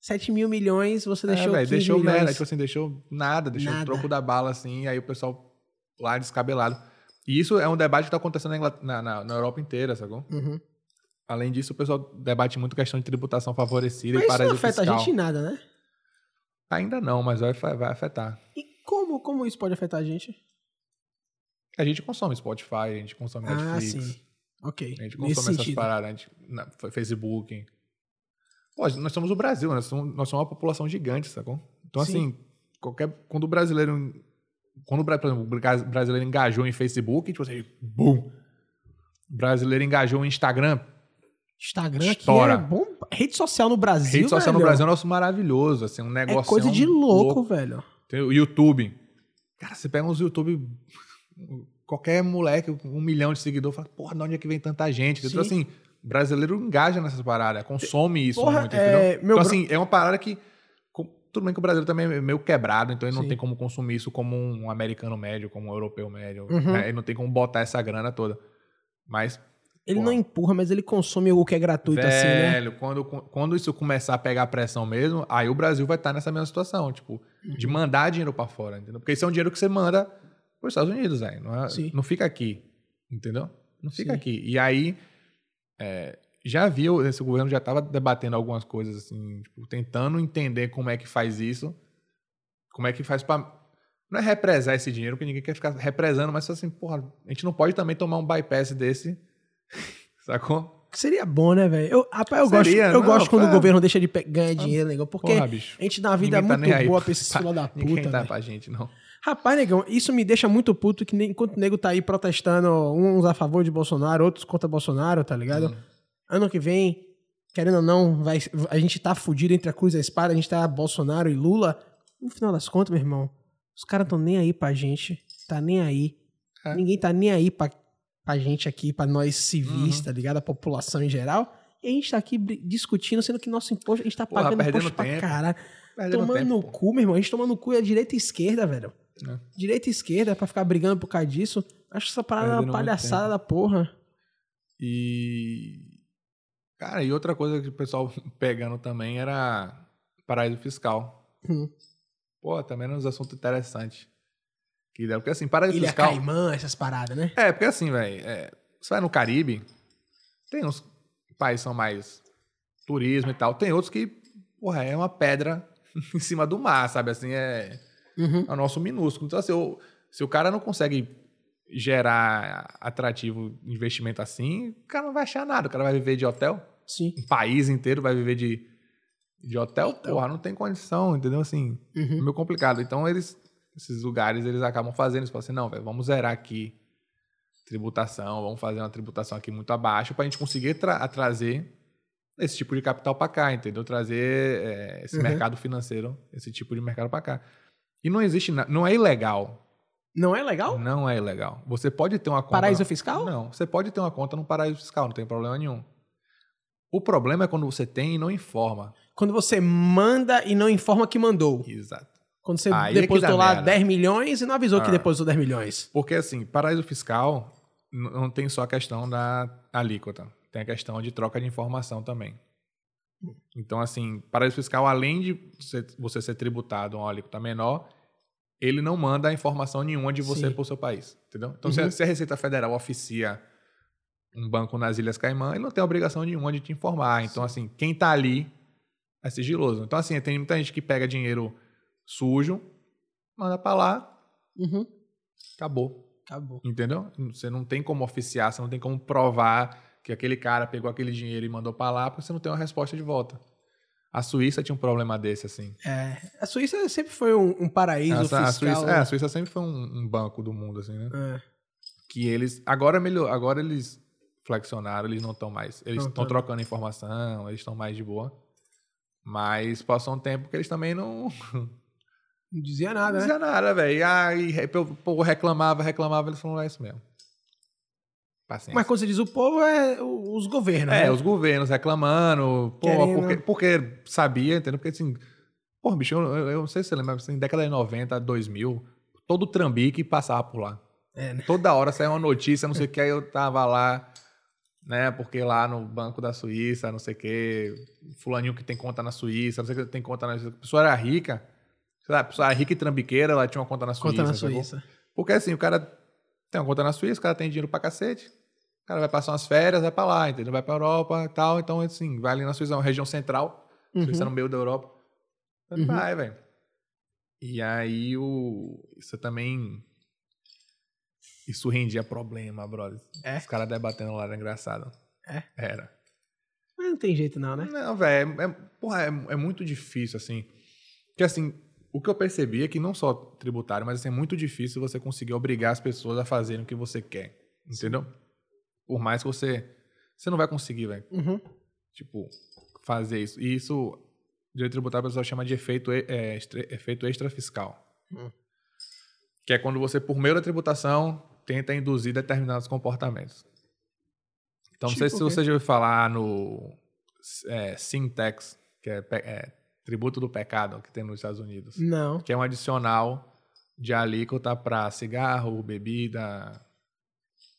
[SPEAKER 1] 7 mil milhões, você
[SPEAKER 2] Deixou,
[SPEAKER 1] deixou
[SPEAKER 2] é, velho,
[SPEAKER 1] 15
[SPEAKER 2] deixou
[SPEAKER 1] milhões.
[SPEAKER 2] merda, tipo assim, deixou nada, deixou
[SPEAKER 1] Nada.
[SPEAKER 2] o troco da bala, assim, e aí o pessoal lá descabelado. E isso é um debate que tá acontecendo na, Ingla- na, na- na Europa inteira, sacou?
[SPEAKER 1] Uhum.
[SPEAKER 2] Além disso, o pessoal debate muito questão de tributação favorecida
[SPEAKER 1] Mas
[SPEAKER 2] e
[SPEAKER 1] isso não
[SPEAKER 2] paraíso
[SPEAKER 1] afeta
[SPEAKER 2] fiscal.
[SPEAKER 1] a gente em nada, né?
[SPEAKER 2] Ainda não, mas vai, vai afetar.
[SPEAKER 1] E como, como isso pode afetar a gente?
[SPEAKER 2] A gente consome Spotify, a gente consome
[SPEAKER 1] Ah,
[SPEAKER 2] Netflix,
[SPEAKER 1] sim. Ok.
[SPEAKER 2] a gente consome
[SPEAKER 1] Nesse
[SPEAKER 2] essas
[SPEAKER 1] sentido.
[SPEAKER 2] paradas, a gente, na, Facebook. Pô, nós somos o Brasil, nós somos, nós somos uma população gigante, sacou? Então,
[SPEAKER 1] Sim.
[SPEAKER 2] assim, qualquer, quando o brasileiro. Quando o, bra- por exemplo, o bra- brasileiro engajou em Facebook, tipo assim, bum! O brasileiro engajou em Instagram.
[SPEAKER 1] Instagram aqui
[SPEAKER 2] Estoura.
[SPEAKER 1] é bom. Rede social no Brasil.
[SPEAKER 2] Rede social no
[SPEAKER 1] velho,
[SPEAKER 2] Brasil é um negócio maravilhoso, assim, um negócio.
[SPEAKER 1] É coisa de louco, velho.
[SPEAKER 2] Tem o YouTube. Cara, você pega uns YouTube. *laughs* Qualquer moleque, um milhão de seguidores, fala, porra, de onde é que vem tanta gente? Então,
[SPEAKER 1] Sim.
[SPEAKER 2] assim, brasileiro engaja nessas paradas, consome isso
[SPEAKER 1] Porra,
[SPEAKER 2] muito,
[SPEAKER 1] é,
[SPEAKER 2] entendeu?
[SPEAKER 1] meu
[SPEAKER 2] então,
[SPEAKER 1] bro-
[SPEAKER 2] assim, é uma parada que. com- Tudo bem que o brasileiro também é meio quebrado, então ele não
[SPEAKER 1] Sim.
[SPEAKER 2] tem como consumir isso como um americano médio, como um europeu médio.
[SPEAKER 1] Uhum.
[SPEAKER 2] né? Ele não tem como botar essa grana toda. Mas,
[SPEAKER 1] Ele
[SPEAKER 2] Porra.
[SPEAKER 1] não empurra, mas ele consome o que é gratuito, assim, né?
[SPEAKER 2] velho, quando, quando isso começar a pegar pressão mesmo, aí o Brasil vai estar nessa mesma situação, tipo, de mandar dinheiro pra fora, entendeu? Porque isso é um dinheiro que você manda pros Estados Unidos, velho. Não, é-
[SPEAKER 1] Sim.
[SPEAKER 2] não fica aqui, entendeu? Não fica
[SPEAKER 1] Sim.
[SPEAKER 2] aqui. E aí, é, já viu, esse governo já estava debatendo algumas coisas, assim, tipo, tentando entender como é que faz isso, como é que faz pra. Não é represar esse dinheiro, porque ninguém quer ficar represando, mas assim, porra, a gente não pode também tomar um bypass desse, *laughs* sacou?
[SPEAKER 1] Seria bom, né, velho? Eu, rapaz, eu
[SPEAKER 2] Seria,
[SPEAKER 1] gosto, eu
[SPEAKER 2] não,
[SPEAKER 1] gosto quando o
[SPEAKER 2] cara.
[SPEAKER 1] governo deixa de pe- ganhar dinheiro, negão. Porque
[SPEAKER 2] Porra, bicho.
[SPEAKER 1] a gente dá uma vida é
[SPEAKER 2] Ninguém tá
[SPEAKER 1] muito
[SPEAKER 2] nem aí
[SPEAKER 1] boa pra esses filhos da
[SPEAKER 2] *laughs* Ninguém
[SPEAKER 1] puta, né?
[SPEAKER 2] tá
[SPEAKER 1] velho.
[SPEAKER 2] pra gente, não.
[SPEAKER 1] Rapaz, negão, isso me deixa muito puto que nem- enquanto o nego tá aí protestando, uns a favor de Bolsonaro, outros contra Bolsonaro, tá ligado?
[SPEAKER 2] Hum.
[SPEAKER 1] Ano que vem, querendo ou não, vai, a gente tá fudido entre a cruz e a espada, a gente tá Bolsonaro e Lula. No final das contas, meu irmão, os caras tão nem aí pra gente, tá nem aí.
[SPEAKER 2] É.
[SPEAKER 1] Ninguém tá nem aí pra, pra gente aqui, pra nós civis,
[SPEAKER 2] Uhum.
[SPEAKER 1] tá ligado? A população em geral. E a gente tá aqui bri- discutindo, sendo que nosso imposto, a gente tá
[SPEAKER 2] Porra,
[SPEAKER 1] pagando
[SPEAKER 2] perdendo
[SPEAKER 1] imposto pra
[SPEAKER 2] tempo.
[SPEAKER 1] caralho.
[SPEAKER 2] Perdendo
[SPEAKER 1] Tomando no
[SPEAKER 2] tempo, pô.
[SPEAKER 1] cu, meu irmão. A gente toma no cu é direita e esquerda, velho.
[SPEAKER 2] É.
[SPEAKER 1] Direita e esquerda pra ficar brigando por causa disso. Acho essa parada
[SPEAKER 2] Perdendo
[SPEAKER 1] uma
[SPEAKER 2] muito
[SPEAKER 1] palhaçada
[SPEAKER 2] tempo.
[SPEAKER 1] da porra.
[SPEAKER 2] E. Cara, e outra coisa que o pessoal *laughs* pegando também era paraíso fiscal.
[SPEAKER 1] Hum.
[SPEAKER 2] Pô, também era um assunto interessante. Que deu- Porque assim, paraíso
[SPEAKER 1] Ilha
[SPEAKER 2] fiscal.
[SPEAKER 1] Caimã, essas paradas, né?
[SPEAKER 2] É, porque assim, velho. é, Você vai no Caribe, tem uns países que são mais turismo e tal. Tem outros que, porra, é uma pedra *laughs* em cima do mar, sabe? Assim, é.
[SPEAKER 1] Uhum.
[SPEAKER 2] é o nosso minúsculo. Então, assim, o- se o cara não consegue gerar atrativo investimento assim, o cara não vai achar nada. O cara vai viver de hotel.
[SPEAKER 1] Sim.
[SPEAKER 2] Um país inteiro vai viver de, de hotel. Porra, não tem condição, entendeu? Assim, é
[SPEAKER 1] Uhum.
[SPEAKER 2] meio complicado. Então, eles, esses lugares, eles acabam fazendo isso. Falam assim, não, velho, vamos zerar aqui tributação, vamos fazer uma tributação aqui muito abaixo pra gente conseguir tra- trazer esse tipo de capital pra cá, entendeu? Trazer eh, esse
[SPEAKER 1] Uhum.
[SPEAKER 2] mercado financeiro, esse tipo de mercado pra cá. E não existe, na- não é ilegal.
[SPEAKER 1] Não é legal?
[SPEAKER 2] Não é ilegal. Você pode ter uma conta.
[SPEAKER 1] Paraíso fiscal?
[SPEAKER 2] Não, você pode ter uma conta no paraíso fiscal, não tem problema nenhum. O problema é quando você tem e não informa.
[SPEAKER 1] Quando você manda e não informa que mandou.
[SPEAKER 2] Exato.
[SPEAKER 1] Quando você
[SPEAKER 2] Aí é que
[SPEAKER 1] depositou
[SPEAKER 2] dá
[SPEAKER 1] lá
[SPEAKER 2] merda.
[SPEAKER 1] 10 milhões e não avisou que
[SPEAKER 2] Ah.
[SPEAKER 1] depositou 10 milhões.
[SPEAKER 2] Porque, assim, paraíso fiscal n- não tem só a questão da alíquota, tem a questão de troca de informação também. Então, assim, paraíso fiscal, além de você- você ser tributado a uma alíquota menor, ele não manda informação nenhuma de você
[SPEAKER 1] Sim.
[SPEAKER 2] para o seu país, entendeu? Então,
[SPEAKER 1] Uhum.
[SPEAKER 2] se, a, se a Receita Federal oficia um banco nas Ilhas Caimã, ele não tem obrigação nenhuma de te informar. Então, assim, quem tá ali é sigiloso. Então, assim, tem muita gente que pega dinheiro sujo, manda para lá,
[SPEAKER 1] Uhum.
[SPEAKER 2] acabou.
[SPEAKER 1] Acabou.
[SPEAKER 2] Entendeu? Você não tem como oficiar, você não tem como provar que aquele cara pegou aquele dinheiro e mandou pra lá, porque você não tem uma resposta de volta. A Suíça tinha um problema desse, assim.
[SPEAKER 1] É. A Suíça sempre foi um, um paraíso
[SPEAKER 2] Essa- a,
[SPEAKER 1] fiscal.
[SPEAKER 2] Suíça, é, a Suíça sempre foi um, um banco do mundo, assim, né?
[SPEAKER 1] É.
[SPEAKER 2] Que eles. Agora melhor, agora eles flexionaram, eles não estão mais. Eles
[SPEAKER 1] Não,
[SPEAKER 2] estão
[SPEAKER 1] tá.
[SPEAKER 2] trocando informação, eles estão mais de boa. Mas passou um tempo que eles também não,
[SPEAKER 1] Não dizia
[SPEAKER 2] não *laughs*
[SPEAKER 1] nada, né?
[SPEAKER 2] diziam nada, velho. E aí, o povo reclamava, reclamava, eles falaram, é isso mesmo. Paciência.
[SPEAKER 1] Mas quando você diz o povo, é o- os governos.
[SPEAKER 2] É,
[SPEAKER 1] né?
[SPEAKER 2] os governos reclamando, pô,
[SPEAKER 1] Querendo.
[SPEAKER 2] porque, porque sabia, entendeu? Porque assim, pô, assim, bicho, eu, eu- eu não sei se você lembra, mas em década de 90, 2000, todo trambique passava por lá.
[SPEAKER 1] É, né?
[SPEAKER 2] Toda hora sai uma notícia, não sei o que, aí eu tava lá, né? Porque lá no Banco da Suíça, não sei o que, fulaninho que tem conta na Suíça, não sei o que tem conta na Suíça. A pessoa era rica, sei lá, a pessoa era rica e trambiqueira, ela tinha uma conta na Suíça.
[SPEAKER 1] Conta na
[SPEAKER 2] sacou?
[SPEAKER 1] Suíça.
[SPEAKER 2] Porque assim, o cara tem uma conta na Suíça, o cara tem dinheiro pra cacete. O cara vai passar umas férias, vai pra lá, entendeu? Vai pra Europa e tal. Então, assim, vai ali na Suíça, é uma região central. Suíça é
[SPEAKER 1] Uhum.
[SPEAKER 2] no meio da Europa. Então,
[SPEAKER 1] Uhum.
[SPEAKER 2] Vai, velho. E aí, o... isso também... Isso rendia problema, brother.
[SPEAKER 1] É?
[SPEAKER 2] Os caras debatendo lá, era engraçado.
[SPEAKER 1] É?
[SPEAKER 2] Era.
[SPEAKER 1] Mas não tem jeito não, né?
[SPEAKER 2] Não, velho, é, é- porra, é, é muito difícil, assim. Porque, assim, o que eu percebi é que não só tributário, mas assim, é muito difícil você conseguir obrigar as pessoas a fazerem o que você quer. Entendeu? Por mais que você. Você não vai conseguir, velho,
[SPEAKER 1] Uhum.
[SPEAKER 2] tipo, fazer isso. E isso, direito tributário, o pessoal chama de efeito, e- é, extra, efeito extrafiscal.
[SPEAKER 1] Hum.
[SPEAKER 2] Que é quando você, por meio da tributação, tenta induzir determinados comportamentos. Então, não sei
[SPEAKER 1] Tipo
[SPEAKER 2] se
[SPEAKER 1] o quê?
[SPEAKER 2] você já ouviu falar no é, Sintex, que é, pe- é tributo do pecado que tem nos Estados Unidos.
[SPEAKER 1] Não.
[SPEAKER 2] Que é um adicional de alíquota para cigarro, bebida.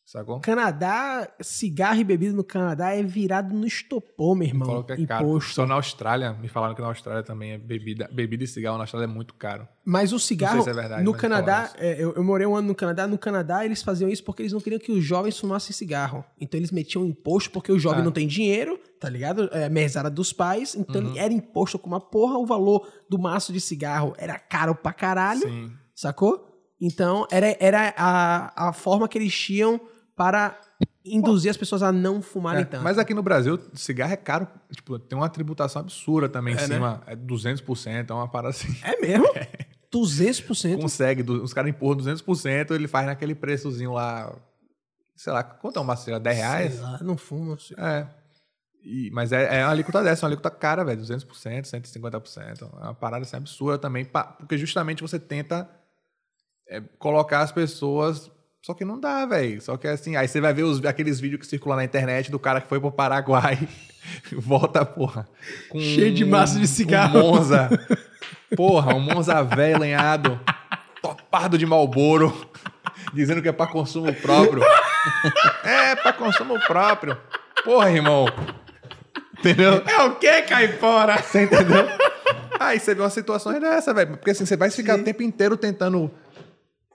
[SPEAKER 2] Sacou?
[SPEAKER 1] Canadá, cigarro e bebida no Canadá é virado no estopor, meu irmão.
[SPEAKER 2] Falou que é caro.
[SPEAKER 1] Imposto.
[SPEAKER 2] Só na Austrália, me falaram que na Austrália também é bebida, bebida e cigarro na Austrália é muito caro.
[SPEAKER 1] Mas o cigarro
[SPEAKER 2] se é verdade,
[SPEAKER 1] no
[SPEAKER 2] mas
[SPEAKER 1] Canadá,
[SPEAKER 2] falaram
[SPEAKER 1] é, eu, eu morei um ano no Canadá, no Canadá eles faziam isso porque eles não queriam que os jovens fumassem cigarro. Então eles metiam imposto porque o jovem
[SPEAKER 2] Ah.
[SPEAKER 1] não tem dinheiro, tá ligado? É a mesada dos pais, então
[SPEAKER 2] Uhum.
[SPEAKER 1] era imposto com uma porra, o valor do maço de cigarro era é caro pra caralho,
[SPEAKER 2] Sim.
[SPEAKER 1] sacou? Então era, era a, a forma que eles tinham para induzir as pessoas a não fumarem
[SPEAKER 2] É,
[SPEAKER 1] tanto.
[SPEAKER 2] mas aqui no Brasil, cigarro é caro. Tipo, tem uma tributação absurda também
[SPEAKER 1] É,
[SPEAKER 2] em
[SPEAKER 1] né?
[SPEAKER 2] cima. É 200%, é uma parada assim.
[SPEAKER 1] É mesmo? 200%?
[SPEAKER 2] Consegue, du- os caras empurram 200%, ele faz naquele preçozinho lá. Sei lá, quanto é um maceira? 10
[SPEAKER 1] Sei
[SPEAKER 2] reais?
[SPEAKER 1] lá, não fumo.
[SPEAKER 2] É. E- mas é, é uma alíquota dessa, é uma alíquota cara, velho. 200%, 150%. É uma parada assim, absurda também, pa- porque justamente você tenta é, colocar as pessoas. Só que não dá, velho. Só que assim, aí você vai ver os- aqueles vídeos que circulam na internet do cara que foi pro Paraguai, *laughs* volta, porra. com
[SPEAKER 1] Cheio de
[SPEAKER 2] um-
[SPEAKER 1] maço de cigarro. *laughs*
[SPEAKER 2] Um Monza. Porra, um Monza velho lenhado, topado de Malboro, dizendo que é pra consumo próprio.
[SPEAKER 1] *laughs*
[SPEAKER 2] É, pra consumo próprio. Porra, irmão. Entendeu? É o que, Caipora? Você *laughs* entendeu? Aí você vê umas situações dessa, velho. Porque assim, você vai ficar o tempo inteiro tentando.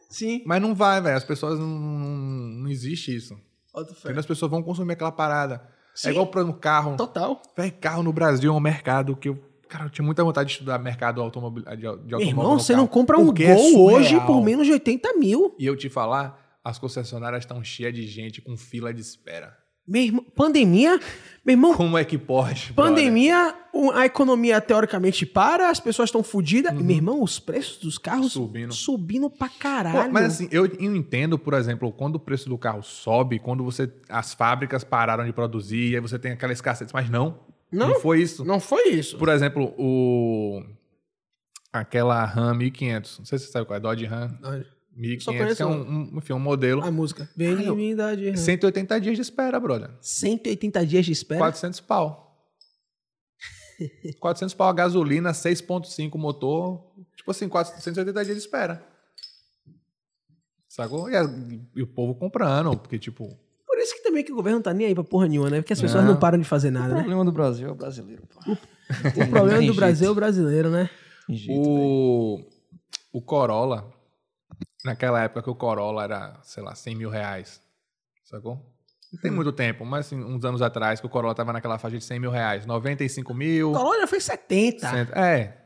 [SPEAKER 1] Sim.
[SPEAKER 2] Mas não vai, velho. As pessoas não. Não existe isso.
[SPEAKER 1] Bota fé.
[SPEAKER 2] Entendeu? As pessoas vão consumir aquela parada.
[SPEAKER 1] Sim. Então-
[SPEAKER 2] É igual para um carro.
[SPEAKER 1] Total.
[SPEAKER 2] Véi, carro no Brasil é um mercado que eu. Cara, eu tinha muita vontade de estudar mercado automobil, de, de automóvel.
[SPEAKER 1] Meu irmão,
[SPEAKER 2] no
[SPEAKER 1] você
[SPEAKER 2] carro.
[SPEAKER 1] não compra um
[SPEAKER 2] Porque é
[SPEAKER 1] gol hoje
[SPEAKER 2] surreal.
[SPEAKER 1] por menos de 80 mil.
[SPEAKER 2] E eu te falar, as concessionárias estão cheias de gente com fila de espera.
[SPEAKER 1] Meu irmão, pandemia, meu irmão,
[SPEAKER 2] Como é que pode? brother?
[SPEAKER 1] pandemia, o- a economia teoricamente para, as pessoas estão fodidas. E, Meu irmão, os preços dos carros
[SPEAKER 2] Uhum. Subindo.
[SPEAKER 1] subindo pra
[SPEAKER 2] Pô,
[SPEAKER 1] caralho.
[SPEAKER 2] mas assim, eu, eu entendo, por exemplo, quando o preço do carro sobe, quando você as fábricas pararam de produzir, e aí você tem aquela escassez, mas não.
[SPEAKER 1] Não.
[SPEAKER 2] foi isso.
[SPEAKER 1] não foi isso.
[SPEAKER 2] Por exemplo, o aquela RAM 1500, não sei se você sabe qual é, Dodge RAM
[SPEAKER 1] Só
[SPEAKER 2] 1500, que
[SPEAKER 1] conheço Ah,
[SPEAKER 2] é um, um, enfim, um modelo.
[SPEAKER 1] A música. Bem-vinda de
[SPEAKER 2] 180 dias de espera, brother.
[SPEAKER 1] 180 dias de espera.
[SPEAKER 2] 400 pau. 400 pau a gasolina, 6.5 motor. Tipo assim, 480 dias de espera. Sacou? E, a- e o povo comprando, porque tipo...
[SPEAKER 1] Por isso que também que o governo não tá nem aí pra porra nenhuma, né? Porque as pessoas
[SPEAKER 2] Não.
[SPEAKER 1] não, param de fazer
[SPEAKER 3] O
[SPEAKER 1] nada, né?
[SPEAKER 3] problema do Brasil é o brasileiro, pô.
[SPEAKER 1] O problema do Brasil é o brasileiro, né?
[SPEAKER 2] o, o Corolla, naquela época que o Corolla era, sei lá, 100 mil reais, sacou? Não tem muito tempo, mas assim, uns anos atrás que o Corolla tava naquela faixa de 100 mil reais, 95 mil...
[SPEAKER 1] O Colônia foi 70.
[SPEAKER 2] Cento- É.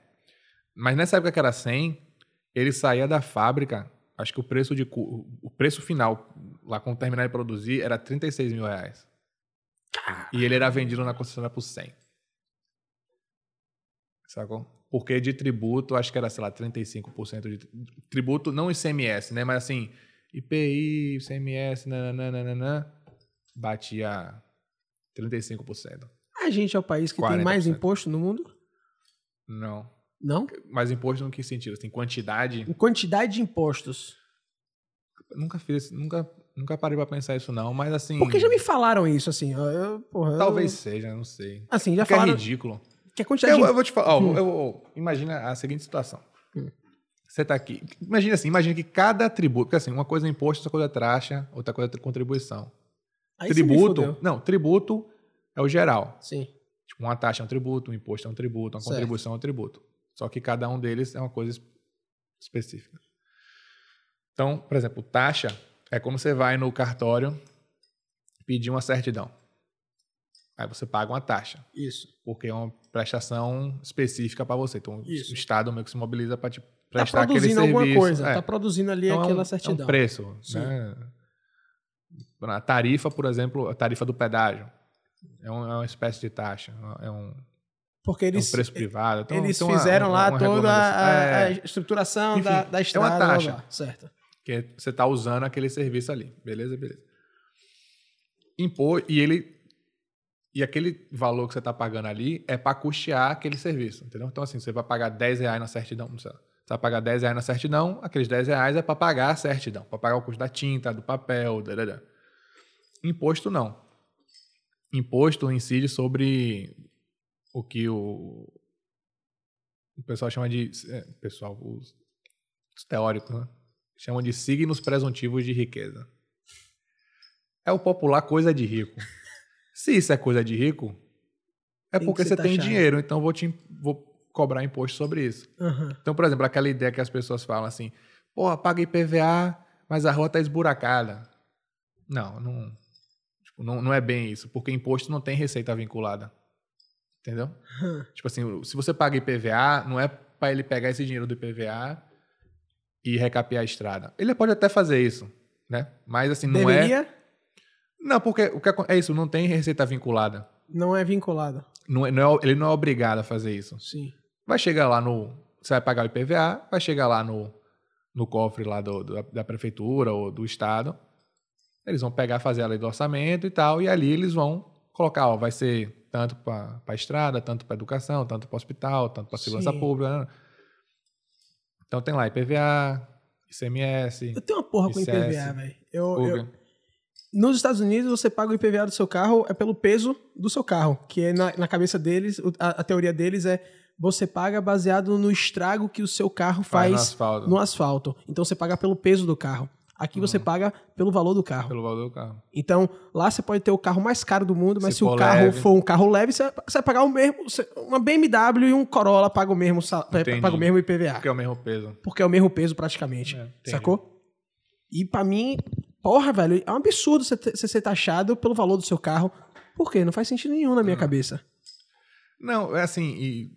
[SPEAKER 2] Mas nessa época que era 100, ele saía da fábrica, acho que o preço de cu- o preço final, lá quando terminar de produzir, era 36 mil reais. E ele era vendido na concessionária por 100. Sacou? Porque de tributo, acho que era, sei lá, 35% de tri- tributo, não ICMS, né? Mas assim, IPI, ICMS, nananana, batia 35%.
[SPEAKER 1] A gente é o país que tem mais
[SPEAKER 2] 40%.
[SPEAKER 1] imposto no mundo?
[SPEAKER 2] Não.
[SPEAKER 1] Não?
[SPEAKER 2] Mas imposto no que sentido? Assim, quantidade?
[SPEAKER 1] Em quantidade de impostos.
[SPEAKER 2] Nunca fiz, nunca, nunca parei pra pensar isso não, mas assim...
[SPEAKER 1] Porque já me falaram isso, assim. ó, Eu, porra, eu-
[SPEAKER 2] Talvez seja, não sei.
[SPEAKER 1] assim, já
[SPEAKER 2] Porque é
[SPEAKER 1] falaram Hum.
[SPEAKER 2] ridículo.
[SPEAKER 1] que a quantidade
[SPEAKER 2] Eu, é
[SPEAKER 1] de Hum.
[SPEAKER 2] eu vou te falar, ó, eu- eu- imagina a seguinte situação. Você tá aqui. Imagina assim, imagina que cada tributo, porque assim, uma coisa é imposto, outra coisa é taxa, outra coisa é contribuição.
[SPEAKER 1] Aí você me
[SPEAKER 2] tributo,
[SPEAKER 1] fodeu.
[SPEAKER 2] não, tributo é o geral.
[SPEAKER 1] Sim.
[SPEAKER 2] Tipo, uma taxa é um tributo, um imposto é um tributo, uma
[SPEAKER 1] Certo.
[SPEAKER 2] contribuição é um tributo. Só que cada um deles é uma coisa es- específica. Então, por exemplo, taxa é como você vai no cartório pedir uma certidão. Aí você paga uma taxa,
[SPEAKER 1] Isso.
[SPEAKER 2] porque é uma prestação específica para você. Então,
[SPEAKER 1] Isso.
[SPEAKER 2] o Estado meio que se mobiliza para te
[SPEAKER 1] Tá
[SPEAKER 2] prestar aquele serviço.
[SPEAKER 1] produzindo alguma coisa.
[SPEAKER 2] É.
[SPEAKER 1] Tá produzindo ali
[SPEAKER 2] Então, é um-
[SPEAKER 1] aquela
[SPEAKER 2] É um
[SPEAKER 1] certidão.
[SPEAKER 2] preço.
[SPEAKER 1] Sim.
[SPEAKER 2] Né? A tarifa, por exemplo, a tarifa do pedágio. É, um- é uma espécie de taxa. É um,
[SPEAKER 1] Porque
[SPEAKER 2] é um
[SPEAKER 1] eles,
[SPEAKER 2] preço privado. Então,
[SPEAKER 1] eles
[SPEAKER 2] tem uma-
[SPEAKER 1] fizeram
[SPEAKER 2] uma-
[SPEAKER 1] lá
[SPEAKER 2] uma
[SPEAKER 1] toda a, a
[SPEAKER 2] regulamentação. É,
[SPEAKER 1] estruturação
[SPEAKER 2] Enfim,
[SPEAKER 1] da, da
[SPEAKER 2] é
[SPEAKER 1] estrada.
[SPEAKER 2] uma
[SPEAKER 1] blá,
[SPEAKER 2] taxa.
[SPEAKER 1] blá. Certo.
[SPEAKER 2] que você está usando aquele serviço ali. Beleza, beleza. Impor, e ele. E aquele valor que você está pagando ali é para custear aquele serviço, entendeu? Então, assim, você vai pagar 10 reais na certidão, não sei lá. Você vai pagar 10 reais na certidão, aqueles 10 reais é para pagar a certidão, para pagar o custo da tinta, do papel, dadadá. Imposto não. Imposto incide sobre o que o, o pessoal chama de. é, pessoal, os, os teóricos, né? Chamam de signos presuntivos de riqueza. É o popular coisa de rico. Se isso é coisa de rico, é
[SPEAKER 1] Tem que
[SPEAKER 2] porque
[SPEAKER 1] ser
[SPEAKER 2] você tem
[SPEAKER 1] taxado.
[SPEAKER 2] dinheiro, então vou te im- vou cobrar imposto sobre isso.
[SPEAKER 1] Aham.
[SPEAKER 2] Então, por exemplo, aquela ideia que as pessoas falam assim: porra, paga IPVA, mas a rua tá esburacada. Não, não, tipo, não, não é bem isso, porque imposto não tem receita vinculada. Entendeu?
[SPEAKER 1] Hum.
[SPEAKER 2] Tipo assim, se você paga IPVA, não é para ele pegar esse dinheiro do IPVA e recapear a estrada. Ele pode até fazer isso, né? Mas assim, não é.
[SPEAKER 1] Deveria,
[SPEAKER 2] Não, porque o que acon- é isso, não tem receita vinculada.
[SPEAKER 1] não é vinculado.
[SPEAKER 2] Não é- não é- ele não é obrigado a fazer isso.
[SPEAKER 1] Sim.
[SPEAKER 2] Vai chegar lá no. Você vai pagar o IPVA, vai chegar lá no, no cofre lá do- do- da prefeitura ou do estado. Eles vão pegar, fazer a lei do orçamento e tal, e ali eles vão colocar, ó, vai ser tanto para a estrada, tanto para educação, tanto para hospital, tanto para segurança
[SPEAKER 1] Sim.
[SPEAKER 2] pública. né? Então tem lá IPVA, ICMS.
[SPEAKER 1] Eu tenho uma porra com
[SPEAKER 2] Isso é
[SPEAKER 1] IPVA,
[SPEAKER 2] essa.
[SPEAKER 1] velho. Eu, eu-
[SPEAKER 2] Uber.
[SPEAKER 1] nos Estados Unidos, você paga o IPVA do seu carro é pelo peso do seu carro, que é na, na cabeça deles, o- a, a teoria deles é você paga baseado no estrago que o seu carro
[SPEAKER 2] Faz no
[SPEAKER 1] faz
[SPEAKER 2] asfalto,
[SPEAKER 1] no asfalto. Então você paga pelo peso do carro. Aqui você paga pelo valor do carro.
[SPEAKER 2] Uhum. pelo valor do carro.
[SPEAKER 1] Então, lá você pode ter o carro mais caro do mundo, mas se,
[SPEAKER 2] Se
[SPEAKER 1] o
[SPEAKER 2] for
[SPEAKER 1] carro
[SPEAKER 2] leve.
[SPEAKER 1] for um carro leve, você você vai pagar o mesmo. você- Uma BMW e um Corolla paga o mesmo, sal- pa-
[SPEAKER 2] Entendi.
[SPEAKER 1] paga o mesmo IPVA.
[SPEAKER 2] Porque é o mesmo peso.
[SPEAKER 1] Porque é o mesmo peso praticamente.
[SPEAKER 2] É, entendi.
[SPEAKER 1] sacou? E pra mim, porra, velho, é um absurdo você ter- você ser taxado pelo valor do seu carro. Por quê? Não faz sentido nenhum
[SPEAKER 2] É.
[SPEAKER 1] na minha cabeça.
[SPEAKER 2] Não, é assim, e.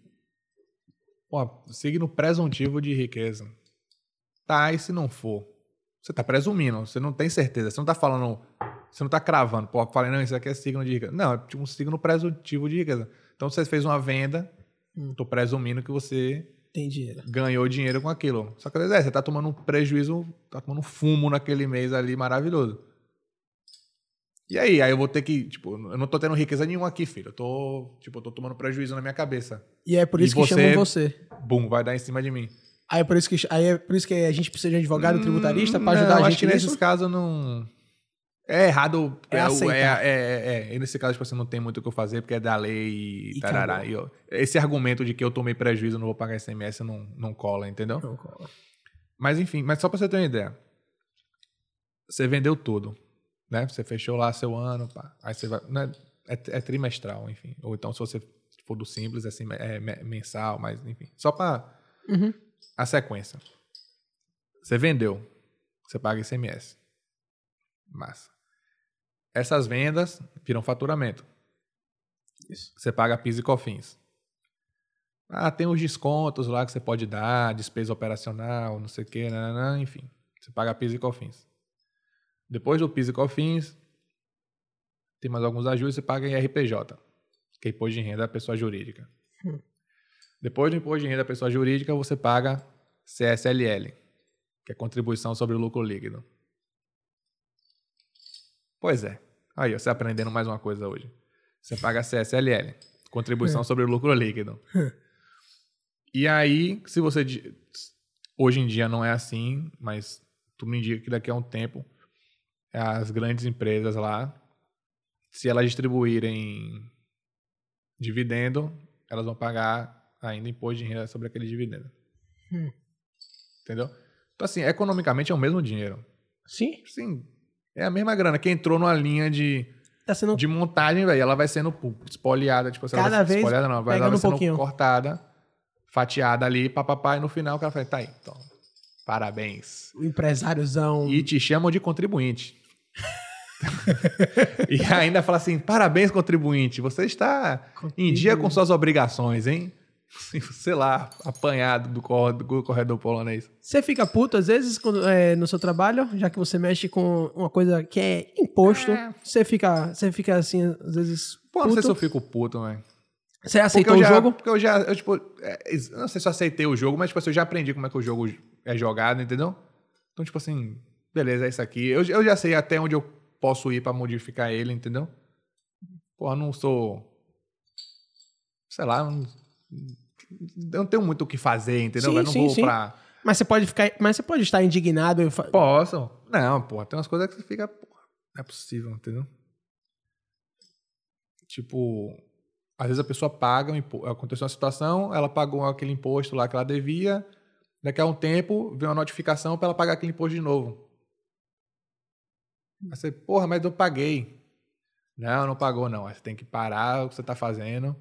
[SPEAKER 2] Pô, signo presuntivo de riqueza. Tá, e se não for? Você tá presumindo, você não tem certeza, você não tá falando. Você não tá cravando, pô, falei, não, isso aqui é signo de riqueza. Não, é tipo um signo presuntivo de riqueza. Então você fez uma venda,
[SPEAKER 1] Hum.
[SPEAKER 2] tô presumindo que você
[SPEAKER 1] Tem dinheiro.
[SPEAKER 2] ganhou dinheiro com aquilo. Só que às vezes, é, você tá tomando um prejuízo, tá tomando um fumo naquele mês ali maravilhoso. E aí, aí eu vou ter que, tipo, eu não tô tendo riqueza nenhuma aqui, filho. Eu tô, tipo, eu tô tomando prejuízo na minha cabeça
[SPEAKER 1] E é por
[SPEAKER 2] E
[SPEAKER 1] isso que
[SPEAKER 2] você-
[SPEAKER 1] chamam você.
[SPEAKER 2] bum, vai dar em cima de mim.
[SPEAKER 1] Aí é por isso que, aí é por isso que a gente precisa de advogado tributarista pra ajudar
[SPEAKER 2] Hum, Não,
[SPEAKER 1] a
[SPEAKER 2] acho que
[SPEAKER 1] gente nisso.
[SPEAKER 2] nesses casos não. É errado.
[SPEAKER 1] É
[SPEAKER 2] o-
[SPEAKER 1] aceitar.
[SPEAKER 2] é, é, é, é. E nesse caso, tipo assim, não tem muito o que eu fazer, porque é da lei e
[SPEAKER 1] E
[SPEAKER 2] tarará.
[SPEAKER 1] acabou.
[SPEAKER 2] E eu- esse argumento de que eu tomei prejuízo, eu não vou pagar SMS, não, não cola, entendeu?
[SPEAKER 1] Não, cola.
[SPEAKER 2] Mas enfim, mas só pra você ter uma ideia. Você vendeu tudo, né? Você fechou lá seu ano, pá. Aí você vai. né? É, é trimestral, enfim. Ou então, se você for do simples, assim, é me- mensal, mas enfim. Só pra
[SPEAKER 1] Uhum.
[SPEAKER 2] a sequência. Você vendeu, você paga ICMS. Massa. Essas vendas viram faturamento.
[SPEAKER 1] Isso.
[SPEAKER 2] Você paga PIS e COFINS. Ah, tem os descontos lá que você pode dar, despesa operacional, não sei o quê, nananã, enfim. Você paga PIS e COFINS. Depois do PIS e COFINS, tem mais alguns ajustes, você paga IRPJ, que é Imposto de Renda da Pessoa Jurídica.
[SPEAKER 1] Hum.
[SPEAKER 2] Depois do Imposto de Renda da Pessoa Jurídica, você paga CSLL, que é Contribuição sobre o Lucro Líquido. Pois é. Aí, ó, você aprendendo mais uma coisa hoje. Você paga CSLL, Contribuição sobre o Lucro Líquido. e aí, se você... di- Hoje em dia não é assim, mas tu me indica que daqui a um tempo as grandes empresas lá, se elas distribuírem dividendo, elas vão pagar ainda imposto de renda sobre aquele dividendo.
[SPEAKER 1] Hum.
[SPEAKER 2] Entendeu? Então, assim, economicamente é o mesmo dinheiro.
[SPEAKER 1] Sim.
[SPEAKER 2] Sim, é a mesma grana. Quem entrou numa linha de,
[SPEAKER 1] Tá sendo
[SPEAKER 2] de montagem, velho, ela vai sendo pu- espoliada. Tipo, assim, ela
[SPEAKER 1] Cada
[SPEAKER 2] vai-
[SPEAKER 1] vez
[SPEAKER 2] espoliada, não, vai,
[SPEAKER 1] pegando
[SPEAKER 2] ela
[SPEAKER 1] um
[SPEAKER 2] vai sendo
[SPEAKER 1] pouquinho.
[SPEAKER 2] cortada, fatiada ali, papapá, e no final o cara fala, tá aí, então, parabéns.
[SPEAKER 1] um empresáriozão.
[SPEAKER 2] E te chamam de contribuinte. *laughs* e ainda fala assim, parabéns, contribuinte, você está em dia com suas obrigações, hein? *laughs* Sei lá, apanhado do cor- do corredor polonês.
[SPEAKER 1] Você fica puto às vezes quando, é, no seu trabalho, já que você mexe com uma coisa que é imposto.
[SPEAKER 2] É.
[SPEAKER 1] Você fica, você fica assim, às vezes.
[SPEAKER 2] Pô, não sei se eu
[SPEAKER 1] puto.
[SPEAKER 2] fico puto, velho.
[SPEAKER 1] Você
[SPEAKER 2] Porque
[SPEAKER 1] aceitou
[SPEAKER 2] eu
[SPEAKER 1] o
[SPEAKER 2] já,
[SPEAKER 1] jogo?
[SPEAKER 2] Porque eu já, eu, tipo, é, ex- eu não sei se eu aceitei o jogo, mas tipo, assim, eu já aprendi como é que o jogo é jogado, entendeu? Então, tipo assim, beleza, é isso aqui. Eu, eu já sei até onde eu posso ir pra modificar ele, entendeu? Porra, não sou. Sei lá, eu não, eu não tenho muito o que fazer, entendeu?
[SPEAKER 1] Sim,
[SPEAKER 2] eu não
[SPEAKER 1] sim,
[SPEAKER 2] vou
[SPEAKER 1] sim.
[SPEAKER 2] pra.
[SPEAKER 1] Mas você pode ficar. Mas você pode estar indignado e fa-
[SPEAKER 2] Posso. Não, porra, tem umas coisas que você fica. Porra, não é possível, entendeu? Tipo, às vezes a pessoa paga, um impo- aconteceu uma situação, ela pagou aquele imposto lá que ela devia, daqui a um tempo vem uma notificação pra ela pagar aquele imposto de novo. Aí você, porra, mas eu paguei. Não, não pagou não. Aí você tem que parar o que você tá fazendo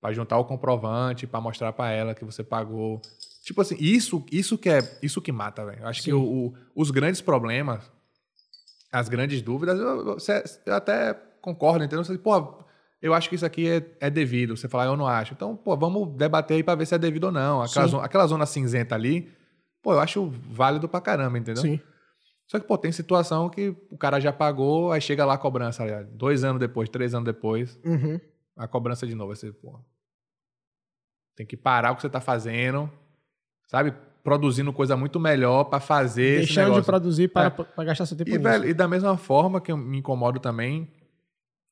[SPEAKER 2] pra juntar o comprovante, pra mostrar pra ela que você pagou. Tipo assim, isso, isso que é, isso que mata, velho. Eu Acho que
[SPEAKER 1] Sim.
[SPEAKER 2] o- o- os grandes problemas, as grandes dúvidas, eu, eu- cê- eu até concordo, entendeu? Você, pô, eu acho que isso aqui é, é devido. Você fala, eu não acho. Então, pô, vamos debater aí pra ver se é devido ou não. Aquela,
[SPEAKER 1] Sim.
[SPEAKER 2] zona, aquela zona cinzenta ali, pô, eu acho válido pra caramba, entendeu?
[SPEAKER 1] Sim.
[SPEAKER 2] Só que, pô, tem situação que o cara já pagou, aí chega lá a cobrança, aliás, dois anos depois, três anos depois,
[SPEAKER 1] Uhum.
[SPEAKER 2] a cobrança de novo. Aí você, pô, tem que parar o que você tá fazendo, sabe? Produzindo coisa muito melhor pra fazer esse
[SPEAKER 1] Deixando de
[SPEAKER 2] negócio.
[SPEAKER 1] produzir para,
[SPEAKER 2] É.
[SPEAKER 1] para gastar seu tempo
[SPEAKER 2] E,
[SPEAKER 1] nisso.
[SPEAKER 2] velho, e da mesma forma que eu me incomodo também,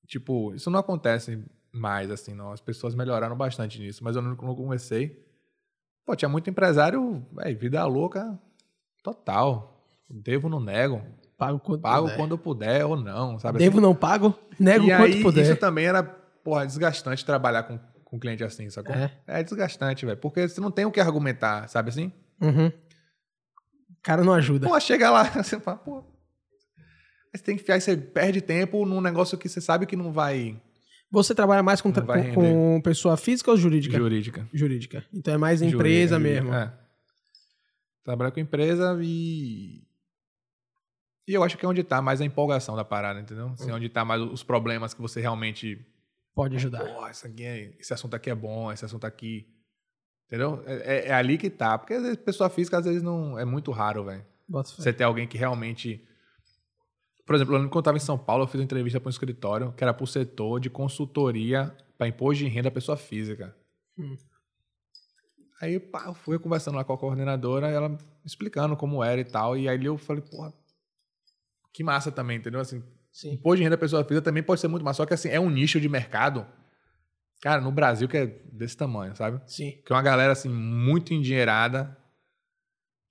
[SPEAKER 2] tipo, isso não acontece mais, assim, não. As pessoas melhoraram bastante nisso, mas eu não, não comecei. Pô, tinha muito empresário, velho, vida louca total. Devo, não nego.
[SPEAKER 1] Pago quanto
[SPEAKER 2] Pago
[SPEAKER 1] puder.
[SPEAKER 2] quando eu puder ou não, sabe?
[SPEAKER 1] Né?
[SPEAKER 2] assim.
[SPEAKER 1] Devo, não pago. Nego
[SPEAKER 2] e
[SPEAKER 1] quanto
[SPEAKER 2] aí,
[SPEAKER 1] puder.
[SPEAKER 2] isso também era, porra, desgastante trabalhar com, com cliente assim, sacou?
[SPEAKER 1] É.
[SPEAKER 2] é desgastante, velho, porque você não tem o que argumentar, sabe assim?
[SPEAKER 1] Uhum. O cara não ajuda.
[SPEAKER 2] Pô, chega lá, *laughs* você fala, pô. Aí Você tem que ficar, aí você perde tempo num negócio que você sabe que não vai
[SPEAKER 1] Você trabalha mais com,
[SPEAKER 2] Não
[SPEAKER 1] tra-
[SPEAKER 2] vai
[SPEAKER 1] com-
[SPEAKER 2] render.
[SPEAKER 1] com pessoa física ou jurídica?
[SPEAKER 2] jurídica.
[SPEAKER 1] Jurídica. Então é mais empresa
[SPEAKER 2] Jurídica,
[SPEAKER 1] mesmo.
[SPEAKER 2] jurídica, É. Trabalhar com empresa e. E eu acho que é onde tá mais a empolgação da parada, entendeu?
[SPEAKER 1] Uhum.
[SPEAKER 2] Assim, onde tá mais os problemas que você realmente.
[SPEAKER 1] Pode ajudar.
[SPEAKER 2] Pô, isso aqui é- esse assunto aqui é bom, esse assunto aqui. Entendeu? É, é- é ali que tá. Porque às vezes, pessoa física, às vezes, não. É muito raro, velho.
[SPEAKER 1] Bota fé.
[SPEAKER 2] Você ter alguém que realmente. Por exemplo, eu lembro quando eu estava em São Paulo, eu fiz uma entrevista para um escritório que era para o setor de consultoria para imposto de renda à pessoa física.
[SPEAKER 1] Hum.
[SPEAKER 2] Aí pá, eu fui conversando lá com a coordenadora, ela me explicando como era e tal. E aí eu falei, porra, que massa também, entendeu? Assim,
[SPEAKER 1] Sim.
[SPEAKER 2] imposto de renda à pessoa física também pode ser muito massa. Só que assim, é um nicho de mercado, cara, no Brasil que é desse tamanho, sabe?
[SPEAKER 1] Sim.
[SPEAKER 2] que é uma galera assim muito endinheirada,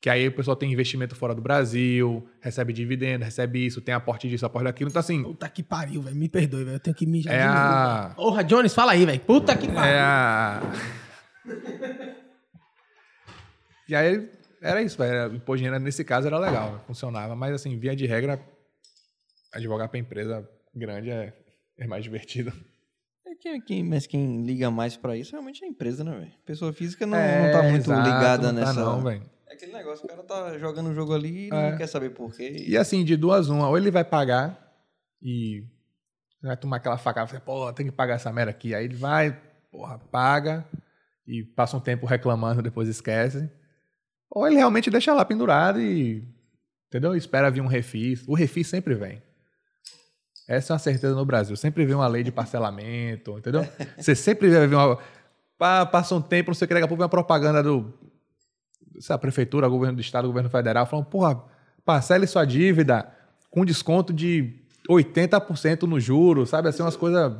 [SPEAKER 2] que aí o pessoal tem investimento fora do Brasil, recebe dividendo, recebe isso, tem aporte disso, aporte daquilo. Então assim,
[SPEAKER 1] Puta que pariu, velho. Me perdoe, velho. Eu tenho que mijar
[SPEAKER 2] é
[SPEAKER 1] de novo.
[SPEAKER 2] a
[SPEAKER 1] Porra, Jones, fala aí, velho. Puta que pariu.
[SPEAKER 2] é a *laughs* E aí era isso, velho. Era- O imposto de renda nesse caso era legal, né? funcionava, mas assim, via de regra advogar para empresa grande é é mais divertido.
[SPEAKER 3] É quem, quem- mas quem liga mais pra isso realmente é a empresa, né, velho? Pessoa física não,
[SPEAKER 2] É,
[SPEAKER 3] não tá muito
[SPEAKER 2] exato,
[SPEAKER 3] ligada
[SPEAKER 2] não tá
[SPEAKER 3] nessa.
[SPEAKER 2] não, velho.
[SPEAKER 3] é aquele negócio, o cara tá jogando o jogo ali e
[SPEAKER 2] É.
[SPEAKER 3] não quer saber por quê.
[SPEAKER 2] E assim, de duas uma, ou ele vai pagar e vai tomar aquela facada, fala, pô, tem que pagar essa merda aqui. Aí ele vai, porra, paga e passa um tempo reclamando, depois esquece. Ou ele realmente deixa lá pendurado e, entendeu? Espera vir um refis. O refis sempre vem. Essa é uma certeza no Brasil. Sempre vem uma lei de parcelamento, entendeu? Você sempre vai ver uma... Pa- Passa um tempo, não sei o que, daqui a pouco vem uma propaganda do... Sei lá, prefeitura, governo do estado, governo federal, falando, porra, parcele sua dívida com desconto de 80% no juro, sabe? Assim, umas coisas.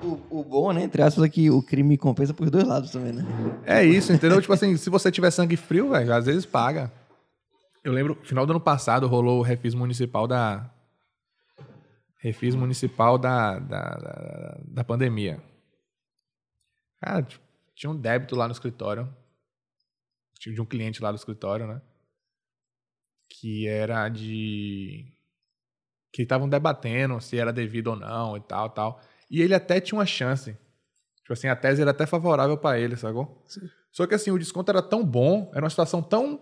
[SPEAKER 3] O, o bom, né, entre aspas, é que o crime compensa por dois lados também, né?
[SPEAKER 2] É isso, entendeu? tipo assim, se você tiver sangue frio, velho, às vezes paga. Eu lembro, final do ano passado rolou o refis municipal da. Refis municipal da, da, da, da pandemia. Cara, tipo, tinha um débito lá no escritório. de um cliente lá do escritório, né? Que era de. Que estavam debatendo se era devido ou não e tal, tal. E ele até tinha uma chance. Tipo assim, a tese era até favorável pra ele, sacou?
[SPEAKER 1] Sim.
[SPEAKER 2] Só que assim, o desconto era tão bom, era uma situação tão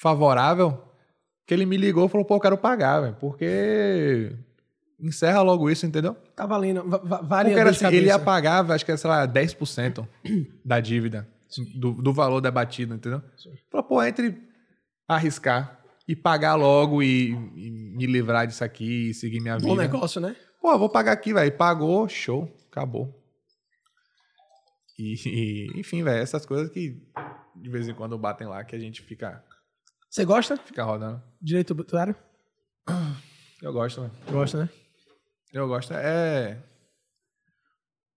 [SPEAKER 2] favorável, que ele me ligou e falou, pô, eu quero pagar, velho, porque encerra logo isso, entendeu?
[SPEAKER 1] Tá valendo. va- va-
[SPEAKER 2] Porque
[SPEAKER 1] Vale
[SPEAKER 2] era
[SPEAKER 1] a
[SPEAKER 2] assim,
[SPEAKER 1] dor de
[SPEAKER 2] ele ia
[SPEAKER 1] cabeça.
[SPEAKER 2] pagar, acho que era, sei lá, 10% da dívida, assim, do, do valor debatido, entendeu? Falou, pô, entre arriscar e pagar logo e, e me livrar disso aqui e seguir minha
[SPEAKER 1] Bom
[SPEAKER 2] vida.
[SPEAKER 1] negócio, né?
[SPEAKER 2] Pô, eu vou pagar aqui, velho. Pagou, show, acabou. E, e, enfim, velho, essas coisas que de vez em quando batem lá que a gente fica,
[SPEAKER 1] Você gosta?
[SPEAKER 2] fica rodando.
[SPEAKER 1] Direito tributário?
[SPEAKER 2] Eu gosto, velho.
[SPEAKER 1] Gosta, né?
[SPEAKER 2] Eu gosto. É.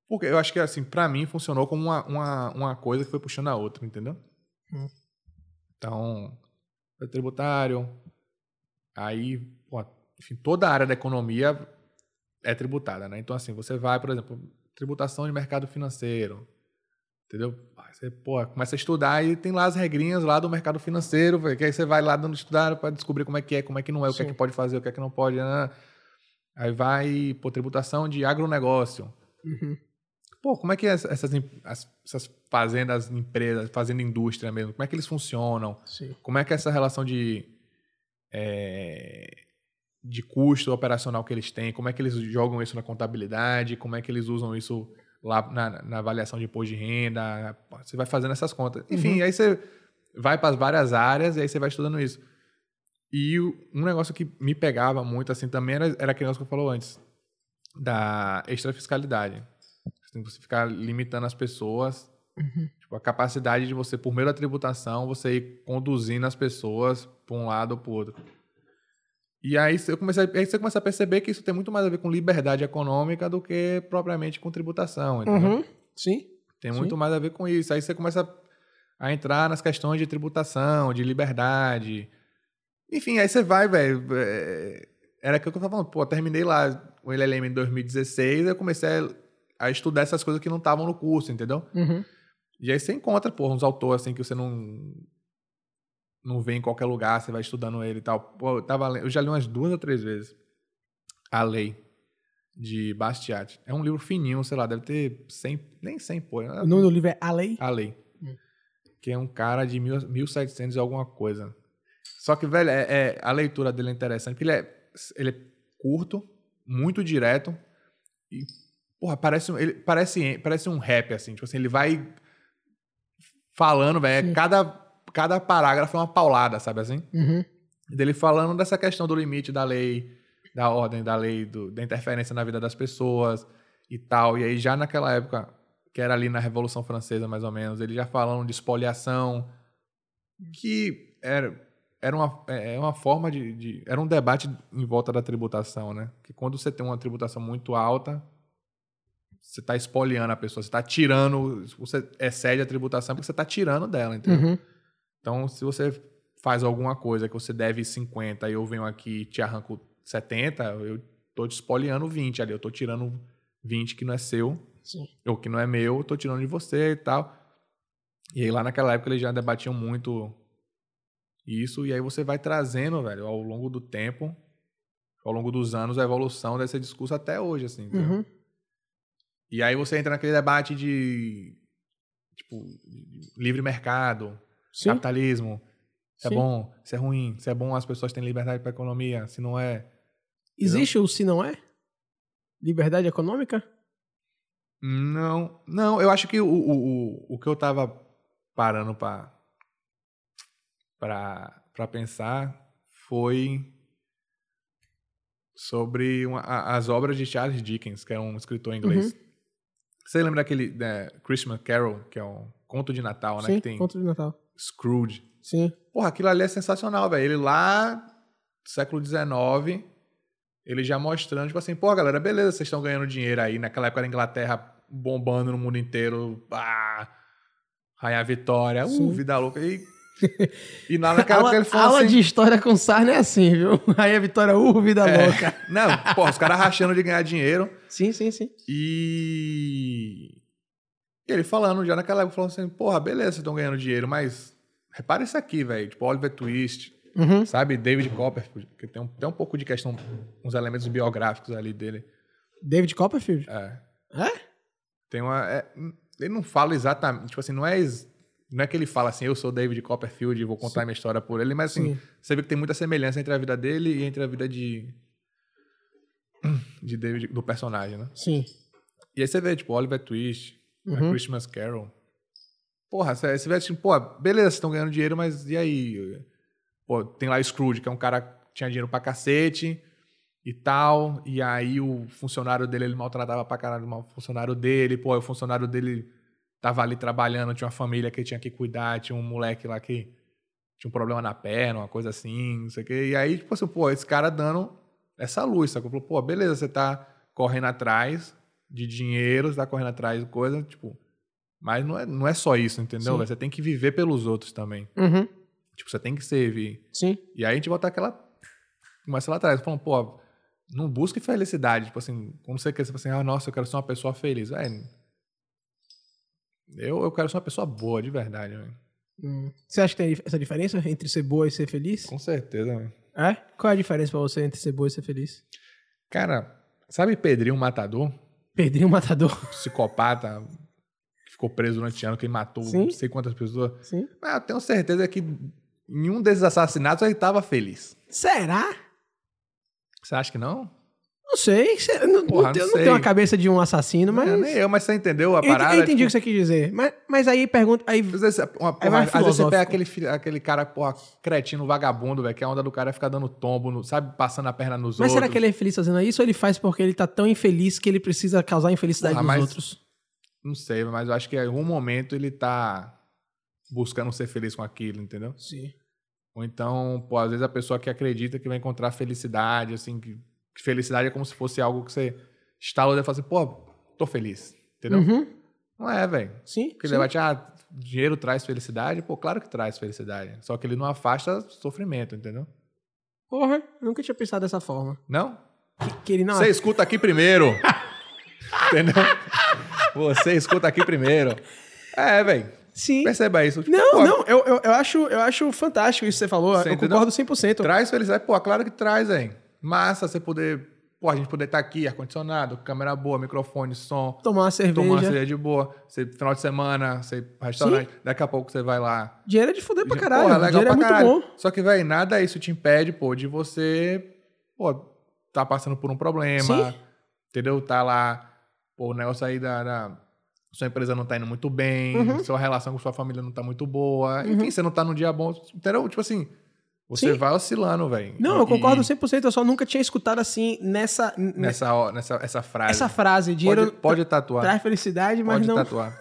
[SPEAKER 2] Porque eu acho que, assim, pra mim funcionou como uma, uma, uma coisa que foi puxando a outra, entendeu?
[SPEAKER 1] Hum.
[SPEAKER 2] Então, foi tributário. Aí, pô, enfim, toda a área da economia é tributada, né? Então, assim, você vai, por exemplo, tributação de mercado financeiro. Entendeu? Aí Você, pô, começa a estudar e tem lá as regrinhas lá do mercado financeiro, velho, que aí você vai lá dando estudar pra descobrir como é que é, como é que não é, o que é
[SPEAKER 1] Sim.
[SPEAKER 2] que pode fazer, o que é que não pode. né? Aí vai, pô, tributação de agronegócio.
[SPEAKER 1] Uhum.
[SPEAKER 2] Pô, como é que essa- essas, em- as- essas fazendas, empresas, fazenda indústria mesmo, como é que eles funcionam?
[SPEAKER 1] Sim.
[SPEAKER 2] Como é que é essa relação de, eh, de custo operacional que eles têm? Como é que eles jogam isso na contabilidade? Como é que eles usam isso lá na, na avaliação de imposto de renda? Você vai fazendo essas contas. Enfim, aí você vai para as várias áreas e aí você vai estudando isso. E o- um negócio que me pegava muito assim também era, era aquele negócio que eu falou antes, da extrafiscalidade. Você tem que ficar limitando as pessoas Tipo, a capacidade de você, por meio da tributação, você ir conduzindo as pessoas para um lado ou para outro. E aí você, começa, aí você começa a perceber que isso tem muito mais a ver com liberdade econômica do que propriamente com tributação. entendeu?
[SPEAKER 1] Uhum. Sim.
[SPEAKER 2] Tem
[SPEAKER 1] Sim.
[SPEAKER 2] muito mais a ver com isso. Aí você começa a entrar nas questões de tributação, de liberdade. Enfim, aí você vai, velho. é, Era aquilo que eu tava falando. Pô, eu terminei lá o LLM em 2016, eu comecei a estudar essas coisas que não estavam no curso, entendeu?
[SPEAKER 1] Uhum.
[SPEAKER 2] E aí você encontra, pô, uns autores assim que você não não vê em qualquer lugar, você vai estudando ele e tal. Pô, eu, tava, lendo- eu já li umas duas ou três vezes A Lei de Bastiat. É um livro fininho, sei lá, deve ter 100, nem 100, pô.
[SPEAKER 1] O nome do livro é A Lei?
[SPEAKER 2] A Lei.
[SPEAKER 1] Hum.
[SPEAKER 2] Que é um cara de mil, 1700 e alguma coisa. Só que, velho, é, é- a leitura dele é interessante, porque ele é, ele é curto, muito direto. E, porra, parece, um- ele, parece, parece um rap, assim. Tipo assim, ele vai falando, velho. é Cada, cada parágrafo é uma paulada, sabe assim?
[SPEAKER 1] Uhum.
[SPEAKER 2] dele falando dessa questão do limite da lei, da ordem da lei, do- da interferência na vida das pessoas e tal. E aí, já naquela época, que era ali na Revolução Francesa, mais ou menos, ele já falando de espoliação, que era, era uma, é é uma forma de, de- Era um debate em volta da tributação, né? Que quando você tem uma tributação muito alta. Você está espoliando a pessoa, você está tirando, você excede a tributação porque você está tirando dela, entendeu?
[SPEAKER 1] Uhum.
[SPEAKER 2] Então, se você faz alguma coisa que você deve 50 e eu venho aqui e te arranco 70, eu tô te espoliando 20 ali, eu tô tirando 20 que não é seu,
[SPEAKER 1] Sim.
[SPEAKER 2] ou que não é meu, eu tô tirando de você e tal. E aí lá naquela época eles já debatiam muito isso, e aí você vai trazendo, velho, ao longo do tempo, ao longo dos anos, a evolução desse discurso até hoje, assim. entendeu?
[SPEAKER 1] Uhum.
[SPEAKER 2] E aí você entra naquele debate de, tipo, de livre mercado,
[SPEAKER 1] Sim.
[SPEAKER 2] capitalismo, se
[SPEAKER 1] Sim.
[SPEAKER 2] é bom, se é ruim, se é bom as pessoas têm liberdade para economia, se não é.
[SPEAKER 1] Existe o se não é? Liberdade econômica?
[SPEAKER 2] Não, não, eu acho que o, o, o, o que eu tava parando pra, pra, pra pensar foi sobre uma- a- as obras de Charles Dickens, que é um escritor
[SPEAKER 1] Uhum.
[SPEAKER 2] inglês. Você lembra daquele né, Christmas Carol, que é um conto de Natal, né?
[SPEAKER 1] Sim.
[SPEAKER 2] que tem
[SPEAKER 1] Conto de Natal.
[SPEAKER 2] Scrooge.
[SPEAKER 1] Sim.
[SPEAKER 2] Porra, aquilo ali é sensacional, velho. Ele lá, século XIX, ele já mostrando, tipo assim, pô, galera, beleza, vocês estão ganhando dinheiro aí. Naquela época era a Inglaterra bombando no mundo inteiro. Ah, Rainha Vitória, uh,
[SPEAKER 1] Sim.
[SPEAKER 2] vida louca.
[SPEAKER 1] *laughs*
[SPEAKER 2] E, e lá naquela
[SPEAKER 1] aula
[SPEAKER 2] época ele falou
[SPEAKER 1] aula
[SPEAKER 2] assim...
[SPEAKER 1] de história com Sarna é assim, viu? *laughs* Aí a vitória, uh, vida
[SPEAKER 2] "É,
[SPEAKER 1] louca.
[SPEAKER 2] Não, pô, os caras rachando de ganhar dinheiro.
[SPEAKER 1] Sim, sim, sim.
[SPEAKER 2] E. E ele falando já naquela época, falando assim, porra, beleza, vocês estão ganhando dinheiro, mas repara isso aqui, velho. Tipo, Oliver Twist,
[SPEAKER 1] Uhum.
[SPEAKER 2] sabe? David Copperfield, que tem um, tem um pouco de questão, uns elementos biográficos ali dele.
[SPEAKER 1] David Copperfield?
[SPEAKER 2] É.
[SPEAKER 1] É?
[SPEAKER 2] Tem uma. é, ele não fala exatamente. Tipo assim, não é. ex- Não é que ele fala assim, eu sou David Copperfield e vou contar minha história por ele, mas assim,
[SPEAKER 1] Sim.
[SPEAKER 2] você vê que tem muita semelhança entre a vida dele e entre a vida de. de David, do personagem, né?
[SPEAKER 1] Sim.
[SPEAKER 2] E aí você vê, tipo, Oliver Twist, né,
[SPEAKER 1] Uhum.
[SPEAKER 2] Christmas Carol. Porra, você você vê, tipo, pô, beleza, vocês estão ganhando dinheiro, mas e aí? Pô, tem lá Scrooge, que é um cara que tinha dinheiro pra cacete e tal. E aí o funcionário dele, ele maltratava pra caralho o funcionário dele. Pô, o funcionário dele tava ali trabalhando, tinha uma família que ele tinha que cuidar, tinha um moleque lá que tinha um problema na perna, uma coisa assim, não sei o quê. E aí, tipo assim, pô, esse cara dando essa luz, sacou? Falou, Pô, beleza, você tá correndo atrás de dinheiro, você tá correndo atrás de coisa, tipo... Mas não é, não é só isso, entendeu?
[SPEAKER 1] Sim.
[SPEAKER 2] velho? Você tem que viver pelos outros também.
[SPEAKER 1] Uhum.
[SPEAKER 2] Tipo, você tem que servir.
[SPEAKER 1] Sim.
[SPEAKER 2] E aí a gente volta aquela... Começa lá atrás, falando, pô, não busque felicidade. Tipo assim, como você quer, você fala assim, ah, nossa, eu quero ser uma pessoa feliz. Velho, eu, eu quero ser uma pessoa boa, de verdade, velho.
[SPEAKER 1] Hum. Você acha que tem essa diferença entre ser boa e ser feliz?
[SPEAKER 2] Com certeza, velho.
[SPEAKER 1] É? Qual é a diferença pra você entre ser boa e ser feliz?
[SPEAKER 2] Cara, sabe Pedrinho Matador?
[SPEAKER 1] Pedrinho um Matador.
[SPEAKER 2] Psicopata que ficou preso durante ano, que matou
[SPEAKER 1] Sim.
[SPEAKER 2] não sei quantas pessoas.
[SPEAKER 1] Sim.
[SPEAKER 2] Mas eu tenho certeza que em um desses assassinatos ele tava feliz.
[SPEAKER 1] Será?
[SPEAKER 2] Você acha que não?
[SPEAKER 1] Não sei. se- eu Não,
[SPEAKER 2] Porra,
[SPEAKER 1] não, tenho,
[SPEAKER 2] não
[SPEAKER 1] não
[SPEAKER 2] sei.
[SPEAKER 1] tenho a cabeça de um assassino, mas.
[SPEAKER 2] Não, É, nem eu, mas você entendeu a
[SPEAKER 1] eu, ent-
[SPEAKER 2] parada?
[SPEAKER 1] eu entendi o que
[SPEAKER 2] tipo,
[SPEAKER 1] você quis dizer. Mas, mas aí pergunta. Aí,
[SPEAKER 2] Às vezes, é uma, porra,
[SPEAKER 1] vai
[SPEAKER 2] às vezes você
[SPEAKER 1] É filosófico.
[SPEAKER 2] pega aquele, fi- aquele cara, porra, cretino, vagabundo, velho, que a onda do cara é ficar dando tombo, no- sabe, passando a perna
[SPEAKER 1] mas
[SPEAKER 2] nos outros.
[SPEAKER 1] será que ele é feliz fazendo isso ou ele faz porque ele tá tão infeliz que ele precisa causar infelicidade
[SPEAKER 2] Porra,
[SPEAKER 1] nos
[SPEAKER 2] mas-
[SPEAKER 1] outros?
[SPEAKER 2] Não sei, mas eu acho que em algum momento ele tá buscando ser feliz com aquilo, entendeu?
[SPEAKER 1] Sim.
[SPEAKER 2] Ou então, pô, às vezes a pessoa que acredita que vai encontrar felicidade, assim, que, que felicidade é como se fosse algo que você estala o dedo e fala assim, pô, tô feliz, entendeu?
[SPEAKER 1] Uhum.
[SPEAKER 2] Não é, velho.
[SPEAKER 1] Sim.
[SPEAKER 2] Porque
[SPEAKER 1] sim.
[SPEAKER 2] ele debate, ah, dinheiro traz felicidade? Pô, claro que traz felicidade. Só que ele não afasta sofrimento, entendeu?
[SPEAKER 1] Porra, eu nunca tinha pensado dessa forma.
[SPEAKER 2] Não?
[SPEAKER 1] Que, que ele não.
[SPEAKER 2] Você escuta aqui primeiro.
[SPEAKER 1] *laughs*
[SPEAKER 2] entendeu? Você escuta aqui primeiro. É, velho.
[SPEAKER 1] Sim.
[SPEAKER 2] Perceba isso. Tipo,
[SPEAKER 1] Não,
[SPEAKER 2] pô,
[SPEAKER 1] não, eu, eu, eu acho, eu acho fantástico isso que você falou.
[SPEAKER 2] Você
[SPEAKER 1] eu
[SPEAKER 2] entendeu?
[SPEAKER 1] concordo 100%.
[SPEAKER 2] Traz felicidade. Pô, claro que traz, hein? Massa você poder. Pô, a gente poder estar aqui, ar-condicionado, câmera boa, microfone, som,
[SPEAKER 1] Tomar uma cerveja.
[SPEAKER 2] tomando uma cerveja de boa. Você, final de semana, você restaurante, daqui a pouco você vai lá.
[SPEAKER 1] Dinheiro é de fuder pra
[SPEAKER 2] Gente,
[SPEAKER 1] caralho.
[SPEAKER 2] Porra, legal
[SPEAKER 1] Dinheiro
[SPEAKER 2] pra
[SPEAKER 1] é muito
[SPEAKER 2] caralho.
[SPEAKER 1] bom.
[SPEAKER 2] Só que, velho, nada isso te impede, pô, de você, pô, tá passando por um problema,
[SPEAKER 1] Sim.
[SPEAKER 2] entendeu? Tá lá, pô, o negócio aí da, da- Sua empresa não tá indo muito bem,
[SPEAKER 1] Uhum.
[SPEAKER 2] sua relação com sua família não tá muito boa,
[SPEAKER 1] Uhum.
[SPEAKER 2] enfim, você não tá num dia bom, entendeu? Tipo assim, você
[SPEAKER 1] Sim.
[SPEAKER 2] vai oscilando, velho.
[SPEAKER 1] Não, eu
[SPEAKER 2] E-
[SPEAKER 1] concordo 100%. Eu só nunca tinha escutado assim nessa. n-
[SPEAKER 2] Nessa, ó- nessa essa frase.
[SPEAKER 1] Essa frase. Dinheiro
[SPEAKER 2] pode, pode tatuar.
[SPEAKER 1] traz felicidade, mas
[SPEAKER 2] pode
[SPEAKER 1] não.
[SPEAKER 2] tatuar.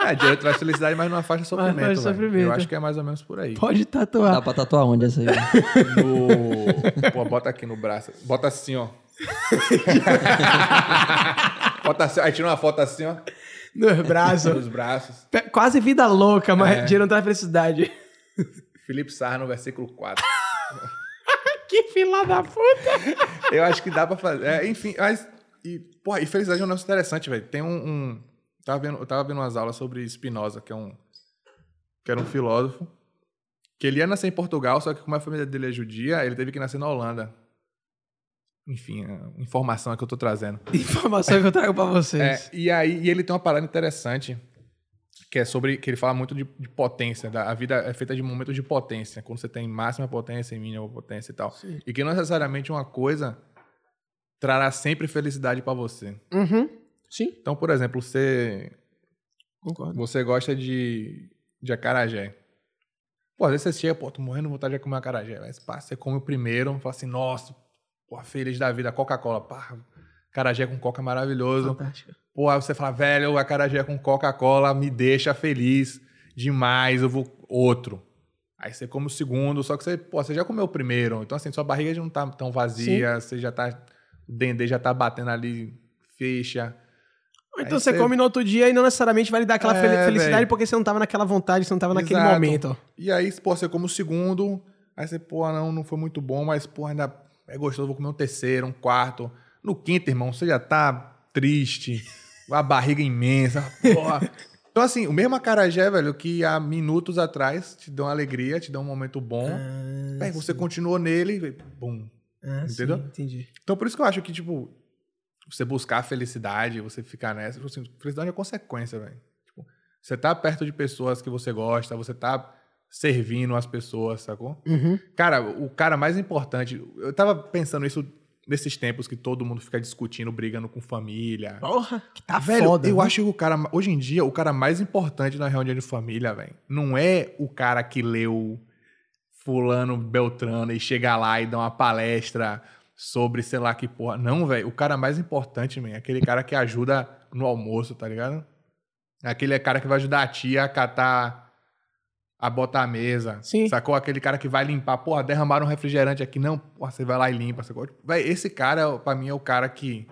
[SPEAKER 2] É, dinheiro traz felicidade, mas não afasta
[SPEAKER 1] afasta
[SPEAKER 2] sofrimento, velho.
[SPEAKER 1] sofrimento.
[SPEAKER 2] Eu acho que é mais ou menos por aí.
[SPEAKER 1] Pode tatuar.
[SPEAKER 2] Tá.
[SPEAKER 3] Dá pra tatuar onde essa aí?
[SPEAKER 2] No... Pô, bota aqui no braço. Bota assim, ó. bota assim, ó. aí tira uma foto assim, ó.
[SPEAKER 1] Nos braços.
[SPEAKER 2] *laughs* Nos braços.
[SPEAKER 1] Pe- Quase vida louca, mas
[SPEAKER 2] É.
[SPEAKER 1] dinheiro não traz
[SPEAKER 2] *laughs*
[SPEAKER 1] felicidade.
[SPEAKER 2] Felipe Sarra no versículo 4.
[SPEAKER 1] que fila da puta.
[SPEAKER 2] Eu acho que dá pra fazer. É, enfim, mas. E, porra, e felicidade é um negócio interessante, velho. Tem um. um- tava vendo, eu tava vendo umas aulas sobre Spinoza, que é um. que era um filósofo. Que ele ia nascer em Portugal, só que como a família dele é judia, ele teve que nascer na Holanda. Enfim, é, informação que eu tô trazendo.
[SPEAKER 1] Informação que eu trago pra
[SPEAKER 2] É,
[SPEAKER 1] vocês.
[SPEAKER 2] e aí e ele tem uma parada interessante que é sobre que ele fala muito de, de potência. da- a vida é feita de momentos de potência, quando você tem máxima potência e mínima potência e tal.
[SPEAKER 1] Sim.
[SPEAKER 2] E que não necessariamente uma coisa trará sempre felicidade pra você.
[SPEAKER 1] Uhum. Sim,
[SPEAKER 2] Então, por exemplo, você
[SPEAKER 1] concordo.
[SPEAKER 2] você gosta de, de acarajé. Pô, às vezes você chega, pô, tô morrendo de vontade de comer acarajé. Mas, pá, você come o primeiro, fala assim, nossa, pô, feliz da vida, Coca-Cola, pá, acarajé com coca é maravilhoso.
[SPEAKER 1] Fantástica.
[SPEAKER 2] Pô, aí você fala, velho, o acarajé com Coca-Cola me deixa feliz demais, eu vou outro. Aí você come o segundo, só que você, pô, você já comeu o primeiro. Então, assim, sua barriga já não tá tão vazia, você já tá. O dendê já tá batendo ali, fecha.
[SPEAKER 1] Ou Então
[SPEAKER 2] É Aí
[SPEAKER 1] você
[SPEAKER 2] você-
[SPEAKER 1] come no outro dia e não necessariamente vai lhe dar aquela
[SPEAKER 2] É,
[SPEAKER 1] fel- felicidade
[SPEAKER 2] velho.
[SPEAKER 1] porque você não tava naquela vontade, você não tava naquele
[SPEAKER 2] Exato.
[SPEAKER 1] momento.
[SPEAKER 2] E aí, pô, você come o segundo, aí você, pô, não, não foi muito bom, mas, pô, ainda é gostoso, vou comer um terceiro, um quarto. No quinto, irmão, você já tá triste, *laughs* a barriga imensa, porra. Então, assim, o mesmo acarajé, velho, que há minutos atrás te dão alegria, te dão um momento bom.
[SPEAKER 1] Ah,
[SPEAKER 2] Bem, você continuou nele, bum. É. entendeu?
[SPEAKER 1] entendi.
[SPEAKER 2] Então, por isso que eu acho que, tipo, você buscar a felicidade, você ficar nessa, tipo assim, felicidade é consequência, velho. Tipo, você tá perto de pessoas que você gosta, você tá servindo as pessoas, sacou?
[SPEAKER 1] Uhum.
[SPEAKER 2] Cara, o cara mais importante, eu tava pensando isso nesses tempos que todo mundo fica discutindo, brigando com família.
[SPEAKER 1] Porra, que tá
[SPEAKER 2] Velho,
[SPEAKER 1] foda.
[SPEAKER 2] eu
[SPEAKER 1] né?
[SPEAKER 2] acho que o cara, hoje em dia, o cara mais importante na reunião de família, velho, não é o cara que leu Fulano Beltrano e chega lá e dá uma palestra sobre sei lá que porra. Não, velho, o cara mais importante, man, é aquele cara que ajuda no almoço, tá ligado? É Aquele cara que vai ajudar a tia a catar, a botar a mesa.
[SPEAKER 1] Sim.
[SPEAKER 2] Sacou? Aquele cara que vai limpar. Porra, derramaram um refrigerante aqui. Não, porra, você vai lá e limpa. Sacou? Tipo, Véi, esse cara, pra mim, é o cara que,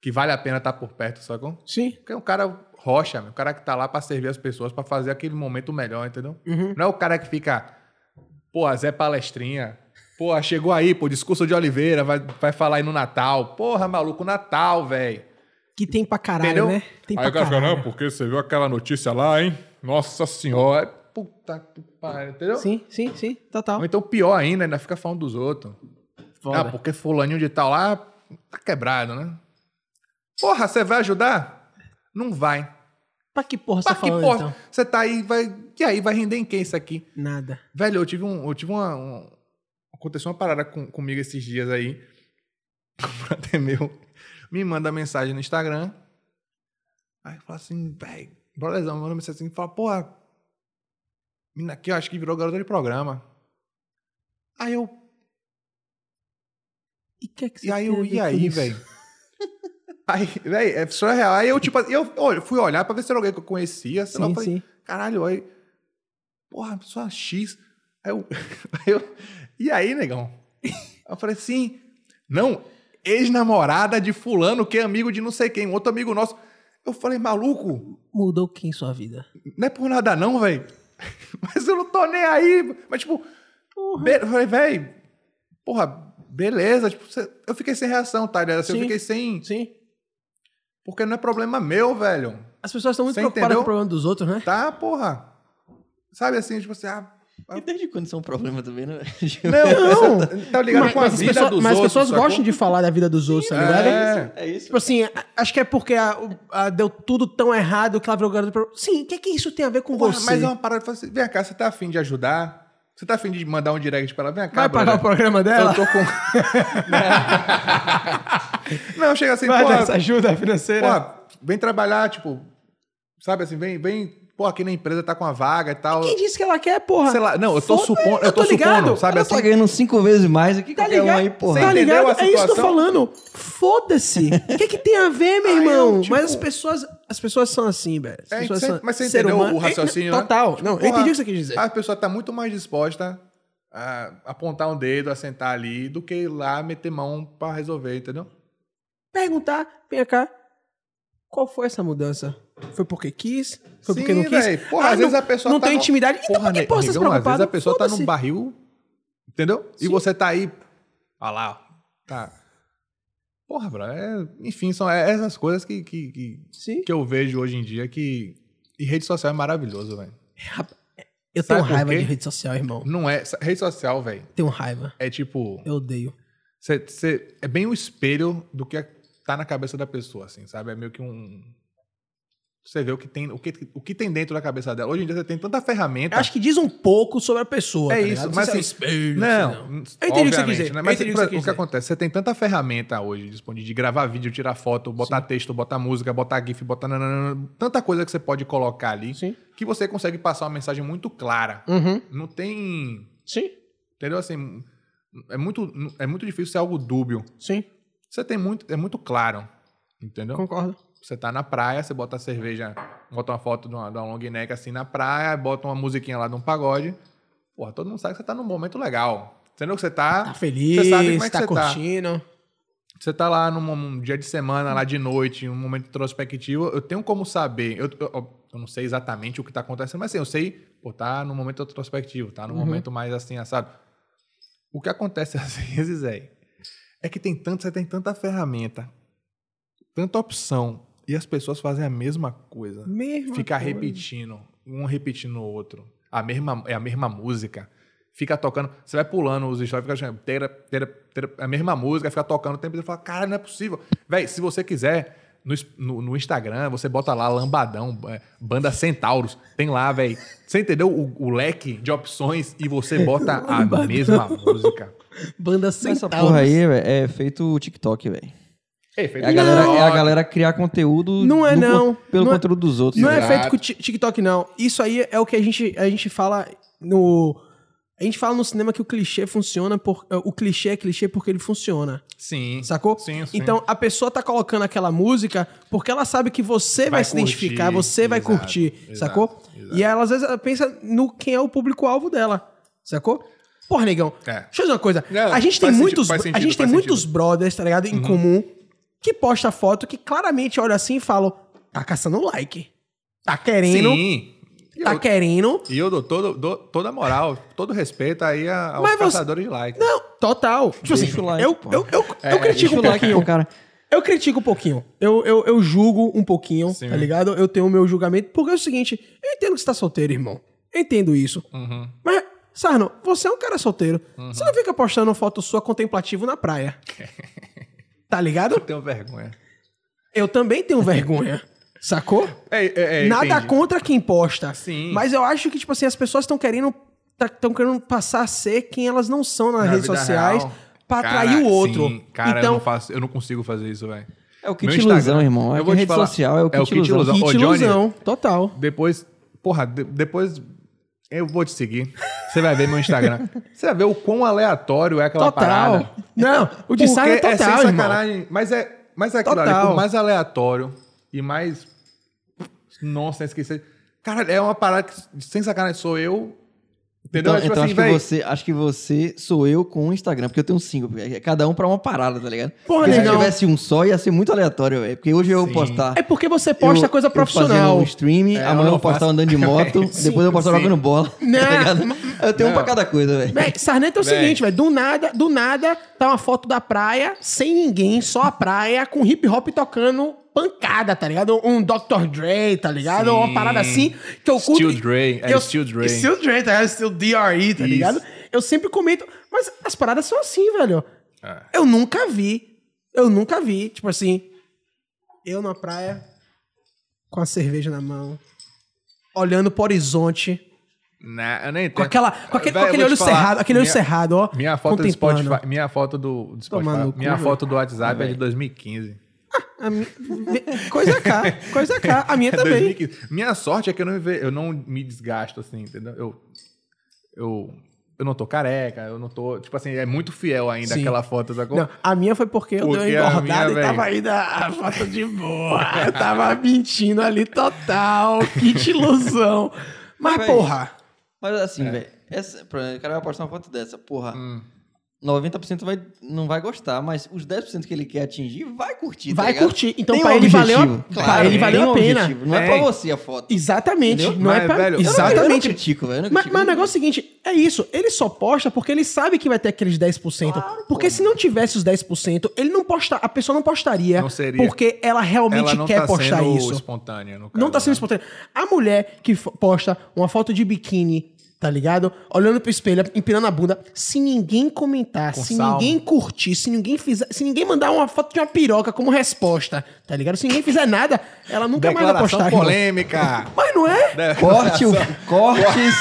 [SPEAKER 2] que vale a pena estar por perto, sacou?
[SPEAKER 1] Sim.
[SPEAKER 2] Porque é um cara rocha, meu. O cara que tá lá pra servir as pessoas, pra fazer aquele momento melhor, entendeu?
[SPEAKER 1] Uhum.
[SPEAKER 2] Não é o cara que fica, pô, Zé Palestrinha. Pô, chegou aí, pô, discurso de Oliveira, vai, vai falar aí no Natal. Porra, maluco, Natal, velho.
[SPEAKER 1] Que tem pra caralho,
[SPEAKER 2] Entendeu?
[SPEAKER 1] né? Tem
[SPEAKER 2] Aí
[SPEAKER 1] pra
[SPEAKER 2] o cara fica,
[SPEAKER 1] caralho.
[SPEAKER 2] não, porque você viu aquela notícia lá, hein? Nossa senhora. É, Puta que pariu, entendeu?
[SPEAKER 1] Sim, sim, sim. Total.
[SPEAKER 2] Ou então pior ainda, ainda fica falando dos outros. Ah,
[SPEAKER 1] Foda.
[SPEAKER 2] porque fulaninho de tal lá tá quebrado, né? Porra, você vai ajudar? Não vai.
[SPEAKER 1] pra que porra você
[SPEAKER 2] Pra
[SPEAKER 1] tá
[SPEAKER 2] que
[SPEAKER 1] falando,
[SPEAKER 2] porra?
[SPEAKER 1] então?
[SPEAKER 2] Você tá aí, vai. E aí, vai render em quem isso aqui?
[SPEAKER 1] Nada.
[SPEAKER 2] Velho, eu tive um. Eu tive uma. um- aconteceu uma parada com- comigo esses dias aí. *laughs* Um brother meu me manda mensagem no Instagram. Aí fala assim, velho, brotherzão, manda mensagem assim, fala, porra, menina aqui, eu acho que virou garota de programa. Aí eu,
[SPEAKER 1] E, que é que você
[SPEAKER 2] e aí,
[SPEAKER 1] tem a
[SPEAKER 2] eu,
[SPEAKER 1] ver
[SPEAKER 2] e
[SPEAKER 1] com
[SPEAKER 2] aí,
[SPEAKER 1] isso?
[SPEAKER 2] velho? Aí, velho, é surreal. Aí eu, tipo, eu olha, fui olhar pra ver se era alguém que eu conhecia, sei lá, eu
[SPEAKER 1] Sim,
[SPEAKER 2] falei,
[SPEAKER 1] sim.
[SPEAKER 2] Caralho, aí. Porra, pessoa X. Aí eu, *laughs* aí eu. E aí, negão? Eu falei assim. Não, ex-namorada de Fulano, que é amigo de não sei quem, um outro amigo nosso. Eu falei, maluco,
[SPEAKER 1] Mudou quem em sua vida?
[SPEAKER 2] não é por nada não, velho. *laughs* Mas eu não tô nem aí. Mas, tipo. be- Eu falei, velho. Porra, beleza. Tipo, cê- eu fiquei sem reação, tá? ligado? Assim, Eu
[SPEAKER 1] Sim.
[SPEAKER 2] fiquei sem.
[SPEAKER 1] Sim.
[SPEAKER 2] Porque não é problema meu, velho.
[SPEAKER 1] As pessoas estão muito
[SPEAKER 2] Você
[SPEAKER 1] preocupadas
[SPEAKER 2] entendeu?
[SPEAKER 1] com o problema dos outros, né?
[SPEAKER 2] Tá, porra. Sabe assim, tipo assim, ah,
[SPEAKER 3] E desde quando isso é um problema também, né?
[SPEAKER 2] Não, tá- tá ligado com a
[SPEAKER 1] as
[SPEAKER 2] vida
[SPEAKER 1] pessoas-
[SPEAKER 2] dos
[SPEAKER 1] mas as
[SPEAKER 2] outros,
[SPEAKER 1] pessoas
[SPEAKER 2] sacou?
[SPEAKER 1] gostam de falar da vida dos outros, tá ligado?
[SPEAKER 2] É.
[SPEAKER 3] É isso.
[SPEAKER 1] Tipo assim, a- acho que é porque a- o- a- deu tudo tão errado que ela virou garota. pro- Sim, o que é que isso tem a ver com
[SPEAKER 2] Porra,
[SPEAKER 1] você?
[SPEAKER 2] mas é uma parada que fala assim, vem cá, você tá afim de ajudar? Você tá afim de mandar um direct pra ela? Vem cá,
[SPEAKER 1] Vai pagar o
[SPEAKER 2] brother.
[SPEAKER 1] programa
[SPEAKER 3] É,
[SPEAKER 1] dela?
[SPEAKER 2] né? Eu tô com... Não, chega assim,
[SPEAKER 1] Vai né?" dar
[SPEAKER 2] porra,
[SPEAKER 1] essa ajuda financeira?
[SPEAKER 2] porra, vem trabalhar, tipo, sabe assim, vem, vem, pô, aqui na empresa tá com uma vaga e tal.
[SPEAKER 1] Quem disse que ela quer, porra?
[SPEAKER 2] Sei lá, não, eu tô
[SPEAKER 1] Foda-
[SPEAKER 2] supondo,
[SPEAKER 1] eu
[SPEAKER 2] eu tô,
[SPEAKER 1] tô ligado,
[SPEAKER 2] supondo, sabe
[SPEAKER 3] Ela tá
[SPEAKER 2] assim?
[SPEAKER 3] ganhando cinco vezes mais aqui que
[SPEAKER 1] Tá
[SPEAKER 3] qualquer um
[SPEAKER 1] ligado?
[SPEAKER 3] aí,
[SPEAKER 1] tá
[SPEAKER 3] porra.
[SPEAKER 2] Você entendeu
[SPEAKER 1] ligado?
[SPEAKER 2] a
[SPEAKER 1] É isso que eu tô
[SPEAKER 2] situação?
[SPEAKER 1] falando. Foda-se. O que, que tem a ver, meu
[SPEAKER 2] *laughs* Aí eu,
[SPEAKER 1] irmão?
[SPEAKER 2] tipo-
[SPEAKER 1] Mas as pessoas, as pessoas são assim, velho. As
[SPEAKER 2] É,
[SPEAKER 1] pessoas
[SPEAKER 2] você-
[SPEAKER 1] são-
[SPEAKER 2] mas você
[SPEAKER 1] ser
[SPEAKER 2] entendeu
[SPEAKER 1] humano-
[SPEAKER 2] o raciocínio, né?
[SPEAKER 1] Total. não, eu
[SPEAKER 2] Porra,
[SPEAKER 1] entendi o que você quis dizer.
[SPEAKER 2] A pessoa tá muito mais disposta a apontar um dedo, a sentar ali, do que ir lá meter mão pra resolver, entendeu?
[SPEAKER 1] Perguntar, vem cá, qual foi essa mudança? Foi porque quis? Foi
[SPEAKER 2] Sim,
[SPEAKER 1] porque não quis? Ah,
[SPEAKER 2] véi. Porra, às
[SPEAKER 1] não,
[SPEAKER 2] vezes a pessoa
[SPEAKER 1] não
[SPEAKER 2] tá
[SPEAKER 1] tem
[SPEAKER 2] no-
[SPEAKER 1] intimidade. Então por que
[SPEAKER 2] né,
[SPEAKER 1] porra você se
[SPEAKER 2] amigão, às
[SPEAKER 1] preocupado?
[SPEAKER 2] vezes a pessoa tá num
[SPEAKER 1] Foda-se.
[SPEAKER 2] barril, entendeu? E
[SPEAKER 1] Sim.
[SPEAKER 2] você tá aí, olha lá, tá. Porra, bro, é- enfim, são é- essas coisas que, que, que,
[SPEAKER 1] Sim.
[SPEAKER 2] que eu vejo hoje em dia que... E rede social é maravilhoso, velho.
[SPEAKER 1] Rapaz, Eu
[SPEAKER 2] Sabe
[SPEAKER 1] tenho
[SPEAKER 2] por
[SPEAKER 1] raiva
[SPEAKER 2] quê?
[SPEAKER 1] de rede social, irmão.
[SPEAKER 2] Não é... Rede social, velho,
[SPEAKER 1] Tenho raiva.
[SPEAKER 2] é tipo...
[SPEAKER 1] Eu odeio.
[SPEAKER 2] Cê, cê- é bem o espelho do que tá na cabeça da pessoa, assim, sabe? É meio que um. Você vê o que tem, o que, o que tem dentro da cabeça dela. Hoje em dia você tem tanta ferramenta.
[SPEAKER 1] Eu acho que diz um pouco sobre a pessoa.
[SPEAKER 2] É
[SPEAKER 1] tá
[SPEAKER 2] isso,
[SPEAKER 1] ligado? Não
[SPEAKER 2] mas
[SPEAKER 1] sei se
[SPEAKER 2] assim,
[SPEAKER 1] é um espelho, sei
[SPEAKER 2] Não,
[SPEAKER 1] lá. Eu
[SPEAKER 2] não,
[SPEAKER 1] entendi o que você quis
[SPEAKER 2] obviamente,
[SPEAKER 1] dizer,
[SPEAKER 2] né?
[SPEAKER 1] eu entendi
[SPEAKER 2] Mas
[SPEAKER 1] o que
[SPEAKER 2] por
[SPEAKER 1] você
[SPEAKER 2] exemplo,
[SPEAKER 1] quis
[SPEAKER 2] o que
[SPEAKER 1] dizer.
[SPEAKER 2] acontece? Você tem tanta ferramenta hoje disponível de gravar vídeo, tirar foto, botar texto, botar música, botar GIF, botar. nananana, tanta coisa que você pode colocar ali
[SPEAKER 1] Sim.
[SPEAKER 2] que você consegue passar uma mensagem muito clara.
[SPEAKER 1] Uhum.
[SPEAKER 2] Não tem.
[SPEAKER 1] Sim,
[SPEAKER 2] Entendeu? Assim, é muito, é muito difícil ser algo dúbio.
[SPEAKER 1] sim.
[SPEAKER 2] Você tem muito. É muito claro. Entendeu?
[SPEAKER 1] Concordo.
[SPEAKER 2] Você tá na praia, você bota a cerveja, bota uma foto de uma, de uma long neck assim na praia, bota uma musiquinha lá de um pagode. Porra, todo mundo sabe que você tá num momento legal. Entendeu? Que você
[SPEAKER 1] Tá
[SPEAKER 2] tá.
[SPEAKER 1] feliz,
[SPEAKER 2] Você sabe como é que
[SPEAKER 1] tá
[SPEAKER 2] você tá.
[SPEAKER 1] curtindo.
[SPEAKER 2] Você tá lá num, num dia de semana, lá de noite, um momento introspectivo. Eu tenho como saber. Eu, eu- eu não sei exatamente o que tá acontecendo, mas assim, eu sei, pô, tá num momento introspectivo, tá num
[SPEAKER 1] Uhum.
[SPEAKER 2] momento mais assim, assado. O que acontece *laughs* às vezes é, é que tem tanto, você tem tanta ferramenta, tanta opção, E as pessoas fazem a mesma coisa.
[SPEAKER 1] Mesma
[SPEAKER 2] Fica
[SPEAKER 1] coisa.
[SPEAKER 2] repetindo, um repetindo o outro. A mesma, é a mesma música. Fica tocando, você vai pulando os stories, fica achando, tera, tera, tera, a mesma música, fica tocando o tempo inteiro e fala, cara, não é possível. Véi, se você quiser, no, es- no- no Instagram, você bota lá Lambadão, é, Banda Centauros, tem lá, véi. Você entendeu o, o leque de opções e você *laughs* bota a
[SPEAKER 1] Lambadão.
[SPEAKER 2] mesma música.
[SPEAKER 1] é Banda
[SPEAKER 3] Essa
[SPEAKER 1] Centauros.
[SPEAKER 3] porra aí velho, é feito o TikTok, velho.
[SPEAKER 2] É, feito
[SPEAKER 3] É a, galera, é a
[SPEAKER 2] TikTok.
[SPEAKER 3] galera criar conteúdo
[SPEAKER 1] Não é
[SPEAKER 3] do con-
[SPEAKER 1] não.
[SPEAKER 3] pelo
[SPEAKER 1] Não é-
[SPEAKER 3] conteúdo dos outros. tá
[SPEAKER 1] Não é
[SPEAKER 2] Exato.
[SPEAKER 1] feito com ti- TikTok, não. Isso aí é o que a gente, a gente fala no. A gente fala no cinema que o clichê funciona por. O clichê é clichê porque ele funciona.
[SPEAKER 2] Sim.
[SPEAKER 1] Sacou?
[SPEAKER 2] Sim, sim.
[SPEAKER 1] Então a pessoa tá colocando aquela música porque ela sabe que você vai,
[SPEAKER 2] Vai
[SPEAKER 1] se
[SPEAKER 2] curtir,
[SPEAKER 1] identificar, você vai
[SPEAKER 2] exato,
[SPEAKER 1] curtir,
[SPEAKER 2] exato,
[SPEAKER 1] sacou?
[SPEAKER 2] exato.
[SPEAKER 1] E ela às vezes ela pensa no quem é o público-alvo dela, sacou? Porra, negão.
[SPEAKER 2] É.
[SPEAKER 1] Deixa eu dizer uma coisa.
[SPEAKER 2] Não,
[SPEAKER 1] a gente tem
[SPEAKER 2] faz
[SPEAKER 1] muitos,
[SPEAKER 2] sentido, faz
[SPEAKER 1] a
[SPEAKER 2] sentido,
[SPEAKER 1] gente tem
[SPEAKER 2] faz
[SPEAKER 1] muitos
[SPEAKER 2] sentido. Uhum.
[SPEAKER 1] brothers, tá ligado? Em comum que posta foto que claramente olha assim e falam: tá caçando like. Tá querendo,
[SPEAKER 2] Sim. E
[SPEAKER 1] tá
[SPEAKER 2] eu-
[SPEAKER 1] querendo.
[SPEAKER 2] E eu dou, todo, dou toda a moral, todo o respeito aí a- aos
[SPEAKER 1] Mas você-
[SPEAKER 2] caçadores de like.
[SPEAKER 1] Não, total. Tipo
[SPEAKER 3] Deixa
[SPEAKER 1] assim,
[SPEAKER 3] o like,
[SPEAKER 1] eu,
[SPEAKER 3] pô.
[SPEAKER 1] eu, eu, eu
[SPEAKER 2] É,
[SPEAKER 1] critico
[SPEAKER 3] Deixa
[SPEAKER 1] um
[SPEAKER 3] o like
[SPEAKER 1] pouquinho.
[SPEAKER 3] pro Então, cara.
[SPEAKER 1] Eu critico um pouquinho. Eu, eu, eu julgo um pouquinho,
[SPEAKER 2] Sim.
[SPEAKER 1] tá ligado? Eu tenho o meu julgamento, porque é o seguinte, eu entendo que você tá solteiro, irmão. Eu entendo isso.
[SPEAKER 2] Uhum.
[SPEAKER 1] Mas, Sarno, você é um cara solteiro. Você não fica postando foto sua contemplativo na
[SPEAKER 2] *laughs*
[SPEAKER 1] praia. tá
[SPEAKER 2] Eu
[SPEAKER 1] ligado?
[SPEAKER 2] tenho vergonha.
[SPEAKER 1] Eu também tenho vergonha. Sacou?
[SPEAKER 2] É, é, é,
[SPEAKER 1] Nada
[SPEAKER 2] entendi.
[SPEAKER 1] contra quem posta.
[SPEAKER 2] Sim.
[SPEAKER 1] Mas eu acho que, tipo assim, as pessoas estão querendo. Estão querendo passar a ser quem elas não são nas
[SPEAKER 2] Na
[SPEAKER 1] redes
[SPEAKER 2] vida
[SPEAKER 1] sociais
[SPEAKER 2] real.
[SPEAKER 1] pra
[SPEAKER 2] Cara,
[SPEAKER 1] atrair o outro.
[SPEAKER 2] sim. cara,
[SPEAKER 1] então,
[SPEAKER 2] eu, não faço, eu não consigo fazer isso, velho.
[SPEAKER 3] É o
[SPEAKER 2] Meu
[SPEAKER 3] kit
[SPEAKER 2] Instagram.
[SPEAKER 3] ilusão, irmão. É
[SPEAKER 2] Eu
[SPEAKER 3] que
[SPEAKER 2] vou te
[SPEAKER 3] rede
[SPEAKER 2] falar.
[SPEAKER 3] social, é
[SPEAKER 2] É
[SPEAKER 3] o
[SPEAKER 2] o
[SPEAKER 3] kit
[SPEAKER 2] kit
[SPEAKER 3] ilusão.
[SPEAKER 2] ilusão.
[SPEAKER 1] kit
[SPEAKER 2] Ô, Johnny.
[SPEAKER 1] ilusão, total.
[SPEAKER 2] Depois, porra, de- depois eu vou te seguir. Você vai ver meu
[SPEAKER 3] *laughs*
[SPEAKER 2] Instagram. Você vai ver o quão aleatório é aquela
[SPEAKER 1] Total.
[SPEAKER 2] parada.
[SPEAKER 1] Não, o de saia é
[SPEAKER 2] Porque
[SPEAKER 1] total,
[SPEAKER 2] sem
[SPEAKER 1] irmão.
[SPEAKER 2] sacanagem. Mas é, mas é aquilo
[SPEAKER 1] Total.
[SPEAKER 2] ali, por mais aleatório e mais... Nossa, esqueci. Cara, é uma parada que, sem sacanagem, sou eu... Entendeu?
[SPEAKER 3] Então,
[SPEAKER 2] É tipo assim,
[SPEAKER 3] então acho, que
[SPEAKER 2] véi,
[SPEAKER 3] você, acho que você sou eu com o Instagram, porque eu tenho cinco. é Cada um pra uma parada, tá ligado?
[SPEAKER 1] Porra,
[SPEAKER 3] porque se
[SPEAKER 1] negão.
[SPEAKER 3] tivesse um só, ia ser muito aleatório, velho. Porque hoje eu vou
[SPEAKER 2] Sim.
[SPEAKER 3] postar.
[SPEAKER 1] É porque você posta
[SPEAKER 3] eu-
[SPEAKER 1] coisa
[SPEAKER 3] eu fazendo
[SPEAKER 1] profissional.
[SPEAKER 3] um stream,
[SPEAKER 2] É, eu
[SPEAKER 3] amanhã eu
[SPEAKER 2] não
[SPEAKER 3] vou postar
[SPEAKER 2] faço.
[SPEAKER 3] andando de moto, depois eu vou
[SPEAKER 2] *laughs*
[SPEAKER 3] postar
[SPEAKER 2] sim.
[SPEAKER 3] jogando bola.
[SPEAKER 1] Não,
[SPEAKER 3] Tá ligado? Eu tenho um pra cada coisa, velho.
[SPEAKER 1] Véi, Sarneta é o
[SPEAKER 2] Véi.
[SPEAKER 1] seguinte, velho. Do nada, do nada, tá uma foto da praia, sem ninguém, só a praia, com hip hop tocando pancada, tá ligado? Um Dr. Dre, tá ligado?
[SPEAKER 2] Sim.
[SPEAKER 1] Uma parada assim que eu curto.
[SPEAKER 2] Still Dre, é
[SPEAKER 1] eu,
[SPEAKER 2] Still Dre.
[SPEAKER 1] Still Dre, tá ligado? Still DRE, tá
[SPEAKER 2] Isso.
[SPEAKER 1] ligado? Eu sempre comento, mas as paradas são assim, velho.
[SPEAKER 2] É.
[SPEAKER 1] Eu nunca vi. Eu nunca vi, tipo assim, eu na praia, com a cerveja na mão, olhando pro horizonte.
[SPEAKER 2] Não, eu nem
[SPEAKER 1] Com,
[SPEAKER 2] tenho.
[SPEAKER 1] aquela, com aquele,
[SPEAKER 2] Véi,
[SPEAKER 1] com
[SPEAKER 2] eu
[SPEAKER 1] aquele
[SPEAKER 2] vou
[SPEAKER 1] olho
[SPEAKER 2] te falar,
[SPEAKER 1] cerrado, aquele olho
[SPEAKER 2] minha-
[SPEAKER 1] cerrado, ó.
[SPEAKER 2] Minha foto é do
[SPEAKER 1] contemplando.
[SPEAKER 2] Spotify, minha foto do, do Spotify,
[SPEAKER 1] Tomar no cu,
[SPEAKER 2] minha
[SPEAKER 1] velho.
[SPEAKER 2] foto do WhatsApp é de 2015.
[SPEAKER 1] A mi- ve- Coisa cá, coisa cá. A minha
[SPEAKER 2] *laughs* É
[SPEAKER 1] também.
[SPEAKER 2] 2015. Minha sorte é que eu não me, ve- eu não me desgasto assim, entendeu? Eu, eu, eu não tô careca, eu não tô, tipo assim, é muito fiel ainda
[SPEAKER 1] Sim.
[SPEAKER 2] aquela foto, sacou?
[SPEAKER 1] Não, a minha foi porque eu
[SPEAKER 2] Porque
[SPEAKER 1] dei
[SPEAKER 2] a
[SPEAKER 1] uma engordada
[SPEAKER 2] minha,
[SPEAKER 1] e tava
[SPEAKER 2] velho.
[SPEAKER 1] ainda a foto de boa. *laughs* Eu tava mentindo ali total. Que ilusão. Mas,
[SPEAKER 3] Mas,
[SPEAKER 1] porra.
[SPEAKER 3] Mas assim,
[SPEAKER 2] É.
[SPEAKER 3] velho, essa- por exemplo, o cara vai postar uma foto dessa, porra.
[SPEAKER 2] Hum.
[SPEAKER 3] 90% vai, não vai gostar, mas os 10% que ele quer atingir vai curtir. tá
[SPEAKER 1] Vai
[SPEAKER 3] ligado?
[SPEAKER 1] curtir. Então,
[SPEAKER 3] Tem
[SPEAKER 1] pra
[SPEAKER 3] um
[SPEAKER 1] ele valeu a-
[SPEAKER 3] objetivo,
[SPEAKER 1] pra
[SPEAKER 3] claro,
[SPEAKER 1] ele valeu
[SPEAKER 3] tem
[SPEAKER 1] a
[SPEAKER 3] um
[SPEAKER 1] pena.
[SPEAKER 3] objetivo, Não é pra
[SPEAKER 2] Tem.
[SPEAKER 3] você a foto.
[SPEAKER 1] Exatamente.
[SPEAKER 3] Entendeu?
[SPEAKER 1] Não é
[SPEAKER 2] Mas,
[SPEAKER 1] pra...
[SPEAKER 2] velho, eu não-
[SPEAKER 3] Eu não- Eu não
[SPEAKER 1] Exatamente.
[SPEAKER 3] critico, velho. eu não
[SPEAKER 1] Mas,
[SPEAKER 3] critico.
[SPEAKER 1] mas o negócio é o seguinte, é isso, ele só posta porque ele sabe que vai ter aqueles 10%. porque se não tivesse os 10%, ele não posta, a pessoa não postaria.
[SPEAKER 2] Não seria.
[SPEAKER 1] Porque ela realmente
[SPEAKER 2] Ela não
[SPEAKER 1] quer
[SPEAKER 2] tá
[SPEAKER 1] postar
[SPEAKER 2] sendo
[SPEAKER 1] isso.
[SPEAKER 2] espontânea, no caso,
[SPEAKER 1] Não tá sendo
[SPEAKER 2] né?
[SPEAKER 1] espontâneo. A mulher que fo- posta uma foto de biquíni, tá ligado? Olhando pro espelho, empinando a bunda. Se ninguém comentar,
[SPEAKER 2] Com
[SPEAKER 1] se
[SPEAKER 2] sal.
[SPEAKER 1] ninguém curtir, se ninguém fizer, se ninguém mandar uma foto de uma piroca como resposta, tá ligado? Se ninguém fizer nada, ela nunca mais
[SPEAKER 2] Declaração
[SPEAKER 1] vai postar. irmão. *laughs*
[SPEAKER 2] polêmica.
[SPEAKER 1] Mas não é?
[SPEAKER 2] De-
[SPEAKER 3] *laughs* Corte, o, cortes.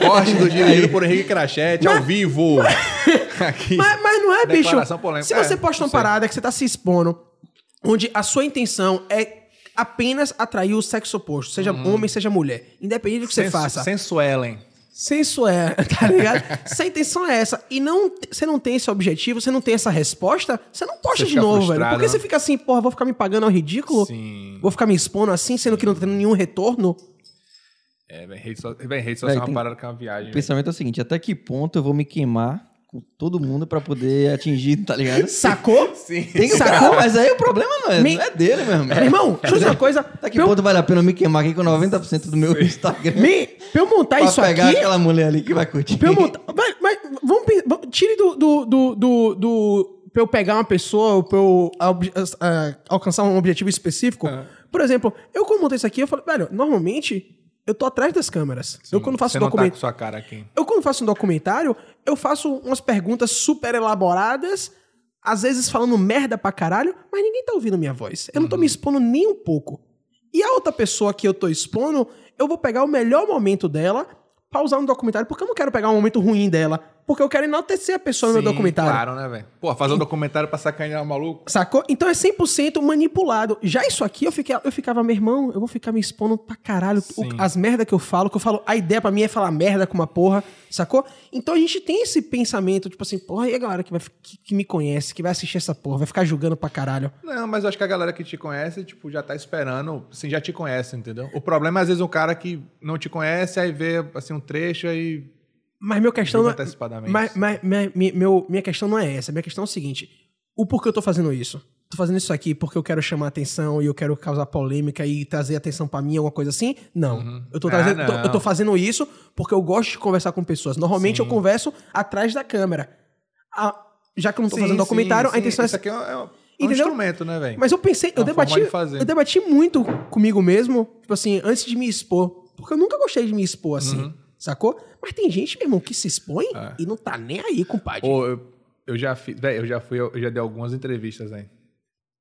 [SPEAKER 2] Corte do dirigido por Henrique Crachete
[SPEAKER 1] *laughs*
[SPEAKER 2] ao vivo. Aqui.
[SPEAKER 1] Mas, mas não é, bicho.
[SPEAKER 2] Declaração polêmica.
[SPEAKER 1] Se você
[SPEAKER 2] É,
[SPEAKER 1] posta
[SPEAKER 2] não
[SPEAKER 1] uma
[SPEAKER 2] sei.
[SPEAKER 1] parada que você tá se expondo, onde a sua intenção é apenas atrair o sexo oposto, seja
[SPEAKER 2] Uhum.
[SPEAKER 1] homem, seja mulher, independente do que você
[SPEAKER 2] Sensu-
[SPEAKER 1] faça.
[SPEAKER 2] Sensuelen.
[SPEAKER 1] Senso é, *laughs* tá ligado? Se a intenção é essa e não, você não tem esse objetivo, você não tem essa resposta, você não posta
[SPEAKER 2] Você
[SPEAKER 1] de
[SPEAKER 2] fica
[SPEAKER 1] novo, velho.
[SPEAKER 2] frustrado,
[SPEAKER 1] Porque
[SPEAKER 2] né?
[SPEAKER 1] você fica assim, porra, vou ficar me pagando ao ridículo?
[SPEAKER 2] Sim.
[SPEAKER 1] Vou ficar me expondo assim, sendo que não tá tendo nenhum retorno?
[SPEAKER 2] É, véi, rede, so... véi, rede social
[SPEAKER 3] Véi,
[SPEAKER 2] é
[SPEAKER 3] tem-
[SPEAKER 2] uma parada que é uma
[SPEAKER 3] *laughs* O
[SPEAKER 2] viagem. véi.
[SPEAKER 3] pensamento é o seguinte: até que ponto eu vou me queimar com todo mundo pra poder atingir, tá ligado?
[SPEAKER 1] Sacou?
[SPEAKER 2] Sim.
[SPEAKER 3] Tem que
[SPEAKER 2] *laughs*
[SPEAKER 1] Sacou?
[SPEAKER 3] sacou, mas aí o problema não é,
[SPEAKER 1] Me-
[SPEAKER 3] não é dele, meu irmão.
[SPEAKER 1] Meu irmão, deixa eu dizer uma coisa.
[SPEAKER 2] Tá
[SPEAKER 3] Até que
[SPEAKER 1] pra, eu,
[SPEAKER 3] ponto vale a pena eu me queimar aqui com 90% do meu Instagram?
[SPEAKER 1] me- pra eu montar
[SPEAKER 3] pra
[SPEAKER 1] isso
[SPEAKER 3] pegar
[SPEAKER 1] aqui. tá-
[SPEAKER 3] aquela mulher ali que vai curtir.
[SPEAKER 1] Pra eu montar. Mas, mas vamos, pen- vamos- tire do, do, do, do, do pra eu pegar uma pessoa, ou pra eu ob- as- ah, alcançar um objetivo específico.
[SPEAKER 2] É.
[SPEAKER 1] Por exemplo, eu quando montei isso aqui, eu falei, velho, normalmente eu tô atrás das câmeras. eu quando faço
[SPEAKER 2] Você não tá
[SPEAKER 1] documento.
[SPEAKER 2] com sua cara aqui.
[SPEAKER 1] Eu, quando faço um documentário, eu faço umas perguntas super elaboradas, às vezes falando merda pra caralho, mas ninguém tá ouvindo minha voz. Eu não tô me expondo nem um pouco. E a outra pessoa que eu tô expondo, eu vou pegar o melhor momento dela pra usar no documentário, porque eu não quero pegar um momento ruim dela, porque eu quero enaltecer a pessoa no
[SPEAKER 2] Sim,
[SPEAKER 1] meu documentário.
[SPEAKER 2] Claro, né, velho? Pô, fazer um documentário pra sacanear o maluco.
[SPEAKER 1] Sacou? Então é 100% manipulado. Já isso aqui, eu, fiquei, eu ficava, meu irmão, eu vou ficar me expondo pra caralho. O-
[SPEAKER 2] Sim.
[SPEAKER 1] as merda que eu falo, que eu falo, a ideia pra mim é falar merda com uma porra, sacou? Então a gente tem esse pensamento, tipo assim, porra, e a galera que, vai, fi- que, que me conhece, que vai assistir essa porra, vai ficar julgando pra caralho.
[SPEAKER 2] Não, mas eu acho que a galera que te conhece, tipo, já tá esperando, assim, já te conhece, entendeu? O problema é, às vezes, um cara que não te conhece, aí vê, assim, um trecho, aí
[SPEAKER 1] Mas meu questão.
[SPEAKER 2] julga
[SPEAKER 1] Não, é
[SPEAKER 2] antecipadamente.
[SPEAKER 1] mas, mas- mas- mi- meu, minha questão não é essa. Minha questão é o seguinte: o porquê eu tô fazendo isso? Tô fazendo isso aqui porque eu quero chamar atenção e eu quero causar polêmica e trazer atenção pra mim, alguma coisa assim? Não.
[SPEAKER 2] Uhum.
[SPEAKER 1] Eu, tô
[SPEAKER 2] Ah,
[SPEAKER 1] trazendo, tô-
[SPEAKER 2] não.
[SPEAKER 1] eu tô fazendo isso porque eu gosto de conversar com pessoas. Normalmente
[SPEAKER 2] Sim.
[SPEAKER 1] eu converso atrás da câmera. Ah, já que eu não tô
[SPEAKER 2] assim, Sim,
[SPEAKER 1] fazendo documentário, a
[SPEAKER 2] sim, sim.
[SPEAKER 1] intenção é
[SPEAKER 2] Isso aqui é um, é um
[SPEAKER 1] Entendeu?
[SPEAKER 2] instrumento, né, velho?
[SPEAKER 1] mas eu pensei, eu
[SPEAKER 2] uma forma
[SPEAKER 1] debati,
[SPEAKER 2] de fazer.
[SPEAKER 1] eu debati muito comigo mesmo, tipo assim, antes de me expor. Porque eu nunca gostei de me expor assim,
[SPEAKER 2] Uhum.
[SPEAKER 1] sacou? Mas tem gente, meu irmão, que se expõe
[SPEAKER 2] É.
[SPEAKER 1] e não tá nem aí, compadre.
[SPEAKER 2] Ou eu, eu já fiz, velho, eu já fui, eu já dei algumas entrevistas, velho.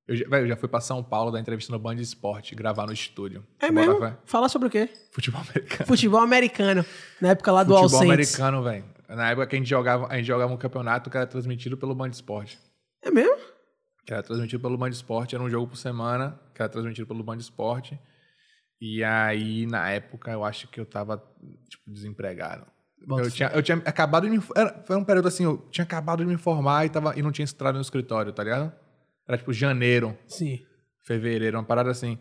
[SPEAKER 2] Eu, já- velho, eu já fui pra São Paulo dar entrevista no Band Esporte, gravar no estúdio.
[SPEAKER 1] é
[SPEAKER 2] Você
[SPEAKER 1] mesmo?
[SPEAKER 2] bota fé?
[SPEAKER 1] Falar sobre o quê?
[SPEAKER 2] Futebol americano.
[SPEAKER 1] Futebol americano. Na época lá do
[SPEAKER 2] Futebol
[SPEAKER 1] Alcentes.
[SPEAKER 2] americano, velho. Na época que a gente jogava, a gente jogava um campeonato que era transmitido pelo Band Esporte.
[SPEAKER 1] É mesmo?
[SPEAKER 2] que era transmitido pelo Band Esporte, era um jogo por semana, que era transmitido pelo Band Esporte. E aí, na época, eu acho que eu tava, tipo, desempregado.
[SPEAKER 1] Bota
[SPEAKER 2] eu,
[SPEAKER 1] fé.
[SPEAKER 2] tinha, eu tinha acabado de me... Era, foi um período assim, eu tinha acabado de me formar e, tava, e não tinha entrado no escritório, tá ligado? Era tipo janeiro,
[SPEAKER 1] Sim.
[SPEAKER 2] fevereiro, uma parada assim.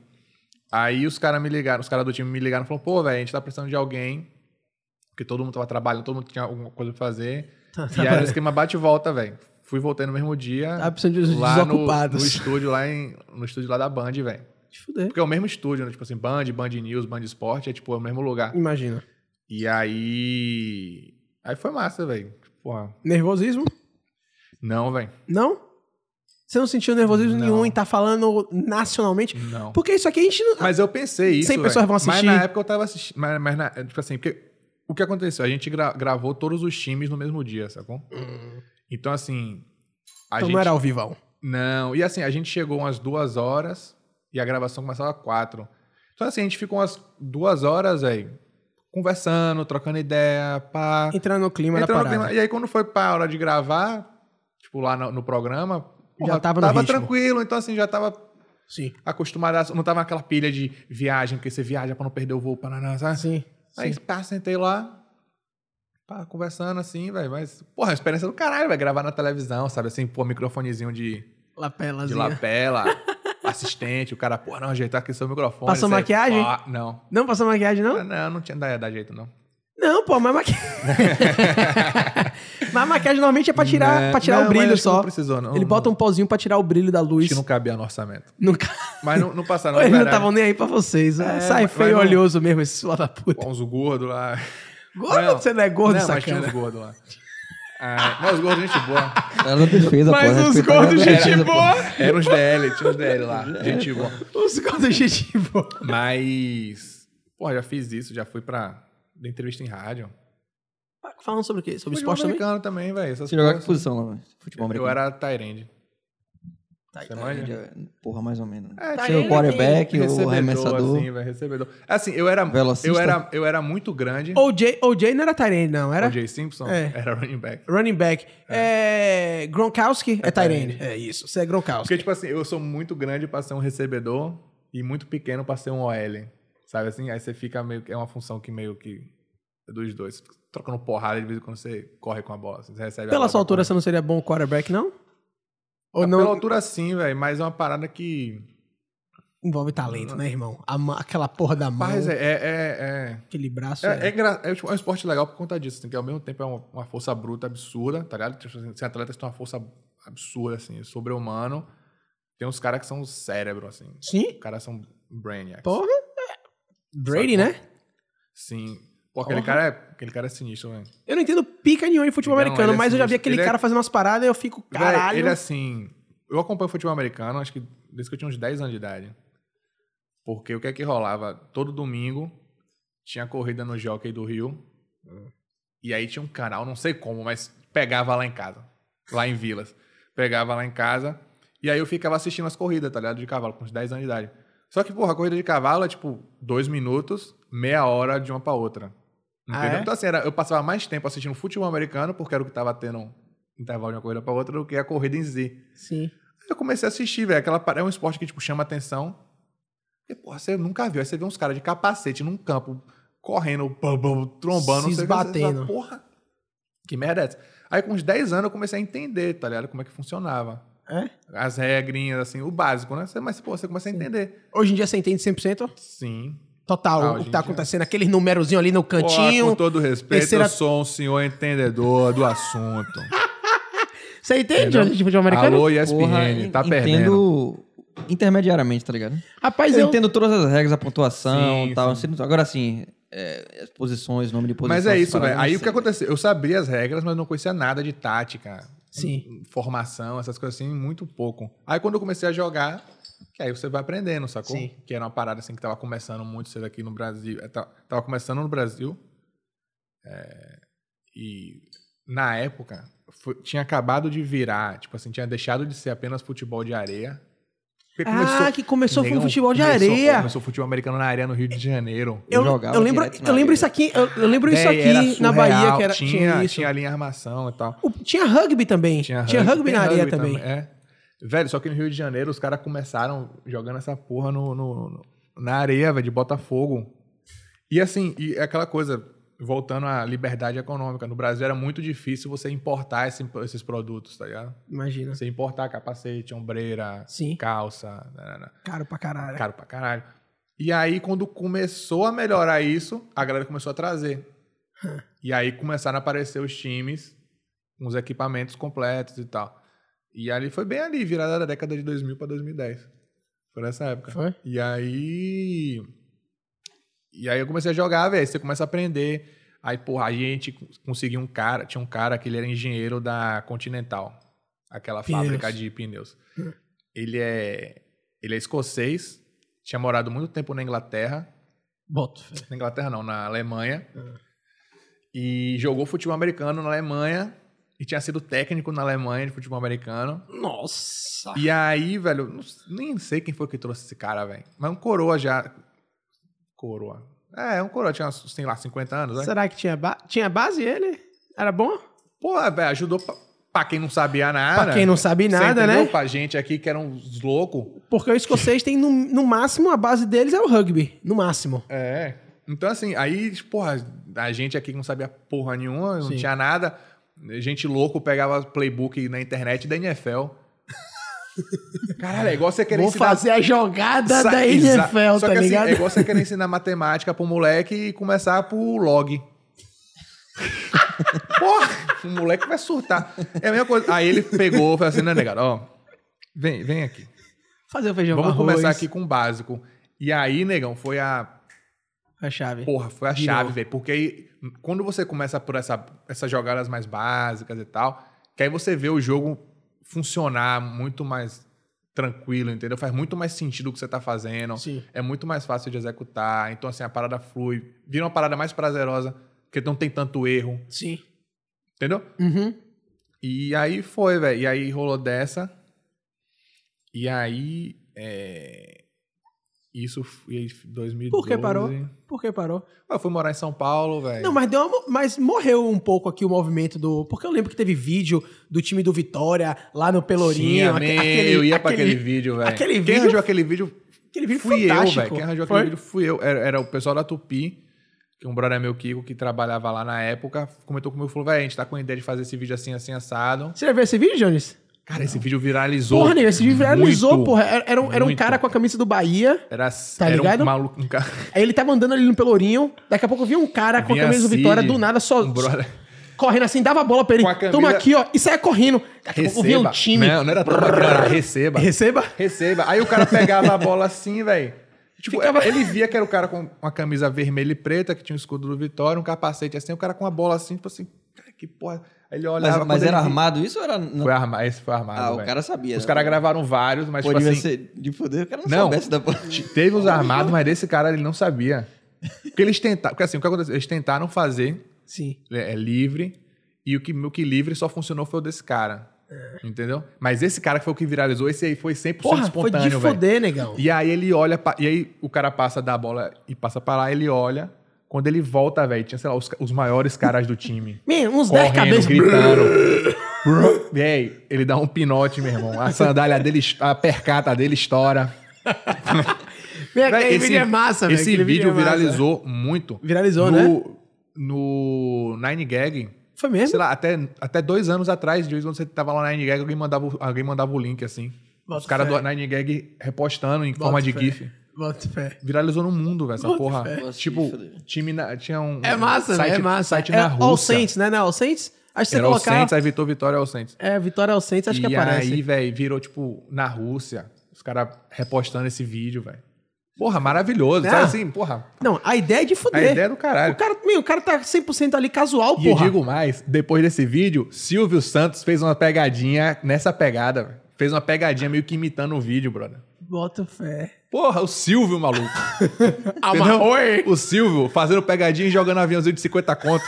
[SPEAKER 2] Aí os caras me ligaram, os caras do time me ligaram e falaram, pô, velho, a gente tá precisando de alguém, porque todo mundo tava trabalhando, todo mundo tinha alguma coisa pra fazer.
[SPEAKER 1] *laughs* Tá, tá,
[SPEAKER 2] E aí era o
[SPEAKER 1] tá.
[SPEAKER 2] esquema bate e volta, velho. Fui voltei no mesmo dia
[SPEAKER 1] Tá precisando de
[SPEAKER 2] lá no, no
[SPEAKER 1] desocupados. *laughs*
[SPEAKER 2] estúdio lá em, no estúdio lá da Band, velho.
[SPEAKER 1] Te fuder.
[SPEAKER 2] Porque é o mesmo estúdio, né? Tipo assim, Band, Band News, Band Esporte, é tipo, é o mesmo lugar.
[SPEAKER 1] Imagina.
[SPEAKER 2] E aí. Aí foi massa, velho. Tipo, Porra.
[SPEAKER 1] Nervosismo?
[SPEAKER 2] Não, velho.
[SPEAKER 1] Não? Você não sentiu nervosismo
[SPEAKER 2] Não.
[SPEAKER 1] nenhum em tá falando nacionalmente?
[SPEAKER 2] Não.
[SPEAKER 1] Porque isso aqui a gente não.
[SPEAKER 2] Mas eu pensei isso.
[SPEAKER 1] Cem
[SPEAKER 2] velho.
[SPEAKER 1] pessoas vão
[SPEAKER 2] Mas
[SPEAKER 1] assistir.
[SPEAKER 2] na época eu tava assistindo. Mas, mas na- tipo assim, porque. O que aconteceu? A gente gra- gravou todos os times no mesmo dia, sacou? Então, assim. A
[SPEAKER 1] Hum. então
[SPEAKER 2] gente...
[SPEAKER 1] não era ao vivão.
[SPEAKER 2] Não, e assim, a gente chegou umas duas horas e a gravação começava às quatro. Então, assim, a gente ficou umas duas horas aí, conversando, trocando ideia, pá.
[SPEAKER 1] Entrando no clima
[SPEAKER 2] entrando
[SPEAKER 1] da
[SPEAKER 2] no
[SPEAKER 1] parada.
[SPEAKER 2] clima. E aí, quando foi pra hora de gravar, tipo, lá no, no programa,
[SPEAKER 1] Já tava no ritmo.
[SPEAKER 2] tranquilo, então assim, já tava
[SPEAKER 1] Sim.
[SPEAKER 2] acostumado, não tava naquela pilha de viagem, porque você viaja pra não perder o voo, paraná, sabe?
[SPEAKER 1] Sim.
[SPEAKER 2] Aí, pá, sentei lá, pá, conversando assim, velho, mas, porra, a experiência do caralho, vai gravar na televisão, sabe, assim, pô, microfonezinho de de
[SPEAKER 1] Lapelazinha. *laughs*
[SPEAKER 2] lapela, assistente, o cara, pô, não, ajeitar aqui seu microfone.
[SPEAKER 1] Passou
[SPEAKER 2] isso aí,
[SPEAKER 1] maquiagem?
[SPEAKER 2] pá, não.
[SPEAKER 1] Não passou maquiagem, não?
[SPEAKER 2] Ah, Não, não tinha dá, dá jeito, não.
[SPEAKER 1] Não, pô, mas
[SPEAKER 2] *laughs*
[SPEAKER 1] maquiagem. mas maquiagem normalmente é pra tirar,
[SPEAKER 2] Né?
[SPEAKER 1] pra tirar
[SPEAKER 2] Não,
[SPEAKER 1] o
[SPEAKER 2] mas
[SPEAKER 1] brilho
[SPEAKER 2] acho que
[SPEAKER 1] só.
[SPEAKER 2] Não precisou, não.
[SPEAKER 1] Ele
[SPEAKER 2] não,
[SPEAKER 1] bota um pozinho pra tirar o brilho da luz.
[SPEAKER 2] Acho que não cabia no orçamento.
[SPEAKER 1] Nunca. *laughs*
[SPEAKER 2] Mas não, não passaram,
[SPEAKER 1] Eles não
[SPEAKER 2] liberaram.
[SPEAKER 1] estavam nem aí pra vocês. né?
[SPEAKER 2] É,
[SPEAKER 1] Sai
[SPEAKER 2] mas-
[SPEAKER 1] feio e
[SPEAKER 2] mas não-
[SPEAKER 1] olhoso mesmo, esse filho da puta.
[SPEAKER 2] Uns gordos lá.
[SPEAKER 1] Gordo,
[SPEAKER 2] Não.
[SPEAKER 1] você não é gordo,
[SPEAKER 2] não, mas tinha uns
[SPEAKER 1] sacana.
[SPEAKER 2] gordos lá. Ah, não, os gordos, gente boa.
[SPEAKER 3] Ela é defesa,
[SPEAKER 1] Mas
[SPEAKER 3] pô.
[SPEAKER 1] os
[SPEAKER 3] respeitar
[SPEAKER 1] gordos,
[SPEAKER 3] a
[SPEAKER 1] gente
[SPEAKER 3] defesa, pô.
[SPEAKER 1] boa.
[SPEAKER 2] Eram uns DL, tinha uns DL
[SPEAKER 1] *laughs*
[SPEAKER 2] lá. Gente boa.
[SPEAKER 1] Os gordos, gente boa.
[SPEAKER 2] Mas, pô, já fiz isso, já fui pra... Dei entrevista em rádio.
[SPEAKER 1] Falando sobre o quê? Sobre
[SPEAKER 2] Futebol
[SPEAKER 1] esporte também?
[SPEAKER 2] americano também, velho. essas
[SPEAKER 3] Você jogava
[SPEAKER 2] coisas.
[SPEAKER 3] que posição lá, mano? Futebol
[SPEAKER 2] Eu
[SPEAKER 3] americano.
[SPEAKER 2] era Tyrande.
[SPEAKER 1] Tá,
[SPEAKER 2] Você manja?
[SPEAKER 3] Porra, mais ou menos.
[SPEAKER 2] É,
[SPEAKER 1] Tá
[SPEAKER 3] Tinha
[SPEAKER 1] ele
[SPEAKER 3] o quarterback,
[SPEAKER 2] Recebedor,
[SPEAKER 3] o arremessador.
[SPEAKER 2] Assim, velho, recebedor. Assim, eu era,
[SPEAKER 3] Velocista.
[SPEAKER 2] eu era, eu era muito grande.
[SPEAKER 1] OJ, OJ não era Tyrande, não. Oh, Era
[SPEAKER 2] O.J. Simpson
[SPEAKER 1] É.
[SPEAKER 2] era running back.
[SPEAKER 1] running back. É. Gronkowski é, Tyrande. É isso. Você é Gronkowski.
[SPEAKER 2] Porque, tipo assim, eu sou muito grande pra ser um recebedor e muito pequeno pra ser um OL. Sabe assim? Aí você fica meio que. É uma função que meio que. É dos dois. Trocando porrada de vez em quando você corre com a bola. assim, Você recebe a
[SPEAKER 1] Pela
[SPEAKER 2] bola
[SPEAKER 1] sua
[SPEAKER 2] pra
[SPEAKER 1] altura,
[SPEAKER 2] correr.
[SPEAKER 1] você não seria bom quarterback, não? Ou não
[SPEAKER 2] Pela altura, sim, velho. Mas é uma parada que.
[SPEAKER 1] envolve talento, né, irmão? A ma- aquela porra da mão,
[SPEAKER 2] Rapaz, é. é, é, é...
[SPEAKER 1] aquele braço.
[SPEAKER 2] É,
[SPEAKER 1] É,
[SPEAKER 2] é, engra- é, tipo, é um esporte legal por conta disso, assim, que ao mesmo tempo é uma, uma força bruta absurda, tá ligado? Tipo, assim, Tem atletas que têm uma força absurda, assim, sobre-humano. Tem uns caras que são cérebro, assim.
[SPEAKER 1] Sim?
[SPEAKER 2] Os caras são brainiacs.
[SPEAKER 1] Porra. Brady,
[SPEAKER 2] Sacou?
[SPEAKER 1] né?
[SPEAKER 2] Sim. Pô, Pô, aquele cara é, aquele cara é sinistro, velho.
[SPEAKER 1] Eu não entendo pica nenhuma em futebol
[SPEAKER 2] Não,
[SPEAKER 1] americano,
[SPEAKER 2] ele é
[SPEAKER 1] mas eu já vi
[SPEAKER 2] sinistro.
[SPEAKER 1] aquele
[SPEAKER 2] Ele é-
[SPEAKER 1] cara fazendo umas paradas e eu fico,
[SPEAKER 2] Véi,
[SPEAKER 1] caralho.
[SPEAKER 2] é- Ele, assim, eu acompanho futebol americano, acho que desde que eu tinha uns 10 anos de idade. Porque o que é que rolava? Todo domingo tinha corrida no Jockey do Rio. E aí tinha um canal, não sei como, mas pegava lá em casa. Lá em Vilas. Pegava lá em casa. E aí eu ficava assistindo as corridas, tá ligado? De cavalo, com uns 10 anos de idade. Só que, porra, a corrida de cavalo é tipo dois minutos, meia hora de uma pra outra.
[SPEAKER 1] Ah,
[SPEAKER 2] Entendeu?
[SPEAKER 1] é?
[SPEAKER 2] Então, assim, era- eu passava mais tempo assistindo futebol americano, porque era o que tava tendo um intervalo de uma corrida pra outra, do que a corrida em si.
[SPEAKER 1] Sim.
[SPEAKER 2] Eu comecei a assistir, velho. Aquela parada é um esporte que, tipo, chama atenção. E, porra, você nunca viu. Aí você vê uns caras de capacete num campo, correndo, bum, bum, trombando,
[SPEAKER 1] Se
[SPEAKER 2] não sei o que, você
[SPEAKER 1] esbatendo.
[SPEAKER 2] fala, Porra, que merda é essa? Aí com uns 10 anos eu comecei a entender, tá ligado? Como é que funcionava.
[SPEAKER 1] É?
[SPEAKER 2] As regrinhas, assim, o básico, né? Você- Mas, pô, você começa a entender.
[SPEAKER 1] Hoje em dia você entende 100%
[SPEAKER 2] Sim.
[SPEAKER 1] total
[SPEAKER 2] Ah,
[SPEAKER 1] o
[SPEAKER 2] hoje
[SPEAKER 1] que
[SPEAKER 2] em
[SPEAKER 1] tá
[SPEAKER 2] dia.
[SPEAKER 1] acontecendo, aquele numerozinho ali no
[SPEAKER 2] Ó,
[SPEAKER 1] cantinho.
[SPEAKER 2] com todo respeito,
[SPEAKER 1] um terceira-
[SPEAKER 2] eu sou um senhor entendedor do assunto.
[SPEAKER 1] Você entende hoje de futebol americano?
[SPEAKER 2] Alô, ESPN,
[SPEAKER 3] en-
[SPEAKER 2] tá perdendo.
[SPEAKER 3] entendo intermediariamente, tá ligado?
[SPEAKER 1] Rapaz,
[SPEAKER 3] eu
[SPEAKER 1] eu,
[SPEAKER 3] entendo todas as regras, a pontuação
[SPEAKER 2] Sim,
[SPEAKER 3] e tal.
[SPEAKER 2] sim.
[SPEAKER 3] eu sei- Agora sim, é, as posições, nome de posição.
[SPEAKER 2] Mas é
[SPEAKER 3] essas
[SPEAKER 2] isso,
[SPEAKER 3] paradas,
[SPEAKER 2] velho.
[SPEAKER 3] eu
[SPEAKER 2] Aí
[SPEAKER 3] não
[SPEAKER 2] o que
[SPEAKER 3] sei,
[SPEAKER 2] aconteceu? Eu sabia as regras, mas não conhecia nada de tática.
[SPEAKER 1] Sim.
[SPEAKER 2] formação, essas coisas assim, muito pouco. Aí quando eu comecei a jogar, que aí você vai aprendendo, sacou?
[SPEAKER 1] Sim.
[SPEAKER 2] Que era uma parada assim que tava começando muito cedo aqui no Brasil. Eh, ta- Tava começando no Brasil. É, e na época foi- tinha acabado de virar, tipo assim, tinha deixado de ser apenas futebol de areia. Porque
[SPEAKER 1] Ah, que começou com
[SPEAKER 2] Negão,
[SPEAKER 1] futebol de
[SPEAKER 2] começou-
[SPEAKER 1] areia.
[SPEAKER 2] Começou futebol americano na areia no Rio de Janeiro.
[SPEAKER 1] Eu,
[SPEAKER 3] jogava
[SPEAKER 1] eu lembro,
[SPEAKER 3] direto na
[SPEAKER 1] eu lembro
[SPEAKER 3] areia.
[SPEAKER 1] isso aqui, eu, eu lembro isso
[SPEAKER 2] Véi, era
[SPEAKER 1] aqui na
[SPEAKER 2] surreal.
[SPEAKER 1] Bahia que era tinha,
[SPEAKER 2] tinha,
[SPEAKER 1] isso.
[SPEAKER 2] tinha a linha armação e tal.
[SPEAKER 1] O- tinha rugby também. Tinha rugby,
[SPEAKER 2] tem
[SPEAKER 1] na areia
[SPEAKER 2] rugby
[SPEAKER 1] também.
[SPEAKER 2] É. Velho, só que no Rio de Janeiro os caras começaram jogando essa porra no, no- no- na areia, velho, de Botafogo. E assim, e é aquela coisa, voltando à liberdade econômica, no Brasil era muito difícil você importar esse- esses produtos, tá ligado?
[SPEAKER 1] Imagina.
[SPEAKER 2] Você importar capacete, ombreira,
[SPEAKER 1] Sim.
[SPEAKER 2] calça, né, nanana,
[SPEAKER 1] Caro pra caralho.
[SPEAKER 2] caro pra caralho. E aí, quando começou a melhorar isso, a galera começou a trazer. E aí começaram a aparecer os times, uns equipamentos completos e tal. E ali foi bem ali, virada da década de 2000 para 2010. Foi nessa época.
[SPEAKER 1] Foi?
[SPEAKER 2] E aí. E aí eu comecei a jogar, velho. Aí Você começa a aprender. Aí, porra, a gente conseguiu um cara. Tinha um cara que ele era engenheiro da Continental, aquela
[SPEAKER 1] Pneus.
[SPEAKER 2] fábrica de pneus. Ele é. Ele é escocês, tinha morado muito tempo na Inglaterra.
[SPEAKER 1] Boto. fé.
[SPEAKER 2] Na Inglaterra não, na Alemanha. E jogou futebol americano na Alemanha. E tinha sido técnico na Alemanha de futebol americano.
[SPEAKER 1] Nossa.
[SPEAKER 2] E aí, velho, não s- nem sei quem foi que trouxe esse cara, velho. Mas um coroa já. Coroa. É, um coroa, tinha, sei lá, 50 anos, né?
[SPEAKER 1] Será que tinha, ba- tinha base ele? Era bom?
[SPEAKER 2] Pô, velho, ajudou pra, pra quem não sabia nada.
[SPEAKER 1] pra quem não sabe nada,
[SPEAKER 2] Você entendeu?
[SPEAKER 1] né?
[SPEAKER 2] Pra gente aqui que era uns loucos.
[SPEAKER 1] Porque o escocês tem, no, no máximo, a base deles é o rugby. No máximo.
[SPEAKER 2] É. Então, assim, aí, porra, a gente aqui que não sabia porra nenhuma, não
[SPEAKER 1] Sim.
[SPEAKER 2] tinha nada. Gente louco pegava playbook na internet
[SPEAKER 1] *laughs*
[SPEAKER 2] da NFL. Caralho, é igual você querer
[SPEAKER 1] Vou
[SPEAKER 2] ensinar
[SPEAKER 1] fazer a jogada
[SPEAKER 2] Sa-
[SPEAKER 1] da
[SPEAKER 2] exa-
[SPEAKER 1] NFL,
[SPEAKER 2] Só
[SPEAKER 1] tá
[SPEAKER 2] que assim,
[SPEAKER 1] ligado?
[SPEAKER 2] é igual você querer ensinar matemática pro moleque e começar pro
[SPEAKER 1] *laughs*
[SPEAKER 2] log. Porra, o moleque vai surtar. É a mesma coisa. Aí ele pegou e falou assim, né, negado, ó, vem, vem aqui.
[SPEAKER 1] fazer o feijão
[SPEAKER 2] Vamos
[SPEAKER 1] com um arroz.
[SPEAKER 2] começar aqui com o básico. E aí, negão, foi a
[SPEAKER 1] A chave.
[SPEAKER 2] Porra, foi a
[SPEAKER 1] Virou.
[SPEAKER 2] chave, velho. Porque aí, quando você começa por essa, essas jogadas mais básicas e tal, que aí você vê o jogo funcionar muito mais tranquilo, entendeu? Faz muito mais sentido o que você tá fazendo.
[SPEAKER 1] Sim.
[SPEAKER 2] É muito mais fácil de executar. Então, assim, a parada flui. Vira uma parada mais prazerosa, porque não tem tanto erro,
[SPEAKER 1] Sim.
[SPEAKER 2] entendeu?
[SPEAKER 1] Uhum.
[SPEAKER 2] E aí foi, velho. E aí rolou dessa. E aí. É... Isso foi em 2012.
[SPEAKER 1] Por que parou? Por que parou?
[SPEAKER 2] Ah, Eu fui morar em São Paulo, velho.
[SPEAKER 1] Não, mas, deu uma mo- mas morreu um pouco aqui o movimento do. Porque eu lembro que teve vídeo do time do Vitória lá no Pelourinho.
[SPEAKER 2] Sim,
[SPEAKER 1] aque-
[SPEAKER 2] amém. eu ia pra aquele vídeo, velho.
[SPEAKER 1] aquele
[SPEAKER 2] Quem
[SPEAKER 1] vídeo-
[SPEAKER 2] arranjou aquele vídeo
[SPEAKER 1] aquele vídeo
[SPEAKER 2] fui eu,
[SPEAKER 1] fantástico.
[SPEAKER 2] velho. Quem arranjou
[SPEAKER 1] Foi?
[SPEAKER 2] aquele vídeo fui eu. Era, era o pessoal da Tupi, que um brother meu, Kiko, que trabalhava lá na época, comentou comigo e falou, velho, a gente tá com a ideia de fazer esse vídeo assim, assim, assado.
[SPEAKER 1] Você já viu esse vídeo, Jones?
[SPEAKER 2] Cara, esse vídeo viralizou.
[SPEAKER 1] Porra, Ney, esse vídeo viralizou,
[SPEAKER 2] muito.
[SPEAKER 1] porra. Era, era um, era um
[SPEAKER 2] Muito.
[SPEAKER 1] cara com a camisa do Bahia.
[SPEAKER 2] Era,
[SPEAKER 1] Tá
[SPEAKER 2] era
[SPEAKER 1] ligado?
[SPEAKER 2] um maluco, um cara...
[SPEAKER 1] Aí ele tava andando ali no Pelourinho. Daqui a pouco eu vi um cara com a
[SPEAKER 2] Vinha
[SPEAKER 1] camisa do
[SPEAKER 2] Cid,
[SPEAKER 1] Vitória, do nada, só
[SPEAKER 2] assim, Um
[SPEAKER 1] *laughs*
[SPEAKER 2] brother...
[SPEAKER 1] correndo assim, dava a bola pra ele.
[SPEAKER 2] Com a camisa-
[SPEAKER 1] Toma aqui, ó. E saia correndo. Daqui a pouco eu vi um
[SPEAKER 2] Receba. Né?
[SPEAKER 1] time.
[SPEAKER 2] Não, não era toma, não, era receba.
[SPEAKER 1] Receba?
[SPEAKER 2] Receba. Aí o cara pegava a bola assim, velho. Tipo, ele via que era o cara com uma camisa vermelha e preta, que tinha um escudo do Vitória, um capacete assim, o cara com uma bola assim, tipo assim, cara, que porra. Aí Ele olhava.
[SPEAKER 3] Mas, mas
[SPEAKER 2] quando ele
[SPEAKER 3] era
[SPEAKER 2] vi-
[SPEAKER 3] armado isso ou era.
[SPEAKER 2] Foi armado, esse foi armado.
[SPEAKER 3] ah, o
[SPEAKER 2] velho.
[SPEAKER 3] cara sabia.
[SPEAKER 2] Os
[SPEAKER 3] né?
[SPEAKER 2] caras gravaram vários, mas
[SPEAKER 3] Pô,
[SPEAKER 2] tipo
[SPEAKER 3] devia
[SPEAKER 2] assim,
[SPEAKER 3] ser de fuder, o cara não,
[SPEAKER 2] Não.
[SPEAKER 3] soubesse da porra.
[SPEAKER 2] T- Teve os armados, mas desse cara ele não sabia. Porque eles tentaram. Porque assim, o que aconteceu? Eles tentaram fazer
[SPEAKER 1] Sim.
[SPEAKER 2] é, é, livre. E o que, o que livre só funcionou foi o desse cara. Entendeu? Mas esse cara que foi o que viralizou, esse aí foi 100%
[SPEAKER 1] Porra, foi de
[SPEAKER 2] espontâneo, velho.
[SPEAKER 1] foder, negão.
[SPEAKER 2] E aí ele olha. pa- E aí o cara passa da bola e passa pra lá, ele olha. Quando ele volta, velho, tinha, sei lá, os, ca- os maiores caras
[SPEAKER 1] *laughs*
[SPEAKER 2] do time.
[SPEAKER 1] Man, uns 10
[SPEAKER 2] Correndo,
[SPEAKER 1] cabeças.
[SPEAKER 2] gritando.
[SPEAKER 1] *laughs*
[SPEAKER 2] Véi, ele dá um pinote, meu irmão. A sandália dele, est- a percata dele estoura.
[SPEAKER 1] Man, aquele
[SPEAKER 2] Véi,
[SPEAKER 1] vídeo é massa, velho.
[SPEAKER 2] esse
[SPEAKER 1] aquele
[SPEAKER 2] vídeo
[SPEAKER 1] é massa.
[SPEAKER 2] viralizou muito.
[SPEAKER 1] Viralizou, né?
[SPEAKER 2] no, No Nine Gag.
[SPEAKER 1] Foi mesmo?
[SPEAKER 2] Sei lá, até, até dois anos atrás, de vez em quando você tava lá no Nine Gag, alguém mandava, o- alguém mandava o link, assim.
[SPEAKER 1] Bota
[SPEAKER 2] Os caras
[SPEAKER 1] fé.
[SPEAKER 2] do Nine Gag repostando em
[SPEAKER 1] Bota
[SPEAKER 2] forma de
[SPEAKER 1] fé.
[SPEAKER 2] GIF.
[SPEAKER 1] Bota fé.
[SPEAKER 2] Viralizou no mundo, velho, essa porra. Tipo, time na- tinha um...
[SPEAKER 1] É massa,
[SPEAKER 2] site,
[SPEAKER 1] velho. É massa.
[SPEAKER 2] Site
[SPEAKER 1] é,
[SPEAKER 2] na
[SPEAKER 1] All
[SPEAKER 2] Rússia.
[SPEAKER 1] Saints, né? Não, All Saints? Acho que você
[SPEAKER 2] Era All Saints,
[SPEAKER 1] colocava...
[SPEAKER 2] aí Vitor Vitória All Saints.
[SPEAKER 1] É, Vitória All Saints, acho
[SPEAKER 2] e
[SPEAKER 1] que aparece.
[SPEAKER 2] aí, velho, virou, tipo, na Rússia. Os caras repostando esse vídeo, velho. Porra, maravilhoso.
[SPEAKER 1] Ah.
[SPEAKER 2] Sabe assim, porra,
[SPEAKER 1] Não, a ideia é de
[SPEAKER 2] a
[SPEAKER 1] fuder.
[SPEAKER 2] ideia é do caralho.
[SPEAKER 1] O cara, meu, o cara tá 100% ali casual,
[SPEAKER 2] E
[SPEAKER 1] porra.
[SPEAKER 2] eu digo mais, depois desse vídeo, Silvio Santos fez uma pegadinha nessa pegada, velho. Fez uma pegadinha meio que imitando o vídeo, brother.
[SPEAKER 1] Bota fé.
[SPEAKER 2] Porra, o Silvio, maluco. Entendeu? O Silvio fazendo pegadinha e jogando aviãozinho de
[SPEAKER 1] *laughs*
[SPEAKER 2] 50 conto.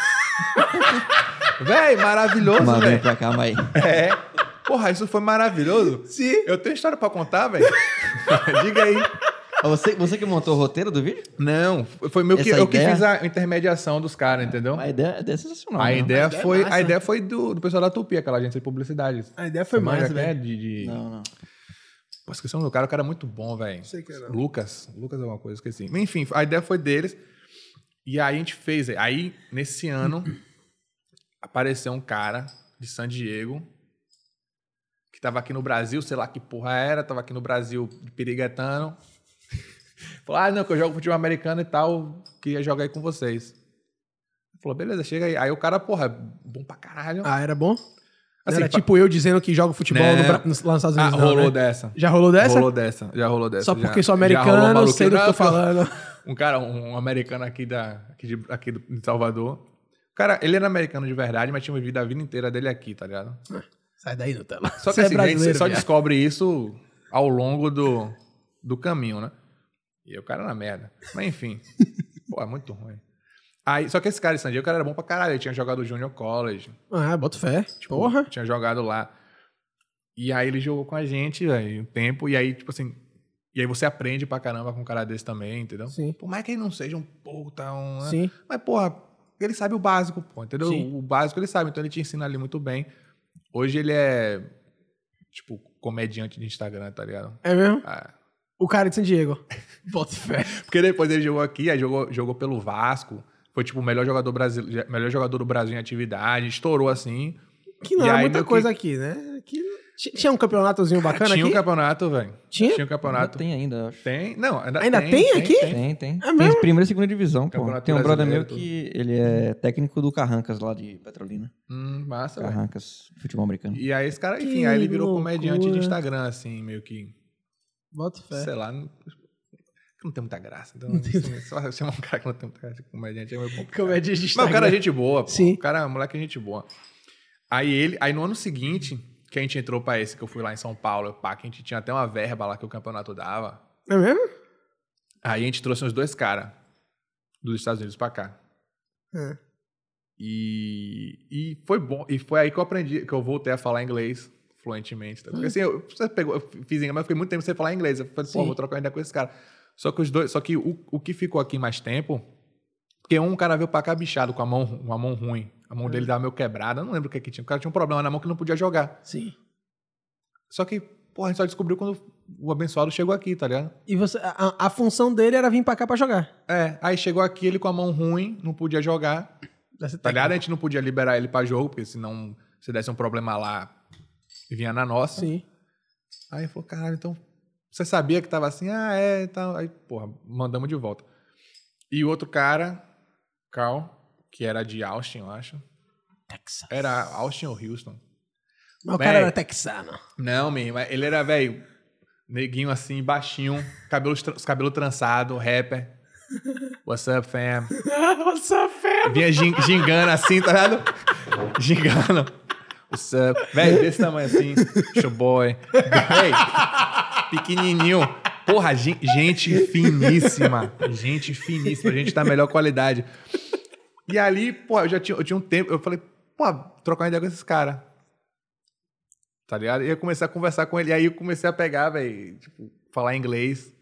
[SPEAKER 2] véi, maravilhoso,
[SPEAKER 3] Mas vem
[SPEAKER 2] velho.
[SPEAKER 3] pra cá, mas.
[SPEAKER 2] É. Porra, isso foi maravilhoso.
[SPEAKER 1] Sim.
[SPEAKER 2] Eu tenho história pra
[SPEAKER 1] *laughs*
[SPEAKER 2] contar, velho. Diga aí.
[SPEAKER 3] Ah, Você, você que montou o roteiro do vídeo?
[SPEAKER 2] Não, foi meu que,
[SPEAKER 3] Essa
[SPEAKER 2] eu que
[SPEAKER 3] ideia-
[SPEAKER 2] fiz a intermediação dos caras, entendeu?
[SPEAKER 3] A ideia, a ideia é sensacional.
[SPEAKER 2] A
[SPEAKER 3] né?
[SPEAKER 2] ideia,
[SPEAKER 1] ideia é
[SPEAKER 2] foi,
[SPEAKER 1] massa.
[SPEAKER 2] a ideia foi do, do pessoal da Tupi, aquela agência de publicidade.
[SPEAKER 1] A ideia foi né?
[SPEAKER 2] Você manja
[SPEAKER 1] massa,
[SPEAKER 2] quem é
[SPEAKER 1] velho.
[SPEAKER 2] De, de...
[SPEAKER 3] Não, não.
[SPEAKER 2] Pô, esqueci o nome do cara, o cara é muito bom, velho.
[SPEAKER 1] Sei que é, não.
[SPEAKER 2] Lucas, Lucas alguma coisa, esqueci. Enfim, a ideia foi deles. E aí a gente fez. Aí, nesse ano, *clears throat* apareceu um cara de San Diego que tava aqui no Brasil, sei lá que porra era, tava aqui no Brasil de piriguetano. *laughs* Falou, ah, não, que eu jogo futebol americano e tal, queria jogar aí com vocês. Falou, beleza, chega aí. Aí o cara, porra, é bom pra caralho.
[SPEAKER 1] Ah, era bom?
[SPEAKER 2] Assim,
[SPEAKER 1] era
[SPEAKER 2] pa-
[SPEAKER 1] tipo eu dizendo que jogo futebol
[SPEAKER 2] Não.
[SPEAKER 1] no Bra- nos- lá nos Estados
[SPEAKER 2] Ah,
[SPEAKER 1] Unidos. não,
[SPEAKER 2] rolou
[SPEAKER 1] né?
[SPEAKER 2] dessa.
[SPEAKER 1] Já rolou dessa?
[SPEAKER 2] Rolou dessa, já rolou dessa.
[SPEAKER 1] Só
[SPEAKER 2] já.
[SPEAKER 1] porque sou
[SPEAKER 2] Já rolou um
[SPEAKER 1] americano,
[SPEAKER 2] maluquinho.
[SPEAKER 1] sei do que
[SPEAKER 2] Não, é
[SPEAKER 1] tô
[SPEAKER 2] porque eu-
[SPEAKER 1] falando.
[SPEAKER 2] Um cara, um americano aqui, da, aqui, de, aqui do- de Salvador. O Cara, ele era americano de verdade, mas tinha vivido a vida inteira dele aqui, tá ligado?
[SPEAKER 1] Sai daí, Nutella.
[SPEAKER 2] Só que
[SPEAKER 1] Você é
[SPEAKER 2] assim, a gente
[SPEAKER 1] brasileiro,
[SPEAKER 2] só
[SPEAKER 1] viado.
[SPEAKER 2] descobre isso ao longo do, do caminho, né? E aí o cara na merda. Mas
[SPEAKER 1] *laughs*
[SPEAKER 2] enfim. pô, é muito ruim. Aí, só que esse cara de San Diego, o cara era bom pra caralho. Ele tinha jogado Junior College.
[SPEAKER 1] Ah, bota fé.
[SPEAKER 2] Tipo,
[SPEAKER 1] Porra.
[SPEAKER 2] Tinha jogado lá. E aí ele jogou com a gente, velho, um tempo. E aí, tipo assim. E aí você aprende pra caramba com um cara desse também, entendeu?
[SPEAKER 1] Sim.
[SPEAKER 2] Por mais que ele não seja um puta, um.
[SPEAKER 1] Sim.
[SPEAKER 2] Mas, porra, ele sabe o básico, pô, entendeu?
[SPEAKER 1] Sim.
[SPEAKER 2] O básico ele sabe, então ele te ensina ali muito bem. Hoje ele é, tipo, comediante de Instagram, tá ligado?
[SPEAKER 1] É mesmo?
[SPEAKER 2] Ah.
[SPEAKER 1] O cara de San Diego. Bota fé.
[SPEAKER 2] Porque depois ele jogou aqui, aí jogou, jogou pelo Vasco. Foi, tipo, o melhor jogador, brasile- melhor jogador do Brasil em atividade. Estourou, assim.
[SPEAKER 1] Que não
[SPEAKER 2] E
[SPEAKER 1] é
[SPEAKER 2] aí,
[SPEAKER 1] muita
[SPEAKER 2] meu que-
[SPEAKER 1] coisa aqui, né? Aqui... Ti- Tinha um campeonatozinho bacana
[SPEAKER 2] Tinha um
[SPEAKER 1] aqui?
[SPEAKER 2] campeonato, velho.
[SPEAKER 1] Tinha?
[SPEAKER 2] Tinha um
[SPEAKER 3] Ainda
[SPEAKER 2] campeonato.
[SPEAKER 3] tem ainda, eu acho.
[SPEAKER 2] Tem? Não, ainda,
[SPEAKER 1] Ainda tem aqui?
[SPEAKER 3] Tem, tem.
[SPEAKER 1] É mesmo?
[SPEAKER 3] Tem primeira e segunda divisão, pô.
[SPEAKER 2] Campeonato
[SPEAKER 3] Tem um brother meu
[SPEAKER 2] brasileiro, tudo.
[SPEAKER 3] que ele é técnico do Carrancas lá de Petrolina.
[SPEAKER 2] Hum, massa, velho.
[SPEAKER 3] Carrancas, futebol americano.
[SPEAKER 2] E aí esse cara,
[SPEAKER 1] Que
[SPEAKER 2] enfim, aí ele virou comediante de
[SPEAKER 1] loucura.
[SPEAKER 2] Instagram, assim, meio que,
[SPEAKER 1] Bota fé.
[SPEAKER 2] sei lá, não, não tem muita graça.
[SPEAKER 1] *laughs*
[SPEAKER 2] Então, assim, só chamar um cara que não tem muita graça de comediante é meio complicado.
[SPEAKER 1] Comédia de
[SPEAKER 2] Mas o cara é
[SPEAKER 1] Instagram.
[SPEAKER 2] gente boa, pô.
[SPEAKER 1] Sim.
[SPEAKER 2] O cara, o moleque é gente boa. Aí ele, aí no ano seguinte, que a gente entrou pra esse, que eu fui lá em São Paulo, pá, que a gente tinha até uma verba lá que o campeonato dava.
[SPEAKER 1] É mesmo?
[SPEAKER 2] Aí a gente trouxe uns dois caras dos Estados Unidos pra cá.
[SPEAKER 1] É.
[SPEAKER 2] E, e foi bom. E foi aí que eu aprendi, que eu voltei a falar inglês fluentemente. tá? Porque assim, eu, você pegou, eu fiz inglês, mas fiquei muito tempo sem falar inglês. Eu falei, pô,
[SPEAKER 1] Sim.
[SPEAKER 2] vou trocar ainda com esse cara. Só que os dois, só que o, o que ficou aqui mais tempo, porque um cara veio pra cá bichado com a mão, uma mão ruim. A
[SPEAKER 1] É.
[SPEAKER 2] mão dele tava meio quebrada, eu não lembro o que que tinha. O cara tinha um problema na mão que ele não podia jogar.
[SPEAKER 1] Sim.
[SPEAKER 2] Só que, pô, a gente só descobriu quando o abençoado chegou aqui, tá ligado?
[SPEAKER 1] E você, a, a função dele era vir pra cá pra jogar.
[SPEAKER 2] É, aí chegou aqui, ele com a mão ruim, não podia jogar.
[SPEAKER 1] Dessa
[SPEAKER 2] Tá
[SPEAKER 1] técnica.
[SPEAKER 2] ligado? A gente não podia liberar ele pra jogo, porque senão se desse um problema lá, vinha na nossa.
[SPEAKER 1] Sim.
[SPEAKER 2] Aí ele falou, caralho, então você sabia que tava assim? Ah, é, então. Aí, porra, mandamos de volta. E o outro cara, Carl, que era de Austin, eu acho.
[SPEAKER 1] Texas.
[SPEAKER 2] Era Austin ou Houston?
[SPEAKER 1] Mas o
[SPEAKER 2] Véi.
[SPEAKER 1] cara era texano.
[SPEAKER 2] Não, menino, mas ele era, velho, Neguinho assim, baixinho, cabelo, tra- os cabelos trançado, rapper. What's up, fam?
[SPEAKER 1] What's up, fam?
[SPEAKER 2] Vinha gin- gingando assim, tá ligado? Gingando. What's up? Véi, desse tamanho assim. Showboy. Véi, pequenininho. Porra, gen- gente finíssima. Gente finíssima. Gente da melhor qualidade. E ali, pô, eu já tinha, eu tinha um tempo. Eu falei, pô, trocar uma ideia com esses caras. Tá ligado? E eu comecei a conversar com ele. E aí eu comecei a pegar, velho, tipo, falar inglês.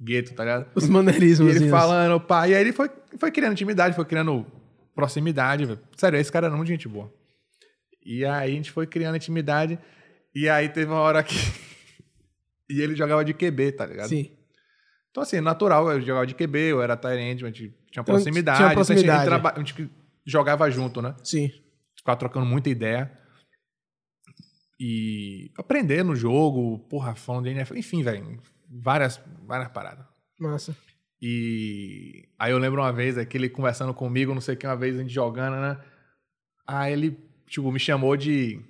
[SPEAKER 2] Gueto, tá ligado?
[SPEAKER 1] Os
[SPEAKER 2] E
[SPEAKER 1] maneirismos. assim, né?
[SPEAKER 2] ele falando, pá. E aí ele foi, foi criando intimidade, foi criando proximidade. velho. Sério, esse cara era muito gente boa. E aí a gente foi criando intimidade. E aí teve uma hora que. *laughs* e ele jogava de QB, tá ligado?
[SPEAKER 1] Sim.
[SPEAKER 2] Então, assim, natural, eu jogava de QB, eu era Tyrande, a gente tinha
[SPEAKER 1] Então,
[SPEAKER 2] proximidade.
[SPEAKER 1] tinha
[SPEAKER 2] então
[SPEAKER 1] proximidade.
[SPEAKER 2] A, gente traba- a gente jogava junto, né?
[SPEAKER 1] Sim.
[SPEAKER 2] Ficava trocando muita ideia. E aprender no jogo, porra, falando de NFL, enfim, velho. Várias, várias paradas.
[SPEAKER 1] Massa.
[SPEAKER 2] E aí eu lembro uma vez aquele conversando comigo, não sei o que, uma vez a gente jogando, né? Aí ele, tipo, me chamou de.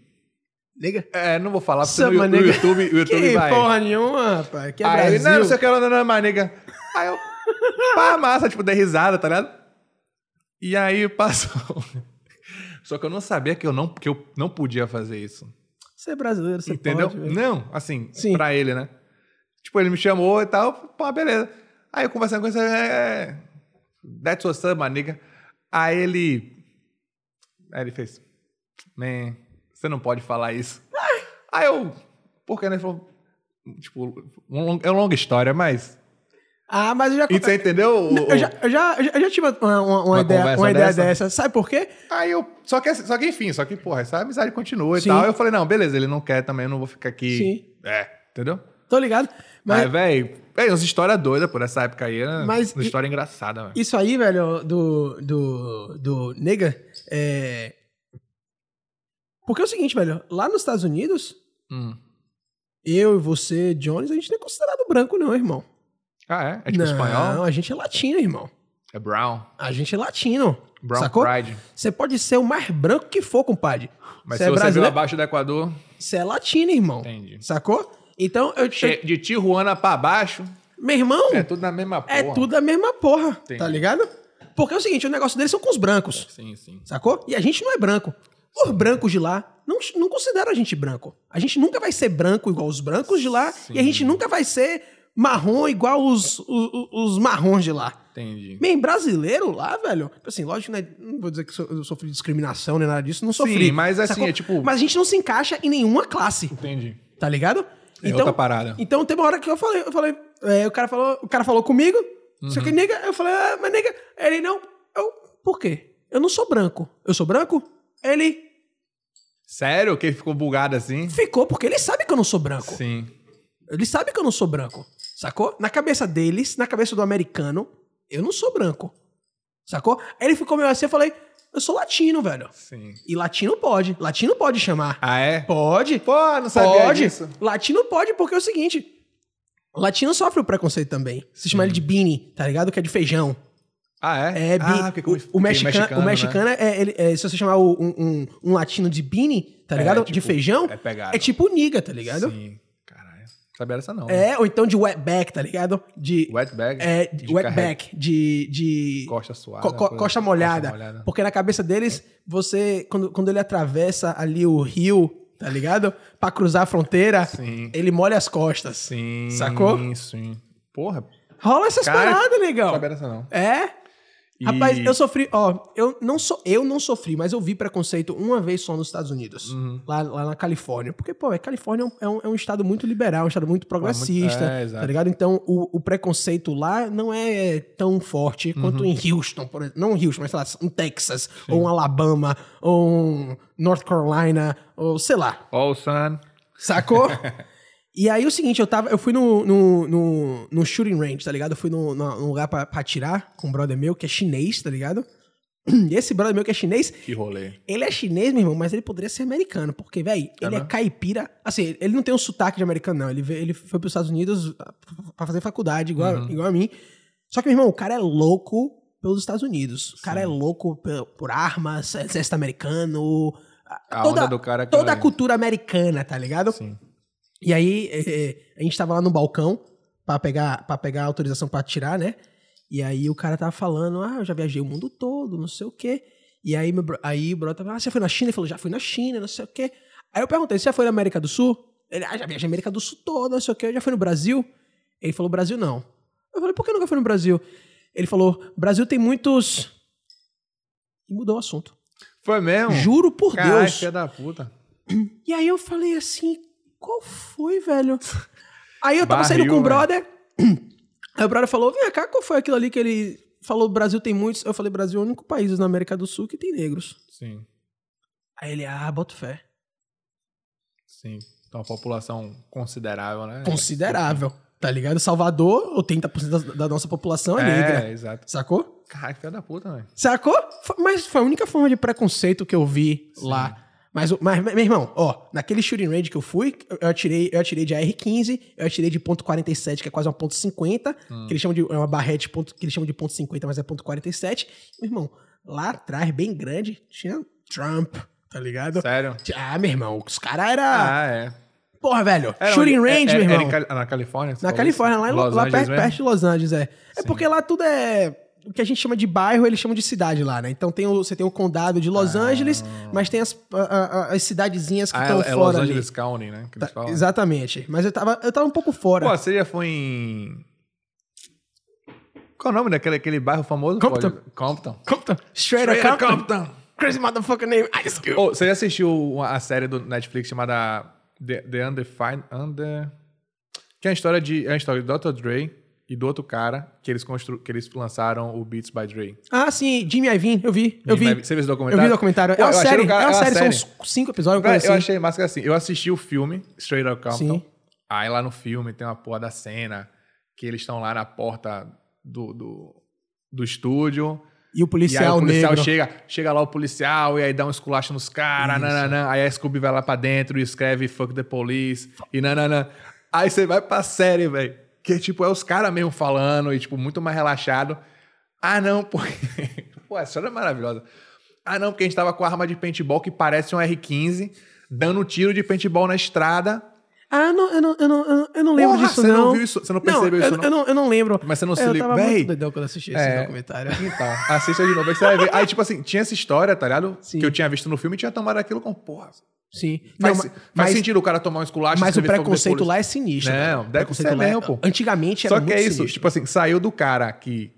[SPEAKER 1] Nega.
[SPEAKER 2] É, não vou falar, porque
[SPEAKER 1] Samba,
[SPEAKER 2] no, no
[SPEAKER 1] nega.
[SPEAKER 2] YouTube, o YouTube
[SPEAKER 1] *laughs* Que
[SPEAKER 2] vai.
[SPEAKER 1] porra nenhuma, rapaz. Que é
[SPEAKER 2] aí ele,
[SPEAKER 1] Brasil.
[SPEAKER 2] não, não sei o que, não, não, não, mas nega. Aí eu, pá, massa, tipo, dei risada, tá ligado? E aí passou. *laughs* Só que eu não sabia que eu não, que eu não podia fazer isso.
[SPEAKER 1] Você é brasileiro, você
[SPEAKER 2] Entendeu?
[SPEAKER 1] pode. velho.
[SPEAKER 2] não, assim,
[SPEAKER 1] Sim.
[SPEAKER 2] pra ele, né? Tipo, ele me chamou e tal, pô, beleza. Aí eu conversando com ele, é... That's what's up, my nigga. Aí ele... Aí ele fez... Man, você não pode falar isso. Aí eu... Por que, né? Ele falou... Tipo, um long- é uma longa história, mas...
[SPEAKER 1] Ah, mas eu já...
[SPEAKER 2] E você entendeu? o-
[SPEAKER 1] Eu já, eu, já, eu já- eu já tive uma, uma- uma
[SPEAKER 2] Uma
[SPEAKER 1] ideia,
[SPEAKER 2] conversa
[SPEAKER 1] uma ideia
[SPEAKER 2] dessa?
[SPEAKER 1] dessa. Sabe por quê?
[SPEAKER 2] Aí eu... Só que, assim- só que enfim, só que, porra, essa amizade continua e
[SPEAKER 1] Sim.
[SPEAKER 2] tal. Eu falei, não, beleza, ele não quer também, eu não vou ficar aqui.
[SPEAKER 1] Sim.
[SPEAKER 2] É, entendeu?
[SPEAKER 1] Tô ligado. Mas,
[SPEAKER 2] Mas, velho, é umas histórias doidas por essa época aí. Né?
[SPEAKER 1] Mas
[SPEAKER 2] uma
[SPEAKER 1] e-
[SPEAKER 2] história engraçada, velho.
[SPEAKER 1] Isso aí, velho, do. do. do nega, é. Porque é o seguinte, velho, lá nos Estados Unidos,
[SPEAKER 2] Hum.
[SPEAKER 1] eu e você, Jones, a gente não é considerado branco, não, irmão.
[SPEAKER 2] Ah, é? É tipo
[SPEAKER 1] não,
[SPEAKER 2] espanhol?
[SPEAKER 1] a gente é latino, irmão.
[SPEAKER 2] É brown.
[SPEAKER 1] A gente é latino.
[SPEAKER 2] Brown
[SPEAKER 1] sacou?
[SPEAKER 2] pride.
[SPEAKER 1] Você pode ser o mais branco que for, compadre.
[SPEAKER 2] Mas
[SPEAKER 1] você é
[SPEAKER 2] se você viu
[SPEAKER 1] brasileiro,
[SPEAKER 2] abaixo do Equador,
[SPEAKER 1] você é latino, irmão.
[SPEAKER 2] Entendi.
[SPEAKER 1] Sacou? Então, eu, eu,
[SPEAKER 2] che- é de Tijuana pra baixo,
[SPEAKER 1] meu irmão,
[SPEAKER 2] é tudo na mesma porra.
[SPEAKER 1] é, tudo a mesma porra, tá
[SPEAKER 2] Entendi.
[SPEAKER 1] ligado? Porque é o seguinte, o negócio deles são com os brancos.
[SPEAKER 2] Sim, sim.
[SPEAKER 1] Sacou? E a gente não é branco. Os brancos de lá não, não consideram a gente branco. A gente nunca vai ser branco igual os brancos de lá.
[SPEAKER 2] Sim.
[SPEAKER 1] E a gente nunca vai ser marrom igual os, os, os marrons de lá.
[SPEAKER 2] Entendi.
[SPEAKER 1] Bem, brasileiro lá, velho. Assim, lógico, né, não vou dizer que so- eu sofri discriminação nem nada disso, não sofri.
[SPEAKER 2] Sim, mas assim,
[SPEAKER 1] sacou?
[SPEAKER 2] é tipo-
[SPEAKER 1] Mas a gente não se encaixa em nenhuma classe,
[SPEAKER 2] Entendi.
[SPEAKER 1] tá ligado?
[SPEAKER 2] É outra parada.
[SPEAKER 1] Então teve uma hora que eu falei, eu falei, é, o cara falou, o cara falou comigo, só
[SPEAKER 2] Uhum.
[SPEAKER 1] que nega, eu falei, ah, mas nega, ele não, eu, por quê? Eu não sou branco. Eu sou branco? Ele
[SPEAKER 2] Sério que ele ficou bugado assim?
[SPEAKER 1] ficou porque ele sabe que eu não sou branco.
[SPEAKER 2] Sim.
[SPEAKER 1] Ele sabe que eu não sou branco. Sacou? Na cabeça deles, na cabeça do americano, eu não sou branco. Sacou? Aí ele ficou meio assim, eu falei, eu sou latino, velho.
[SPEAKER 2] Sim.
[SPEAKER 1] E latino pode, latino pode chamar.
[SPEAKER 2] Ah, é?
[SPEAKER 1] Pode,
[SPEAKER 2] Pô, não sabia
[SPEAKER 1] Pode.
[SPEAKER 2] disso.
[SPEAKER 1] Latino pode, porque é o seguinte. Latino sofre o preconceito também. Se chama ele de beanie, tá ligado? Que é de feijão.
[SPEAKER 2] Ah, é?
[SPEAKER 1] É, bi-
[SPEAKER 2] ah, porque como-
[SPEAKER 1] o- o,
[SPEAKER 2] porque
[SPEAKER 1] mexicano, o
[SPEAKER 2] né?
[SPEAKER 1] mexicano é, ele- é, se você chamar o- um, um- um latino de beanie, tá ligado? de
[SPEAKER 2] tipo,
[SPEAKER 1] feijão,
[SPEAKER 2] é pegado.
[SPEAKER 1] é, tipo niga, tá ligado?
[SPEAKER 2] Sim. Caralho. Não sabia dessa não.
[SPEAKER 1] É, ou então de wetback, tá ligado? De,
[SPEAKER 2] Wetback.
[SPEAKER 1] é, de wetback, de, de
[SPEAKER 2] Costa suada.
[SPEAKER 1] co- co-
[SPEAKER 2] coisa-
[SPEAKER 1] costa molhada. Porque na cabeça deles, você, quando, quando ele atravessa ali o rio, tá ligado? Pra cruzar a fronteira,
[SPEAKER 2] Sim.
[SPEAKER 1] ele molha as costas.
[SPEAKER 2] Sim.
[SPEAKER 1] Sacou?
[SPEAKER 2] Sim. Porra,
[SPEAKER 1] Rola essas
[SPEAKER 2] Cara,
[SPEAKER 1] paradas,
[SPEAKER 2] não
[SPEAKER 1] negão.
[SPEAKER 2] sabia dessa não.
[SPEAKER 1] É.
[SPEAKER 2] E-
[SPEAKER 1] Rapaz, eu sofri, ó, eu não sou, eu não sofri, mas eu vi preconceito uma vez só nos Estados Unidos,
[SPEAKER 2] Uhum.
[SPEAKER 1] lá, lá na Califórnia. Porque, pô, a Califórnia é um, é um estado muito liberal, um estado muito progressista,
[SPEAKER 2] é, exato.
[SPEAKER 1] tá ligado? Então, o, o preconceito lá não é tão forte quanto
[SPEAKER 2] Uhum.
[SPEAKER 1] em Houston, por exemplo. Não em Houston, mas sei lá, um Texas, ou um Alabama, ou um North Carolina, ou sei lá,
[SPEAKER 2] All Sun. *laughs*
[SPEAKER 1] Sacou? e aí o seguinte, eu tava. Eu fui no, no, no, no shooting range, tá ligado? Eu fui no, no- num lugar pra, pra atirar com um brother meu que é chinês, tá ligado? *clears throat* E Esse brother meu que é chinês,
[SPEAKER 2] Que rolê.
[SPEAKER 1] ele é chinês, meu irmão, mas ele poderia ser americano, porque, velho, ele é
[SPEAKER 2] né?
[SPEAKER 1] caipira. Assim, ele não tem um sotaque de americano, não. Ele, veio- ele foi pros Estados Unidos ah, pra fazer faculdade, igual,
[SPEAKER 2] Uhum.
[SPEAKER 1] igual a mim. Só que, meu irmão, o cara é louco pelos Estados Unidos. O cara é louco por, por armas, exército americano.
[SPEAKER 2] A onda do cara é aquilo
[SPEAKER 1] toda a
[SPEAKER 2] ali.
[SPEAKER 1] cultura americana, tá ligado?
[SPEAKER 2] Sim.
[SPEAKER 1] E aí, é, é, a gente tava lá no balcão pra pegar, pra pegar a autorização pra tirar, né? E aí o cara tava falando, ah, eu já viajei o mundo todo, não sei o quê. E aí, meu, bro- aí o brother tava, ah, você foi na China? Ele falou, já fui na China, não sei o quê. Aí eu perguntei, você já foi na América do Sul? Ele, ah, já viajei na América do Sul toda, não sei o quê. Eu já fui no Brasil? Ele falou, Brasil não. Eu falei, por que nunca foi no Brasil? Ele falou, Brasil tem muitos... E mudou o assunto.
[SPEAKER 2] Foi mesmo?
[SPEAKER 1] Juro por
[SPEAKER 2] Caralho,
[SPEAKER 1] Deus.
[SPEAKER 2] filha da puta.
[SPEAKER 1] E aí eu falei assim, qual foi, velho? Aí eu tava
[SPEAKER 2] Barril,
[SPEAKER 1] saindo com o
[SPEAKER 2] velho.
[SPEAKER 1] brother. *clears throat* Aí o brother falou: vem cá, qual foi aquilo ali que ele falou? Brasil tem muitos. Eu falei: Brasil é o único país na América do Sul que tem negros.
[SPEAKER 2] Sim,
[SPEAKER 1] Aí ele: ah, boto fé.
[SPEAKER 2] sim. Então, uma população considerável, né?
[SPEAKER 1] Considerável, tá ligado? Salvador, 80% da, da nossa população é, negra.
[SPEAKER 2] É, exato.
[SPEAKER 1] Sacou?
[SPEAKER 2] Caralho, filha da puta, velho.
[SPEAKER 1] Sacou? Foi- Mas foi a única forma de preconceito que eu vi
[SPEAKER 2] Sim.
[SPEAKER 1] lá. Mas, o- mas, meu irmão, ó, naquele shooting range que eu fui, eu- eu atirei, eu atirei de AR-15, eu atirei de ponto .47, que é quase uma ponto .50,
[SPEAKER 2] Hum.
[SPEAKER 1] que eles chamam de, é uma barrete ponto, que eles chamam de ponto .50, mas é ponto .47. Meu irmão, lá atrás, bem grande, tinha Trump, tá ligado?
[SPEAKER 2] Sério?
[SPEAKER 1] Ah, meu irmão, os caras era,
[SPEAKER 2] Ah, é.
[SPEAKER 1] porra, velho,
[SPEAKER 2] Era
[SPEAKER 1] shooting
[SPEAKER 2] onde-
[SPEAKER 1] range,
[SPEAKER 2] é- é-
[SPEAKER 1] meu irmão.
[SPEAKER 2] era em Cali- na Califórnia? você
[SPEAKER 1] Na
[SPEAKER 2] falou?
[SPEAKER 1] Califórnia, lá, em Lo-
[SPEAKER 2] Los
[SPEAKER 1] lá
[SPEAKER 2] Angeles
[SPEAKER 1] perto,
[SPEAKER 2] mesmo?
[SPEAKER 1] perto de Los Angeles, é. É
[SPEAKER 2] Sim.
[SPEAKER 1] porque lá tudo é. O que a gente chama de bairro, eles chamam de cidade lá, né? Então tem o, você tem o condado de Los
[SPEAKER 2] Ah.
[SPEAKER 1] Angeles, mas tem as, a- a- as cidadezinhas que
[SPEAKER 2] Ah,
[SPEAKER 1] estão
[SPEAKER 2] é, é
[SPEAKER 1] fora.
[SPEAKER 2] Los
[SPEAKER 1] ali.
[SPEAKER 2] Angeles County, né? Que
[SPEAKER 1] Tá,
[SPEAKER 2] eles falam.
[SPEAKER 1] exatamente. Mas eu tava, eu tava um pouco fora.
[SPEAKER 2] Pô, você já foi em. Qual é o nome daquele aquele bairro famoso?
[SPEAKER 1] Compton.
[SPEAKER 2] Pode- Compton.
[SPEAKER 1] Compton. Straight out Compton.
[SPEAKER 2] Compton.
[SPEAKER 1] Crazy motherfucker name. Ice Cube.
[SPEAKER 2] Ô, você já assistiu a série do Netflix chamada The, The Undefined... Under... Que é a história de... É a história do Dr. Dre e do outro cara que eles, constru, que eles lançaram o Beats by Dre.
[SPEAKER 1] Ah, sim, Jimmy Iovine, eu vi, eu vi.
[SPEAKER 2] Você viu esse
[SPEAKER 1] Eu
[SPEAKER 2] documentário?
[SPEAKER 1] vi o documentário.
[SPEAKER 2] Pô,
[SPEAKER 1] é uma
[SPEAKER 2] eu achei
[SPEAKER 1] série,
[SPEAKER 2] do cara-
[SPEAKER 1] é uma
[SPEAKER 2] é uma
[SPEAKER 1] série,
[SPEAKER 2] série.
[SPEAKER 1] são uns cinco episódios, uma
[SPEAKER 2] Véi,
[SPEAKER 1] coisa
[SPEAKER 2] Eu
[SPEAKER 1] assim.
[SPEAKER 2] achei massa que assim, eu assisti o filme, Straight Outta Compton.
[SPEAKER 1] Sim.
[SPEAKER 2] Aí lá no filme tem uma porra da cena que eles estão lá na porta do, do, do estúdio.
[SPEAKER 1] E o
[SPEAKER 2] e aí
[SPEAKER 1] policial,
[SPEAKER 2] o policial
[SPEAKER 1] negro.
[SPEAKER 2] chega, chega lá o policial e aí dá um esculacho nos caras, nananã. Aí a Scooby vai lá pra dentro e escreve fuck the police e nananã. Aí você vai pra série, velho. Que tipo, é os caras mesmo falando e tipo, muito mais relaxado. Ah, não, pô. *laughs* pô, essa história é maravilhosa. Ah, não, porque a gente tava com arma de paintball que parece um R15, dando tiro de paintball na estrada.
[SPEAKER 1] Ah, não, eu não, eu não, eu não- eu não lembro
[SPEAKER 2] Porra,
[SPEAKER 1] disso,
[SPEAKER 2] você
[SPEAKER 1] não.
[SPEAKER 2] não viu isso? Você não percebeu
[SPEAKER 1] eu,
[SPEAKER 2] isso, não?
[SPEAKER 1] Eu não, eu não lembro.
[SPEAKER 2] Mas você não
[SPEAKER 1] É,
[SPEAKER 2] se
[SPEAKER 1] eu
[SPEAKER 2] liga.
[SPEAKER 1] tava
[SPEAKER 2] Véi,
[SPEAKER 1] muito doidão quando assisti
[SPEAKER 2] É.
[SPEAKER 1] esse documentário.
[SPEAKER 2] Então, assista de novo, aí você vai ver. Aí, tipo assim, tinha essa história, tá ligado?
[SPEAKER 1] Sim.
[SPEAKER 2] Que eu tinha visto no filme e tinha tomado aquilo com, porra,
[SPEAKER 1] Sim.
[SPEAKER 2] *laughs* Faz,
[SPEAKER 1] Não,
[SPEAKER 2] se-
[SPEAKER 1] ma-
[SPEAKER 2] faz
[SPEAKER 1] mas,
[SPEAKER 2] sentido o cara tomar um esculacho
[SPEAKER 1] mas o
[SPEAKER 2] escrever sobre
[SPEAKER 1] preconceito
[SPEAKER 2] depois.
[SPEAKER 1] lá é sinistro.
[SPEAKER 2] Não,
[SPEAKER 1] velho.
[SPEAKER 2] deve
[SPEAKER 1] Preconceito
[SPEAKER 2] ser
[SPEAKER 1] lá- é
[SPEAKER 2] mesmo, pô.
[SPEAKER 1] Antigamente era
[SPEAKER 2] Só que é
[SPEAKER 1] muito
[SPEAKER 2] isso,
[SPEAKER 1] sinistro.
[SPEAKER 2] tipo assim, saiu do cara que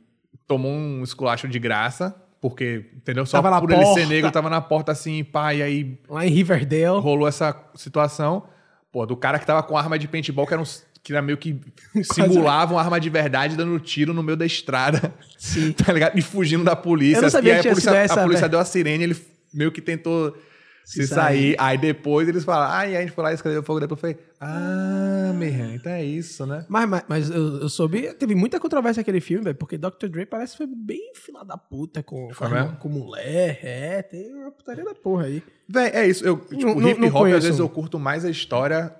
[SPEAKER 2] tomou um esculacho de graça, porque, entendeu? Só
[SPEAKER 1] Tava na
[SPEAKER 2] por ele
[SPEAKER 1] porta.
[SPEAKER 2] ser negro, tava na porta assim, pá, e aí
[SPEAKER 1] Lá em Riverdale.
[SPEAKER 2] *laughs* rolou essa situação. Pô, do cara que tava com arma de paintball, que era, um, que era
[SPEAKER 1] *laughs*
[SPEAKER 2] meio que simulava uma arma de verdade, dando tiro no meio da estrada,
[SPEAKER 1] Sim.
[SPEAKER 2] *laughs* tá ligado? E fugindo da polícia.
[SPEAKER 1] Eu não sabia
[SPEAKER 2] e
[SPEAKER 1] que
[SPEAKER 2] aí
[SPEAKER 1] tinha
[SPEAKER 2] a polícia,
[SPEAKER 1] sido essa, né?
[SPEAKER 2] a polícia
[SPEAKER 1] velho.
[SPEAKER 2] deu a sirene, ele meio que tentou se,
[SPEAKER 1] Se
[SPEAKER 2] sair. Aí depois eles falaram, ah, e aí a gente foi lá e escreveu fogo. Depois eu falei, ah, meu irmão, então é isso, né?
[SPEAKER 1] Mas, mas, mas eu, eu soube, teve muita controvérsia aquele filme, velho, porque Dr. Dre parece que foi bem fila da puta com,
[SPEAKER 2] Foi
[SPEAKER 1] com,
[SPEAKER 2] mesmo?
[SPEAKER 1] com mulher, é, tem uma putaria da porra aí.
[SPEAKER 2] Véi, é isso. Eu, tipo,
[SPEAKER 1] não-
[SPEAKER 2] hip
[SPEAKER 1] não
[SPEAKER 2] hop,
[SPEAKER 1] conheço.
[SPEAKER 2] às vezes eu curto mais a história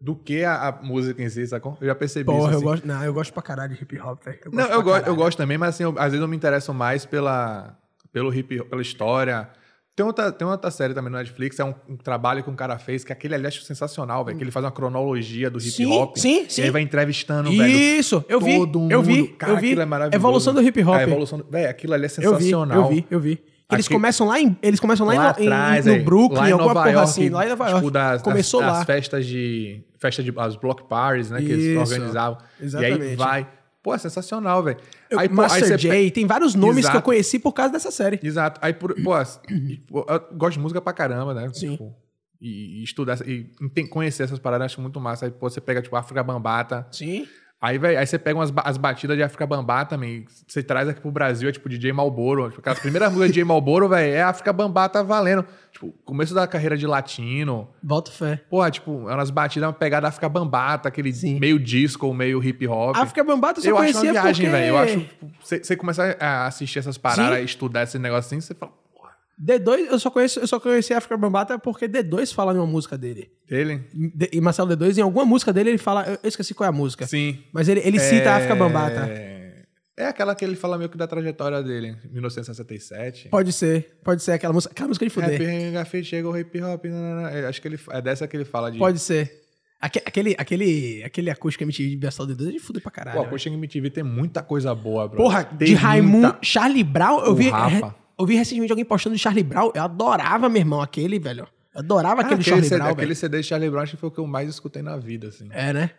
[SPEAKER 2] do que a, a música em si, sacou? Eu já percebi isso.
[SPEAKER 1] Porra, eu
[SPEAKER 2] assim.
[SPEAKER 1] gosto, não, eu gosto pra caralho de hip hop, velho.
[SPEAKER 2] Não,
[SPEAKER 1] pra
[SPEAKER 2] eu, go eu
[SPEAKER 1] caralho.
[SPEAKER 2] gosto também, mas assim, eu- às vezes eu me interesso mais pela, pelo hip pela história. Tem outra, tem uma outra série também no Netflix, é um, um trabalho que um cara fez, que aquele ali eu acho sensacional, velho. Que ele faz uma cronologia do hip hop.
[SPEAKER 1] Sim, sim,
[SPEAKER 2] E aí
[SPEAKER 1] sim.
[SPEAKER 2] vai entrevistando, velho.
[SPEAKER 1] Isso, eu vi,
[SPEAKER 2] todo
[SPEAKER 1] eu vi,
[SPEAKER 2] mundo. Cara,
[SPEAKER 1] eu vi.
[SPEAKER 2] aquilo é maravilhoso.
[SPEAKER 1] Evolução do hip hop.
[SPEAKER 2] A evolução do... Véi, aquilo ali é
[SPEAKER 1] Eu vi,
[SPEAKER 2] sensacional.
[SPEAKER 1] eu vi, eu vi. Eles
[SPEAKER 2] Aqui-
[SPEAKER 1] começam lá em, eles começam lá, em- em- no
[SPEAKER 2] aí,
[SPEAKER 1] Brooklyn,
[SPEAKER 2] lá em
[SPEAKER 1] alguma
[SPEAKER 2] Nova
[SPEAKER 1] porra
[SPEAKER 2] York,
[SPEAKER 1] assim, lá em Nova York.
[SPEAKER 2] Tipo, das,
[SPEAKER 1] Começou
[SPEAKER 2] das,
[SPEAKER 1] lá.
[SPEAKER 2] Das festas de. Festa de. As block parties, né? Que eles
[SPEAKER 1] Isso.
[SPEAKER 2] organizavam. E aí
[SPEAKER 1] Exatamente.
[SPEAKER 2] vai. Pô, é sensacional, velho.
[SPEAKER 1] Eu-
[SPEAKER 2] Aí, pô, aí
[SPEAKER 1] Master
[SPEAKER 2] você
[SPEAKER 1] J, tem vários nomes que eu
[SPEAKER 2] Exato.
[SPEAKER 1] conheci por causa dessa série.
[SPEAKER 2] Exato. Aí, por, pô, as- e, pô, eu gosto de música pra caramba, né?
[SPEAKER 1] Sim.
[SPEAKER 2] Tipo, e, e estudar, essa- e enten- conhecer essas paradas, acho muito massa. Aí, pô, você pega, tipo, África Bambata.
[SPEAKER 1] Sim.
[SPEAKER 2] Aí, véi, aí você pega umas, ba- as batidas de África Bambata também. Você traz aqui pro Brasil, é tipo DJ Malboro. Tipo, aquelas primeiras músicas de DJ Malboro, velho, é África Bambata valendo. Tipo, começo da carreira de latino.
[SPEAKER 1] Boto fé.
[SPEAKER 2] Porra, tipo, eram umas batidas, uma pegada África Bambata, aquele
[SPEAKER 1] Sim.
[SPEAKER 2] meio disco, meio hip hop.
[SPEAKER 1] África Bambata eu só
[SPEAKER 2] Eu acho uma
[SPEAKER 1] conhecia
[SPEAKER 2] viagem,
[SPEAKER 1] porque
[SPEAKER 2] velho. Eu acho. tipo, Você você começar a assistir essas paradas, estudar esse negocinho, você fala, porra,
[SPEAKER 1] D2, eu só conheço, eu só conheci África Bambata porque D2 fala em uma música dele.
[SPEAKER 2] ele?
[SPEAKER 1] D- E Marcelo D2 em alguma música dele ele fala, eu eu esqueci qual é a música,
[SPEAKER 2] Sim.
[SPEAKER 1] mas ele, ele cita a África Bambata.
[SPEAKER 2] É... é aquela que ele fala meio que da trajetória dele, 1967.
[SPEAKER 1] Pode ser, pode ser aquela música, aquela música de fuder.
[SPEAKER 2] Rap, grafite, chega o hip hop. nanana. É, Acho é que ele é dessa que ele fala de.
[SPEAKER 1] Pode ser. Aque- Aquele, aquele, aquele acústico MTV de Bestal D2 é de fuder pra caralho.
[SPEAKER 2] Pô, a Coxa MTV tem muita coisa boa, bro.
[SPEAKER 1] Porra,
[SPEAKER 2] tem
[SPEAKER 1] de
[SPEAKER 2] muita-
[SPEAKER 1] Raimundo, Charlie Brown, eu
[SPEAKER 2] O
[SPEAKER 1] vi,
[SPEAKER 2] Rafa.
[SPEAKER 1] eu vi recentemente alguém postando de Charlie Brown, eu adorava, meu irmão, aquele, velho. Eu adorava aquele,
[SPEAKER 2] Cara, Ah, aquele,
[SPEAKER 1] Charlie
[SPEAKER 2] CD,
[SPEAKER 1] Brown,
[SPEAKER 2] aquele
[SPEAKER 1] velho.
[SPEAKER 2] CD de Charlie Brown acho que foi o que eu mais escutei na vida, assim.
[SPEAKER 1] É, né?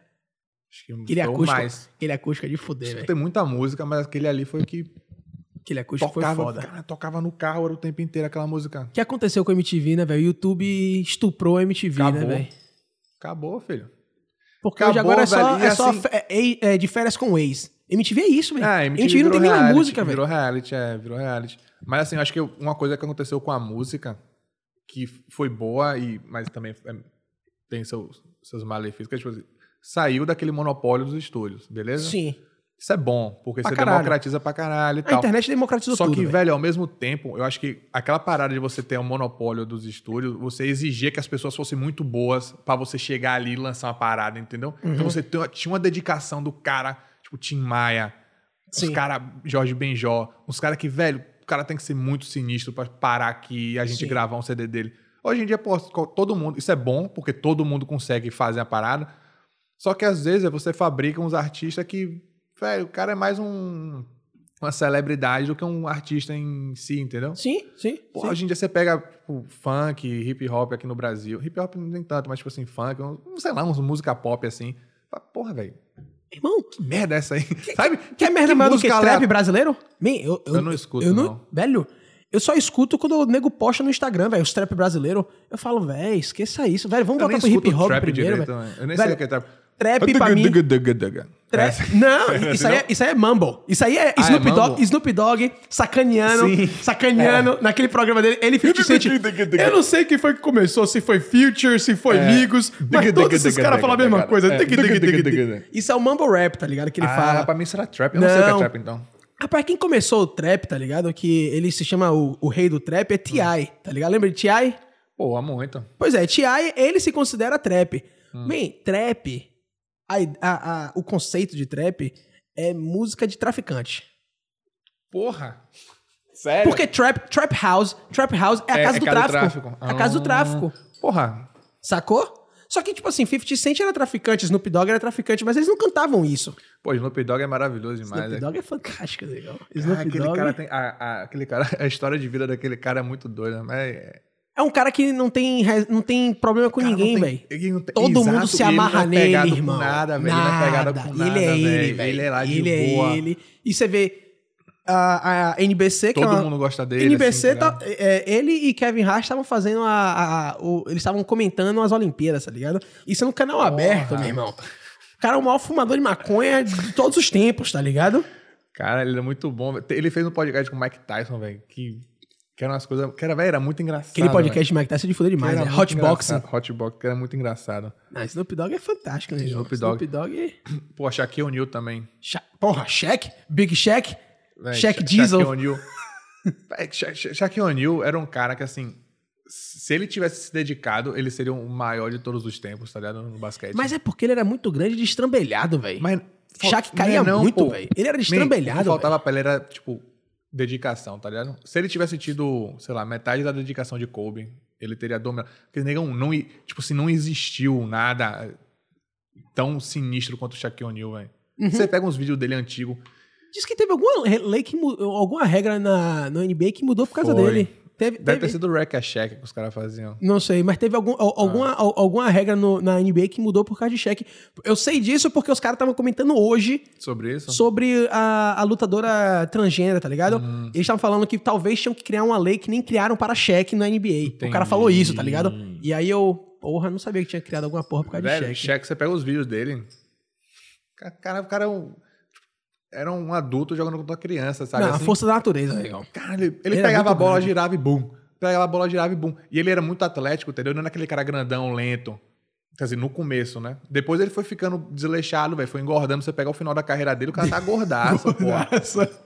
[SPEAKER 2] Acho que
[SPEAKER 1] Aquele
[SPEAKER 2] foi o
[SPEAKER 1] acústico,
[SPEAKER 2] mais.
[SPEAKER 1] aquele acústico é de fuder, velho.
[SPEAKER 2] Escutei muita música, mas aquele ali foi o que
[SPEAKER 1] Aquele acústico foi
[SPEAKER 2] tocava,
[SPEAKER 1] foda.
[SPEAKER 2] cara, tocava no carro era o tempo inteiro aquela música.
[SPEAKER 1] O que aconteceu com a MTV, né, velho? O YouTube estuprou a MTV, né,
[SPEAKER 2] Acabou.
[SPEAKER 1] velho?
[SPEAKER 2] Acabou, filho.
[SPEAKER 1] Porque hoje
[SPEAKER 2] Acabou,
[SPEAKER 1] agora é só,
[SPEAKER 2] velho, e
[SPEAKER 1] é só
[SPEAKER 2] assim-
[SPEAKER 1] fe- é, é, é de férias com o ex. MTV é isso, velho.
[SPEAKER 2] É,
[SPEAKER 1] MTV, não tem nem
[SPEAKER 2] virou
[SPEAKER 1] mais
[SPEAKER 2] reality,
[SPEAKER 1] música, velho.
[SPEAKER 2] Virou reality, é, virou reality. Mas assim, eu acho que uma coisa que aconteceu com a música, que foi boa, e, mas também é, tem seus, seus malefícios, que é tipo assim, saiu daquele monopólio dos estúdios, beleza?
[SPEAKER 1] Sim.
[SPEAKER 2] Isso é bom, porque
[SPEAKER 1] Pra
[SPEAKER 2] você
[SPEAKER 1] caralho.
[SPEAKER 2] democratiza pra caralho e
[SPEAKER 1] A
[SPEAKER 2] tal.
[SPEAKER 1] internet democratizou
[SPEAKER 2] Só
[SPEAKER 1] tudo,
[SPEAKER 2] que,
[SPEAKER 1] velho.
[SPEAKER 2] velho, ao mesmo tempo, eu acho que aquela parada de você ter um monopólio dos estúdios, você exigia que as pessoas fossem muito boas pra você chegar ali e lançar uma parada, entendeu?
[SPEAKER 1] Uhum.
[SPEAKER 2] Então você tem- tinha uma dedicação do cara, tipo Tim Maia, os
[SPEAKER 1] Sim.
[SPEAKER 2] caras Jorge Benjó, uns caras que, velho, o cara tem que ser muito sinistro pra parar aqui e a gente
[SPEAKER 1] Sim.
[SPEAKER 2] gravar um CD dele. Hoje em dia, pô, todo mundo, isso é bom, porque todo mundo consegue fazer a parada, só que às vezes você fabrica uns artistas que, velho, o cara é mais um, uma celebridade do que um artista em si, entendeu?
[SPEAKER 1] Sim, sim.
[SPEAKER 2] Pô,
[SPEAKER 1] sim.
[SPEAKER 2] hoje em dia você pega tipo, funk, hip hop aqui no Brasil. Hip hop nem tanto, mas tipo assim, funk, um, um, sei lá, uns música pop assim. Fala, Porra, velho,
[SPEAKER 1] Irmão,
[SPEAKER 2] que merda é essa aí? *laughs* Sabe?
[SPEAKER 1] quer merda maior do que
[SPEAKER 2] música
[SPEAKER 1] trap
[SPEAKER 2] alea-
[SPEAKER 1] brasileiro? Man, eu, eu,
[SPEAKER 2] Eu não escuto,
[SPEAKER 1] eu não-
[SPEAKER 2] não.
[SPEAKER 1] Velho, eu só escuto quando o nego posta no Instagram, velho, os trap brasileiro. Eu falo, velho, esqueça isso, velho, vamos
[SPEAKER 2] Eu nem
[SPEAKER 1] voltar pro
[SPEAKER 2] escuto
[SPEAKER 1] hip hop
[SPEAKER 2] trap
[SPEAKER 1] primeiro,
[SPEAKER 2] direito,
[SPEAKER 1] velho.
[SPEAKER 2] né? Eu nem
[SPEAKER 1] Velho,
[SPEAKER 2] sei o que é trap.
[SPEAKER 1] Trap pra mim...
[SPEAKER 2] Trap.
[SPEAKER 1] Trap.
[SPEAKER 2] *laughs*
[SPEAKER 1] Não, isso aí, é, isso aí é Mumble. Isso aí é
[SPEAKER 2] Ah,
[SPEAKER 1] Snoop,
[SPEAKER 2] é
[SPEAKER 1] Dogg,
[SPEAKER 2] Mumble?
[SPEAKER 1] Snoop Dogg sacaneando,
[SPEAKER 2] Sim. É.
[SPEAKER 1] sacaneando. Naquele programa dele, ele 50 Cent. Eu não sei quem foi que começou, se foi Future, se foi Migos, mas todos esses caras falam a mesma coisa.
[SPEAKER 2] É.
[SPEAKER 1] Tic, tic, tic, tic. Isso é o Mumble Rap, tá ligado? Que ele
[SPEAKER 2] Ah,
[SPEAKER 1] fala.
[SPEAKER 2] pra mim será trap. Eu não, sei o que
[SPEAKER 1] Não.
[SPEAKER 2] é trap, então.
[SPEAKER 1] Rapaz, quem começou o trap, tá ligado? Que ele se chama o, o rei do trap, é T.I., tá ligado? Lembra de T.I.?
[SPEAKER 2] Pô, amo muito.
[SPEAKER 1] Pois é, T.I., ele se considera trap.
[SPEAKER 2] Hum.
[SPEAKER 1] Bem, trap, a, a- a- o conceito de trap é música de traficante.
[SPEAKER 2] Porra. Sério?
[SPEAKER 1] Porque trap, trap house, trap house é a
[SPEAKER 2] É-
[SPEAKER 1] casa,
[SPEAKER 2] é
[SPEAKER 1] do,
[SPEAKER 2] casa do
[SPEAKER 1] tráfico.
[SPEAKER 2] tráfico.
[SPEAKER 1] É a casa do
[SPEAKER 2] Ah.
[SPEAKER 1] tráfico,
[SPEAKER 2] Porra.
[SPEAKER 1] sacou? Só que, tipo assim, 50 Cent era traficante, Snoop Dogg era traficante, mas eles não cantavam isso.
[SPEAKER 2] Pô, Snoop Dogg é maravilhoso demais.
[SPEAKER 1] Snoop
[SPEAKER 2] né?
[SPEAKER 1] Dogg é fantástico, legal.
[SPEAKER 2] Ah,
[SPEAKER 1] Snoop
[SPEAKER 2] aquele
[SPEAKER 1] Dogg
[SPEAKER 2] cara tem. a- a- aquele cara, *laughs* a história de vida daquele cara é muito doida, mas. é-
[SPEAKER 1] é um cara que não tem, re- não tem problema com
[SPEAKER 2] cara não
[SPEAKER 1] ninguém,
[SPEAKER 2] tem-
[SPEAKER 1] velho.
[SPEAKER 2] ele não tem-
[SPEAKER 1] Todo mundo
[SPEAKER 2] Exato,
[SPEAKER 1] se
[SPEAKER 2] e ele não é
[SPEAKER 1] amarra nele,
[SPEAKER 2] pegado com
[SPEAKER 1] irmão.
[SPEAKER 2] Nada, velho. Ele não é pegado com nada.
[SPEAKER 1] Ele é ele,
[SPEAKER 2] velho.
[SPEAKER 1] velho.
[SPEAKER 2] Ele é lá de
[SPEAKER 1] ele
[SPEAKER 2] boa.
[SPEAKER 1] É ele. E você vê a, a NBC, que é
[SPEAKER 2] Todo
[SPEAKER 1] uma...
[SPEAKER 2] mundo gosta dele.
[SPEAKER 1] NBC,
[SPEAKER 2] assim, tá
[SPEAKER 1] tá- é, ele e Kevin Hart estavam fazendo a. a- a- o- eles estavam comentando as Olimpíadas, tá ligado? Isso é no canal aberto, meu irmão. O cara é o maior fumador de maconha de todos os tempos, tá ligado?
[SPEAKER 2] Cara, ele é muito bom. velho. Ele fez um podcast com o Mike Tyson, velho, que, que eram umas coisas. Que era, velho, era muito engraçado.
[SPEAKER 1] Aquele
[SPEAKER 2] velho.
[SPEAKER 1] podcast de Mike Tyson é de fuder
[SPEAKER 2] Que
[SPEAKER 1] demais,
[SPEAKER 2] era
[SPEAKER 1] é
[SPEAKER 2] muito
[SPEAKER 1] Hotboxing.
[SPEAKER 2] engraçado. Hotbox, que era muito engraçado.
[SPEAKER 1] Não, Snoop Dogg é fantástico, né, João?
[SPEAKER 2] Snoop Dogg.
[SPEAKER 1] Snoop Dogg. é-
[SPEAKER 2] Pô, Shaquille O'Neal também.
[SPEAKER 1] Sha- Porra, Shaq? Big Shaq?
[SPEAKER 2] Véi,
[SPEAKER 1] Shaq
[SPEAKER 2] Sha-
[SPEAKER 1] Diesel.
[SPEAKER 2] Shaquille O'Neal. *laughs* Véi, Sha- Sha- Shaquille O'Neal era um cara que, assim, se ele tivesse se dedicado, ele seria o maior de todos os tempos, tá ligado? No basquete.
[SPEAKER 1] Mas é porque ele era muito grande e destrambelhado, velho.
[SPEAKER 2] Mas fal-
[SPEAKER 1] Shaq
[SPEAKER 2] não é
[SPEAKER 1] caía
[SPEAKER 2] não,
[SPEAKER 1] muito,
[SPEAKER 2] pô.
[SPEAKER 1] velho. Ele era
[SPEAKER 2] Man, O
[SPEAKER 1] destrambelhado.
[SPEAKER 2] que faltava pra ele era, tipo, dedicação, tá ligado? Se ele tivesse tido, sei lá, metade da dedicação de Kobe, ele teria dominado. Porque, negão, não, i- tipo, se não existiu nada tão sinistro quanto o Shaquille O'Neal, velho.
[SPEAKER 1] Uhum.
[SPEAKER 2] Você pega uns vídeos dele antigo.
[SPEAKER 1] velho. Diz que teve alguma re- lei que mu- alguma regra na, no NBA que mudou por causa
[SPEAKER 2] Foi.
[SPEAKER 1] dele. Teve,
[SPEAKER 2] Deve
[SPEAKER 1] teve-
[SPEAKER 2] ter sido o Wreck a Shack que os caras faziam.
[SPEAKER 1] Não sei, mas teve algum- al- alguma,
[SPEAKER 2] Ah.
[SPEAKER 1] al- alguma regra no- na NBA que mudou por causa de cheque. Eu sei disso porque os caras estavam comentando hoje
[SPEAKER 2] Sobre isso?
[SPEAKER 1] sobre a, a lutadora transgênero, tá ligado?
[SPEAKER 2] Hum.
[SPEAKER 1] Eles estavam falando que talvez tinham que criar uma lei que nem criaram para cheque na NBA. O cara
[SPEAKER 2] Entendi.
[SPEAKER 1] falou isso, tá ligado? E aí eu, porra, não sabia que tinha criado alguma porra por causa
[SPEAKER 2] Velho,
[SPEAKER 1] de cheque.
[SPEAKER 2] Shaq, você pega os vídeos dele. Ca- Cara, o cara é um- era um adulto jogando contra uma criança, sabe?
[SPEAKER 1] Não, a
[SPEAKER 2] Assim,
[SPEAKER 1] força da natureza, legal.
[SPEAKER 2] Cara, ele, ele
[SPEAKER 1] Ele era
[SPEAKER 2] pegava
[SPEAKER 1] muito
[SPEAKER 2] a bola,
[SPEAKER 1] grande.
[SPEAKER 2] girava e bum. Pegava a bola, girava e bum. E ele era muito atlético, entendeu? Não era aquele cara grandão, lento. Quer dizer, no começo, né? Depois ele foi ficando desleixado, velho. Foi engordando. Você pega o final da carreira dele,
[SPEAKER 1] *laughs*
[SPEAKER 2] o cara tá gordaço, porra.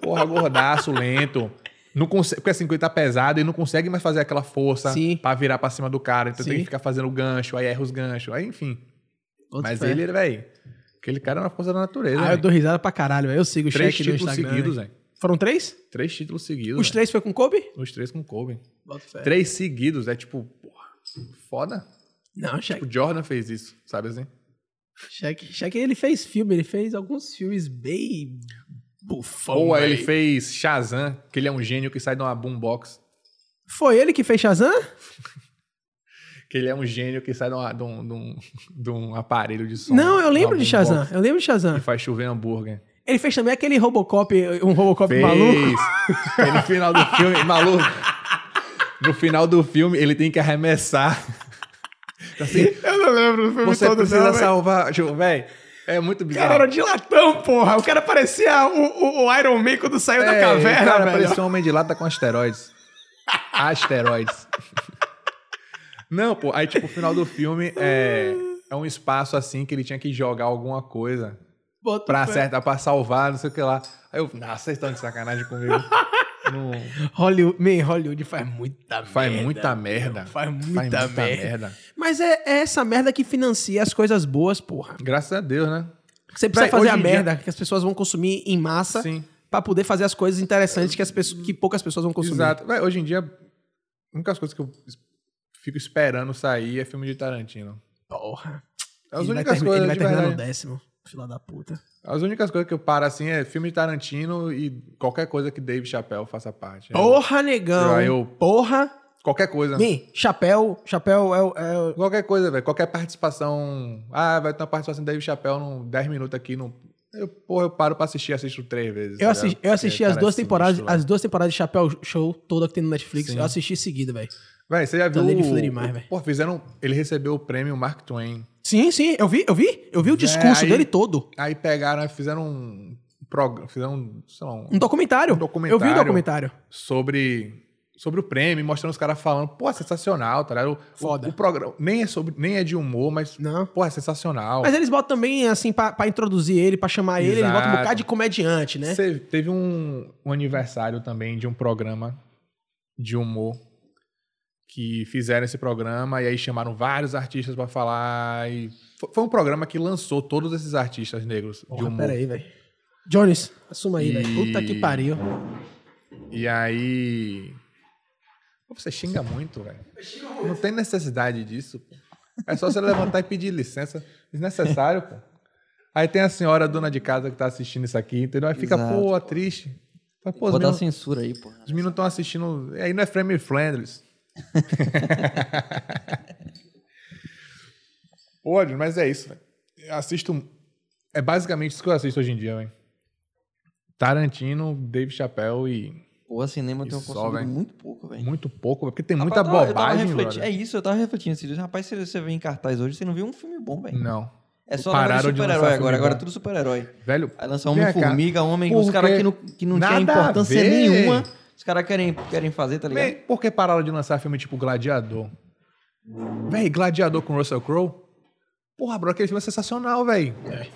[SPEAKER 2] Porra, gordaço, lento. Não consegue, porque assim, ele tá pesado e não consegue mais fazer aquela força
[SPEAKER 1] Sim.
[SPEAKER 2] pra virar pra cima do cara. Então tem
[SPEAKER 1] Sim.
[SPEAKER 2] que ficar fazendo gancho, aí erra os ganchos, aí enfim.
[SPEAKER 1] Outro
[SPEAKER 2] Mas
[SPEAKER 1] fé.
[SPEAKER 2] ele, velho, aquele cara é uma força da natureza.
[SPEAKER 1] Ah, eu
[SPEAKER 2] velho.
[SPEAKER 1] dou risada pra caralho, velho. Eu sigo o
[SPEAKER 2] Três
[SPEAKER 1] cheque no
[SPEAKER 2] títulos
[SPEAKER 1] Instagram.
[SPEAKER 2] seguidos,
[SPEAKER 1] velho.
[SPEAKER 2] velho.
[SPEAKER 1] Foram três?
[SPEAKER 2] Três títulos seguidos.
[SPEAKER 1] Os
[SPEAKER 2] velho.
[SPEAKER 1] três foi com Kobe?
[SPEAKER 2] Os três com Kobe.
[SPEAKER 1] Bota fé.
[SPEAKER 2] Três seguidos, é tipo, porra, foda.
[SPEAKER 1] Não, cheque.
[SPEAKER 2] O Jordan fez isso, sabe assim?
[SPEAKER 1] Shaq, Shaq, ele fez filme, ele fez alguns filmes bem bufão.
[SPEAKER 2] Ou
[SPEAKER 1] velho.
[SPEAKER 2] ele fez Shazam, que ele é um gênio que sai de uma boombox.
[SPEAKER 1] Foi ele que fez Shazam?
[SPEAKER 2] Que ele é um gênio que sai de, uma- de um, de um- *laughs* de um aparelho de som.
[SPEAKER 1] Não, eu lembro
[SPEAKER 2] uma
[SPEAKER 1] de
[SPEAKER 2] boombox,
[SPEAKER 1] Shazam. Eu lembro de Shazam.
[SPEAKER 2] Que faz chover hambúrguer.
[SPEAKER 1] Ele fez também aquele Robocop, um Robocop
[SPEAKER 2] Fez.
[SPEAKER 1] maluco.
[SPEAKER 2] Aí no final do filme, maluco. No final do filme, ele tem que arremessar. Assim,
[SPEAKER 1] Eu não lembro do filme
[SPEAKER 2] você
[SPEAKER 1] todo,
[SPEAKER 2] precisa
[SPEAKER 1] não, velho.
[SPEAKER 2] salvar. Tipo, velho, é muito
[SPEAKER 1] O
[SPEAKER 2] bizarro.
[SPEAKER 1] Cara, era de latão, porra. O cara parecia o, o- o Iron Man quando saiu da
[SPEAKER 2] É,
[SPEAKER 1] caverna,
[SPEAKER 2] cara,
[SPEAKER 1] velho.
[SPEAKER 2] parecia um homem de lata com asteroides. asteroides. *laughs* Não, pô, aí tipo, o final do filme é, é um espaço assim que ele tinha que jogar alguma coisa
[SPEAKER 1] Bota
[SPEAKER 2] pra
[SPEAKER 1] fé.
[SPEAKER 2] acertar, pra salvar, não sei o que lá. Aí eu, nossa, vocês estão de sacanagem *laughs* comigo. Não,
[SPEAKER 1] Hollywood, man, Hollywood faz muita
[SPEAKER 2] faz
[SPEAKER 1] merda.
[SPEAKER 2] muita
[SPEAKER 1] meu.
[SPEAKER 2] merda.
[SPEAKER 1] Faz muita merda.
[SPEAKER 2] merda.
[SPEAKER 1] Mas é, é essa merda que financia as coisas boas, porra.
[SPEAKER 2] Graças a Deus, né?
[SPEAKER 1] Você precisa
[SPEAKER 2] Véi,
[SPEAKER 1] fazer
[SPEAKER 2] hoje
[SPEAKER 1] a
[SPEAKER 2] em dia-
[SPEAKER 1] merda que as pessoas vão consumir em massa
[SPEAKER 2] Sim,
[SPEAKER 1] pra poder fazer as coisas interessantes que, as pessoas, que poucas pessoas vão consumir.
[SPEAKER 2] exato. Ué, hoje em dia, a única coisa que eu es- fico esperando sair é filme de Tarantino.
[SPEAKER 1] Porra.
[SPEAKER 2] É as
[SPEAKER 1] ele vai,
[SPEAKER 2] únicas
[SPEAKER 1] termi-
[SPEAKER 2] coisas
[SPEAKER 1] ele vai
[SPEAKER 2] de
[SPEAKER 1] terminar
[SPEAKER 2] verdade.
[SPEAKER 1] no décimo. Filha da puta.
[SPEAKER 2] As únicas coisas que eu paro assim é filme de Tarantino e qualquer coisa que Dave Chappelle faça parte.
[SPEAKER 1] Porra, negão.
[SPEAKER 2] Eu- É. eu-
[SPEAKER 1] Porra.
[SPEAKER 2] Qualquer coisa. né?
[SPEAKER 1] Bem, chapéu. Chapéu é, o- é o-
[SPEAKER 2] Qualquer coisa, velho. Qualquer participação. Ah, vai ter uma participação de Dave Chappelle num 10 minutos aqui. Num... Eu, porra, eu paro pra assistir, assisto três vezes.
[SPEAKER 1] Eu
[SPEAKER 2] tá
[SPEAKER 1] assisti,
[SPEAKER 2] ligado?
[SPEAKER 1] eu assisti
[SPEAKER 2] Porque,
[SPEAKER 1] as
[SPEAKER 2] cara,
[SPEAKER 1] duas
[SPEAKER 2] é
[SPEAKER 1] temporadas,
[SPEAKER 2] sinistro,
[SPEAKER 1] as duas temporadas de Chapéu Show toda que tem no Netflix.
[SPEAKER 2] Sim.
[SPEAKER 1] Eu assisti seguida, velho.
[SPEAKER 2] velho. Véi, você já
[SPEAKER 1] Tá
[SPEAKER 2] viu.
[SPEAKER 1] nele
[SPEAKER 2] o-
[SPEAKER 1] fluir demais, velho.
[SPEAKER 2] Pô, fizeram. um- Ele recebeu o prêmio Mark Twain.
[SPEAKER 1] Sim, sim, eu vi, eu vi, eu vi o discurso
[SPEAKER 2] aí-
[SPEAKER 1] dele todo.
[SPEAKER 2] Aí pegaram, fizeram um. prog- Fizeram um. Sei lá, um
[SPEAKER 1] Um documentário.
[SPEAKER 2] Um documentário.
[SPEAKER 1] Eu vi o documentário.
[SPEAKER 2] sobre sobre o prêmio, mostrando os caras falando, pô, é sensacional, tá ligado? O-
[SPEAKER 1] Foda.
[SPEAKER 2] O, programa nem é sobre, nem é de humor, mas
[SPEAKER 1] Não.
[SPEAKER 2] pô, é sensacional.
[SPEAKER 1] Mas eles botam também, assim, pra, pra introduzir ele, pra chamar ele, eles botam um
[SPEAKER 2] Exato.
[SPEAKER 1] bocado de comediante, né?
[SPEAKER 2] Cê- é teve um, um aniversário também de um programa de humor que fizeram esse programa e aí chamaram vários artistas pra falar e fo- foi um programa que lançou todos esses artistas negros de
[SPEAKER 1] Porra,
[SPEAKER 2] humor.
[SPEAKER 1] pera aí, velho. Jones, assuma aí,
[SPEAKER 2] E-
[SPEAKER 1] velho. Puta que pariu.
[SPEAKER 2] E aí. Pô, Você xinga muito, velho. Não tem necessidade disso, pô. É só você levantar e pedir licença. Desnecessário, pô. Aí tem a senhora dona de casa que tá assistindo isso aqui, entendeu? Aí fica,
[SPEAKER 3] Exato.
[SPEAKER 2] pô, triste. Mas, pô, os
[SPEAKER 3] Vou dar
[SPEAKER 2] meninos
[SPEAKER 3] censura aí, porra.
[SPEAKER 2] os meninos estão assistindo. Aí não é Frame Friendless. *laughs* Pô, Adriano, mas é isso, velho. Eu Assisto. É basicamente isso que eu assisto hoje em dia, velho. Tarantino, Dave Chappelle e.
[SPEAKER 3] Porra, cinema tem um
[SPEAKER 2] Isso,
[SPEAKER 3] consumido
[SPEAKER 2] velho.
[SPEAKER 3] muito pouco, velho.
[SPEAKER 2] Muito pouco, porque tem muita
[SPEAKER 3] Rapaz, eu tava- eu tava
[SPEAKER 2] bobagem,
[SPEAKER 3] refletindo- É
[SPEAKER 2] brother.
[SPEAKER 3] isso, eu tava refletindo esses dias. Rapaz, se você vem em cartaz hoje, você não viu um filme bom, velho.
[SPEAKER 2] Não.
[SPEAKER 3] É só
[SPEAKER 2] Pararam
[SPEAKER 3] lançar
[SPEAKER 2] de lançar
[SPEAKER 3] super-herói agora.
[SPEAKER 2] filme
[SPEAKER 3] Agora é
[SPEAKER 2] bom.
[SPEAKER 3] tudo super-herói.
[SPEAKER 2] Velho,
[SPEAKER 3] Aí lança Homem
[SPEAKER 2] Vem cá.
[SPEAKER 3] Formiga, um Homem, os
[SPEAKER 2] Porque
[SPEAKER 3] caras que não, que não tinha
[SPEAKER 2] nada a
[SPEAKER 3] importância
[SPEAKER 2] ver.
[SPEAKER 3] nenhuma. Os caras querem, querem fazer, tá ligado?
[SPEAKER 2] bem, por que pararam de lançar filme tipo Gladiador? Véi, Gladiador com Russell Crowe? Porra, bro, aquele filme é sensacional, véi.
[SPEAKER 3] É.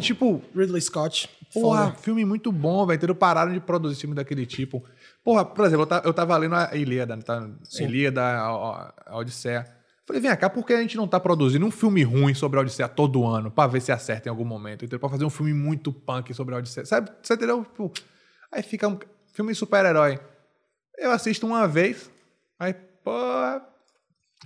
[SPEAKER 2] Tipo,
[SPEAKER 1] Ridley Scott.
[SPEAKER 2] Porra,
[SPEAKER 1] Foda.
[SPEAKER 2] filme muito bom, velho. Entendeu? Pararam de produzir filme daquele tipo. Porra, por exemplo, eu, ta- eu tava lendo a Ilíada, tá?
[SPEAKER 1] Sim.
[SPEAKER 2] Ilíada, a, a- a Odisseia. Falei, vem cá, por que a gente não tá produzindo um filme ruim sobre a Odisseia todo ano, pra ver se acerta em algum momento, entendeu? Pra fazer um filme muito punk sobre a Odisseia. Sabe? Você entendeu? Tipo, aí fica um filme de super-herói. Eu assisto uma vez, aí, pô,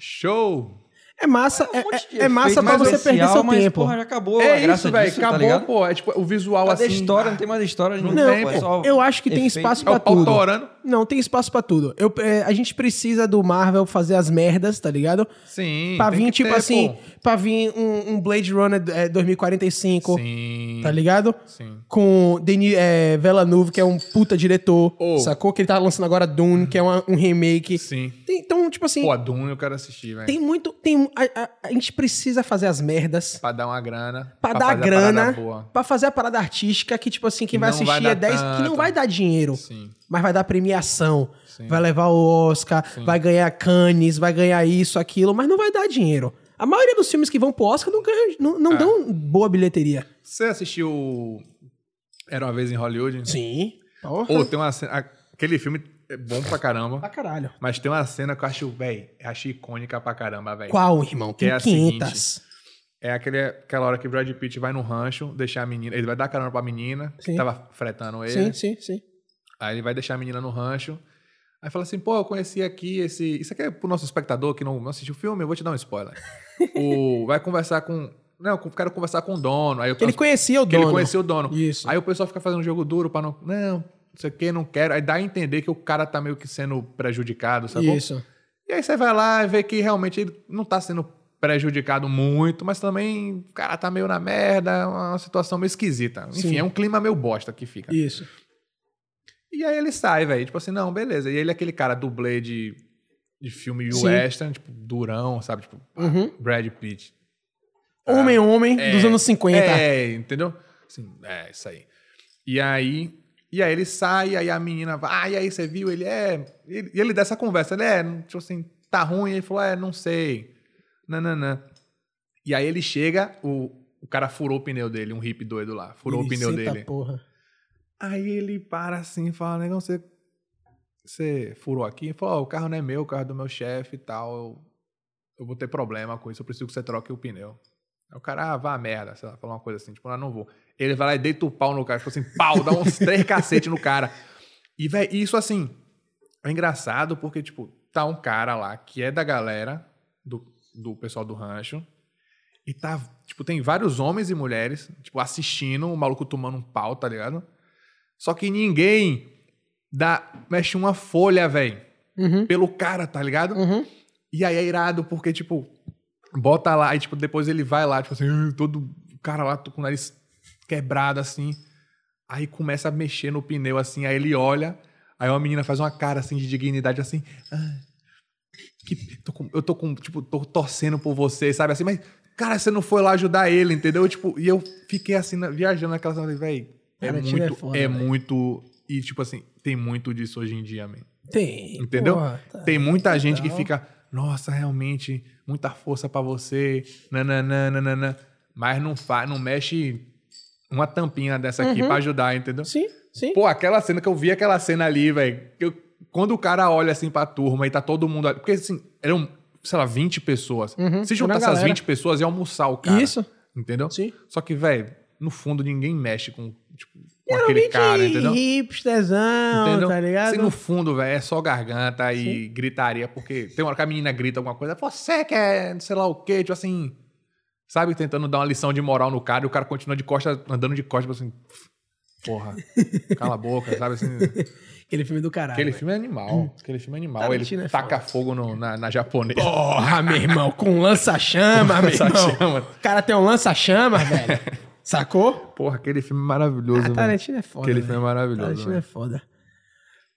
[SPEAKER 2] show!
[SPEAKER 1] É massa, é,
[SPEAKER 3] Um monte de
[SPEAKER 1] é- é massa
[SPEAKER 3] efeito
[SPEAKER 1] pra você
[SPEAKER 3] especial,
[SPEAKER 1] perder seu
[SPEAKER 3] mas,
[SPEAKER 1] tempo.
[SPEAKER 3] Porra, já acabou. a
[SPEAKER 2] é
[SPEAKER 3] graça
[SPEAKER 2] isso, velho.
[SPEAKER 3] disso, tá
[SPEAKER 2] Acabou,
[SPEAKER 3] ligado?
[SPEAKER 2] pô. É tipo, o visual
[SPEAKER 3] Cadê
[SPEAKER 2] assim...
[SPEAKER 3] história? Não tem mais história.
[SPEAKER 2] Não
[SPEAKER 3] nenhuma,
[SPEAKER 2] tem,
[SPEAKER 3] pô. É
[SPEAKER 2] pô.
[SPEAKER 3] só
[SPEAKER 1] Eu acho que tem
[SPEAKER 3] efeito.
[SPEAKER 1] espaço
[SPEAKER 2] É
[SPEAKER 1] pra
[SPEAKER 2] o pau
[SPEAKER 1] tudo.
[SPEAKER 2] torando.
[SPEAKER 1] Não, tem espaço pra tudo. Eu- é, a gente precisa do Marvel fazer as merdas, tá ligado?
[SPEAKER 2] Sim.
[SPEAKER 1] pra
[SPEAKER 2] tem
[SPEAKER 1] vir,
[SPEAKER 2] que
[SPEAKER 1] tipo
[SPEAKER 2] ter,
[SPEAKER 1] assim,
[SPEAKER 2] pô.
[SPEAKER 1] pra vir um, um Blade Runner é, 2045,
[SPEAKER 2] Sim.
[SPEAKER 1] tá ligado?
[SPEAKER 2] Sim.
[SPEAKER 1] Com Denis é, Villeneuve, que é um puta diretor,
[SPEAKER 2] Oh.
[SPEAKER 1] sacou? Que ele tá lançando agora Dune, que é uma- um remake.
[SPEAKER 2] Sim. né?
[SPEAKER 1] Tem- então, tipo assim,
[SPEAKER 2] Pô, a Dune eu quero assistir, velho.
[SPEAKER 1] tem muito... Tem, a, a- a gente precisa fazer as merdas
[SPEAKER 2] Pra dar uma grana.
[SPEAKER 1] Pra dar
[SPEAKER 2] fazer a
[SPEAKER 1] grana.
[SPEAKER 2] parada boa.
[SPEAKER 1] pra fazer a parada artística que, tipo assim, quem
[SPEAKER 2] Que
[SPEAKER 1] vai
[SPEAKER 2] não vai
[SPEAKER 1] assistir é
[SPEAKER 2] dar
[SPEAKER 1] 10... Que não
[SPEAKER 2] tanto.
[SPEAKER 1] vai dar dinheiro,
[SPEAKER 2] Sim,
[SPEAKER 1] mas vai dar premiação.
[SPEAKER 2] sim.
[SPEAKER 1] Vai levar o Oscar,
[SPEAKER 2] Sim.
[SPEAKER 1] vai ganhar Cannes, vai ganhar isso, aquilo, mas não vai dar dinheiro. A maioria dos filmes que vão pro Oscar não, ganham, não, não
[SPEAKER 2] É.
[SPEAKER 1] dão boa bilheteria.
[SPEAKER 2] Você assistiu Era Uma Vez em Hollywood?
[SPEAKER 1] Sim.
[SPEAKER 2] Ou tem uma cena... Aquele filme é bom pra
[SPEAKER 1] Pra
[SPEAKER 2] caramba,
[SPEAKER 1] caralho.
[SPEAKER 2] mas tem uma cena que eu acho, velho, eu acho icônica pra caramba, velho.
[SPEAKER 1] Qual, irmão?
[SPEAKER 2] Que
[SPEAKER 1] Tem
[SPEAKER 2] é a
[SPEAKER 1] 500.
[SPEAKER 2] É aquele, aquela hora que o Brad Pitt vai no rancho deixar a menina... Ele vai dar carona pra menina,
[SPEAKER 1] Sim.
[SPEAKER 2] que tava fretando
[SPEAKER 1] Sim,
[SPEAKER 2] ele.
[SPEAKER 1] sim, sim.
[SPEAKER 2] Aí ele vai deixar a menina no rancho. Aí fala assim, pô, eu conheci aqui esse.
[SPEAKER 1] *laughs*
[SPEAKER 2] Isso aqui é pro nosso espectador que não, não assistiu o filme, eu vou te dar um spoiler. o... Vai conversar com. Não, eu quero conversar com o dono. Aí eu
[SPEAKER 1] Que ele conhecia o
[SPEAKER 2] que
[SPEAKER 1] dono.
[SPEAKER 2] ele conheceu o dono.
[SPEAKER 1] Isso.
[SPEAKER 2] Aí o pessoal fica fazendo jogo duro pra não. Não, não sei o que, não quero. Aí dá a entender que o cara tá meio que sendo prejudicado, sabe?
[SPEAKER 1] Isso.
[SPEAKER 2] E aí você vai lá e vê que realmente ele não tá sendo prejudicado muito, mas também o cara tá meio na merda, uma situação meio esquisita. Enfim,
[SPEAKER 1] Sim.
[SPEAKER 2] é um clima meio bosta que fica.
[SPEAKER 1] Isso.
[SPEAKER 2] E aí ele sai, velho. Tipo assim, não, beleza. E ele é aquele cara dublê de, de filme
[SPEAKER 1] Sim.
[SPEAKER 2] western, tipo, durão, sabe? Tipo, ah,
[SPEAKER 1] Uhum.
[SPEAKER 2] Brad Pitt.
[SPEAKER 1] Homem, homem dos anos 50.
[SPEAKER 2] tá. É, entendeu? Assim, é, isso aí. E aí. E aí ele sai, aí a menina vai, ah, e aí você viu? Ele é. E ele, e ele dá essa conversa, ele é, tipo assim, tá ruim. Ele falou, é, não sei. Nananã. E aí ele chega, o, o cara furou o pneu dele, um hippie doido lá. Furou
[SPEAKER 1] Ih,
[SPEAKER 2] o um pneu
[SPEAKER 1] senta
[SPEAKER 2] dele.
[SPEAKER 1] Porra.
[SPEAKER 2] Aí ele para assim e fala, negão, você, você furou aqui? Ele falou, ó, o carro não é meu, o carro é do meu chefe e tal, eu, eu vou ter problema com isso, eu preciso que você troque o pneu. Aí o cara, ah, vá a merda, sei lá, falou uma coisa assim, tipo, ah, não vou. Ele vai lá e deita o pau no cara, tipo assim, pau, dá uns três cacete no cara. E, velho, isso assim, é engraçado porque, tipo, tá um cara lá que é da galera, do, do pessoal do rancho, e tá, tipo, tem vários homens e mulheres, tipo, assistindo o maluco tomando um pau, tá ligado? Só que ninguém dá, mexe uma folha, velho,
[SPEAKER 1] Uhum.
[SPEAKER 2] pelo cara, tá ligado?
[SPEAKER 1] Uhum.
[SPEAKER 2] E aí é irado, porque, tipo, bota lá, e tipo, depois ele vai lá, tipo assim, "Ugh", todo o cara lá com o nariz quebrado, assim. Aí começa a mexer no pneu, assim, aí ele olha, aí uma menina faz uma cara assim de dignidade, assim. "Ah, que- tô com- eu tô com, tipo, tô torcendo por você, sabe? Assim, mas, cara, você não foi lá ajudar ele, entendeu? Tipo, e eu fiquei assim, na- viajando naquela cena, velho. É
[SPEAKER 1] Cara, tira é
[SPEAKER 2] muito,
[SPEAKER 1] foda,
[SPEAKER 2] é
[SPEAKER 1] velho.
[SPEAKER 2] muito. E, tipo assim, tem muito disso hoje em dia, man.
[SPEAKER 1] Tem.
[SPEAKER 2] Entendeu?
[SPEAKER 1] porra, tá.
[SPEAKER 2] Tem muita gente que
[SPEAKER 1] Então-
[SPEAKER 2] fica, nossa, realmente, muita força pra você, nananã, nananã, mas não faz, não mexe uma tampinha dessa
[SPEAKER 1] Uhum.
[SPEAKER 2] aqui pra ajudar, entendeu?
[SPEAKER 1] Sim, sim.
[SPEAKER 2] Pô, aquela cena que eu vi aquela cena ali, velho, que eu- quando o cara olha assim pra turma e tá todo mundo ali, porque assim, eram, sei lá, 20 pessoas.
[SPEAKER 1] Uhum,
[SPEAKER 2] Se
[SPEAKER 1] era uma
[SPEAKER 2] juntar essas
[SPEAKER 1] galera.
[SPEAKER 2] 20 pessoas e almoçar o cara.
[SPEAKER 1] Isso.
[SPEAKER 2] Entendeu?
[SPEAKER 1] Sim.
[SPEAKER 2] Só que, velho, no fundo ninguém mexe com, tipo, com aquele
[SPEAKER 1] Geralmente
[SPEAKER 2] cara, entendeu?
[SPEAKER 1] um hipsterzão,
[SPEAKER 2] Entendeu?
[SPEAKER 1] tá ligado?
[SPEAKER 2] Assim, no fundo, velho, é só garganta e gritaria, porque tem uma hora que a menina grita alguma coisa, você que é não sei lá o quê, tipo assim, sabe, tentando dar uma lição de moral no cara e o cara continua de costa, andando de costa, tipo assim,
[SPEAKER 1] *laughs*
[SPEAKER 2] porra, cala a boca, sabe assim.
[SPEAKER 1] Aquele filme do caralho.
[SPEAKER 2] Aquele filme é animal, aquele filme é animal,
[SPEAKER 1] hum. Tarantino
[SPEAKER 2] ele
[SPEAKER 1] é
[SPEAKER 2] taca fogo no- na, na japonesa.
[SPEAKER 1] Porra, meu irmão, com
[SPEAKER 2] *laughs*
[SPEAKER 1] lança-chama, meu
[SPEAKER 2] Essa
[SPEAKER 1] irmão.
[SPEAKER 2] chama.
[SPEAKER 1] O cara tem um lança-chama, velho.
[SPEAKER 2] *laughs*
[SPEAKER 1] Sacou?
[SPEAKER 2] Porra, aquele filme é maravilhoso,
[SPEAKER 1] Ah,
[SPEAKER 2] velho.
[SPEAKER 1] Tarantino é foda.
[SPEAKER 2] Aquele
[SPEAKER 1] velho.
[SPEAKER 2] filme é maravilhoso,
[SPEAKER 1] Tarantino é
[SPEAKER 2] velho.
[SPEAKER 1] foda.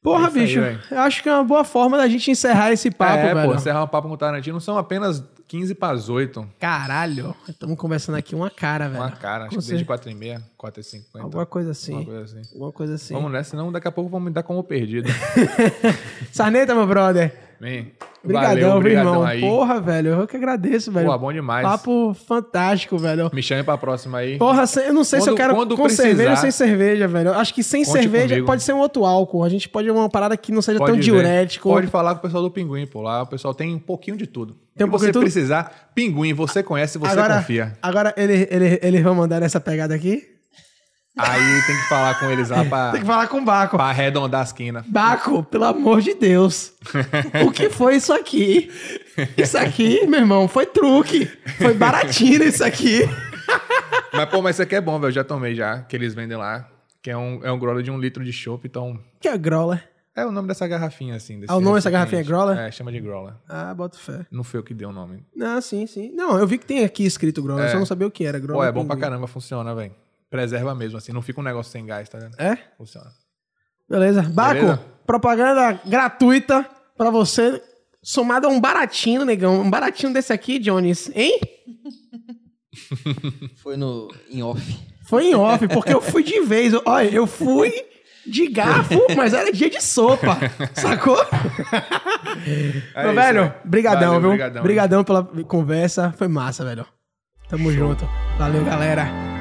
[SPEAKER 1] Porra,
[SPEAKER 2] É isso aí,
[SPEAKER 1] bicho,
[SPEAKER 2] velho.
[SPEAKER 1] eu acho que é uma boa forma da gente encerrar esse papo,
[SPEAKER 2] é,
[SPEAKER 1] velho.
[SPEAKER 2] pô, encerrar um papo com o Tarantino são apenas 15 para 8.
[SPEAKER 1] Caralho. Estamos conversando aqui uma cara, velho.
[SPEAKER 2] Uma cara, acho
[SPEAKER 1] É, Com
[SPEAKER 2] que
[SPEAKER 1] certeza.
[SPEAKER 2] desde 4h30, 4h50.
[SPEAKER 1] Alguma coisa assim.
[SPEAKER 2] Alguma coisa assim.
[SPEAKER 1] Alguma coisa assim.
[SPEAKER 2] Vamos nessa, senão daqui a pouco vamos me dar como
[SPEAKER 1] *laughs*
[SPEAKER 2] perdido.
[SPEAKER 1] Sarneta, meu brother.
[SPEAKER 2] Vem.
[SPEAKER 1] Obrigadão, meu
[SPEAKER 2] brigadão
[SPEAKER 1] irmão.
[SPEAKER 2] aí.
[SPEAKER 1] Porra, velho. Eu que agradeço, velho.
[SPEAKER 2] Pô, bom demais.
[SPEAKER 1] Papo fantástico, velho.
[SPEAKER 2] Me chame pra próxima aí.
[SPEAKER 1] Porra, se- eu não sei se eu
[SPEAKER 2] Quando-
[SPEAKER 1] quero
[SPEAKER 2] quando
[SPEAKER 1] com
[SPEAKER 2] precisar.
[SPEAKER 1] cerveja ou sem cerveja, velho. Eu Acho que sem
[SPEAKER 2] Conte
[SPEAKER 1] cerveja
[SPEAKER 2] comigo.
[SPEAKER 1] pode ser um outro álcool. A gente pode uma parada que não seja tão
[SPEAKER 2] ver.
[SPEAKER 1] diurético.
[SPEAKER 2] Pode falar com o pessoal do Pinguim, pô. Lá o pessoal tem um pouquinho de tudo.
[SPEAKER 1] Tem um
[SPEAKER 2] Se
[SPEAKER 1] pouquinho
[SPEAKER 2] você
[SPEAKER 1] de tudo?
[SPEAKER 2] precisar, Pinguim, você conhece, você
[SPEAKER 1] agora,
[SPEAKER 2] confia.
[SPEAKER 1] Agora ele, ele, eles vão mandar essa pegada aqui.
[SPEAKER 2] Aí tem que falar com eles lá
[SPEAKER 1] *laughs*
[SPEAKER 2] pra,
[SPEAKER 1] Tem que falar com o Baco.
[SPEAKER 2] pra arredondar a esquina.
[SPEAKER 1] Baco, pelo amor de
[SPEAKER 2] *laughs*
[SPEAKER 1] Deus. o que foi isso aqui? Isso aqui, meu irmão, foi truque. Foi baratina isso aqui.
[SPEAKER 2] Mas, pô, mas isso aqui é bom, velho. Eu já tomei já, que eles vendem lá. Que é um, é um grolo de um litro de chopp, então...
[SPEAKER 1] Que é grola.
[SPEAKER 2] É o nome dessa garrafinha, assim. desse
[SPEAKER 1] Ah, o nome dessa garrafinha é
[SPEAKER 2] recipiente.
[SPEAKER 1] growler?
[SPEAKER 2] É, chama de grola.
[SPEAKER 1] Ah, bota fé.
[SPEAKER 2] Não foi eu que dei o nome.
[SPEAKER 1] Não, sim, sim. Não, eu vi que tem aqui escrito grola, eu só não sabia o que era grola.
[SPEAKER 2] Pô, é bom pra
[SPEAKER 1] pinguim.
[SPEAKER 2] caramba, funciona, velho. Preserva mesmo, assim. Não fica um negócio sem gás, tá ligado?
[SPEAKER 1] É?
[SPEAKER 2] Funciona.
[SPEAKER 1] Beleza. Baco,
[SPEAKER 2] Beleza?
[SPEAKER 1] propaganda gratuita pra você, somada a um baratinho, negão. Um baratinho desse aqui, Jones. Hein?
[SPEAKER 3] Foi no em off.
[SPEAKER 1] Foi em off, porque eu fui de vez. Eu- Olha, eu fui de garfo, mas era dia de sopa. Sacou?
[SPEAKER 2] É
[SPEAKER 1] Meu
[SPEAKER 2] isso,
[SPEAKER 1] velho,
[SPEAKER 2] velho.
[SPEAKER 1] brigadão,
[SPEAKER 2] Valeu,
[SPEAKER 1] viu?
[SPEAKER 2] brigadão.
[SPEAKER 1] Brigadão pela conversa. Foi massa, velho. Tamo junto. Valeu, galera.